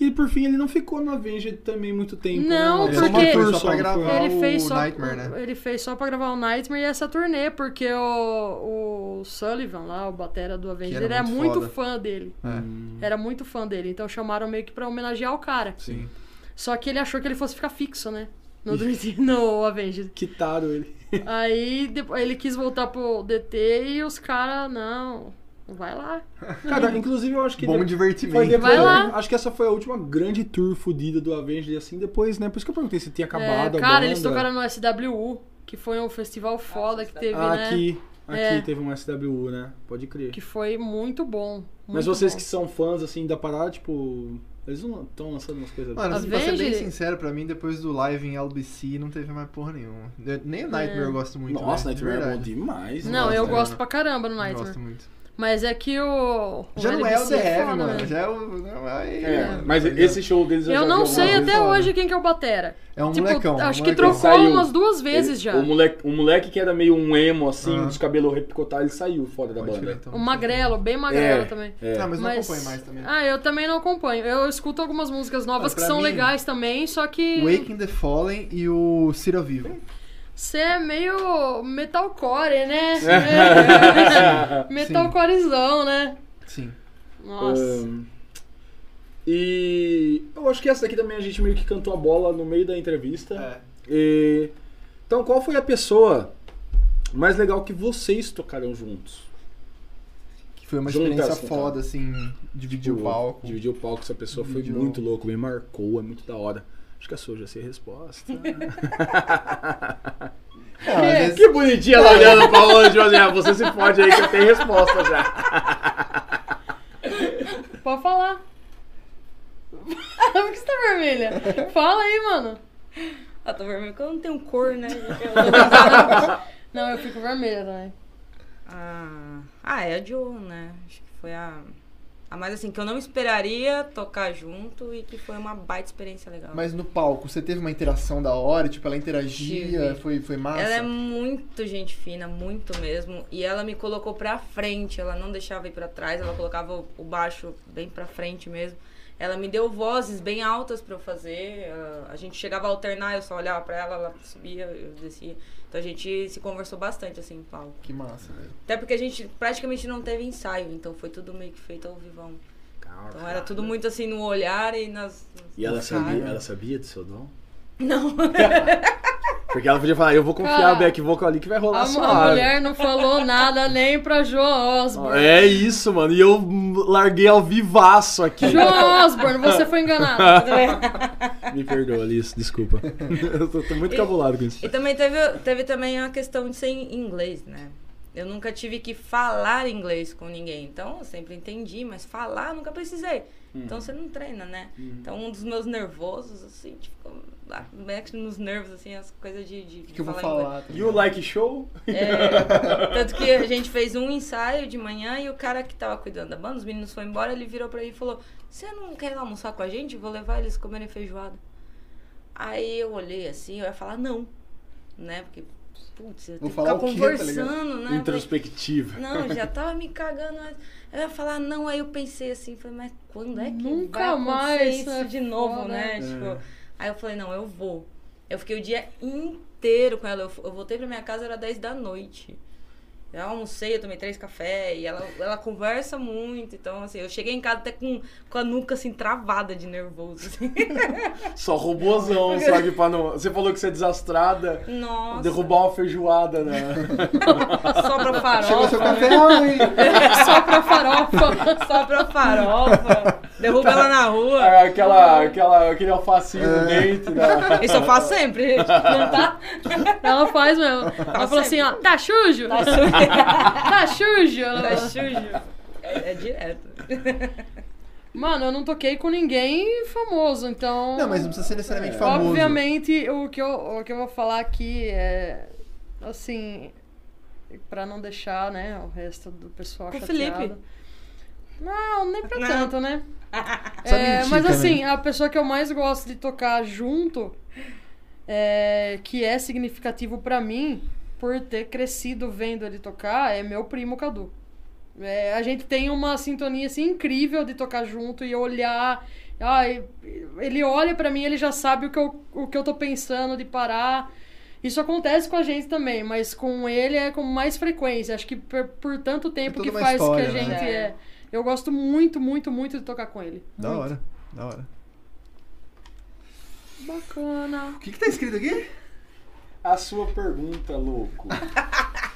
Speaker 2: E por fim, ele não ficou no Avenged também muito tempo.
Speaker 5: Não,
Speaker 2: né? mano?
Speaker 4: Ele só
Speaker 5: porque-
Speaker 4: foi
Speaker 2: Só
Speaker 4: só pra
Speaker 2: uma
Speaker 4: gravar
Speaker 2: turma.
Speaker 5: ele fez
Speaker 4: É o
Speaker 5: só
Speaker 4: Nightmare, né?
Speaker 5: ele fez só pra gravar o Nightmare e essa turnê, porque o, o Sullivan lá, o batera do Avenged,
Speaker 4: era
Speaker 5: ele era
Speaker 4: muito
Speaker 5: muito
Speaker 4: foda.
Speaker 5: fã dele.
Speaker 2: Hum.
Speaker 4: É.
Speaker 5: Era muito fã dele, então chamaram meio que pra homenagear o cara.
Speaker 4: Sim.
Speaker 5: Só que ele achou que ele fosse ficar fixo, né? No, Dream Theater- [laughs] no Avenged.
Speaker 2: Quitaram ele.
Speaker 5: [laughs] Aí depo- ele quis voltar pro DT e os caras, não, vai lá.
Speaker 2: Cara, inclusive eu acho que.
Speaker 4: Bom
Speaker 2: de-
Speaker 4: divertimento.
Speaker 2: Foi depois,
Speaker 5: Vai lá.
Speaker 2: Acho que essa foi a última grande tour fodida do Avenged, assim, depois, né? Por isso que eu perguntei se tinha acabado
Speaker 5: É,
Speaker 2: a
Speaker 5: cara,
Speaker 2: banda.
Speaker 5: eles tocaram no SWU, que foi um festival foda que teve,
Speaker 2: Ah,
Speaker 5: né?
Speaker 2: aqui, aqui
Speaker 5: É.
Speaker 2: teve um SWU, né? Pode crer.
Speaker 5: Que foi muito bom.
Speaker 2: Mas
Speaker 5: muito
Speaker 2: vocês
Speaker 5: bom.
Speaker 2: que são fãs, assim, da parada, tipo... Eles não estão lançando umas coisas...
Speaker 4: Mano, assim, pra ser
Speaker 5: Avenged-
Speaker 4: bem sincero, pra mim, depois do live em LBC, não teve mais porra nenhuma. Eu- Nem o Nightmare eu gosto muito.
Speaker 2: Nossa,
Speaker 4: né? De
Speaker 2: Nightmare é bom
Speaker 4: verdade.
Speaker 2: demais.
Speaker 5: Não,
Speaker 2: mano.
Speaker 5: eu
Speaker 4: Nossa,
Speaker 5: gosto
Speaker 4: é.
Speaker 5: pra caramba do
Speaker 4: Eu
Speaker 5: Nightmare.
Speaker 4: gosto muito.
Speaker 5: Mas é que o. o
Speaker 4: Já não é o
Speaker 5: LBC
Speaker 4: DF,
Speaker 5: foda,
Speaker 4: mano.
Speaker 5: né?
Speaker 4: Já é o. Não, aí, tá
Speaker 2: É, mas esse show deles eu,
Speaker 5: Eu
Speaker 2: já vi
Speaker 5: não
Speaker 2: algumas
Speaker 5: sei
Speaker 2: vezes.
Speaker 5: até hoje quem que é o Batera.
Speaker 4: É um
Speaker 5: tipo,
Speaker 4: molecão. um
Speaker 5: acho que
Speaker 4: molecão.
Speaker 5: trocou
Speaker 2: Saiu.
Speaker 5: umas duas vezes
Speaker 2: Ele-
Speaker 5: já.
Speaker 2: O moleque, o moleque que era meio um emo, assim,
Speaker 4: Aham.
Speaker 2: dos cabelos repicotados, ele saiu fora da
Speaker 4: Pode tirar,
Speaker 2: banda.
Speaker 4: então.
Speaker 5: O magrelo, bem magrelo
Speaker 2: É,
Speaker 5: também.
Speaker 2: é.
Speaker 4: Ah, mas não acompanho mais também.
Speaker 5: Ah, eu também não acompanho. Eu escuto algumas músicas novas
Speaker 4: Ah,
Speaker 5: que
Speaker 4: pra
Speaker 5: são
Speaker 4: mim-
Speaker 5: legais também, só que.
Speaker 4: Waking the Fallen e o Ciro Vivo.
Speaker 5: Você é meio metalcore, né? É. Metalcorezão, né?
Speaker 4: Sim.
Speaker 5: Nossa.
Speaker 2: Ahn, e eu acho que essa aqui também a gente meio que cantou a bola no meio da entrevista.
Speaker 3: É.
Speaker 2: E- então, qual foi a pessoa mais legal que vocês tocaram juntos?
Speaker 4: Que foi uma
Speaker 2: Juntas,
Speaker 4: experiência
Speaker 2: então. Tipo,
Speaker 4: foda, assim, dividir o palco.
Speaker 2: Dividir o palco, essa pessoa
Speaker 4: Dividiu.
Speaker 2: foi muito louco, me marcou, é muito da hora. Acho que a sua já sei a resposta.
Speaker 4: É, às
Speaker 2: [laughs]
Speaker 4: vezes-
Speaker 2: que bonitinha ela olhando pra longe, tipo assim, ah, você se fode aí que eu tenho resposta já.
Speaker 5: Pode falar. [laughs] Por que você tá vermelha? Fala aí, mano.
Speaker 1: Ah, tô vermelho porque eu não tenho cor, né?
Speaker 5: Não, eu fico vermelha também.
Speaker 1: [laughs] ah, ah, é a Joe, né? Acho que foi a. A mais assim, que eu não esperaria tocar junto e que foi uma baita experiência legal.
Speaker 4: Mas no palco, você teve uma interação da hora? Tipo, ela interagia?
Speaker 1: Tive.
Speaker 4: Foi, foi massa?
Speaker 1: Ela é muito gente fina, muito mesmo. E ela me colocou pra frente, ela não deixava ir pra trás, ela colocava o- o baixo bem pra frente mesmo. Ela me deu vozes bem altas pra eu fazer. ah, A gente chegava a alternar, eu só olhava pra ela, ela subia, eu descia. Então a gente se conversou bastante assim, Paulo.
Speaker 4: Que massa, velho.
Speaker 1: Até porque a gente praticamente não teve ensaio, então foi tudo meio que feito ao vivão. Então era tudo muito assim no olhar e nas. nas-
Speaker 2: E ela
Speaker 1: nas
Speaker 2: sabia,
Speaker 1: caras.
Speaker 2: ela sabia do seu dom?
Speaker 1: Não.
Speaker 2: [laughs] Porque ela podia falar, eu vou confiar
Speaker 5: Cara,
Speaker 2: o back vocal ali que vai rolar
Speaker 5: A, mu- a
Speaker 2: suave.
Speaker 5: mulher não falou nada nem pra Joan Osborne.
Speaker 2: É isso, mano. E eu larguei ao vivaço aqui.
Speaker 5: Joan Osborne, você foi enganada.
Speaker 2: Me perdoa, Alice, [laughs] desculpa. eu tô, tô muito cabulado com isso.
Speaker 1: E também teve, teve também a questão de ser em inglês, né? Eu nunca tive que falar inglês com ninguém. Então, eu sempre entendi, mas falar eu nunca precisei.
Speaker 4: Uhum.
Speaker 1: Então, você não treina, né? Então, um dos meus nervosos, assim, tipo, lá, mexe nos nervos, assim, as coisas de, de
Speaker 4: O que eu vou
Speaker 1: inglês.
Speaker 4: falar? tá
Speaker 2: E o
Speaker 4: ligado?
Speaker 2: like show?
Speaker 1: É, tanto que a gente fez um ensaio de manhã e o cara que tava cuidando da banda, os meninos foram embora, ele virou pra mim e falou: Você não quer ir lá almoçar com a gente? Vou levar eles comerem feijoada. Aí eu olhei assim, eu ia falar não, né? Porque, putz, eu
Speaker 4: Vou
Speaker 1: tenho que
Speaker 4: falar
Speaker 1: ficar
Speaker 4: o quê, tá ligado?
Speaker 1: conversando, né? Eu falei,
Speaker 2: Introspectiva.
Speaker 1: não, já tava me cagando. mas Eu ia falar não, aí eu pensei assim, falei, mas quando é que
Speaker 5: Nunca
Speaker 1: vai acontecer
Speaker 5: mais,
Speaker 1: isso
Speaker 5: né?
Speaker 1: de novo,
Speaker 5: Foda.
Speaker 1: né? Tipo, aí eu falei, não, eu vou. Eu fiquei o dia inteiro com ela. Eu, fu- eu voltei pra minha casa, era 10 da noite. Eu almocei, eu tomei três café e ela, ela conversa muito. Então, assim, eu cheguei em casa até com, com a nuca assim, travada de nervoso. [laughs] assim.
Speaker 2: Só
Speaker 5: [laughs]
Speaker 2: robôzão, sabe? Pra não... Você falou que você é desastrada.
Speaker 1: Nossa,
Speaker 2: Derrubar uma feijoada, né?
Speaker 1: só pra
Speaker 4: Chegou seu
Speaker 1: farofa.
Speaker 4: café, [laughs] ai!
Speaker 5: Só pra farofa.
Speaker 1: Só pra farofa. Derruba ela na rua.
Speaker 2: [laughs]
Speaker 1: [laughs]
Speaker 2: Aquela, aquela, aquele alfacinho no dente, né?
Speaker 1: Isso eu faço sempre, gente. Não tá?
Speaker 5: Ela faz mesmo. Ela falou assim, ó, tá sujo? Tá [laughs] sujo. Ela
Speaker 1: Tá
Speaker 5: falou.
Speaker 1: sujo. É, é direto.
Speaker 5: [laughs] Mano, eu não toquei com ninguém famoso, então...
Speaker 4: Não, mas não precisa ser necessariamente famoso.
Speaker 5: Obviamente, o que, eu, o que eu vou falar aqui é. Assim. Pra não deixar, né? O resto do pessoal
Speaker 1: Com o
Speaker 5: chateado.
Speaker 1: Felipe.
Speaker 5: Não, nem pra
Speaker 1: Não.
Speaker 5: tanto,
Speaker 1: [laughs]
Speaker 5: né?
Speaker 4: Sabe
Speaker 5: É,
Speaker 4: mentir
Speaker 5: mas
Speaker 4: também.
Speaker 5: assim, a pessoa que eu mais gosto de tocar junto, é, que é significativo pra mim, por ter crescido vendo ele tocar, é meu primo Cadu. É, a gente tem uma sintonia assim, incrível de tocar junto e olhar. Ai, ele olha pra mim, ele já sabe o que, eu, o que eu tô pensando de parar. Isso acontece com a gente também, mas com ele é com mais frequência. Acho que por, por tanto tempo
Speaker 4: toda
Speaker 5: que
Speaker 4: É uma
Speaker 5: faz
Speaker 4: história,
Speaker 5: que a
Speaker 4: né?
Speaker 5: gente
Speaker 1: É.
Speaker 5: é. Eu gosto muito, muito, muito de tocar com ele.
Speaker 4: Da
Speaker 5: Muito.
Speaker 4: hora, da hora.
Speaker 5: Bacana.
Speaker 4: O que que tá escrito aqui?
Speaker 2: A sua pergunta, louco.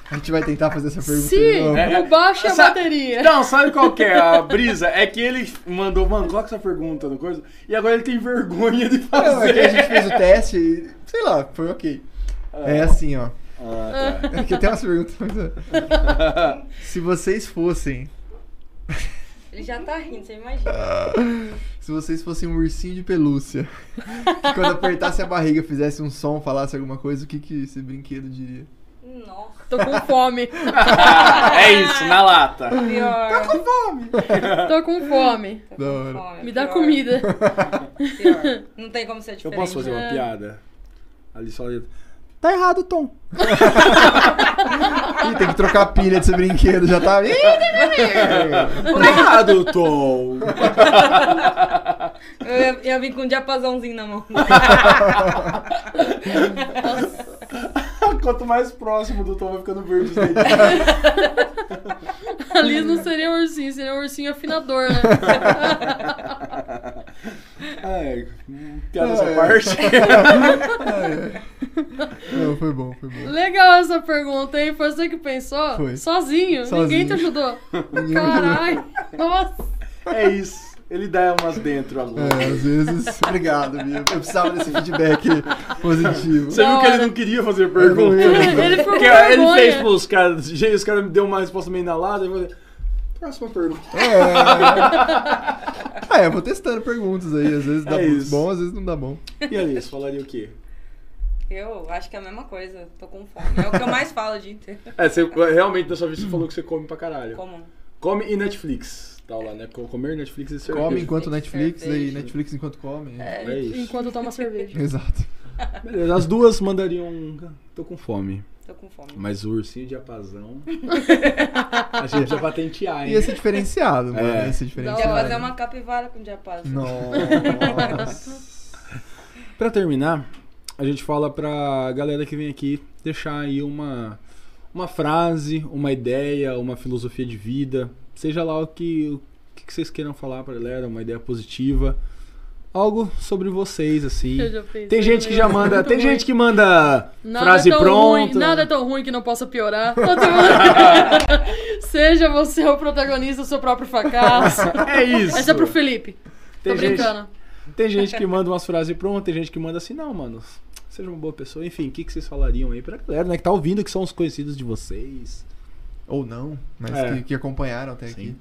Speaker 4: A gente vai tentar fazer essa pergunta de
Speaker 5: Sim,
Speaker 4: novo.
Speaker 2: É,
Speaker 5: o baixo é a
Speaker 2: Sa-
Speaker 5: bateria.
Speaker 2: Não, sabe qual que é a brisa? É que ele mandou, mano, coloca essa pergunta no coisa. E agora ele tem vergonha de
Speaker 4: Não, é que
Speaker 2: fazer.
Speaker 4: a gente fez o teste e, sei lá, foi ok. É assim, ó.
Speaker 2: Ah, tá.
Speaker 4: É que tem umas perguntas. mas- é.
Speaker 2: [laughs]
Speaker 4: Se vocês fossem.
Speaker 1: Ele já tá rindo, você imagina.
Speaker 4: Se vocês fossem um ursinho de pelúcia, que quando apertasse a barriga, fizesse um som, falasse alguma coisa, o que, que esse brinquedo diria?
Speaker 1: Nossa,
Speaker 5: Tô com
Speaker 4: [laughs]
Speaker 5: fome.
Speaker 6: é isso, na lata.
Speaker 5: Tá
Speaker 1: pior.
Speaker 5: Tô com fome.
Speaker 1: Tô
Speaker 4: Da
Speaker 1: com
Speaker 4: hora.
Speaker 1: fome,
Speaker 5: Me dá
Speaker 1: pior,
Speaker 5: comida.
Speaker 1: pior. Não tem como ser
Speaker 2: Eu
Speaker 1: diferente.
Speaker 2: posso fazer uma
Speaker 5: É.
Speaker 2: piada? Ali só. Tá errado, Tom.
Speaker 4: Ih, tem que trocar a pilha desse brinquedo, já tá. Ih,
Speaker 2: Tá errado, Tom.
Speaker 1: Eu ia, ia vir com um diapasãozinho na mão. [laughs]
Speaker 2: Quanto mais próximo do Tom vai ficando verde assim. os dentes. [laughs]
Speaker 5: [laughs] A Liz não seria um ursinho, seria um ursinho afinador,
Speaker 2: [laughs]
Speaker 5: né?
Speaker 2: É, hum, piada
Speaker 4: É.
Speaker 2: essa [laughs] parte.
Speaker 4: Não, foi bom, foi bom.
Speaker 5: Legal essa pergunta, hein? Foi você que pensou?
Speaker 4: Foi.
Speaker 5: Sozinho?
Speaker 4: Sozinho.
Speaker 5: Ninguém te ajudou.
Speaker 4: Ninguém me ajudou.
Speaker 5: Caralho. Nossa.
Speaker 2: É isso. Ele dá umas dentro agora.
Speaker 4: É, às vezes. [laughs] Obrigado, Bia. Eu precisava desse feedback positivo.
Speaker 2: Você viu que ele não queria fazer pergunta.
Speaker 5: [laughs] Ele ficou com
Speaker 6: Porque
Speaker 2: É,
Speaker 6: ele
Speaker 5: vergonha.
Speaker 6: fez pros caras.
Speaker 2: Cara, gente, tipo, os caras me deu uma resposta meio inalada. Eu falei, próxima pergunta.
Speaker 4: É. Ah, é, eu vou testando perguntas aí. Às vezes dá
Speaker 2: É isso.
Speaker 4: bom, às vezes não dá bom.
Speaker 2: E Alice, falaria o quê?
Speaker 1: Eu acho que é a mesma coisa. Tô com fome. É o que eu mais falo o dia inteiro.
Speaker 2: É, você, realmente, na sua vida, você falou que você come pra caralho.
Speaker 1: Como?
Speaker 2: Come e Netflix. Tá lá, né? Com- Comer Netflix e cerveja.
Speaker 4: Come enquanto Netflix
Speaker 1: cerveja.
Speaker 4: e Netflix enquanto come. é.
Speaker 5: É,
Speaker 2: É isso.
Speaker 5: enquanto toma cerveja.
Speaker 4: Exato.
Speaker 2: [laughs] Beleza, as duas mandariam... um, Tô com fome.
Speaker 1: Tô com fome.
Speaker 2: Mas o ursinho de apazão... a gente já patentear, hein?
Speaker 4: Ia ser diferenciado, mano.
Speaker 2: É.
Speaker 4: Ia ser diferenciado.
Speaker 1: Quer fazer uma capivara com diapasão.
Speaker 4: Nossa.
Speaker 2: Pra terminar, a gente fala pra galera que vem aqui deixar aí uma, uma frase, uma ideia, uma filosofia de vida, seja lá o que, o que que vocês queiram falar pra galera, uma ideia positiva, algo sobre vocês, assim.
Speaker 5: Eu já pensei
Speaker 2: Tem gente que
Speaker 5: no
Speaker 2: já
Speaker 5: negócio
Speaker 2: manda,
Speaker 5: muito
Speaker 2: tem
Speaker 5: ruim.
Speaker 2: gente que manda
Speaker 5: Nada
Speaker 2: frase
Speaker 5: é tão
Speaker 2: pronta.
Speaker 5: Ruim, nada é tão ruim que não possa
Speaker 2: [laughs]
Speaker 5: piorar. [laughs] Todo mundo- Seja você o protagonista do seu próprio fracasso.
Speaker 2: É isso.
Speaker 5: Essa é pro Felipe.
Speaker 2: Tem
Speaker 5: Tô
Speaker 2: gente-
Speaker 5: brincando.
Speaker 2: Tem gente que manda umas frases prontas, tem gente que manda assim, não, mano, seja uma boa pessoa. Enfim, o que, que vocês falariam aí pra galera, né, que tá ouvindo, que são os conhecidos de vocês.
Speaker 4: Ou não, mas
Speaker 2: É.
Speaker 4: que, que acompanharam até aqui.
Speaker 2: Sim.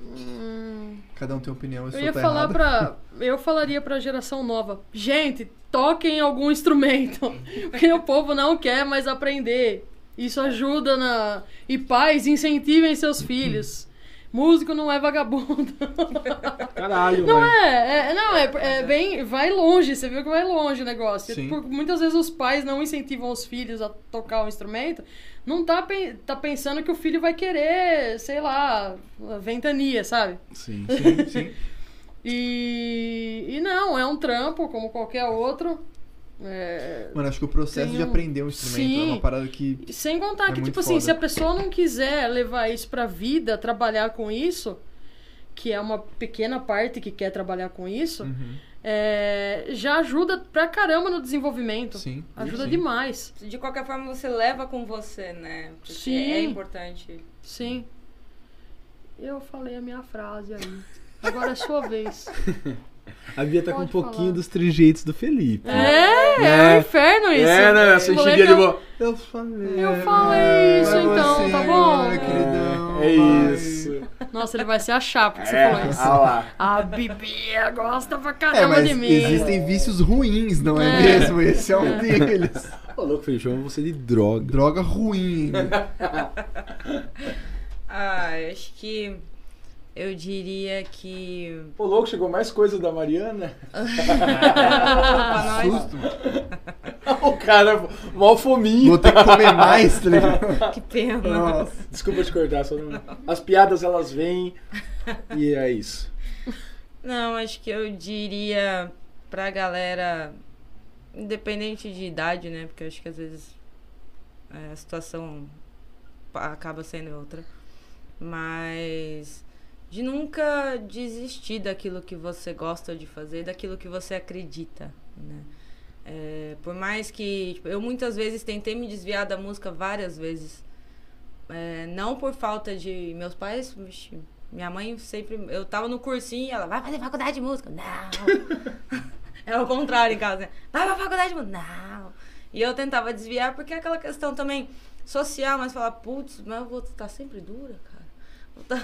Speaker 5: Hum,
Speaker 4: Cada um tem opinião, eu sou
Speaker 5: eu ia
Speaker 4: tá
Speaker 5: falar
Speaker 4: errado.
Speaker 5: pra. Eu falaria pra geração nova. Gente, toquem algum instrumento. [laughs] Porque o povo não quer mais aprender. Isso ajuda na. E pais, incentivem seus filhos. Músico não é vagabundo. [laughs]
Speaker 2: Caralho,
Speaker 5: Não
Speaker 2: velho.
Speaker 5: é, é- não, é, é bem. Vai longe, você viu que vai longe o negócio.
Speaker 4: Sim.
Speaker 5: Por- muitas vezes os pais não incentivam os filhos a tocar um instrumento, não tá, pen- tá pensando que o filho vai querer, sei lá, ventania, sabe? [laughs]
Speaker 2: Sim.
Speaker 5: E, e não, é um trampo como qualquer outro. É,
Speaker 4: Mano, acho que o processo
Speaker 5: Tem
Speaker 4: de
Speaker 5: um-
Speaker 4: aprender um instrumento é uma
Speaker 5: Sim.
Speaker 4: parada que.
Speaker 5: Sem contar
Speaker 4: É
Speaker 5: que,
Speaker 4: muito
Speaker 5: tipo assim,
Speaker 4: foda.
Speaker 5: se a pessoa não quiser levar isso pra vida, trabalhar com isso, que é uma pequena parte que quer trabalhar com isso,
Speaker 4: Uhum.
Speaker 5: é, já ajuda pra caramba no desenvolvimento.
Speaker 4: Sim.
Speaker 5: Ajuda
Speaker 4: sim.
Speaker 5: demais.
Speaker 1: De qualquer forma, você leva com você, né? Porque
Speaker 5: Sim.
Speaker 1: é importante.
Speaker 5: Sim. Eu falei a minha frase aí. Agora é sua vez.
Speaker 2: A Bia tá com um
Speaker 5: Pode
Speaker 2: pouquinho
Speaker 5: falar.
Speaker 2: dos trejeitos do Felipe.
Speaker 5: É, é, um inferno isso.
Speaker 2: É, né? Essa
Speaker 5: Moleque,
Speaker 2: enxerguinha de
Speaker 5: eu-
Speaker 2: boa.
Speaker 4: Eu falei.
Speaker 5: Eu falei isso
Speaker 4: pra
Speaker 5: então,
Speaker 4: você
Speaker 5: tá
Speaker 4: agora,
Speaker 5: bom?
Speaker 4: né, queridão,
Speaker 2: É
Speaker 4: vai.
Speaker 2: isso.
Speaker 5: Nossa, ele vai se achar porque você falou
Speaker 6: É,
Speaker 5: isso.
Speaker 6: ah lá.
Speaker 5: A Bibia gosta pra
Speaker 4: É,
Speaker 5: caramba
Speaker 4: mas
Speaker 5: de mim.
Speaker 4: existem vícios ruins, não é,
Speaker 5: É.
Speaker 4: mesmo? Esse é um deles.
Speaker 2: Ô, louco, Felipe, chama você de droga.
Speaker 4: Droga ruim.
Speaker 1: Ah, eu acho que eu diria que.
Speaker 2: Ô, louco, chegou mais coisa da Mariana. [laughs]
Speaker 1: Opa, nós
Speaker 4: Susto.
Speaker 2: o cara, mó fominho.
Speaker 4: Vou ter que comer mais, tá ligado?
Speaker 1: que pena.
Speaker 4: Nossa.
Speaker 2: Desculpa te cortar, só não... As piadas, elas vêm. E é isso.
Speaker 1: Não, acho que eu diria pra galera, independente de idade, né? Porque eu acho que às vezes é, a situação pa- acaba sendo outra. Mas de nunca desistir daquilo que você gosta de fazer, daquilo que você acredita, né? É, por mais que tipo, eu muitas vezes tentei me desviar da música várias vezes, É, não por falta de meus pais, vixe, minha mãe sempre. Eu tava no cursinho e ela vai fazer faculdade de música. Não! [laughs] é o contrário em casa, né? Vai pra faculdade de música. Não! E eu tentava desviar porque é aquela questão também social, mas falar, putz, mas eu vou estar sempre dura, cara. Vou tá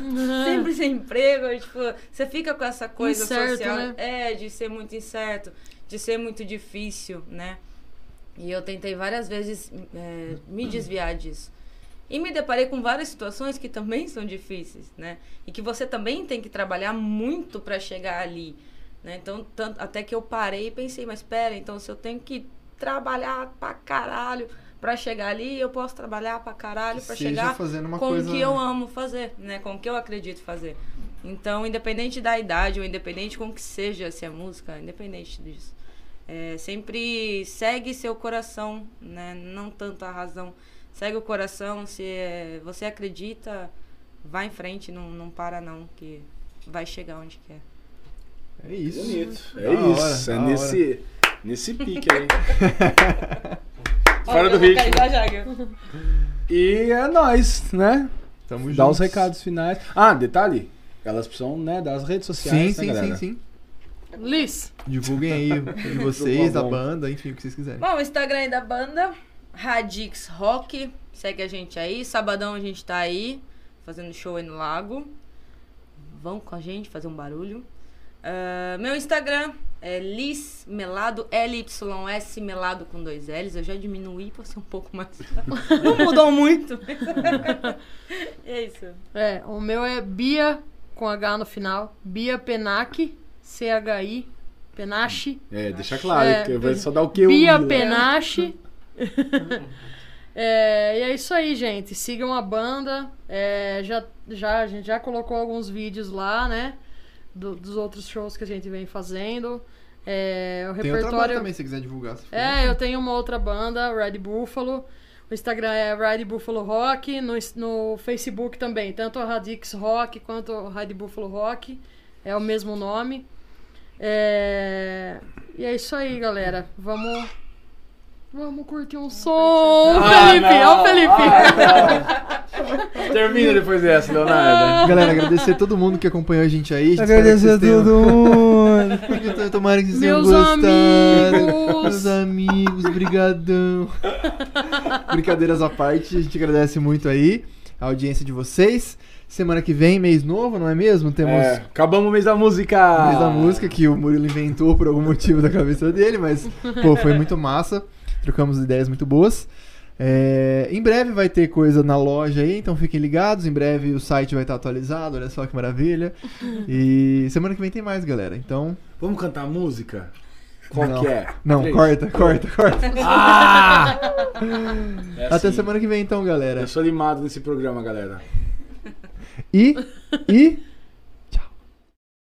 Speaker 1: sempre sem emprego. e, Tipo, você fica com essa coisa
Speaker 5: Incerto,
Speaker 1: social.
Speaker 5: né?
Speaker 1: É, de ser muito incerto, de ser muito difícil, né? E eu tentei várias vezes é, me desviar disso. E me deparei com várias situações que também são difíceis, né? E que você também tem que trabalhar muito para chegar ali, né? Então, tanto- até que eu parei e pensei, mas espera, então se eu tenho que trabalhar pra caralho para chegar ali, eu posso trabalhar pra caralho para
Speaker 4: Seja
Speaker 1: chegar
Speaker 4: fazendo uma
Speaker 1: com
Speaker 4: coisa...
Speaker 1: o que eu amo fazer, né? Com o que eu acredito fazer. Então, independente da idade ou independente com o que seja, se é música, independente disso. é, sempre segue seu coração, né? Não tanto a razão. Segue o coração, se é- você acredita, vá em frente, não, não para não, que vai chegar onde quer.
Speaker 4: É isso.
Speaker 2: Bonito. É
Speaker 4: Da hora,
Speaker 2: isso.
Speaker 4: da
Speaker 2: é
Speaker 4: hora.
Speaker 2: nesse, nesse pique aí. Fora do ritmo. E é nóis, né?
Speaker 4: Tamo junto.
Speaker 2: Dá os recados finais. Ah, detalhe. Elas precisam, né, das redes
Speaker 4: Sim,
Speaker 2: sociais, né,
Speaker 4: sim, sim,
Speaker 2: galera?
Speaker 4: sim.
Speaker 5: Liz,
Speaker 4: Divulguem
Speaker 2: [laughs]
Speaker 4: aí de vocês, da
Speaker 2: bom.
Speaker 4: banda, enfim, o que vocês quiserem.
Speaker 1: Bom, o Instagram aí da banda, Radix Rock. Segue a gente aí. Sabadão a gente tá aí, fazendo show aí no lago. Vão com a gente fazer um barulho. Ah, meu Instagram é Liz Melado, L-Y-S Melado com dois L's. Eu já diminuí pra ser um pouco mais. Não mudou muito. é isso.
Speaker 5: é, o meu é Bia com H no final. Bia Penac, C-H-I, Penache.
Speaker 2: É, deixa claro,
Speaker 5: É,
Speaker 2: porque vai só dar o que eu.
Speaker 5: Bia
Speaker 2: li, né? [laughs]
Speaker 5: Penache. É, e é isso aí, gente. Sigam a banda. É, já, já, a gente já colocou alguns vídeos lá, né? do- dos outros shows que a gente vem fazendo. É, o
Speaker 4: Tem outra banda
Speaker 5: repertório.
Speaker 4: também, se quiser divulgar. se for.
Speaker 5: É, eu tenho uma outra banda, Ride Buffalo. O Instagram é Ride Buffalo Rock. No, ins- no Facebook também, tanto a Radix Rock quanto o Ride Buffalo Rock. É o mesmo nome. É, E é isso aí, galera. Vamos. Vamos curtir um som!
Speaker 6: Ah,
Speaker 5: Felipe, ó,
Speaker 6: não.
Speaker 5: o Felipe!
Speaker 6: Termina depois dessa, Leonardo.
Speaker 4: Galera, agradecer todo mundo que acompanhou a gente aí. A gente espera que vocês tenham- [laughs]
Speaker 2: mundo.
Speaker 4: Eu Tomara que vocês tenham
Speaker 5: Meus
Speaker 4: gostado.
Speaker 5: amigos!
Speaker 4: Meus amigos, brigadão. Brincadeiras à parte, a gente agradece muito aí a audiência de vocês. Semana que vem, mês novo, não é mesmo? Temos
Speaker 2: É, acabamos o mês da música.
Speaker 6: Ah.
Speaker 4: mês da música que o Murilo inventou por algum motivo da cabeça dele, mas pô, foi muito massa. Trocamos ideias muito boas. É, em breve vai ter coisa na loja aí, então fiquem ligados. Em breve o site vai estar atualizado, olha só que maravilha. E semana que vem tem mais, galera. Então,
Speaker 2: Vamos cantar música? Qual
Speaker 4: Não.
Speaker 2: que é?
Speaker 4: não,
Speaker 2: Três.
Speaker 4: corta, corta, corta.
Speaker 2: Ah! É
Speaker 4: Até
Speaker 2: assim,
Speaker 4: semana que vem então, galera.
Speaker 2: Eu sou animado nesse programa, galera.
Speaker 4: E, e,